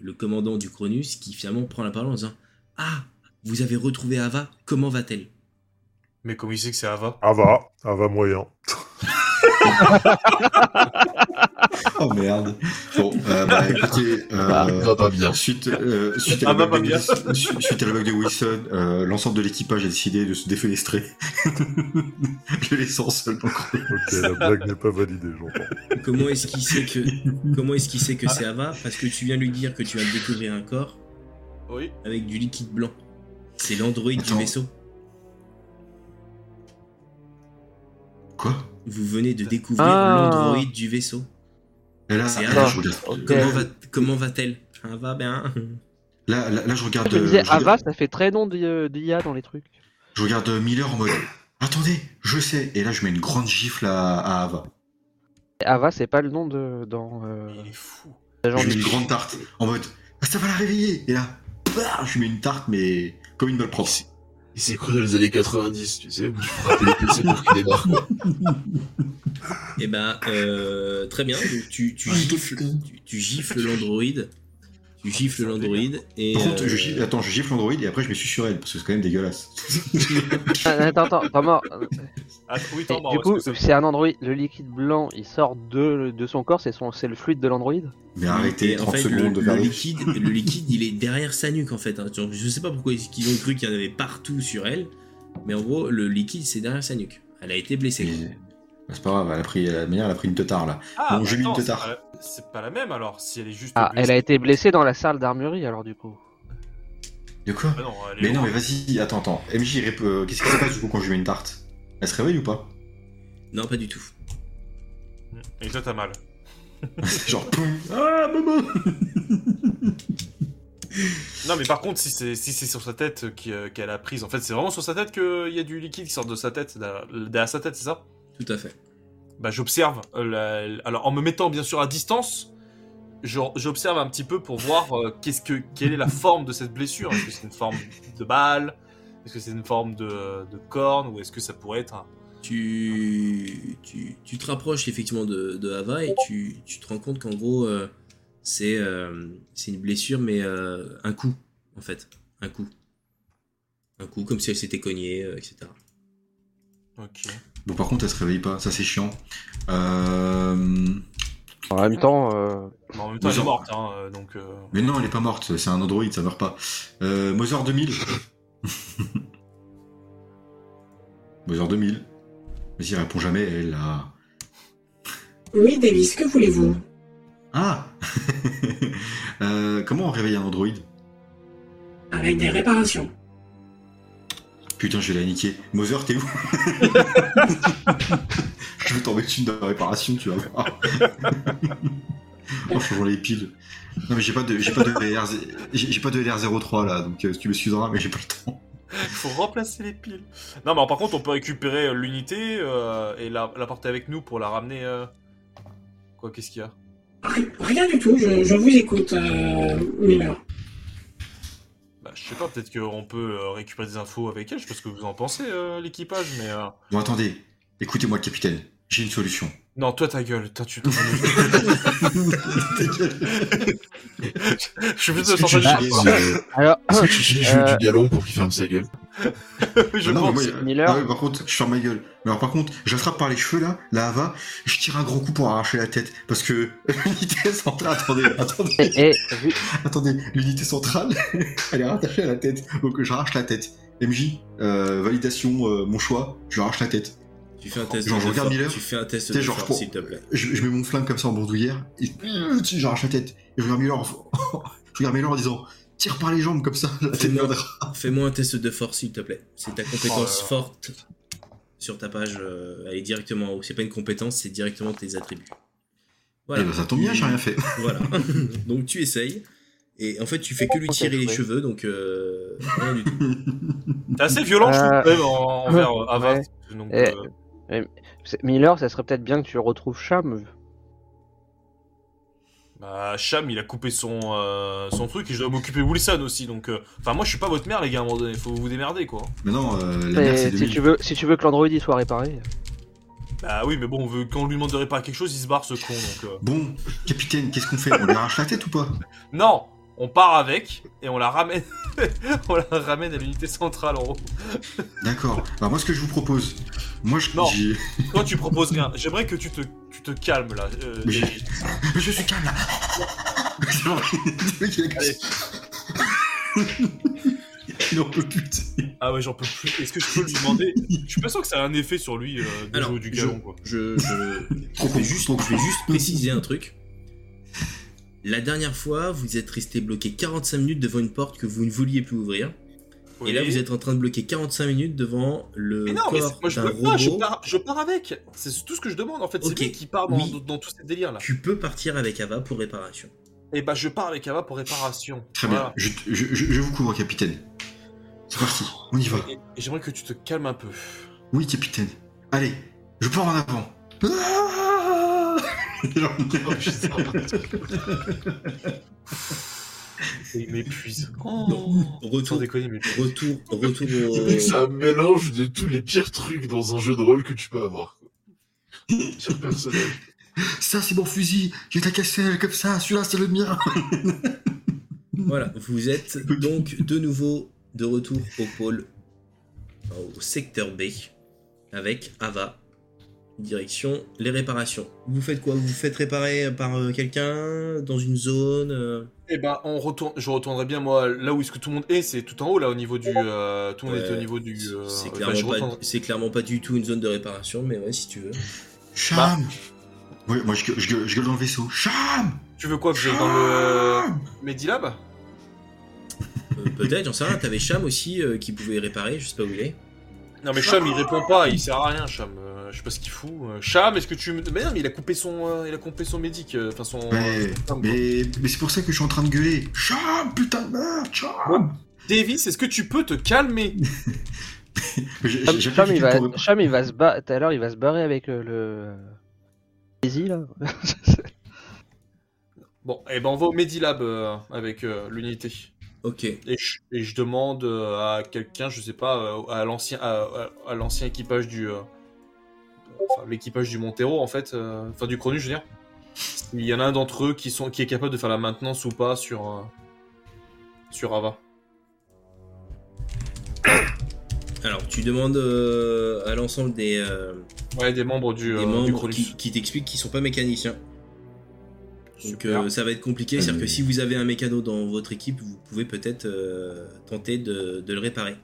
[SPEAKER 1] le commandant du Cronus, qui finalement prend la parole en disant Ah, vous avez retrouvé Ava, comment va-t-elle
[SPEAKER 2] Mais comment il sait que c'est Ava
[SPEAKER 5] Ava, Ava moyen.
[SPEAKER 6] Oh merde. Bon, euh, bah écoutez, euh,
[SPEAKER 3] Bah, va pas bien.
[SPEAKER 6] Suite, euh, suite, à
[SPEAKER 2] Ah,
[SPEAKER 6] la
[SPEAKER 2] va
[SPEAKER 6] bug
[SPEAKER 2] pas
[SPEAKER 6] de, su- suite à la bug de Wilson, euh, l'ensemble de l'équipage a décidé de se défenestrer. (laughs) Je les sens seuls.
[SPEAKER 5] Ok, la blague n'est pas validée, j'entends.
[SPEAKER 1] Comment est-ce qu'il sait que comment est-ce qu'il sait que c'est Ava Parce que tu viens lui dire que tu vas découvrir un corps
[SPEAKER 2] Oui.
[SPEAKER 1] avec du liquide blanc. C'est l'androïde du
[SPEAKER 6] Attends.
[SPEAKER 1] vaisseau.
[SPEAKER 6] Quoi
[SPEAKER 1] Vous venez de découvrir
[SPEAKER 4] Ah.
[SPEAKER 1] l'androïde du vaisseau.
[SPEAKER 6] Et là,
[SPEAKER 1] C'est
[SPEAKER 6] là,
[SPEAKER 1] Ava.
[SPEAKER 6] je regarde.
[SPEAKER 4] Ok.
[SPEAKER 1] Comment va comment va-t-elle Ava ben, bien.
[SPEAKER 6] Là, là, là, je regarde.
[SPEAKER 4] Je me
[SPEAKER 6] euh,
[SPEAKER 4] disais,
[SPEAKER 6] je regarde-
[SPEAKER 4] Ava, ça fait très nom d'I- euh, d'IA dans les trucs.
[SPEAKER 6] Je regarde euh, Miller en mode Attendez, je sais. Et là, je mets une grande gifle à, à Ava.
[SPEAKER 4] Et Ava, c'est pas le nom de dans. euh,
[SPEAKER 2] Il est fou.
[SPEAKER 4] l'agent
[SPEAKER 6] Je mets
[SPEAKER 4] du-
[SPEAKER 6] une grande tarte en mode Ah, ça va la réveiller. Et là, bah, je lui mets une tarte, mais comme une balle propre.
[SPEAKER 3] Il s'est cru dans les années 90, tu sais, où tu frappes les PC pour qu'il démarre.
[SPEAKER 1] Et ben euh, très bien. Donc tu tu
[SPEAKER 6] Ah,
[SPEAKER 1] gifles tu, tu gifles l'androïde. Tu gifles l'androïde et
[SPEAKER 6] Par contre,
[SPEAKER 1] euh,
[SPEAKER 6] je gifle- attends, je gifle Android et après, je m'essuie sur elle parce que c'est quand même dégueulasse.
[SPEAKER 4] Ah, attends, attends, attends, mort.
[SPEAKER 2] Ah, oui,
[SPEAKER 4] Et
[SPEAKER 2] t'en
[SPEAKER 4] du coup, bah, c'est un androïde. Le liquide blanc, il sort de, de son corps. C'est son, c'est le fluide de l'androïde.
[SPEAKER 6] Mais arrêtez,
[SPEAKER 1] Et
[SPEAKER 6] 30
[SPEAKER 1] en fait, le,
[SPEAKER 6] secondes de
[SPEAKER 1] le
[SPEAKER 6] faire le-
[SPEAKER 1] liquide, le liquide, il est derrière sa nuque en fait. hein. Genre, Je sais pas pourquoi ils- qu'ils ont cru qu'il y en avait partout sur elle, mais en gros, le liquide c'est derrière sa nuque. Elle a été blessée.
[SPEAKER 6] Mais- bah, C'est pas grave, elle a pris, elle, manière, elle a pris une teutard là.
[SPEAKER 2] Ah,
[SPEAKER 6] Bon, j'ai mis
[SPEAKER 2] attends,
[SPEAKER 6] une
[SPEAKER 2] c'est
[SPEAKER 6] tarte.
[SPEAKER 2] pas la- C'est pas la même alors, si elle est juste.
[SPEAKER 4] Ah,
[SPEAKER 2] blessée.
[SPEAKER 4] elle a été blessée dans la salle d'armurerie, alors du coup.
[SPEAKER 6] De quoi
[SPEAKER 2] Ah non, elle est
[SPEAKER 6] Mais non,
[SPEAKER 2] loin.
[SPEAKER 6] mais vas-y, attends, attends. MJ, rép- euh, qu'est-ce qui se passe du coup quand je lui mets une tarte Elle se réveille ou pas
[SPEAKER 1] Non, pas du tout.
[SPEAKER 2] Et toi, t'as mal.
[SPEAKER 6] C'est genre, poum, ah, maman
[SPEAKER 2] Non, mais par contre, si c'est si c'est sur sa tête qui, euh, qu'elle a prise, en fait, c'est vraiment sur sa tête qu'il y a du liquide qui sort de sa tête, derrière derrière sa tête, c'est ça
[SPEAKER 1] Tout à fait.
[SPEAKER 2] Bah, j'observe. euh, la- Alors, en me mettant bien sûr à distance, genre, j'observe un petit peu pour voir euh, qu'est-ce que quelle est la forme de cette blessure. Est-ce que c'est une forme de balle Est-ce que c'est une forme de, de corne Ou est-ce que ça pourrait être un.
[SPEAKER 1] Tu, tu, tu te rapproches effectivement de, de Hava et tu, tu te rends compte qu'en gros, euh, c'est euh, c'est une blessure, mais euh, un coup en fait. Un coup. Un coup, comme si elle s'était cognée, euh, etc.
[SPEAKER 2] Ok.
[SPEAKER 6] Bon, par contre, elle se réveille pas, ça c'est chiant. Euh...
[SPEAKER 4] En même temps, euh,
[SPEAKER 2] Mais en même temps, elle
[SPEAKER 6] Mais
[SPEAKER 2] est
[SPEAKER 6] genre-
[SPEAKER 2] morte, hein, euh, donc. euh,
[SPEAKER 6] Mais non, elle est pas morte, c'est un android, ça meurt pas. Euh, Mother 2000. (laughs) Mother 2000. Vas-y, répond jamais, elle a.
[SPEAKER 7] Oui, Davis, que voulez-vous
[SPEAKER 6] Ah (laughs) Euh, Comment on réveille un android
[SPEAKER 7] Avec des réparations.
[SPEAKER 6] Putain, je vais la niquer. Mother, t'es où (laughs) Je vais tomber dessus dans la réparation, tu vas voir. en changeant les piles. Non, mais j'ai pas de, j'ai pas de LR, j'ai j'ai pas de LR03 là, donc euh, tu me suivras, mais j'ai pas le temps.
[SPEAKER 2] Il faut remplacer les piles. Non, mais alors, par contre, on peut récupérer euh, l'unité euh, et la, la porter avec nous pour la ramener. euh, Quoi, qu'est-ce qu'il y a
[SPEAKER 7] Ri- Rien du tout, je, je vous écoute, euh, Miller.
[SPEAKER 2] Bah, je sais pas, peut-être qu'on peut euh, récupérer des infos avec elle. Je sais pas ce que vous en pensez, euh, l'équipage, mais. euh,
[SPEAKER 6] Bon, attendez, écoutez-moi, capitaine, j'ai une solution.
[SPEAKER 2] Non, toi, ta gueule. Toi, tu t'en Je suis plus de
[SPEAKER 3] Est-ce que tu
[SPEAKER 2] sortir
[SPEAKER 3] utilises, euh,
[SPEAKER 4] (laughs) alors
[SPEAKER 3] est-ce que tu utilises le jeu
[SPEAKER 4] Euh,
[SPEAKER 3] du galon pour qu'il ferme sa
[SPEAKER 1] (laughs)
[SPEAKER 3] gueule
[SPEAKER 2] (laughs) Je
[SPEAKER 6] Ah non,
[SPEAKER 2] pense.
[SPEAKER 6] mais moi,
[SPEAKER 4] Miller.
[SPEAKER 6] ah ouais, par contre, je ferme ma gueule. Mais alors, par contre, j'attrape par les cheveux là, la Hava, je tire un gros coup pour arracher la tête. Parce que (laughs) l'unité centrale. Attendez, attendez,
[SPEAKER 4] et, et vu-
[SPEAKER 6] attendez. L'unité centrale, (laughs) elle est rattachée à la tête. Donc, j'arrache la tête. MJ, euh, validation, euh, mon choix, je arrache la tête.
[SPEAKER 1] Tu fais un test
[SPEAKER 6] Genre,
[SPEAKER 1] de
[SPEAKER 6] je regarde
[SPEAKER 1] force-
[SPEAKER 6] Miller.
[SPEAKER 1] Tu fais un test
[SPEAKER 6] T'es
[SPEAKER 1] de
[SPEAKER 6] genre,
[SPEAKER 1] force,
[SPEAKER 6] pour-
[SPEAKER 1] s'il te plaît.
[SPEAKER 6] Je, je mets mon flingue comme ça en bandoulière, et j'arrache la tête. Et je regarde Miller en, (laughs) je regarde Miller en disant Tire par les jambes comme ça, la tête
[SPEAKER 1] Fais-moi
[SPEAKER 6] viendra.
[SPEAKER 1] fais-moi un test de force, s'il te plaît. C'est ta compétence
[SPEAKER 2] Oh là là.
[SPEAKER 1] forte sur ta page. euh, elle est directement en haut. C'est pas une compétence, c'est directement tes attributs.
[SPEAKER 6] Eh ben, ça tombe bien, j'ai rien fait.
[SPEAKER 1] Voilà. (laughs) donc tu essayes. Et en fait, tu fais que lui tirer les cheveux, donc euh, rien du tout.
[SPEAKER 2] T'es assez violent, je trouve,
[SPEAKER 4] Euh,
[SPEAKER 2] quand même, en- envers euh, Ava.
[SPEAKER 4] ouais.
[SPEAKER 2] Donc,
[SPEAKER 4] Eh.
[SPEAKER 2] euh,
[SPEAKER 4] c'est- Miller, ça serait peut-être bien que tu retrouves Cham.
[SPEAKER 2] Bah, Cham, il a coupé son, euh, son truc et je dois m'occuper de Wilson aussi. Donc, euh, enfin, moi, je suis pas votre mère, les gars, à un moment donné. Faut vous démerder, quoi.
[SPEAKER 6] Mais non, euh, la
[SPEAKER 4] Mais
[SPEAKER 6] mère, c'est
[SPEAKER 4] si,
[SPEAKER 6] 2000.
[SPEAKER 4] tu veux, si tu veux que l'Android y soit réparé.
[SPEAKER 2] Bah oui, mais bon, on veut, quand on lui demande de réparer quelque chose, il se barre, ce con. Donc, euh,
[SPEAKER 6] Bon, capitaine, qu'est-ce qu'on fait On lui arrache la tête ou pas
[SPEAKER 2] Non, on part avec et on la ramène. (laughs) on la ramène à l'unité centrale en haut.
[SPEAKER 6] D'accord. Alors moi, ce que je vous propose, moi, je,
[SPEAKER 2] Non.
[SPEAKER 6] j'ai- (laughs)
[SPEAKER 2] Toi, tu proposes rien. J'aimerais que tu te, tu te calmes là. euh,
[SPEAKER 6] Mais j'ai-
[SPEAKER 2] David.
[SPEAKER 6] Mais je suis calme là. (laughs) Genre, le mec, il a- (laughs) Il en peut plus.
[SPEAKER 2] Ah ouais, j'en peux plus. Est-ce que je peux lui demander Je suis pas sûr que ça a un effet sur lui euh, de
[SPEAKER 1] Alors,
[SPEAKER 2] jouer du
[SPEAKER 1] je-
[SPEAKER 2] galon, quoi.
[SPEAKER 1] Je, je- je vais juste, je vais juste préciser un truc. La dernière fois, vous êtes resté bloqué 45 minutes devant une porte que vous ne vouliez plus ouvrir. Et là,
[SPEAKER 2] Oui.
[SPEAKER 1] vous êtes en train de bloquer 45 minutes devant le
[SPEAKER 2] Mais non, mais
[SPEAKER 1] corps
[SPEAKER 2] c'est- moi je
[SPEAKER 1] d'un
[SPEAKER 2] peux pas, je
[SPEAKER 1] robot.
[SPEAKER 2] pars, je pars avec. C'est tout ce que je demande en fait.
[SPEAKER 1] Ok.
[SPEAKER 2] C'est lui qui part dans,
[SPEAKER 1] Oui.
[SPEAKER 2] dans- dans tous ces délires là.
[SPEAKER 1] Tu peux partir avec Ava pour réparation.
[SPEAKER 2] Et bah je pars avec Ava pour réparation.
[SPEAKER 6] Très bien.
[SPEAKER 2] Voilà.
[SPEAKER 6] Je, je- je- je vous couvre, capitaine. C'est parti. On y va.
[SPEAKER 2] Et, et j'aimerais que tu te calmes un peu.
[SPEAKER 6] Oui, capitaine. Allez, je pars en avant. Ah Genre, Ah
[SPEAKER 2] Et
[SPEAKER 1] (laughs)
[SPEAKER 2] il m'épuise. Sans
[SPEAKER 1] Retour,
[SPEAKER 2] déconner, il m'épuise.
[SPEAKER 1] retour, retour au...
[SPEAKER 2] (laughs)
[SPEAKER 3] Tu dis que c'est un mélange de tous les pires trucs dans un jeu de rôle que tu peux avoir. quoi. Pire personnage.
[SPEAKER 6] ça, c'est mon fusil. J'ai ta casselle comme ça. Celui-là, c'est le mien.
[SPEAKER 1] Voilà, vous
[SPEAKER 2] (laughs)
[SPEAKER 1] êtes donc de nouveau de retour au pôle, au secteur B, avec Ava, direction les réparations. Vous faites quoi Vous vous faites réparer par euh, quelqu'un dans une zone euh,
[SPEAKER 2] Et bah on retourne, je retournerai bien moi là où est-ce que tout le monde est, c'est tout en haut là au niveau du. euh, tout le monde est au
[SPEAKER 1] Ouais.
[SPEAKER 2] niveau du. euh,
[SPEAKER 1] C'est
[SPEAKER 2] bah,
[SPEAKER 1] clairement,
[SPEAKER 2] je
[SPEAKER 1] pas-
[SPEAKER 2] retournerai.
[SPEAKER 1] c'est clairement pas du tout une zone de réparation, mais ouais, si tu veux.
[SPEAKER 6] Cham. Oui, moi, je, je, gueule- je gueule dans le vaisseau. Cham.
[SPEAKER 2] Tu veux quoi que j'aille
[SPEAKER 6] Cham.
[SPEAKER 2] dans le. Medilab (laughs)
[SPEAKER 1] Euh, Peut-être, j'en sais rien, t'avais Cham aussi euh, qui pouvait réparer, je sais pas où il est.
[SPEAKER 2] Non mais Cham il répond pas, il sert à rien Cham. Euh, je sais pas ce qu'il fout. Euh, Cham, est-ce que tu. me- Mais non mais il a coupé son. euh, il a coupé son médic, euh, enfin son.
[SPEAKER 6] Ouais,
[SPEAKER 2] son-
[SPEAKER 6] Mais, mais c'est pour ça que je suis en train de gueuler. Cham, putain de merde, Cham.
[SPEAKER 2] Davis, est-ce que tu peux te calmer (laughs)
[SPEAKER 6] J'ai-
[SPEAKER 4] Cham,
[SPEAKER 6] j'ai- j'ai
[SPEAKER 4] Cham,
[SPEAKER 6] plus
[SPEAKER 4] il
[SPEAKER 6] du
[SPEAKER 4] va,
[SPEAKER 6] tout pour-
[SPEAKER 4] Cham, il va se barrer. Tout à l'heure, il va se barrer avec euh, le. Daisy, (laughs) là.
[SPEAKER 2] Bon, et ben on va au Medilab euh, avec euh, l'unité.
[SPEAKER 1] Ok,
[SPEAKER 2] Et je, et je demande euh, à quelqu'un, je sais pas, euh, à l'ancien à, à- à l'ancien équipage du. euh, enfin, l'équipage du Montero en fait, euh, enfin du Cronus, je veux dire. Il y en a un d'entre eux qui, sont, qui est capable de faire la maintenance ou pas sur. euh, sur Ava.
[SPEAKER 1] alors tu demandes euh, à l'ensemble des, euh,
[SPEAKER 2] Ouais, des membres du,
[SPEAKER 1] des
[SPEAKER 2] euh, du
[SPEAKER 1] membres
[SPEAKER 2] Cronus.
[SPEAKER 1] qui, qui t'expliquent qu'ils sont pas mécaniciens. Donc
[SPEAKER 2] Super.
[SPEAKER 1] euh, ça va être compliqué, c'est-à-dire que
[SPEAKER 6] Euh.
[SPEAKER 1] si vous avez un mécano dans votre équipe, vous pouvez peut-être euh, tenter de, de le réparer.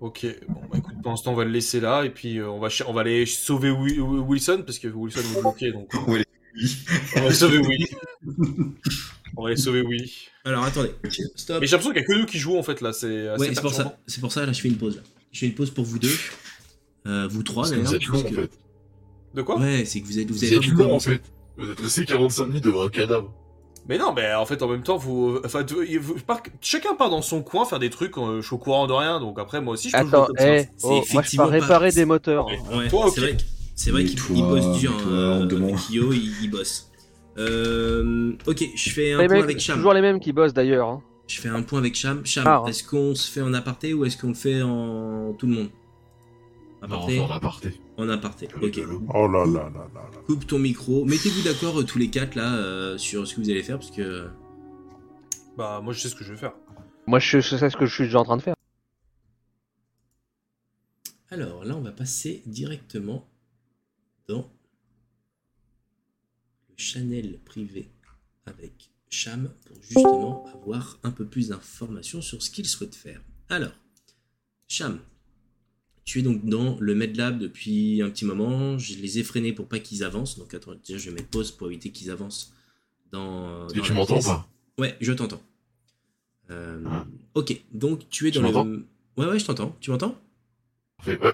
[SPEAKER 2] Ok, bon bah écoute, pour l'instant on va le laisser là et puis euh, on, va ch- on va aller sauver Wi- Wi- Wilson parce que Wilson est bloqué donc
[SPEAKER 6] On va aller-
[SPEAKER 2] on va sauver Willy. on va aller sauver Willy.
[SPEAKER 1] Alors attendez, stop.
[SPEAKER 2] Mais j'ai l'impression qu'il n'y a que nous qui jouons en fait là, c'est assez
[SPEAKER 1] Ouais, c'est pour
[SPEAKER 2] perturbant.
[SPEAKER 1] ça. C'est pour ça là, je fais une pause. Là. Je fais une pause pour vous deux, Euh, vous trois
[SPEAKER 3] Parce que
[SPEAKER 1] d'ailleurs.
[SPEAKER 3] vous êtes
[SPEAKER 1] parce
[SPEAKER 3] long en
[SPEAKER 1] que-
[SPEAKER 3] fait.
[SPEAKER 2] De quoi
[SPEAKER 1] Ouais, c'est que vous êtes vous
[SPEAKER 3] Vous
[SPEAKER 1] avez
[SPEAKER 3] êtes
[SPEAKER 1] pas
[SPEAKER 3] long en
[SPEAKER 1] commencé.
[SPEAKER 3] fait. Vous êtes resté 45 minutes devant un cadavre.
[SPEAKER 2] Mais non, mais en fait en même temps, vous, enfin, tu- il- vous- par- chacun part dans son coin faire des trucs, euh, je suis au courant de rien donc après moi aussi je peux
[SPEAKER 4] Attends,
[SPEAKER 2] jouer comme
[SPEAKER 4] eh,
[SPEAKER 1] c'est
[SPEAKER 4] oh, moi je
[SPEAKER 1] effectivement
[SPEAKER 4] pars
[SPEAKER 1] pas-
[SPEAKER 4] réparer des moteurs.
[SPEAKER 1] Ouais,
[SPEAKER 2] Toi, ok.
[SPEAKER 1] c'est vrai. que- C'est vrai
[SPEAKER 6] Mais
[SPEAKER 1] qu'il
[SPEAKER 6] toi,
[SPEAKER 1] il bosse dur.
[SPEAKER 6] mais
[SPEAKER 1] hein,
[SPEAKER 6] toi,
[SPEAKER 1] euh,
[SPEAKER 6] on te demande.
[SPEAKER 1] Kyo, il, il bosse. Euh, ok, je fais un
[SPEAKER 4] Les
[SPEAKER 1] point
[SPEAKER 4] mecs,
[SPEAKER 1] avec
[SPEAKER 4] c'est
[SPEAKER 1] Cham.
[SPEAKER 4] toujours les mêmes qui bossent d'ailleurs. hein.
[SPEAKER 1] Je fais un point avec Cham. Cham,
[SPEAKER 4] Ah, hein.
[SPEAKER 1] est-ce qu'on se fait en aparté ou est-ce qu'on le fait en tout le monde
[SPEAKER 3] Non,
[SPEAKER 1] Aparté
[SPEAKER 3] enfin, en aparté.
[SPEAKER 1] En aparté,
[SPEAKER 3] Le
[SPEAKER 1] ok.
[SPEAKER 3] rigolo.
[SPEAKER 5] Oh là là là là là.
[SPEAKER 1] Coupe ton micro. Mettez-vous d'accord euh, tous les quatre là euh, sur ce que vous allez faire parce que. euh,
[SPEAKER 2] ça. Bah moi je sais ce que je vais faire.
[SPEAKER 4] Moi je, je sais ce que je suis déjà en train de faire.
[SPEAKER 1] Alors là, on va passer directement dans le channel privé avec Cham pour justement avoir un peu plus d'informations sur ce qu'il souhaite faire. Alors, Cham, tu es donc dans le MedLab depuis un petit moment. Je les ai freinés pour pas qu'ils avancent. Donc attends, déjà, je vais mettre pause pour éviter qu'ils avancent dans.
[SPEAKER 3] Est-ce
[SPEAKER 1] dans
[SPEAKER 3] que tu
[SPEAKER 1] la
[SPEAKER 3] m'entends
[SPEAKER 1] pièce.
[SPEAKER 3] pas
[SPEAKER 1] Ouais, je t'entends. Euh,
[SPEAKER 3] Ah.
[SPEAKER 1] ok, donc tu es
[SPEAKER 3] Tu
[SPEAKER 1] dans
[SPEAKER 3] m'entends
[SPEAKER 1] le. Ouais, ouais, je t'entends. Tu m'entends
[SPEAKER 3] Fait, ouais.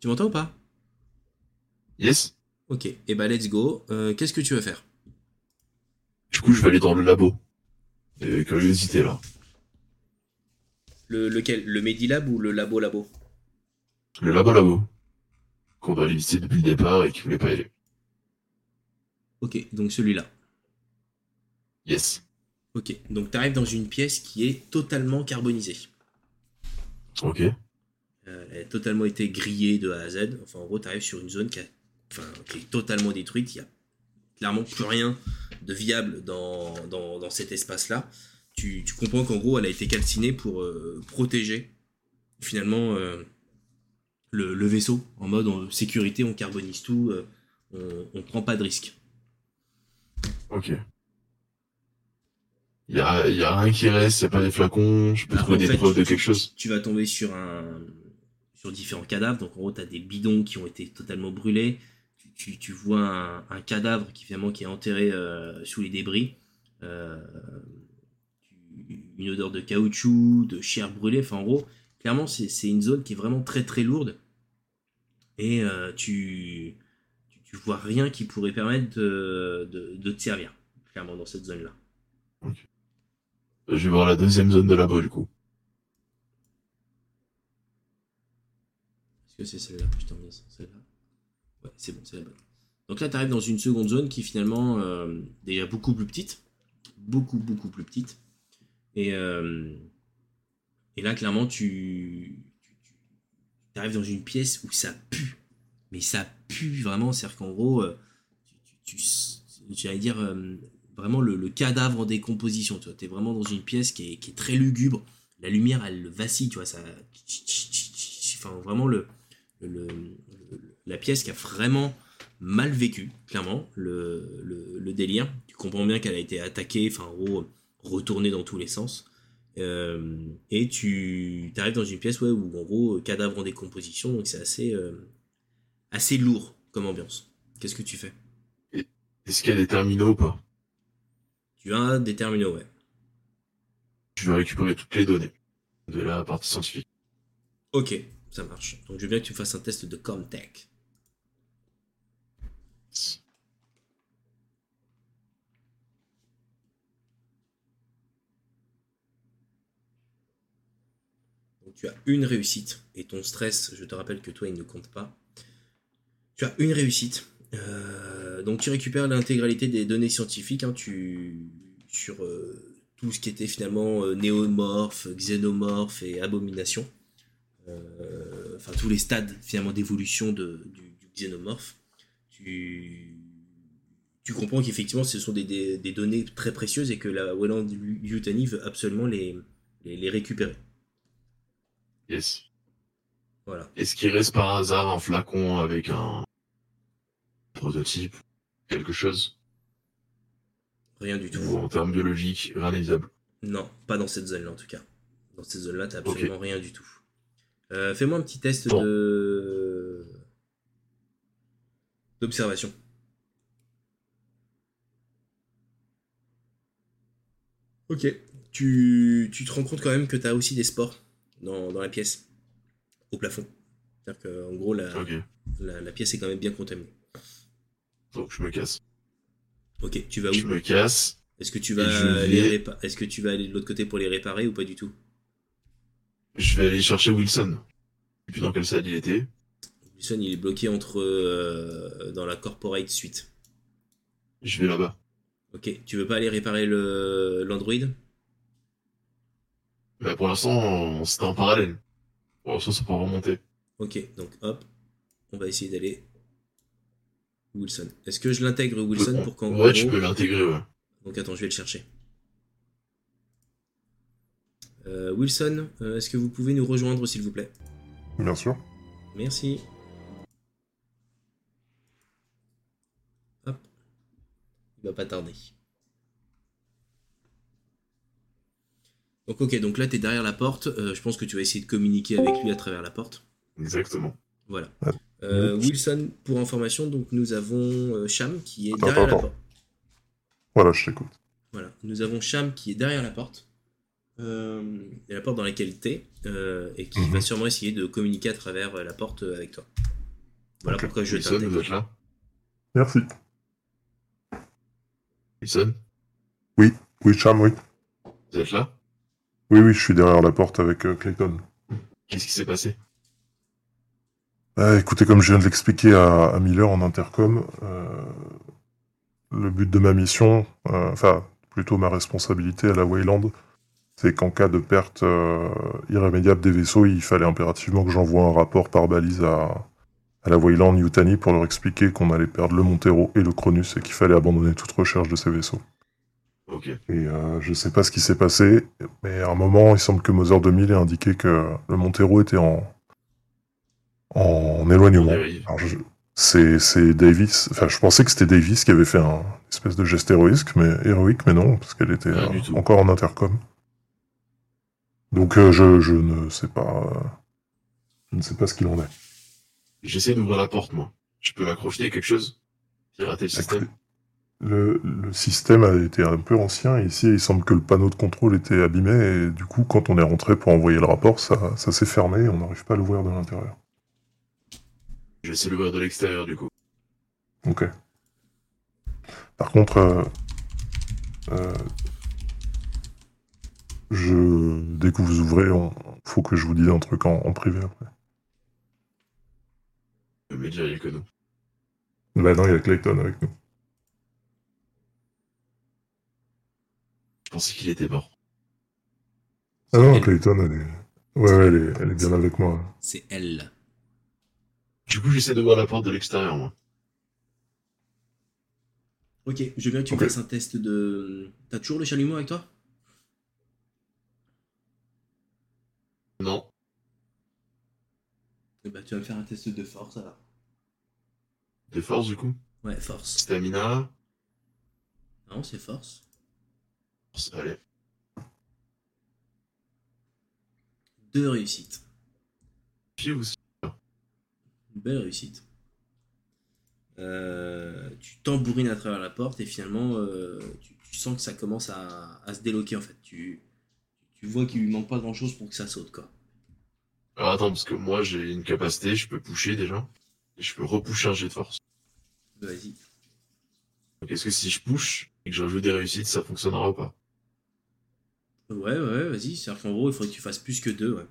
[SPEAKER 1] Tu m'entends ou pas
[SPEAKER 3] Yes.
[SPEAKER 1] Ok, et bah let's go. Euh, Qu'est-ce que tu veux faire
[SPEAKER 3] Du coup, je vais aller dans le labo. Euh, curiosité là.
[SPEAKER 1] le, Lequel Le Medilab ou le Labo Labo
[SPEAKER 3] Le labo labo. Qu'on doit aller visiter depuis le départ et qui voulait pas y aller.
[SPEAKER 1] Ok, donc celui-là.
[SPEAKER 3] Yes.
[SPEAKER 1] Ok, donc tu arrives dans une pièce qui est totalement carbonisée.
[SPEAKER 3] Ok.
[SPEAKER 1] Euh, elle a totalement été grillée de A à Z. Enfin, en gros, tu arrives sur une zone qui, a- enfin, qui est totalement détruite. Il y a clairement plus rien de viable dans, dans- dans cet espace-là. Tu, tu comprends qu'en gros, elle a été calcinée pour euh, protéger finalement euh, le, le vaisseau en mode euh, sécurité, on carbonise tout, euh, on, on prend pas de risque.
[SPEAKER 3] Ok. Il y a, y a rien qui reste, y a pas des flacons, je peux
[SPEAKER 1] Bah,
[SPEAKER 3] trouver
[SPEAKER 1] en
[SPEAKER 3] des
[SPEAKER 1] fait,
[SPEAKER 3] preuves de
[SPEAKER 1] tu-
[SPEAKER 3] quelque chose.
[SPEAKER 1] Tu vas tomber sur un sur différents cadavres. Donc en gros, tu as des bidons qui ont été totalement brûlés. Tu, tu- tu vois un, un cadavre qui finalement qui est enterré euh, sous les débris. Euh, tu- une odeur de caoutchouc, de chair brûlée. Enfin en gros, clairement, c'est c'est une zone qui est vraiment très très lourde. Et euh, tu, tu tu vois rien qui pourrait permettre de, de- de te servir clairement dans cette zone là.
[SPEAKER 3] Je vais voir la deuxième zone de là-bas, du coup.
[SPEAKER 1] Est-ce que c'est celle-là que je t'en mets Celle-là Ouais, c'est bon, c'est la bonne. Donc là, tu arrives dans une seconde zone qui finalement euh, déjà beaucoup plus petite. Beaucoup, beaucoup plus petite. Et, euh, et là, clairement, tu, tu arrives dans une pièce où ça pue. Mais ça pue vraiment. C'est-à-dire qu'en gros, euh, tu, tu, tu- j'allais dire euh, vraiment le, le cadavre en décomposition. Tu es vraiment dans une pièce qui est, qui est très lugubre. La lumière, elle vacille, tu vois. Ça, enfin, vraiment, le, le- le- la pièce qui a vraiment mal vécu, clairement, le, le- le délire. Tu comprends bien qu'elle a été attaquée, enfin, en gros, retournée dans tous les sens. Euh, et tu arrives dans une pièce ouais, où, en gros, euh, cadavre en décomposition, donc c'est assez, euh, assez lourd comme ambiance. Qu'est-ce que tu fais
[SPEAKER 3] Est-ce qu'il y a des terminaux ou pas
[SPEAKER 1] Tu as des terminaux, ouais.
[SPEAKER 3] Je vais récupérer toutes les données de la partie scientifique.
[SPEAKER 1] Ok, ça marche. Donc je veux bien que tu me fasses un test de Comtech. Donc tu as une réussite et ton stress, je te rappelle que toi il ne compte pas. Tu as une réussite. Euh, donc tu récupères l'intégralité des données scientifiques hein, tu, sur euh, tout ce qui était finalement euh, néomorphe, xénomorphe et abomination. Euh, Enfin tous les stades finalement d'évolution de- du, du xénomorphe. Tu, tu comprends qu'effectivement ce sont des, des- des données très précieuses et que la Wayland Yutani veut absolument les- les, les récupérer.
[SPEAKER 3] Yes.
[SPEAKER 1] Voilà.
[SPEAKER 3] Est-ce qu'il reste par hasard un flacon avec un prototype, quelque chose
[SPEAKER 1] Rien du tout.
[SPEAKER 3] Ou en termes biologiques, rien n'est visible.
[SPEAKER 1] Non, pas dans cette zone-là en tout cas. Dans cette zone-là, t'as absolument rien du tout. Euh, Fais-moi un petit test de d'observation. Ok. Tu, tu te rends compte quand même que t'as aussi des sports dans, dans la pièce, au plafond. C'est-à-dire qu'en gros, la,
[SPEAKER 3] Ok.
[SPEAKER 1] la, la pièce est quand même bien contaminée.
[SPEAKER 3] Donc je me casse.
[SPEAKER 1] Ok, tu vas où
[SPEAKER 3] Je me casse.
[SPEAKER 1] Est-ce que tu vas
[SPEAKER 3] je vais-
[SPEAKER 1] les répa- Est-ce que tu vas aller de l'autre côté pour les réparer ou pas du tout
[SPEAKER 3] Je vais aller chercher Wilson. Et puis dans quelle salle il était
[SPEAKER 1] Wilson, il est bloqué entre euh, dans la corporate suite.
[SPEAKER 3] Je vais là-bas.
[SPEAKER 1] Ok, tu veux pas aller réparer le l'android
[SPEAKER 3] Bah, pour l'instant, c'était en parallèle. Pour l'instant, c'est pas remonter.
[SPEAKER 1] Ok, donc hop, on va essayer d'aller Wilson. Est-ce que je l'intègre Wilson pour qu'en
[SPEAKER 3] Ouais, tu
[SPEAKER 1] gros-
[SPEAKER 3] peux l'intégrer, ouais.
[SPEAKER 1] Donc attends, je vais le chercher. Euh, Wilson, euh, est-ce que vous pouvez nous rejoindre s'il vous plaît
[SPEAKER 5] Bien sûr.
[SPEAKER 1] Merci. Hop. Il va pas tarder. Donc ok, donc là t'es derrière la porte. Euh, je pense que tu vas essayer de communiquer avec lui à travers la porte.
[SPEAKER 3] Exactement.
[SPEAKER 1] Voilà. Euh, Wilson, pour information, donc nous avons euh, Cham qui est
[SPEAKER 5] Attends,
[SPEAKER 1] derrière la
[SPEAKER 5] attends.
[SPEAKER 1] porte.
[SPEAKER 5] Voilà, je t'écoute.
[SPEAKER 1] Voilà. Nous avons Cham qui est derrière la porte. Euh, et la porte dans laquelle t'es. euh, et qui
[SPEAKER 5] Mhm.
[SPEAKER 1] va sûrement essayer de communiquer à travers euh, la porte euh, avec toi. Voilà
[SPEAKER 5] Ok.
[SPEAKER 1] pourquoi je
[SPEAKER 3] Wilson,
[SPEAKER 1] t'intègre.
[SPEAKER 3] vous êtes là
[SPEAKER 5] Merci.
[SPEAKER 3] Wilson,
[SPEAKER 5] Oui, oui, Cham, oui.
[SPEAKER 3] vous êtes là
[SPEAKER 5] Oui, oui, je suis derrière la porte avec euh, Clayton.
[SPEAKER 3] Qu'est-ce qui s'est passé
[SPEAKER 5] Bah, Ah, écoutez, comme je viens de l'expliquer à, à Miller en intercom, euh, le but de ma mission, euh, enfin plutôt ma responsabilité à la Wayland, c'est qu'en cas de perte euh, irrémédiable des vaisseaux, il fallait impérativement que j'envoie un rapport par balise à, à la Wayland Yutani pour leur expliquer qu'on allait perdre le Montero et le Cronus et qu'il fallait abandonner toute recherche de ces vaisseaux.
[SPEAKER 3] Ok.
[SPEAKER 5] Et euh, je sais pas ce qui s'est passé, mais à un moment, il semble que Mother 2000 ait indiqué que le Montero était en, en éloignement. Alors, je- C'est c'est Davis. Enfin, je pensais que c'était Davis qui avait fait un espèce de geste héroïque, mais héroïque, mais non, parce qu'elle était
[SPEAKER 3] Pas
[SPEAKER 5] euh,
[SPEAKER 3] du tout.
[SPEAKER 5] encore en intercom. Donc euh, je, je ne sais pas. euh, je ne sais pas ce qu'il en est.
[SPEAKER 3] J'essaie d'ouvrir la porte, moi. Je peux m'accrocher à quelque chose Pirater le système
[SPEAKER 5] Le, le système a été un peu ancien. et Ici, il semble que le panneau de contrôle était abîmé. Et du coup, quand on est rentré pour envoyer le rapport, ça, ça s'est fermé. et On n'arrive pas à l'ouvrir de l'intérieur.
[SPEAKER 3] J'essaie de l'ouvrir de l'extérieur, du coup.
[SPEAKER 5] Ok. Par contre, euh, euh, je, dès que vous ouvrez, on, faut que je vous dise un truc en, en privé après.
[SPEAKER 3] Mais déjà, il y a que nous.
[SPEAKER 5] Bah non, il y a Clayton avec nous.
[SPEAKER 3] Je pensais qu'il était mort.
[SPEAKER 5] Ah non, Clayton, elle est, ouais, ouais, elle est, elle est bien avec moi.
[SPEAKER 1] C'est elle.
[SPEAKER 3] Du coup, j'essaie d'ouvrir la porte de l'extérieur, moi.
[SPEAKER 1] Ok, je veux bien que tu
[SPEAKER 3] Ok.
[SPEAKER 1] me fasses un test de. T'as toujours le chalumeau avec toi
[SPEAKER 3] Non.
[SPEAKER 1] Eh ben, tu vas me faire un test de force alors.
[SPEAKER 3] Des forces, du coup
[SPEAKER 1] Ouais, force.
[SPEAKER 3] Stamina.
[SPEAKER 1] Non, c'est force.
[SPEAKER 3] Force, allez.
[SPEAKER 1] Deux réussites.
[SPEAKER 3] Pied ou
[SPEAKER 1] Une belle réussite. Euh, tu tambourines à travers la porte et finalement euh, tu, tu sens que ça commence à, à se déloquer en fait. Tu, tu vois qu'il lui manque pas grand chose pour que ça saute quoi.
[SPEAKER 3] Alors attends, parce que moi, j'ai une capacité, je peux pousser déjà. Et je peux repousser un jet de force.
[SPEAKER 1] Vas-y.
[SPEAKER 3] Donc, est-ce que si je push et que j'ajoute des réussites, ça fonctionnera ou pas
[SPEAKER 1] Ouais, ouais, vas-y. C'est-à-dire qu'en gros, il faudrait que tu fasses plus que deux. Ouais,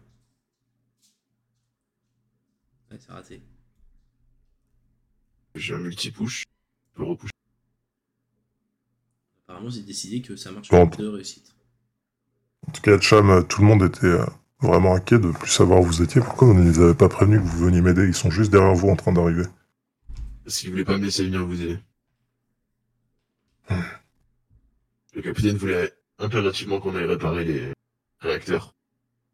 [SPEAKER 1] ouais c'est raté.
[SPEAKER 3] J'ai un multi-push, je peux repousser.
[SPEAKER 1] Apparemment, j'ai décidé que ça marche
[SPEAKER 5] Bon.
[SPEAKER 1] pour deux réussites.
[SPEAKER 5] En tout cas, Cham, euh, tout le monde était euh, vraiment inquiet de plus savoir où vous étiez. Pourquoi vous ne les avez pas prévenus que vous veniez m'aider Ils sont juste derrière vous en train d'arriver.
[SPEAKER 3] Parce qu'il voulait pas me laisser venir vous aider. Le capitaine voulait impérativement qu'on aille réparer les réacteurs.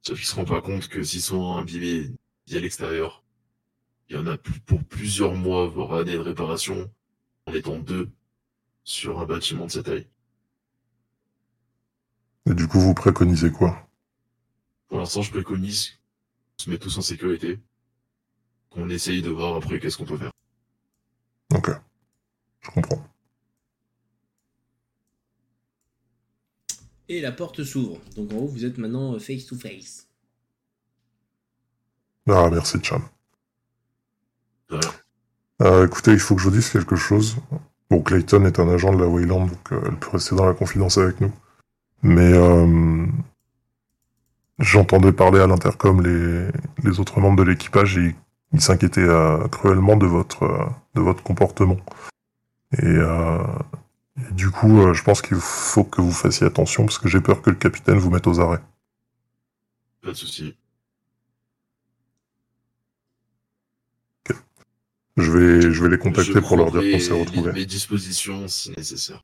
[SPEAKER 3] Sauf qu'il se rend pas compte que s'ils sont imbibés via l'extérieur, il y en a plus- pour plusieurs mois, voire années de réparation, en étant deux, sur un bâtiment de cette taille.
[SPEAKER 5] Et du coup, vous préconisez quoi
[SPEAKER 3] Pour l'instant, je préconise qu'on se met tous en sécurité, qu'on essaye de voir après qu'est-ce qu'on peut faire.
[SPEAKER 5] Ok. Je comprends.
[SPEAKER 1] Et la porte s'ouvre. Donc en gros, vous êtes maintenant euh, face to face.
[SPEAKER 5] Ah, merci, Cham.
[SPEAKER 3] Voilà.
[SPEAKER 5] Euh, écoutez, il faut que je vous dise quelque chose. Bon, Clayton est un agent de la Wayland, donc euh, elle peut rester dans la confidence avec nous. Mais euh, j'entendais parler à l'intercom les, les autres membres de l'équipage et ils s'inquiétaient euh, cruellement de votre, euh, de votre comportement. Et, euh, et du coup, euh, je pense qu'il faut que vous fassiez attention parce que j'ai peur que le capitaine vous mette aux arrêts.
[SPEAKER 3] Pas de souci.
[SPEAKER 5] Je vais, je vais les contacter
[SPEAKER 3] Je
[SPEAKER 5] pour leur dire
[SPEAKER 3] prendrai
[SPEAKER 5] qu'on s'est retrouvés.
[SPEAKER 3] Mes dispositions si nécessaire.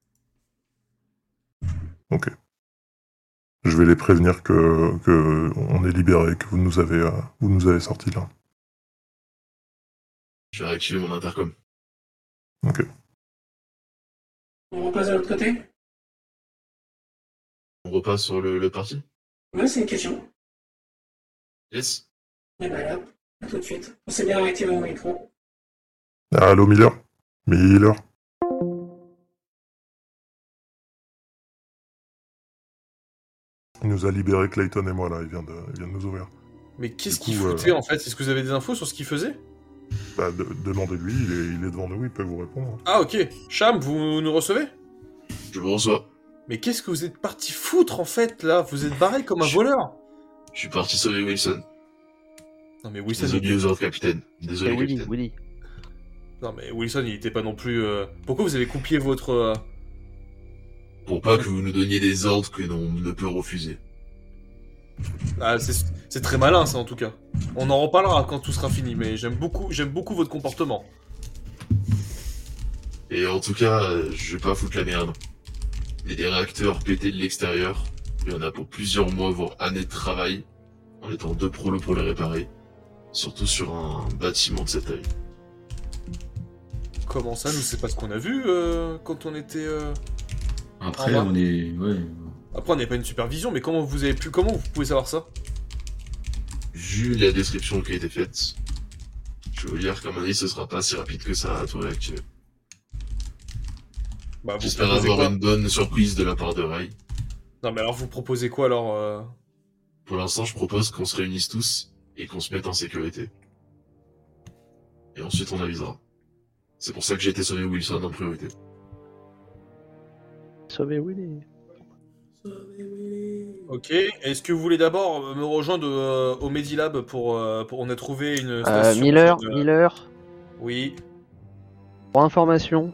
[SPEAKER 5] Ok. Je vais les prévenir que, que on est libéré, que vous nous avez, euh, vous nous avez sorti là.
[SPEAKER 3] Je vais réactiver mon intercom.
[SPEAKER 5] Ok.
[SPEAKER 7] On repasse de l'autre côté
[SPEAKER 3] On repasse sur le, le parti
[SPEAKER 7] Ouais, c'est une question.
[SPEAKER 3] Yes
[SPEAKER 7] Et ben là, à tout de suite. On s'est bien arrêté au micro.
[SPEAKER 5] Ah, allô Miller Miller Il nous a libéré Clayton et moi là, il vient de, il vient de nous ouvrir.
[SPEAKER 2] Mais qu'est-ce
[SPEAKER 5] Du
[SPEAKER 2] qu'il
[SPEAKER 5] coup, euh,
[SPEAKER 2] foutait en fait Est-ce que vous avez des infos sur ce qu'il faisait
[SPEAKER 5] Bah, de- demandez-lui, il est, il est devant nous, il peut vous répondre.
[SPEAKER 2] Ah ok, Cham, vous nous recevez
[SPEAKER 3] Je vous reçois.
[SPEAKER 2] Mais qu'est-ce que vous êtes parti foutre en fait là Vous êtes barré comme un voleur
[SPEAKER 3] Je suis parti sauver Wilson.
[SPEAKER 2] Non mais Wilson,
[SPEAKER 3] Désolé
[SPEAKER 2] il-
[SPEAKER 4] Eh
[SPEAKER 3] aux autres, capitaine. Désolé,
[SPEAKER 4] Willy,
[SPEAKER 3] capitaine.
[SPEAKER 4] Willy.
[SPEAKER 2] Non, mais Wilson, il était pas non plus. euh, Pourquoi vous avez coupé votre. euh,
[SPEAKER 3] Pour pas que vous nous donniez des ordres que l'on ne peut refuser.
[SPEAKER 2] Ah, c'est c'est très malin, ça, en tout cas. On en reparlera quand tout sera fini, mais j'aime beaucoup, j'aime beaucoup votre comportement.
[SPEAKER 3] Et en tout cas, euh, je vais pas foutre la merde. Il y a des réacteurs pétés de l'extérieur. Il y en a pour plusieurs mois, voire années de travail. En étant deux prolos pour les réparer. Surtout sur un bâtiment de cette taille.
[SPEAKER 2] Comment ça, nous, c'est pas ce qu'on a vu euh, quand on était. euh,
[SPEAKER 6] Après,
[SPEAKER 2] Au revoir.
[SPEAKER 6] on est. Ouais.
[SPEAKER 2] Après, on n'est pas une supervision, mais comment vous avez pu. Comment vous pouvez savoir ça
[SPEAKER 3] Vu la description qui a été faite, je vais vous dire qu'à mon avis, ce sera pas si rapide que ça hein, à tout réactiver.
[SPEAKER 2] Bah, vous
[SPEAKER 3] J'espère
[SPEAKER 2] proposez
[SPEAKER 3] avoir
[SPEAKER 2] quoi
[SPEAKER 3] une bonne surprise de la part de Ray.
[SPEAKER 2] Non, mais alors, vous proposez quoi alors euh
[SPEAKER 3] Pour l'instant, je propose qu'on se réunisse tous et qu'on se mette en sécurité. Et ensuite, on avisera. C'est pour ça que j'ai été sauvé Wilson en priorité.
[SPEAKER 4] Sauver Willy.
[SPEAKER 2] Ok, est-ce que vous voulez d'abord euh, me rejoindre euh, au Medilab pour, euh, pour. On a trouvé une
[SPEAKER 4] Euh,
[SPEAKER 2] station.
[SPEAKER 4] Miller,
[SPEAKER 2] euh,
[SPEAKER 4] Miller,
[SPEAKER 2] Oui.
[SPEAKER 4] pour information,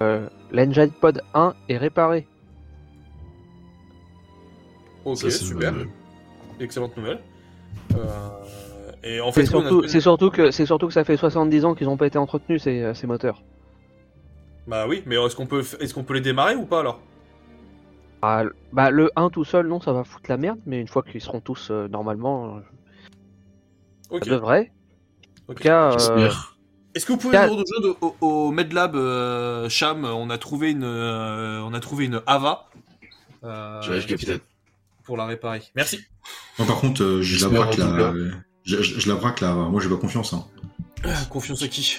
[SPEAKER 4] euh, l'Engine Pod 1 est réparé.
[SPEAKER 2] Ok,
[SPEAKER 3] Ça, c'est une
[SPEAKER 2] super.
[SPEAKER 3] bonne
[SPEAKER 2] Excellente nouvelle. Euh, Et en fait,
[SPEAKER 4] C'est
[SPEAKER 2] nous, on a
[SPEAKER 4] surtout,
[SPEAKER 2] trouvé-
[SPEAKER 4] c'est surtout que c'est surtout que ça fait 70 ans qu'ils n'ont pas été entretenus ces, euh, ces moteurs.
[SPEAKER 2] Bah oui, mais est-ce qu'on peut, est-ce qu'on peut les démarrer ou pas alors
[SPEAKER 4] Ah, l- bah le 1 tout seul, non, ça va foutre la merde, mais une fois qu'ils seront tous euh, normalement, euh,
[SPEAKER 2] Ok.
[SPEAKER 4] ça devrait. En
[SPEAKER 2] Ok.
[SPEAKER 4] tout cas, euh,
[SPEAKER 3] J'espère.
[SPEAKER 2] Est-ce que vous pouvez
[SPEAKER 4] Cal-
[SPEAKER 2] nous rejoindre au, au- au Medlab euh, Cham On a trouvé une, euh, on a trouvé une Ava euh,
[SPEAKER 3] J'arrive, capitaine.
[SPEAKER 2] pour la réparer. Merci. (coughs)
[SPEAKER 6] Moi, par contre, euh, je la
[SPEAKER 3] J'espère,
[SPEAKER 6] braque
[SPEAKER 3] en tout cas.
[SPEAKER 6] là. euh, Je, je- je la braque là. Moi, j'ai pas confiance. Hein.
[SPEAKER 2] Confiance à qui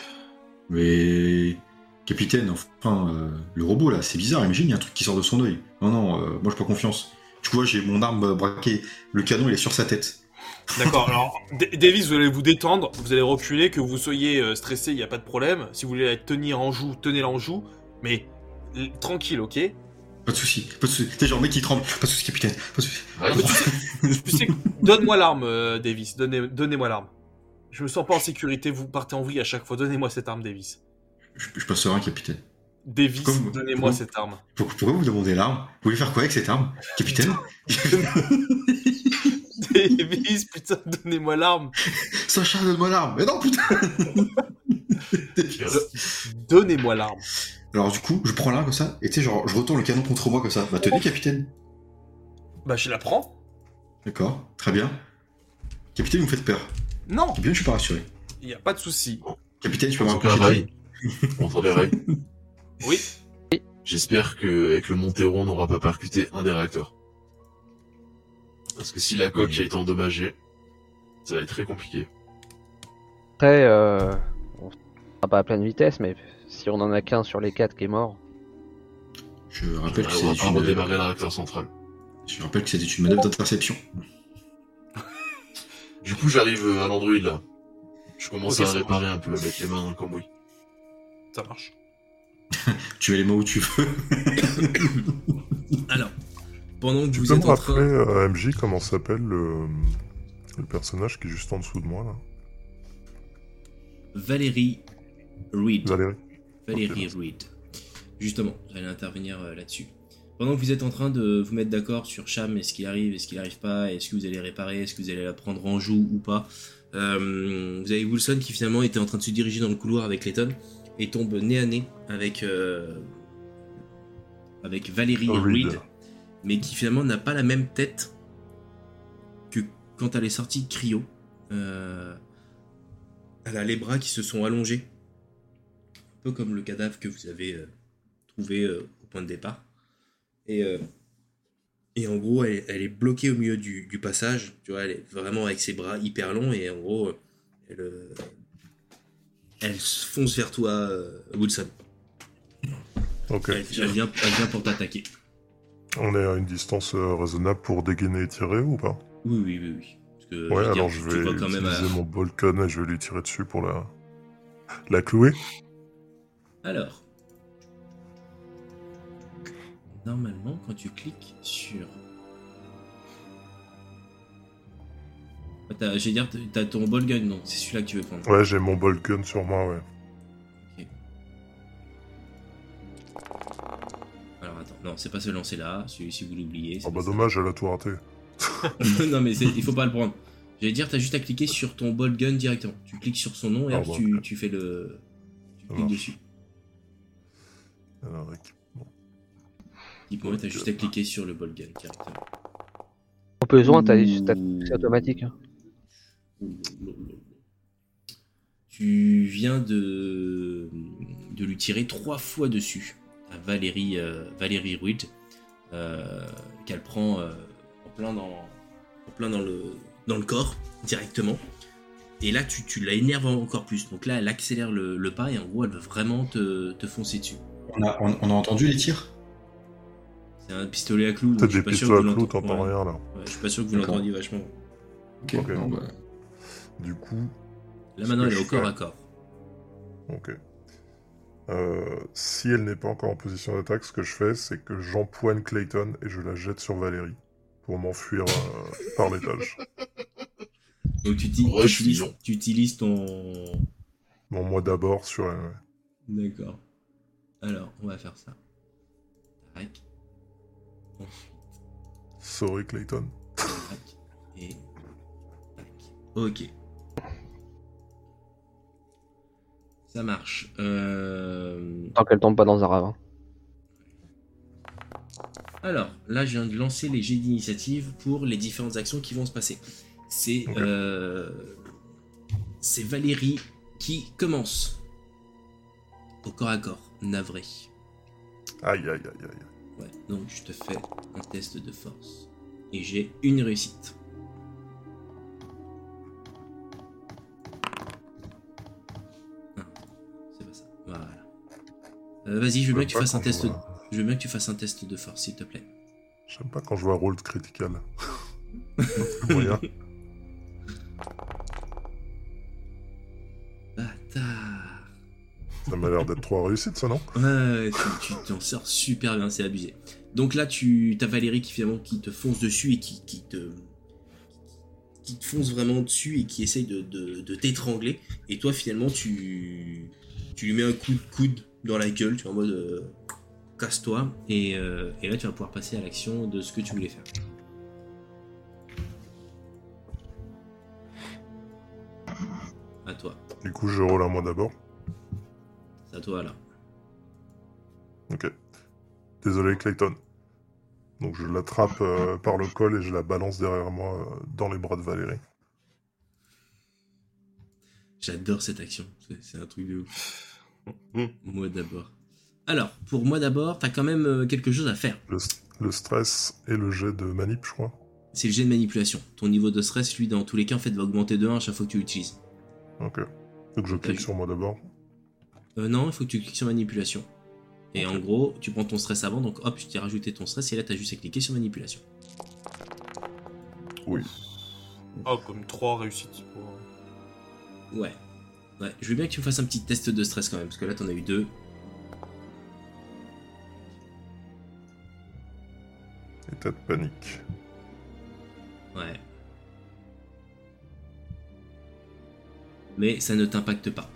[SPEAKER 6] Mais. Capitaine, enfin, euh, le robot là, c'est bizarre. Imagine, il y a un truc qui sort de son œil. Non, non, euh, moi, j'ai pas confiance. Tu vois, j'ai mon arme euh, braquée. Le canon, il est sur sa tête.
[SPEAKER 2] D'accord. Alors, D- Davis, vous allez vous détendre, vous allez reculer, que vous soyez euh, stressé, il n'y a pas de problème. Si vous voulez la tenir en joue, tenez-la en joue, mais l- tranquille, ok
[SPEAKER 6] Pas de soucis. Pas de soucis. T'es genre le mec qui tremble. Pas de soucis, capitaine. Pas de soucis.
[SPEAKER 3] Ray,
[SPEAKER 2] Ah, Mais tu sais- tu sais- donne-moi l'arme, euh, Davis. Donnez- Donnez-moi l'arme. Je me sens pas en sécurité. Vous partez en vrille à chaque fois. Donnez-moi cette arme, Davis.
[SPEAKER 6] Je, je passe rien, capitaine.
[SPEAKER 2] Davis,
[SPEAKER 6] Comme-
[SPEAKER 2] donnez-moi
[SPEAKER 6] comme-
[SPEAKER 2] cette arme. (laughs)
[SPEAKER 6] Pour- Pourquoi vous demandez l'arme Vous voulez faire quoi avec cette arme Capitaine
[SPEAKER 2] Davis, putain, donnez-moi l'arme.
[SPEAKER 6] (laughs) Sacha, donne-moi l'arme Mais non, putain
[SPEAKER 2] Donnez-moi l'arme.
[SPEAKER 6] Alors, du coup, je prends l'arme comme ça, et tu sais, genre, je retourne le canon contre moi comme ça. Bah, tenez, capitaine
[SPEAKER 2] Bah, je la prends.
[SPEAKER 6] D'accord, très bien. Capitaine, vous me faites peur.
[SPEAKER 2] Non,
[SPEAKER 6] Capitaine, je suis pas rassuré.
[SPEAKER 2] il n'y a pas de souci.
[SPEAKER 6] Capitaine, je peux
[SPEAKER 3] On
[SPEAKER 6] me
[SPEAKER 3] s'en fait un
[SPEAKER 6] rapprocher de
[SPEAKER 3] bail.
[SPEAKER 6] vous
[SPEAKER 3] On s'en fait un bail.
[SPEAKER 2] Oui.
[SPEAKER 3] J'espère qu'avec le Montero, on n'aura pas percuté un des réacteurs. Parce que si la coque a été endommagée, ça va être très compliqué.
[SPEAKER 4] après, euh, on sera pas à pleine vitesse, mais si on en a qu'un sur les 4 qui est mort,
[SPEAKER 6] Je
[SPEAKER 3] On
[SPEAKER 6] rappelle que
[SPEAKER 3] va
[SPEAKER 6] c'est
[SPEAKER 3] pas
[SPEAKER 6] une... euh,
[SPEAKER 3] redémarrer le réacteur central.
[SPEAKER 6] Je rappelle que c'était une manœuvre d'interception.
[SPEAKER 3] Du coup, j'arrive euh, à l'Android là. Je commence
[SPEAKER 2] Ok,
[SPEAKER 3] à
[SPEAKER 2] ça
[SPEAKER 3] réparer un peu avec les mains dans le cambouis.
[SPEAKER 2] Ça marche.
[SPEAKER 6] Tu mets les mots où tu veux.
[SPEAKER 1] Alors, pendant que
[SPEAKER 5] Tu
[SPEAKER 1] vous
[SPEAKER 5] peux me
[SPEAKER 1] êtes en
[SPEAKER 5] rappeler,
[SPEAKER 1] train.
[SPEAKER 5] euh, MJ, comment s'appelle le... le personnage qui est juste en dessous de moi, là
[SPEAKER 1] Valérie Reed.
[SPEAKER 5] Valérie
[SPEAKER 1] Valérie Reed. Justement, j'allais intervenir euh, là-dessus. Pendant que vous êtes en train de vous mettre d'accord sur Cham, est-ce qu'il arrive, est-ce qu'il n'arrive pas, est-ce que vous allez réparer, est-ce que vous allez la prendre en joue ou pas, euh, vous avez Wilson qui finalement était en train de se diriger dans le couloir avec Letton et tombe nez à nez avec, euh, avec Valérie
[SPEAKER 5] Reed.
[SPEAKER 1] Reed. mais qui finalement n'a pas la même tête que quand elle est sortie de cryo. Euh, elle a les bras qui se sont allongés un peu comme le cadavre que vous avez euh, trouvé euh, au point de départ. Et, euh, et en gros, elle, elle est bloquée au milieu du, du passage. Tu vois, elle est vraiment avec ses bras hyper longs et en gros, euh, elle, euh, elle se fonce vers toi, euh, Wilson.
[SPEAKER 5] Ok.
[SPEAKER 1] Elle, elle vient, elle vient pour t'attaquer.
[SPEAKER 5] On est à une distance euh, raisonnable pour dégainer et tirer ou pas
[SPEAKER 1] Oui, oui, oui, oui. Parce que,
[SPEAKER 5] Ouais,
[SPEAKER 1] Euh, veux dire,
[SPEAKER 5] alors je
[SPEAKER 1] tu
[SPEAKER 5] vais
[SPEAKER 1] vois quand
[SPEAKER 5] utiliser
[SPEAKER 1] même euh, à-
[SPEAKER 5] mon bolcon et je vais lui tirer dessus pour la, la clouer.
[SPEAKER 1] Alors. Normalement, quand tu cliques sur. Ah, t'as- J'allais dire, t'as ton ball gun, non, c'est celui-là que tu veux prendre.
[SPEAKER 5] Ouais, j'ai mon bolcon sur moi, ouais.
[SPEAKER 1] attends. Non, c'est pas ce lancer-là. Si, si vous l'oubliez. c'est
[SPEAKER 5] Oh bah
[SPEAKER 1] pas ça.
[SPEAKER 5] dommage, elle a tout raté.
[SPEAKER 1] (laughs) non, mais c'est- il faut pas le prendre. J'allais dire, t'as juste à cliquer sur ton bolt gun directement. Tu cliques sur son nom et
[SPEAKER 5] Ah,
[SPEAKER 1] hop,
[SPEAKER 5] bon,
[SPEAKER 1] tu, tu fais le. Tu cliques
[SPEAKER 5] marche.
[SPEAKER 1] dessus.
[SPEAKER 5] Alors, équipement.
[SPEAKER 1] Dites-moi, t'as juste à cliquer sur le bolt gun directement.
[SPEAKER 4] En besoin, t'as
[SPEAKER 2] Hmm.
[SPEAKER 4] les- t'as-
[SPEAKER 1] Hmm.
[SPEAKER 4] c'est automatique. hein.
[SPEAKER 1] Tu viens de, de lui tirer trois fois dessus à Valérie, euh, Valérie Ruid, euh, qu'elle prend euh, en plein, dans, en plein dans, le, dans le corps directement. Et là, tu, tu la énerves encore plus. Donc là, elle accélère le, le pas et en gros, elle veut vraiment te, te foncer dessus.
[SPEAKER 6] On a, on- on a entendu les tirs
[SPEAKER 1] C'est un pistolet à clous.
[SPEAKER 5] T'as
[SPEAKER 1] donc je suis
[SPEAKER 5] des
[SPEAKER 1] pas sûr
[SPEAKER 5] pistolets
[SPEAKER 1] que
[SPEAKER 5] à
[SPEAKER 1] vous
[SPEAKER 5] clous,
[SPEAKER 1] l'entend-
[SPEAKER 5] t'entends
[SPEAKER 1] ouais.
[SPEAKER 5] rien là.
[SPEAKER 1] Ouais, je suis pas sûr que vous
[SPEAKER 6] D'accord.
[SPEAKER 1] l'entendiez vachement.
[SPEAKER 6] Ok,
[SPEAKER 5] Ok.
[SPEAKER 6] bon, bah,
[SPEAKER 5] Du coup,
[SPEAKER 1] Là maintenant,
[SPEAKER 5] que
[SPEAKER 1] elle est
[SPEAKER 5] je
[SPEAKER 1] au corps
[SPEAKER 5] fais.
[SPEAKER 1] à corps.
[SPEAKER 5] Ok. Euh, si elle n'est pas encore en position d'attaque, ce que je fais, c'est que j'empoigne Clayton et je la jette sur Valérie pour m'enfuir euh,
[SPEAKER 1] (laughs)
[SPEAKER 5] par l'étage.
[SPEAKER 1] Donc tu, ti-
[SPEAKER 3] Ouais,
[SPEAKER 1] tu
[SPEAKER 3] je suis
[SPEAKER 1] utilises,
[SPEAKER 3] mignon.
[SPEAKER 1] tu utilises ton.
[SPEAKER 5] Bon, moi d'abord sur elle. ouais.
[SPEAKER 1] D'accord. Alors, on va faire ça. Tac.
[SPEAKER 5] Sorry Clayton.
[SPEAKER 1] Tac. Et. Tac. Ok. Ça marche. Euh,
[SPEAKER 4] Tant qu'elle tombe pas dans un ravin.
[SPEAKER 1] Alors, là, je viens de lancer les jets d'initiative pour les différentes actions qui vont se passer. C'est.
[SPEAKER 5] Ok.
[SPEAKER 1] euh, C'est Valérie qui commence. Au corps à corps, navré.
[SPEAKER 5] Aïe aïe aïe aïe.
[SPEAKER 1] Ouais, donc je te fais un test de force. Et j'ai une réussite. Ah, c'est pas ça. Voilà. Euh, Vas-y, je veux bien que tu
[SPEAKER 5] J'aime Bah, pas
[SPEAKER 1] fasses un
[SPEAKER 5] quand
[SPEAKER 1] test.
[SPEAKER 5] je vois-
[SPEAKER 1] Je veux bien que tu fasses un test de force, s'il te plaît.
[SPEAKER 5] J'aime pas quand je vois
[SPEAKER 1] (laughs)
[SPEAKER 5] Rolled Critical. C'est moyen.
[SPEAKER 1] Bâtard.
[SPEAKER 5] Ça m'a l'air d'être trois réussites ça non
[SPEAKER 1] Ouais, tu tu t'en sors super bien, c'est abusé. Donc là, tu as Valérie qui finalement qui te fonce dessus et qui, qui te qui te fonce vraiment dessus et qui essaye de, de- de t'étrangler. Et toi, finalement, tu tu lui mets un coup de coude dans la gueule. Tu es en mode euh, casse-toi. Et, euh, et là, tu vas pouvoir passer à l'action de ce que tu voulais faire. À toi,
[SPEAKER 5] Du coup je roll un moi d'abord.
[SPEAKER 1] c'est à toi là.
[SPEAKER 5] Ok. Désolé Clayton. Donc je l'attrape euh, par le col et je la balance derrière moi euh, dans les bras de Valérie.
[SPEAKER 1] J'adore cette action, c'est- c'est un truc de ouf. Moi d'abord. Alors, pour moi d'abord, t'as quand même euh, quelque chose à faire.
[SPEAKER 5] Le, st- le stress et le jet de manip je crois.
[SPEAKER 1] C'est le jet de manipulation. Ton niveau de stress, lui, dans tous les cas, en fait, va augmenter de 1 à chaque fois que tu l'utilises.
[SPEAKER 5] Ok. Donc je clique
[SPEAKER 1] vu.
[SPEAKER 5] sur moi d'abord.
[SPEAKER 1] Euh, non, il faut que tu cliques sur manipulation. Et en gros, tu prends ton stress avant, donc hop, je t'ai rajouté ton stress, et là, t'as juste à cliquer sur manipulation.
[SPEAKER 2] Oh, comme 3 réussites. pour-
[SPEAKER 1] Ouais. Ouais, je veux bien que tu me fasses un petit test de stress quand même, parce que là, t'en as eu deux.
[SPEAKER 5] État de panique.
[SPEAKER 1] Ouais. Mais ça ne t'impacte pas.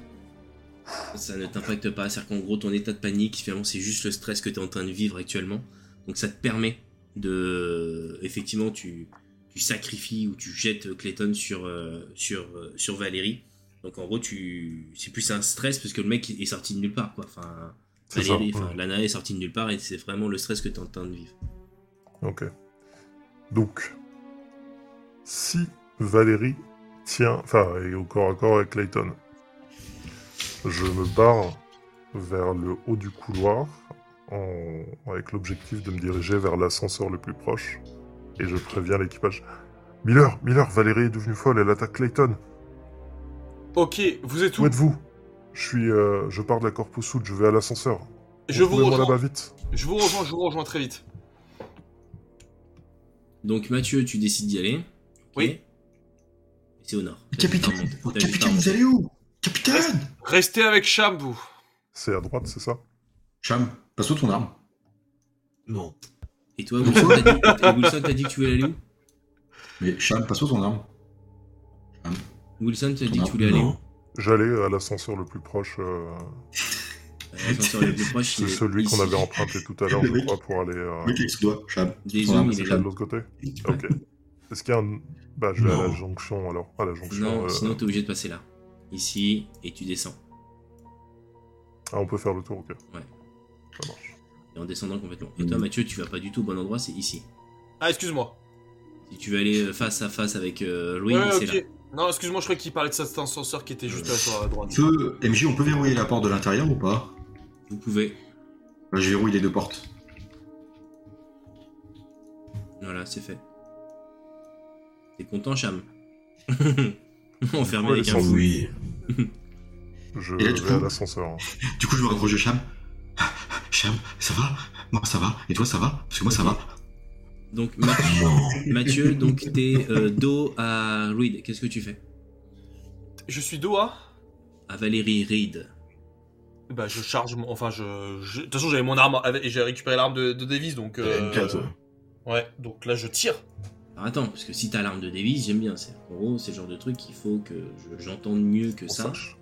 [SPEAKER 1] Ça ne t'impacte pas, c'est-à-dire qu'en gros, ton état de panique, finalement, c'est juste le stress que tu es en train de vivre actuellement. Donc ça te permet de. Effectivement, tu, tu sacrifies ou tu jettes Clayton sur, euh, sur, euh, sur Valérie. Donc en gros, tu... c'est plus un stress parce que le mec est sorti de nulle part, quoi. Enfin,
[SPEAKER 5] C'est ça.
[SPEAKER 1] Valérie, enfin,
[SPEAKER 5] ouais.
[SPEAKER 1] Lana est sortie de nulle part et c'est vraiment le stress que tu es en train de vivre.
[SPEAKER 5] Ok. Donc, si Valérie tient, enfin, est au corps à corps avec Clayton, je me barre vers le haut du couloir en- avec l'objectif de me diriger vers l'ascenseur le plus proche et je préviens l'équipage. Miller, Miller, Valérie est devenue folle, elle attaque Clayton.
[SPEAKER 2] Ok, vous êtes
[SPEAKER 5] Où
[SPEAKER 2] où
[SPEAKER 5] êtes-vous Je suis, euh, je pars de la Corpus Soud, je vais à l'ascenseur.
[SPEAKER 2] Je vous
[SPEAKER 5] Retrouvez-moi
[SPEAKER 2] rejoins.
[SPEAKER 5] là-bas vite.
[SPEAKER 2] Je vous rejoins, je vous rejoins très vite.
[SPEAKER 1] Donc Mathieu, tu décides d'y aller. Ok.
[SPEAKER 2] Oui.
[SPEAKER 1] C'est au nord. T'as juste à
[SPEAKER 6] bah, Capitaine,
[SPEAKER 1] remonter. T'as juste à
[SPEAKER 6] capitaine, vous
[SPEAKER 1] remonter.
[SPEAKER 6] allez où Capitaine
[SPEAKER 2] Restez avec Cham, vous.
[SPEAKER 5] C'est à droite, c'est ça
[SPEAKER 6] Cham, passe-moi ton arme.
[SPEAKER 3] Non.
[SPEAKER 1] Et toi, Wilson, t'as dit, et Wilson, t'as dit que tu voulais aller où
[SPEAKER 6] Mais Cham, passe-moi ton arme.
[SPEAKER 1] Wilson, t'as dit
[SPEAKER 6] Non,
[SPEAKER 1] que tu voulais aller où
[SPEAKER 3] Non.
[SPEAKER 5] J'allais à l'ascenseur le plus proche. euh, C'est celui qu'on avait emprunté tout à l'heure,
[SPEAKER 6] Le
[SPEAKER 5] je
[SPEAKER 6] mec-
[SPEAKER 5] crois, pour aller. euh,
[SPEAKER 6] le mec avec ses doigts, Chab.
[SPEAKER 1] Des
[SPEAKER 6] Voilà,
[SPEAKER 1] zooms, il
[SPEAKER 6] c'est
[SPEAKER 1] est
[SPEAKER 6] Chab.
[SPEAKER 1] là.
[SPEAKER 5] de l'autre côté Ok. Est-ce qu'il y a un. Bah, je vais à la
[SPEAKER 1] Non.
[SPEAKER 5] jonction alors. À la jonction.
[SPEAKER 1] Non,
[SPEAKER 5] euh,
[SPEAKER 1] sinon t'es obligé de passer là. Ici, et tu descends.
[SPEAKER 5] Ah, on peut faire le tour, ok.
[SPEAKER 1] Ouais.
[SPEAKER 5] Ça marche.
[SPEAKER 1] Et en descendant complètement. Et
[SPEAKER 5] Mm.
[SPEAKER 1] toi, Mathieu, tu vas pas du tout au bon endroit, c'est ici.
[SPEAKER 2] Ah, excuse-moi.
[SPEAKER 1] Si tu veux aller euh, face à face avec euh, Louis,
[SPEAKER 2] Ouais,
[SPEAKER 1] c'est
[SPEAKER 2] ok.
[SPEAKER 1] là.
[SPEAKER 2] Non, excuse-moi, je croyais qu'il parlait de cet ascenseur qui était juste là sur la droite.
[SPEAKER 6] On peut- MJ, on peut verrouiller la porte de l'intérieur ou pas
[SPEAKER 1] Vous pouvez.
[SPEAKER 6] Bah, je verrouille les deux portes.
[SPEAKER 1] Voilà, c'est fait. T'es content, Cham (laughs) Enfermé
[SPEAKER 5] Ouais,
[SPEAKER 1] avec
[SPEAKER 5] les
[SPEAKER 1] un
[SPEAKER 5] sens-
[SPEAKER 1] fou.
[SPEAKER 6] Oui.
[SPEAKER 5] Je
[SPEAKER 6] Et là,
[SPEAKER 5] vais
[SPEAKER 6] du
[SPEAKER 5] à
[SPEAKER 6] coup-
[SPEAKER 5] l'ascenseur. hein.
[SPEAKER 6] Du coup, je me rapproche de Cham. Cham, ça va Moi, ça va Et toi, ça va Parce que moi, ça va.
[SPEAKER 1] Donc, Mathieu, Mathieu, donc t'es euh, dos à Louis. Qu'est-ce que tu fais
[SPEAKER 2] Je suis dos à
[SPEAKER 1] À Valérie Reed.
[SPEAKER 2] Bah, je charge mon. Enfin, je. je- De toute façon, j'avais mon arme. avec- et J'ai récupéré l'arme de, de Davis, donc.
[SPEAKER 3] T'as
[SPEAKER 2] euh,
[SPEAKER 3] une carte, ouais.
[SPEAKER 2] Ouais, donc là, je tire.
[SPEAKER 1] Alors, attends, parce que si t'as l'arme de Davis, j'aime bien. C'est en gros, c'est le genre de truc qu'il faut que je- j'entende mieux que
[SPEAKER 5] On
[SPEAKER 1] ça.
[SPEAKER 5] sache.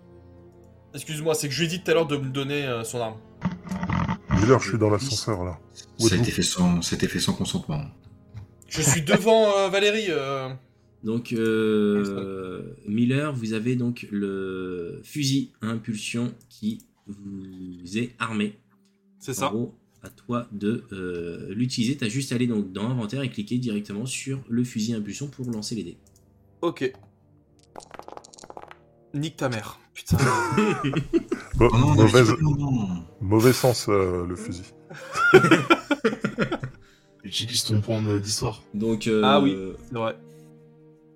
[SPEAKER 2] Excuse-moi, c'est que je lui ai dit tout à l'heure de me donner euh, son arme.
[SPEAKER 5] Miller, je suis dans l'ascenseur là. Où
[SPEAKER 6] Ça a
[SPEAKER 5] êtes-vous
[SPEAKER 6] été fait sans, ça a été fait sans consentement.
[SPEAKER 2] Je
[SPEAKER 1] (laughs)
[SPEAKER 2] suis devant euh, Valérie. euh,
[SPEAKER 1] Donc, euh, Miller, vous avez donc le fusil à impulsion qui vous est armé.
[SPEAKER 2] C'est
[SPEAKER 1] En
[SPEAKER 2] ça.
[SPEAKER 1] gros, à toi de euh, l'utiliser. T'as juste à aller donc dans inventaire et cliquer directement sur le fusil à impulsion pour lancer les dés.
[SPEAKER 2] Ok. Nique ta mère. Putain.
[SPEAKER 5] Mo-
[SPEAKER 6] Oh non,
[SPEAKER 5] mauvaise-
[SPEAKER 6] non, non.
[SPEAKER 5] Mauvais sens, euh, le fusil.
[SPEAKER 3] Utilise ton point de- d'histoire.
[SPEAKER 1] Donc, euh,
[SPEAKER 2] Ah oui. C'est vrai.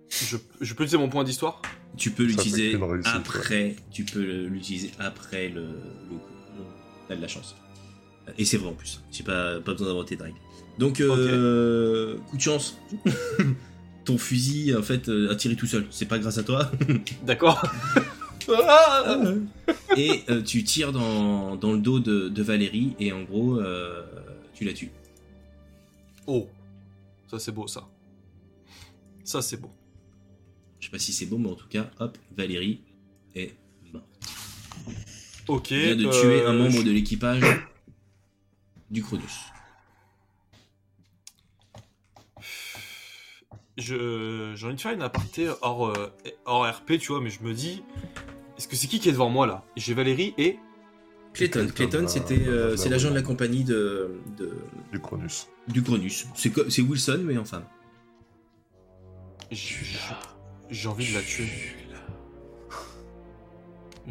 [SPEAKER 2] Je, je peux utiliser mon point d'histoire
[SPEAKER 1] tu peux
[SPEAKER 5] Ça fait
[SPEAKER 1] l'utiliser
[SPEAKER 5] une réussite,
[SPEAKER 1] après. Tu peux l'utiliser après le, le coup. Donc, T'as de la chance. Et c'est vrai en plus. J'ai pas, pas besoin d'inventer de règles. Donc, euh, coup de chance. (laughs) Ton fusil, en fait, euh, a tiré tout seul. C'est pas grâce à
[SPEAKER 2] (laughs)
[SPEAKER 1] toi. (laughs)
[SPEAKER 2] D'accord. Ah
[SPEAKER 1] et euh, tu tires dans, dans le dos de, de Valérie et en gros euh, tu la tues.
[SPEAKER 2] oh. Ça, c'est beau, ça. Ça, c'est beau.
[SPEAKER 1] Je sais pas si c'est beau, mais en tout cas, hop, Valérie est morte.
[SPEAKER 2] Ok.
[SPEAKER 1] vient de
[SPEAKER 2] euh,
[SPEAKER 1] tuer un membre
[SPEAKER 2] je-
[SPEAKER 1] de l'équipage du Cronus.
[SPEAKER 2] Je- J'ai envie de faire une aparté hors, euh, hors RP, tu vois, mais je me dis. Est-ce que c'est qui qui est devant moi là J'ai Valérie et.
[SPEAKER 1] Clayton, Clayton,
[SPEAKER 5] Clayton,
[SPEAKER 1] c'était euh,
[SPEAKER 5] bah,
[SPEAKER 1] c'est
[SPEAKER 5] bah,
[SPEAKER 1] l'agent
[SPEAKER 5] oui.
[SPEAKER 1] de la compagnie de, de-
[SPEAKER 5] Du Cronus.
[SPEAKER 1] du Cronus. C'est co- c'est Wilson, mais en femme.
[SPEAKER 2] J'ai j'ai envie de la tuer.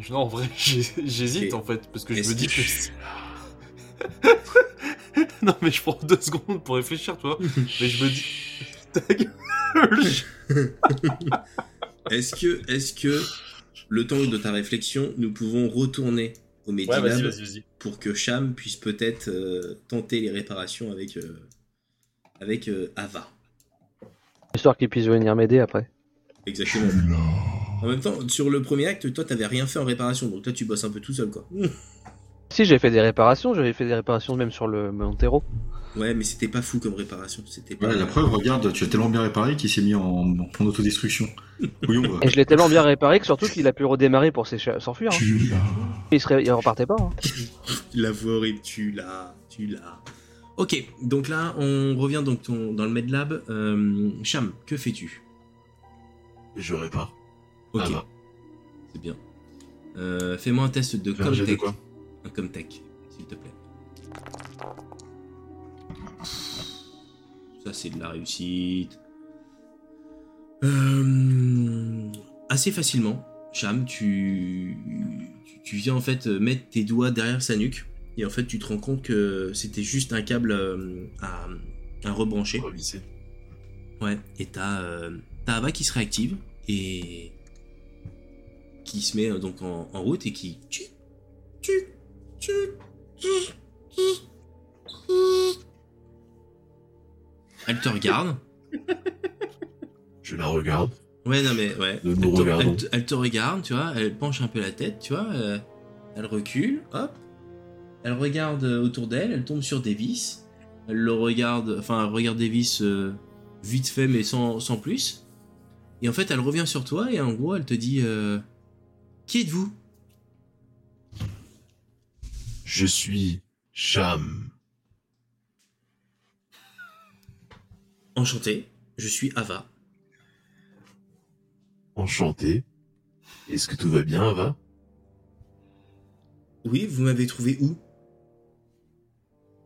[SPEAKER 2] Non, en vrai, (laughs) j'ai- j'hésite
[SPEAKER 1] Et-
[SPEAKER 2] en fait, parce que je
[SPEAKER 1] est-ce
[SPEAKER 2] me dis
[SPEAKER 1] que-
[SPEAKER 2] que. c'est- (laughs) non, mais je prends deux secondes pour réfléchir, tu vois. Mais je me dis. (laughs) Ta gueule
[SPEAKER 1] Est-ce que, est que, le temps de ta réflexion, nous pouvons retourner au Medilab
[SPEAKER 2] vas-y.
[SPEAKER 1] pour que Cham puisse peut-être euh, tenter les réparations avec, euh, avec euh, Ava.
[SPEAKER 4] Histoire qu'ils puissent venir m'aider après.
[SPEAKER 1] Exactement. En même temps, sur le premier acte, toi, t'avais rien fait en réparation, donc toi, tu bosses un peu tout seul, quoi.
[SPEAKER 4] Si j'ai fait des réparations, j'avais fait des réparations même sur le Montero.
[SPEAKER 1] Ouais, mais c'était pas fou comme réparation. C'était pas.
[SPEAKER 6] Voilà, la preuve, regarde, tu as tellement bien réparé qu'il s'est mis en, en autodestruction. Oui, on va.
[SPEAKER 4] Et je l'ai tellement bien réparé que surtout qu'il a pu redémarrer pour s'écha- s'enfuir. hein.
[SPEAKER 6] Tu-
[SPEAKER 4] Il, serait... il repartait pas. hein.
[SPEAKER 1] La voix horrible, tu l'as, tu l'as. Ok, donc là, on revient donc ton- dans le Medlab. Euh, Cham, que fais-tu
[SPEAKER 3] Je répare.
[SPEAKER 1] Ok,
[SPEAKER 3] Ah bah,
[SPEAKER 1] c'est bien. Euh, Fais-moi un test de
[SPEAKER 3] fais un jet de
[SPEAKER 1] Comtech.
[SPEAKER 3] quoi
[SPEAKER 1] Un Comtech, s'il te plaît. Ça, c'est de la réussite. Euh, assez facilement, Cham, tu, tu, tu viens en fait mettre tes doigts derrière sa nuque. Et en fait, tu te rends compte que c'était juste un câble euh, à, à rebrancher.
[SPEAKER 3] Revisser.
[SPEAKER 1] Ouais, et t'as euh, t'as Abba qui se réactive et qui se met euh, donc en, en route et qui tchic, tchic, tchic, tchic, tchic, tchic. Elle te regarde.
[SPEAKER 3] Je la regarde.
[SPEAKER 1] Ouais, non mais ouais.
[SPEAKER 3] Nous
[SPEAKER 1] Elle
[SPEAKER 3] nous
[SPEAKER 1] te,
[SPEAKER 3] regardons.
[SPEAKER 1] elle te- elle te regarde, tu vois, elle penche un peu la tête, tu vois, euh, elle recule, hop. Elle regarde euh, autour d'elle, elle tombe sur Davis. Elle le regarde, enfin, elle regarde Davis euh, vite fait mais sans, sans plus. Et en fait, elle revient sur toi et en gros, elle te dit euh, Qui êtes-vous
[SPEAKER 3] Je suis Cham.
[SPEAKER 1] Enchanté, je suis Ava.
[SPEAKER 3] Enchanté. Est-ce que tout va bien, Ava
[SPEAKER 1] Oui, vous m'avez trouvé où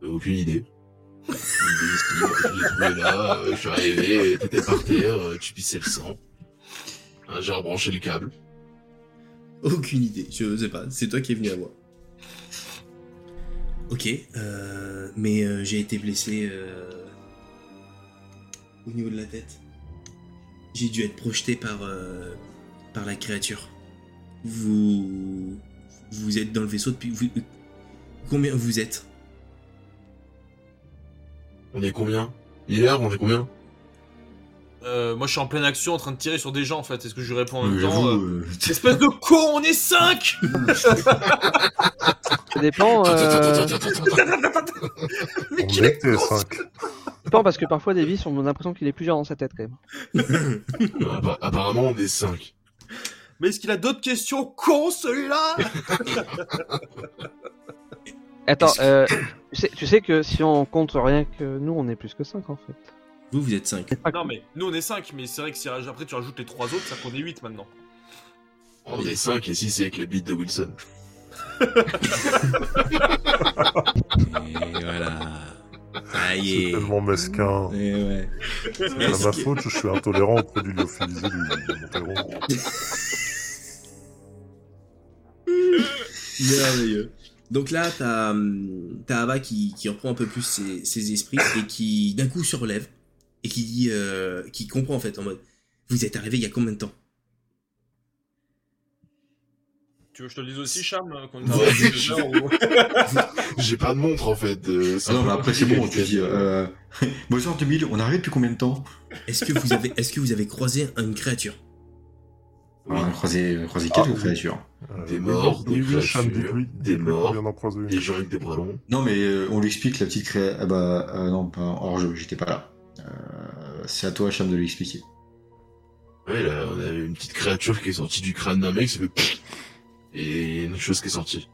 [SPEAKER 3] Euh, Aucune idée. Je l'ai trouvé là, euh, je suis arrivé, t'étais par terre, euh, tu pissais le sang. Euh, J'ai rebranché le câble.
[SPEAKER 1] Aucune idée, je sais pas, c'est toi qui es venu à moi. Ok, euh, mais euh, j'ai été blessé euh, au niveau de la tête. J'ai dû être projeté par, euh, par la créature. Vous. Vous êtes dans le vaisseau depuis. vous- combien vous êtes
[SPEAKER 3] On est combien Hier, on est combien
[SPEAKER 2] Euh, moi, je suis en pleine action en train de tirer sur des gens en fait. Est-ce que je lui réponds en
[SPEAKER 6] Euh,
[SPEAKER 2] même temps
[SPEAKER 6] j'avoue,
[SPEAKER 2] euh,
[SPEAKER 6] euh,
[SPEAKER 2] Espèce de con, on est 5
[SPEAKER 4] Ça dépend. euh,
[SPEAKER 5] On était 5.
[SPEAKER 4] ça dépend parce que parfois Davis, on a l'impression qu'il est plusieurs dans sa tête quand même.
[SPEAKER 3] Appa- Apparemment, on est 5.
[SPEAKER 2] Mais est-ce qu'il a d'autres questions con (laughs) celui-là
[SPEAKER 4] Attends, euh, tu, sais, tu sais que si on compte rien que nous, on est plus que 5 en fait.
[SPEAKER 1] Vous, vous êtes 5.
[SPEAKER 2] Non, mais nous on est 5, mais c'est vrai que si raj- après tu rajoutes les 3 autres, ça qu'on est 8 maintenant.
[SPEAKER 3] On est 5 et 6 c'est avec la bite de Wilson.
[SPEAKER 1] Et voilà. Ça
[SPEAKER 5] C'est
[SPEAKER 1] y est.
[SPEAKER 5] tellement mesquin.
[SPEAKER 1] Et ouais.
[SPEAKER 5] C'est pas ma faute, je suis intolérant aux produits lyophilisés du de mon terreau.
[SPEAKER 1] Merveilleux. Donc là, t'as hum, t'as Ava qui, qui reprend un peu plus ses, ses esprits et qui d'un coup se relève et qui dit, euh, qui comprend en fait en mode, vous êtes arrivé il y a combien de temps
[SPEAKER 2] Tu veux que je te le dise aussi, Cham euh, quand
[SPEAKER 3] Ouais,
[SPEAKER 2] dit
[SPEAKER 3] je-
[SPEAKER 2] déjà, (laughs) ou-
[SPEAKER 3] J'ai pas de montre en fait. euh,
[SPEAKER 6] Ah non, mais après, c'est bon, on te dit.
[SPEAKER 3] euh,
[SPEAKER 6] Euh... (laughs) Bonsoir, 2000, on arrive depuis combien de temps
[SPEAKER 1] Est-ce que vous avez, est-ce que vous avez croisé une créature
[SPEAKER 6] On a croisé, croisé quelques créatures.
[SPEAKER 5] Euh,
[SPEAKER 3] Des morts,
[SPEAKER 5] oui,
[SPEAKER 3] des
[SPEAKER 5] oui, Cham,
[SPEAKER 3] créatures,
[SPEAKER 5] dites-lui.
[SPEAKER 3] des
[SPEAKER 5] Dites-lui
[SPEAKER 3] morts,
[SPEAKER 5] combien d'en croise une.
[SPEAKER 3] des gens avec des bras longs.
[SPEAKER 6] Non, mais euh, on lui explique la petite créa. Ah bah, euh, non, pas hors jeu, j'étais pas là. Euh, c'est à toi, Cham, de l'expliquer.
[SPEAKER 3] Ouais, là, on avait une petite créature qui est sortie du crâne d'un mec, ça fait pfff Et une autre chose qui est sortie.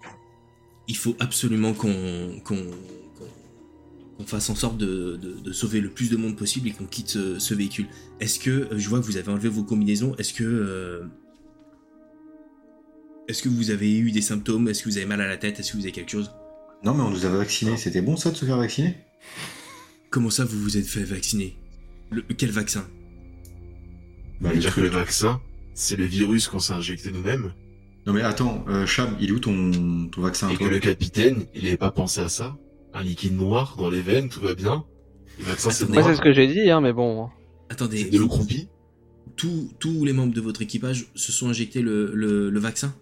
[SPEAKER 1] Il faut absolument qu'on qu'on qu'on- qu'on fasse en sorte de, de- de sauver le plus de monde possible et qu'on quitte ce, ce véhicule. Est-ce que euh, je vois que vous avez enlevé vos combinaisons Est-ce que euh, est-ce que vous avez eu des symptômes Est-ce que vous avez mal à la tête Est-ce que vous avez quelque chose
[SPEAKER 6] Non, mais on nous avait vaccinés. C'était bon, ça, de se faire vacciner
[SPEAKER 1] Comment ça, vous vous êtes fait vacciner Le, Quel vaccin
[SPEAKER 6] Bah, le
[SPEAKER 3] dire que
[SPEAKER 6] truc.
[SPEAKER 3] le vaccin, c'est le virus qu'on s'est injecté nous-mêmes,
[SPEAKER 6] Non, mais attends, euh, Cham, il est où ton, ton vaccin
[SPEAKER 3] et que
[SPEAKER 6] toi
[SPEAKER 3] le capitaine, il avait pas pensé à ça. Un liquide noir dans les veines, tout va bien. Le vaccin, c'est
[SPEAKER 1] Attendez.
[SPEAKER 4] Moi,
[SPEAKER 3] noir,
[SPEAKER 4] c'est ce que j'ai dit, hein, mais bon.
[SPEAKER 1] Attendez,
[SPEAKER 3] c'est de l'eau croupie.
[SPEAKER 1] tous- tous les membres de votre équipage se sont injectés le, le- le vaccin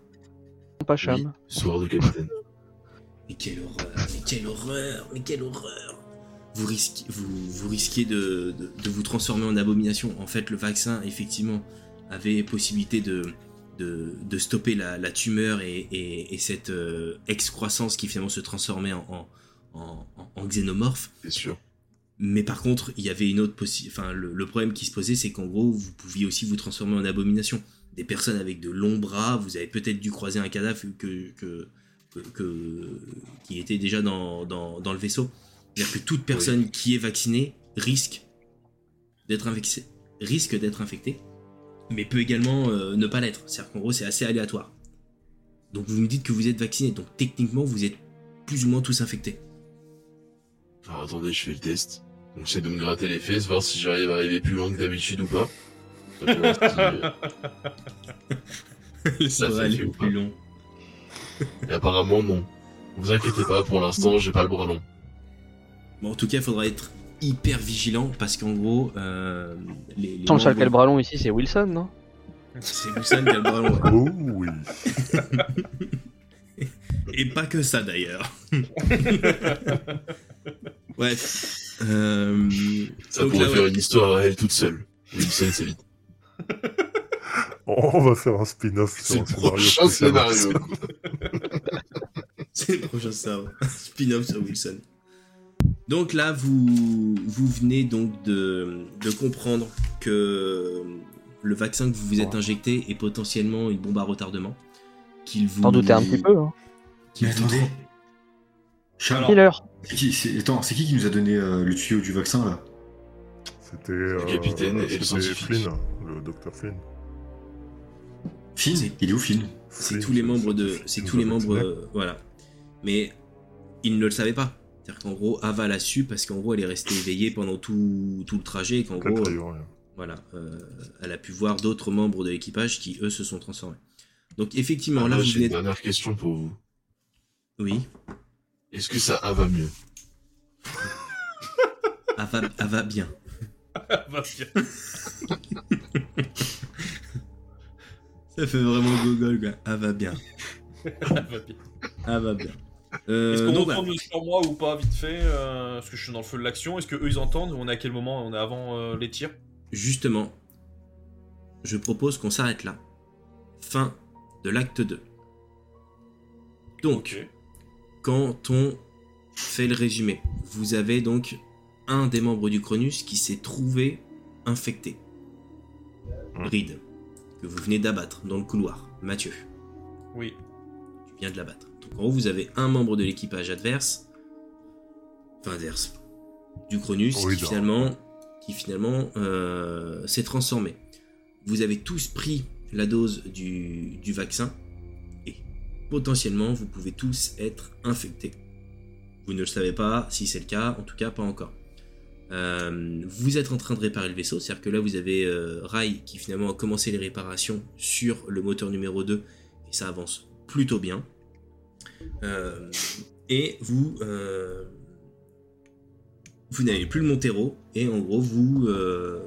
[SPEAKER 4] Pas Cham.
[SPEAKER 3] Oui, soir de capitaine. (laughs)
[SPEAKER 1] Mais quelle horreur Mais quelle horreur Mais quelle horreur vous risquez, vous, vous risquez de, de- de vous transformer en abomination. En fait, le vaccin, effectivement, avait possibilité de, de, de stopper la, la tumeur et, et- et cette euh, excroissance qui finalement se transformait en- en- en- en- en xénomorphe.
[SPEAKER 3] C'est sûr.
[SPEAKER 1] Mais par contre, il y avait une autre possi- Enfin, le, le problème qui se posait, c'est qu'en gros, vous pouviez aussi vous transformer en abomination. Des personnes avec de longs bras, vous avez peut-être dû croiser un cadavre que, que, que- que- qui était déjà dans, dans- dans le vaisseau. C'est-à-dire que toute personne qui est vaccinée risque d'être infectée, risque d'être infectée, mais peut également euh, ne pas l'être. C'est-à-dire qu'en gros, c'est assez aléatoire. Donc vous me dites que vous êtes vacciné, donc techniquement, vous êtes plus ou moins tous infectés.
[SPEAKER 3] Alors attendez, je fais le test. Donc j'essaie de me gratter les fesses, voir si j'arrive à arriver plus loin que d'habitude ou pas. Ça fait voir si, euh, (laughs) Ça
[SPEAKER 1] va
[SPEAKER 3] fait
[SPEAKER 1] aller
[SPEAKER 3] ou pas.
[SPEAKER 1] plus long.
[SPEAKER 3] Et apparemment non. Vous inquiétez pas, pour l'instant j'ai pas le bras long.
[SPEAKER 1] Bon, en tout cas, il faudra être hyper vigilant parce qu'en gros, euh, les. les
[SPEAKER 4] Sans le seul
[SPEAKER 1] membres-
[SPEAKER 4] qui a le bras long ici, c'est Wilson, hein. non
[SPEAKER 1] C'est Wilson qui a le bras long, ouais.
[SPEAKER 5] Oh oui.
[SPEAKER 1] Et pas que ça
[SPEAKER 4] (laughs)
[SPEAKER 1] d'ailleurs. Bref. Euh,
[SPEAKER 3] Ça
[SPEAKER 1] donc
[SPEAKER 3] pourrait
[SPEAKER 1] là, ouais.
[SPEAKER 3] faire une histoire à elle toute seule. Wilson, c'est vite.
[SPEAKER 5] On va faire un spin-off
[SPEAKER 3] (laughs) C'est
[SPEAKER 5] sur
[SPEAKER 3] le
[SPEAKER 5] un scénario
[SPEAKER 3] prochain
[SPEAKER 5] spécial.
[SPEAKER 3] scénario.
[SPEAKER 1] C'est le prochain Star Wars. (laughs) Spin-off sur Wilson. Donc là, vous, vous venez donc de, de comprendre que le vaccin que vous vous êtes
[SPEAKER 4] Ouais.
[SPEAKER 1] injecté est potentiellement une bombe à retardement. Qu'il vous.
[SPEAKER 4] T'en doutais un petit peu, hein
[SPEAKER 1] qu'il
[SPEAKER 6] Mais
[SPEAKER 1] vous
[SPEAKER 6] attendez. Charles, c'est qui- c'est- Attends, c'est qui qui nous a donné euh, le tuyau du vaccin là
[SPEAKER 5] C'était euh,
[SPEAKER 3] capitaine et le
[SPEAKER 5] c'était
[SPEAKER 3] scientifique.
[SPEAKER 5] Flynn, hein, le docteur Flynn.
[SPEAKER 6] Finn Il est où Finn
[SPEAKER 1] C'est tous les membres de. C'est tous les membres. euh, voilà. Mais ils ne le savaient pas. C'est-à-dire qu'en gros, Ava l'a su parce qu'en gros, elle est restée éveillée pendant tout, tout le trajet et qu'en
[SPEAKER 5] Toute la
[SPEAKER 1] gros.
[SPEAKER 5] trahison,
[SPEAKER 1] euh,
[SPEAKER 5] ouais.
[SPEAKER 1] Voilà. euh, elle a pu voir d'autres membres de l'équipage qui, eux, se sont transformés. Donc, effectivement,
[SPEAKER 3] Ah,
[SPEAKER 1] là, vous
[SPEAKER 3] moi, j'ai
[SPEAKER 1] venez.
[SPEAKER 3] une dernière question pour vous.
[SPEAKER 1] Oui.
[SPEAKER 3] Est-ce que ça ah, va mieux
[SPEAKER 1] Ava, Ava bien.
[SPEAKER 2] Ah, bah, (laughs)
[SPEAKER 1] Ça fait vraiment gogol, quoi. Ah, va bien.
[SPEAKER 2] bah,
[SPEAKER 1] Ah, va bien. Euh,
[SPEAKER 2] Est-ce qu'on
[SPEAKER 1] donc,
[SPEAKER 2] reprend
[SPEAKER 1] voilà.
[SPEAKER 2] nos sur moi ou pas vite fait euh, Parce que je suis dans le feu de l'action. Est-ce que eux ils entendent On est à quel moment On est avant euh, les tirs
[SPEAKER 1] Justement, je propose qu'on s'arrête là. Fin de l'acte 2. Donc, quand on fait le résumé, vous avez donc un des membres du Cronus qui s'est trouvé infecté. Reed, que vous venez d'abattre dans le couloir. Mathieu,
[SPEAKER 2] Oui.
[SPEAKER 1] tu viens de l'abattre. Donc, en gros, vous avez un membre de l'équipage adverse, enfin adverse, du Cronus,
[SPEAKER 5] Oui,
[SPEAKER 1] qui
[SPEAKER 5] non.
[SPEAKER 1] finalement, qui finalement euh, s'est transformé. Vous avez tous pris la dose du, du vaccin et potentiellement vous pouvez tous être infectés. Vous ne le savez pas si c'est le cas, en tout cas pas encore. Euh, vous êtes en train de réparer le vaisseau, c'est-à-dire que là vous avez euh, Rai qui finalement a commencé les réparations sur le moteur numéro 2 et ça avance plutôt bien. Euh, et vous, euh, vous n'avez plus le Montero et en gros vous, euh,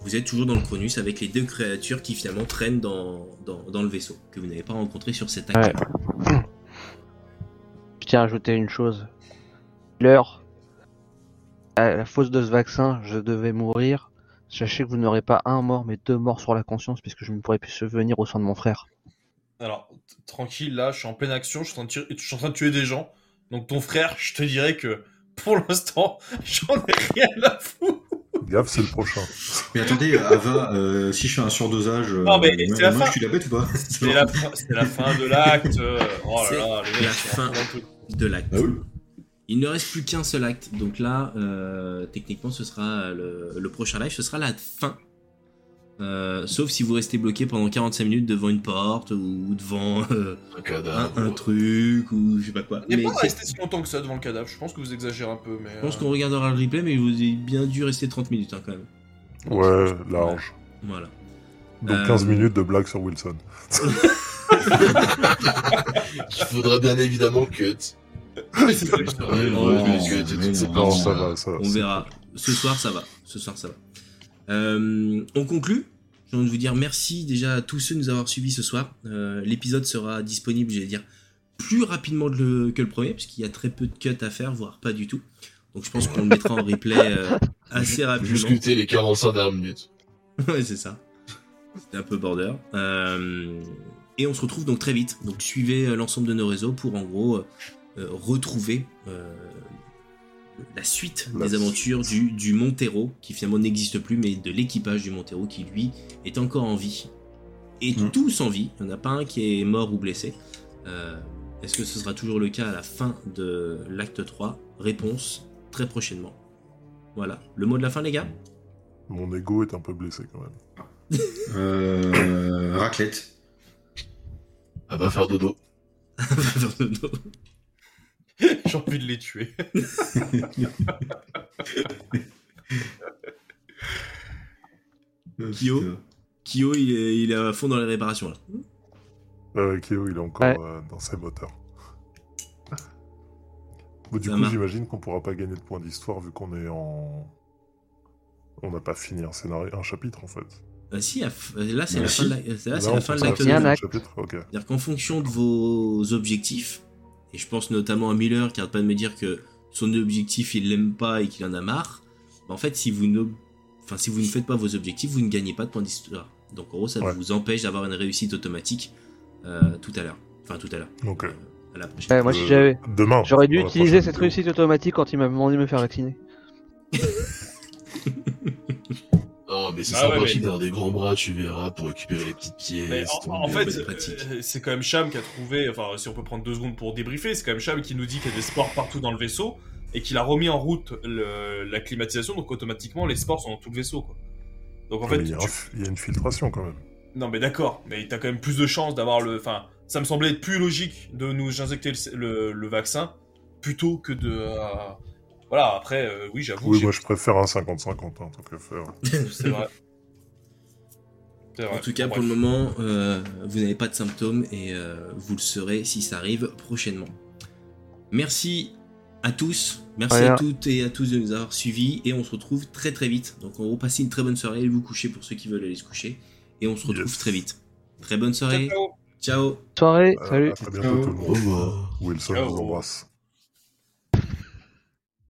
[SPEAKER 1] vous êtes toujours dans le Cronus avec les deux créatures qui finalement traînent dans, dans, dans le vaisseau que vous n'avez pas rencontré sur cet acte.
[SPEAKER 4] Je tiens à ajouter une chose. L'heure, à la fausse de ce vaccin, je devais mourir. Sachez que vous n'aurez pas un mort, mais deux morts sur la conscience, puisque je ne pourrais plus souvenir au sein de mon frère.
[SPEAKER 2] Alors, t- tranquille, là, je suis en pleine action, je suis en, train de tirer- je suis en train de tuer des gens. Donc, ton frère, je te dirais que pour l'instant, (laughs) j'en ai rien à foutre.
[SPEAKER 5] Gaffe, c'est le
[SPEAKER 1] (laughs)
[SPEAKER 5] prochain.
[SPEAKER 6] Mais attendez, Ava, euh, si je fais un surdosage, euh,
[SPEAKER 2] Non, mais
[SPEAKER 6] moi,
[SPEAKER 2] c'est la
[SPEAKER 6] moi,
[SPEAKER 2] fin.
[SPEAKER 6] je suis la bête ou pas
[SPEAKER 2] C'est la, fin- c'est la fin de l'acte. euh, Oh
[SPEAKER 1] C'est
[SPEAKER 2] là là, les mecs,
[SPEAKER 1] la
[SPEAKER 2] ils sont
[SPEAKER 1] fin
[SPEAKER 2] en train de tout-
[SPEAKER 1] de l'acte. Il ne reste plus qu'un seul acte, donc là, euh, techniquement, ce sera le, le prochain live, ce sera la fin. Euh, sauf si vous restez bloqué pendant 45 minutes devant une porte ou devant euh,
[SPEAKER 3] Un
[SPEAKER 1] un,
[SPEAKER 3] cadavre
[SPEAKER 1] un truc ou je sais pas quoi.
[SPEAKER 2] On n'est
[SPEAKER 1] Mais
[SPEAKER 2] pas
[SPEAKER 1] c'est-
[SPEAKER 2] resté si longtemps que ça devant le cadavre. Je pense que vous exagérez un peu, mais.
[SPEAKER 1] je pense
[SPEAKER 2] euh,
[SPEAKER 1] qu'on regardera le replay, mais je vous ai bien dû rester 30 minutes hein, quand même.
[SPEAKER 5] Ouais, large.
[SPEAKER 1] Voilà.
[SPEAKER 5] Donc
[SPEAKER 1] Euh,
[SPEAKER 5] 15 minutes de blague sur Wilson.
[SPEAKER 3] Il faudra bien évidemment que.
[SPEAKER 2] (laughs) c'est
[SPEAKER 3] ça.
[SPEAKER 5] Non, ça
[SPEAKER 3] hein.
[SPEAKER 5] va, ça va.
[SPEAKER 1] On verra. Ce soir, ça va. Ce soir, ça va. Euh, on conclut. J'ai envie de vous dire merci déjà à tous ceux de nous avoir suivis ce soir. Euh, L'épisode sera disponible, j'allais dire, plus rapidement que le, que le premier, parce qu'il y a très peu de cuts à faire, voire pas du tout. Donc je pense qu'on le mettra en replay euh, assez
[SPEAKER 3] Plus
[SPEAKER 1] rapidement.
[SPEAKER 3] cuter les 45 dernières minutes.
[SPEAKER 1] (laughs) ouais, c'est ça. C'était un peu border. Euh, et on se retrouve donc très vite. Donc suivez euh, l'ensemble de nos réseaux pour en gros euh, euh, retrouver euh, la suite
[SPEAKER 5] La
[SPEAKER 1] des aventures du, du Montero, qui finalement n'existe plus, mais de l'équipage du Montero qui lui est encore en vie. Et tous en vie. Il n'y en a pas un qui est mort ou blessé. Euh, Est-ce que ce sera toujours le cas à la fin de l'acte 3 Réponse très prochainement. Voilà. Le mot de la fin, les gars
[SPEAKER 5] Mon ego est un peu blessé quand même.
[SPEAKER 6] Euh, raclette.
[SPEAKER 3] Ah bah faire dodo.
[SPEAKER 2] (laughs) J'ai envie de les tuer.
[SPEAKER 6] Euh,
[SPEAKER 1] Kyo, Kyo il, est, il est à fond dans les réparations là.
[SPEAKER 5] Euh, Kyo, il est encore euh, dans ses moteurs. Bon, du
[SPEAKER 1] Ça
[SPEAKER 5] coup,
[SPEAKER 1] marche.
[SPEAKER 5] j'imagine qu'on pourra pas gagner de points d'histoire vu qu'on est en. On n'a pas fini un scénario, un chapitre en fait.
[SPEAKER 1] Ah si, à f- là c'est
[SPEAKER 5] Ah
[SPEAKER 1] la,
[SPEAKER 5] si.
[SPEAKER 1] fin de la- là, c'est
[SPEAKER 5] Là,
[SPEAKER 1] la
[SPEAKER 5] on
[SPEAKER 1] fin de
[SPEAKER 5] pense à
[SPEAKER 1] l'acte
[SPEAKER 5] la fin
[SPEAKER 1] deux.
[SPEAKER 5] du chapitre, ok.
[SPEAKER 1] C'est-à-dire qu'en fonction de vos objectifs, et je pense notamment à Miller qui arrête pas de me dire que son objectif il l'aime pas et qu'il en a marre, bah, en fait si vous, ne... Enfin, si vous ne faites pas vos objectifs, vous ne gagnez pas de points d'histoire. Donc en gros ça
[SPEAKER 5] Ouais.
[SPEAKER 1] vous empêche d'avoir une réussite automatique euh, tout à l'heure. Enfin tout à l'heure. Euh,
[SPEAKER 5] Ok.
[SPEAKER 1] À la prochaine.
[SPEAKER 4] Ouais, moi, si j'avais.
[SPEAKER 5] euh, Demain.
[SPEAKER 4] J'aurais dû
[SPEAKER 5] dans Euh, la
[SPEAKER 4] utiliser
[SPEAKER 5] prochaine
[SPEAKER 4] cette réussite automatique quand il m'a demandé de me faire vacciner.
[SPEAKER 3] Non, mais c'est
[SPEAKER 2] Ah
[SPEAKER 3] sympa,
[SPEAKER 2] ouais,
[SPEAKER 3] Chine,
[SPEAKER 2] mais-
[SPEAKER 3] dans des grands bras, tu verras, pour récupérer les petites pièces.
[SPEAKER 2] Mais en,
[SPEAKER 3] ton
[SPEAKER 2] en
[SPEAKER 3] bien
[SPEAKER 2] fait,
[SPEAKER 3] bonne pratique.
[SPEAKER 2] euh, c'est quand même Cham qui a trouvé, enfin si on peut prendre deux secondes pour débriefer, c'est quand même Cham qui nous dit qu'il y a des sports partout dans le vaisseau et qu'il a remis en route le- la climatisation, donc automatiquement les sports sont dans tout le vaisseau. Quoi. Donc en
[SPEAKER 5] Ah, Mais
[SPEAKER 2] fait,
[SPEAKER 5] il, y a un
[SPEAKER 2] tu-
[SPEAKER 5] f- il y a une filtration quand même.
[SPEAKER 2] non mais d'accord, mais t'as quand même plus de chances d'avoir le... Enfin, ça me semblait être plus logique de nous injecter le, le- le vaccin plutôt que de... euh, Voilà, après, euh, oui j'avoue,
[SPEAKER 5] Oui,
[SPEAKER 2] j'ai-
[SPEAKER 5] moi je préfère un 50-50 hein, en tant que faire.
[SPEAKER 2] c'est vrai. C'est vrai.
[SPEAKER 1] En tout cas,
[SPEAKER 2] Bref.
[SPEAKER 1] pour le moment, euh, vous n'avez pas de symptômes et euh, vous le saurez si ça arrive prochainement. Merci à tous, merci
[SPEAKER 4] Rien.
[SPEAKER 1] à toutes et à tous de nous avoir suivis et on se retrouve très très vite. Donc on repasse une très bonne soirée, allez vous coucher pour ceux qui veulent aller se coucher et on se retrouve très vite. Très bonne soirée. Ciao.
[SPEAKER 4] Soirée,
[SPEAKER 5] Euh,
[SPEAKER 4] salut.
[SPEAKER 5] à très bientôt tout le monde.
[SPEAKER 3] Au revoir.
[SPEAKER 5] Wilson vous embrasse.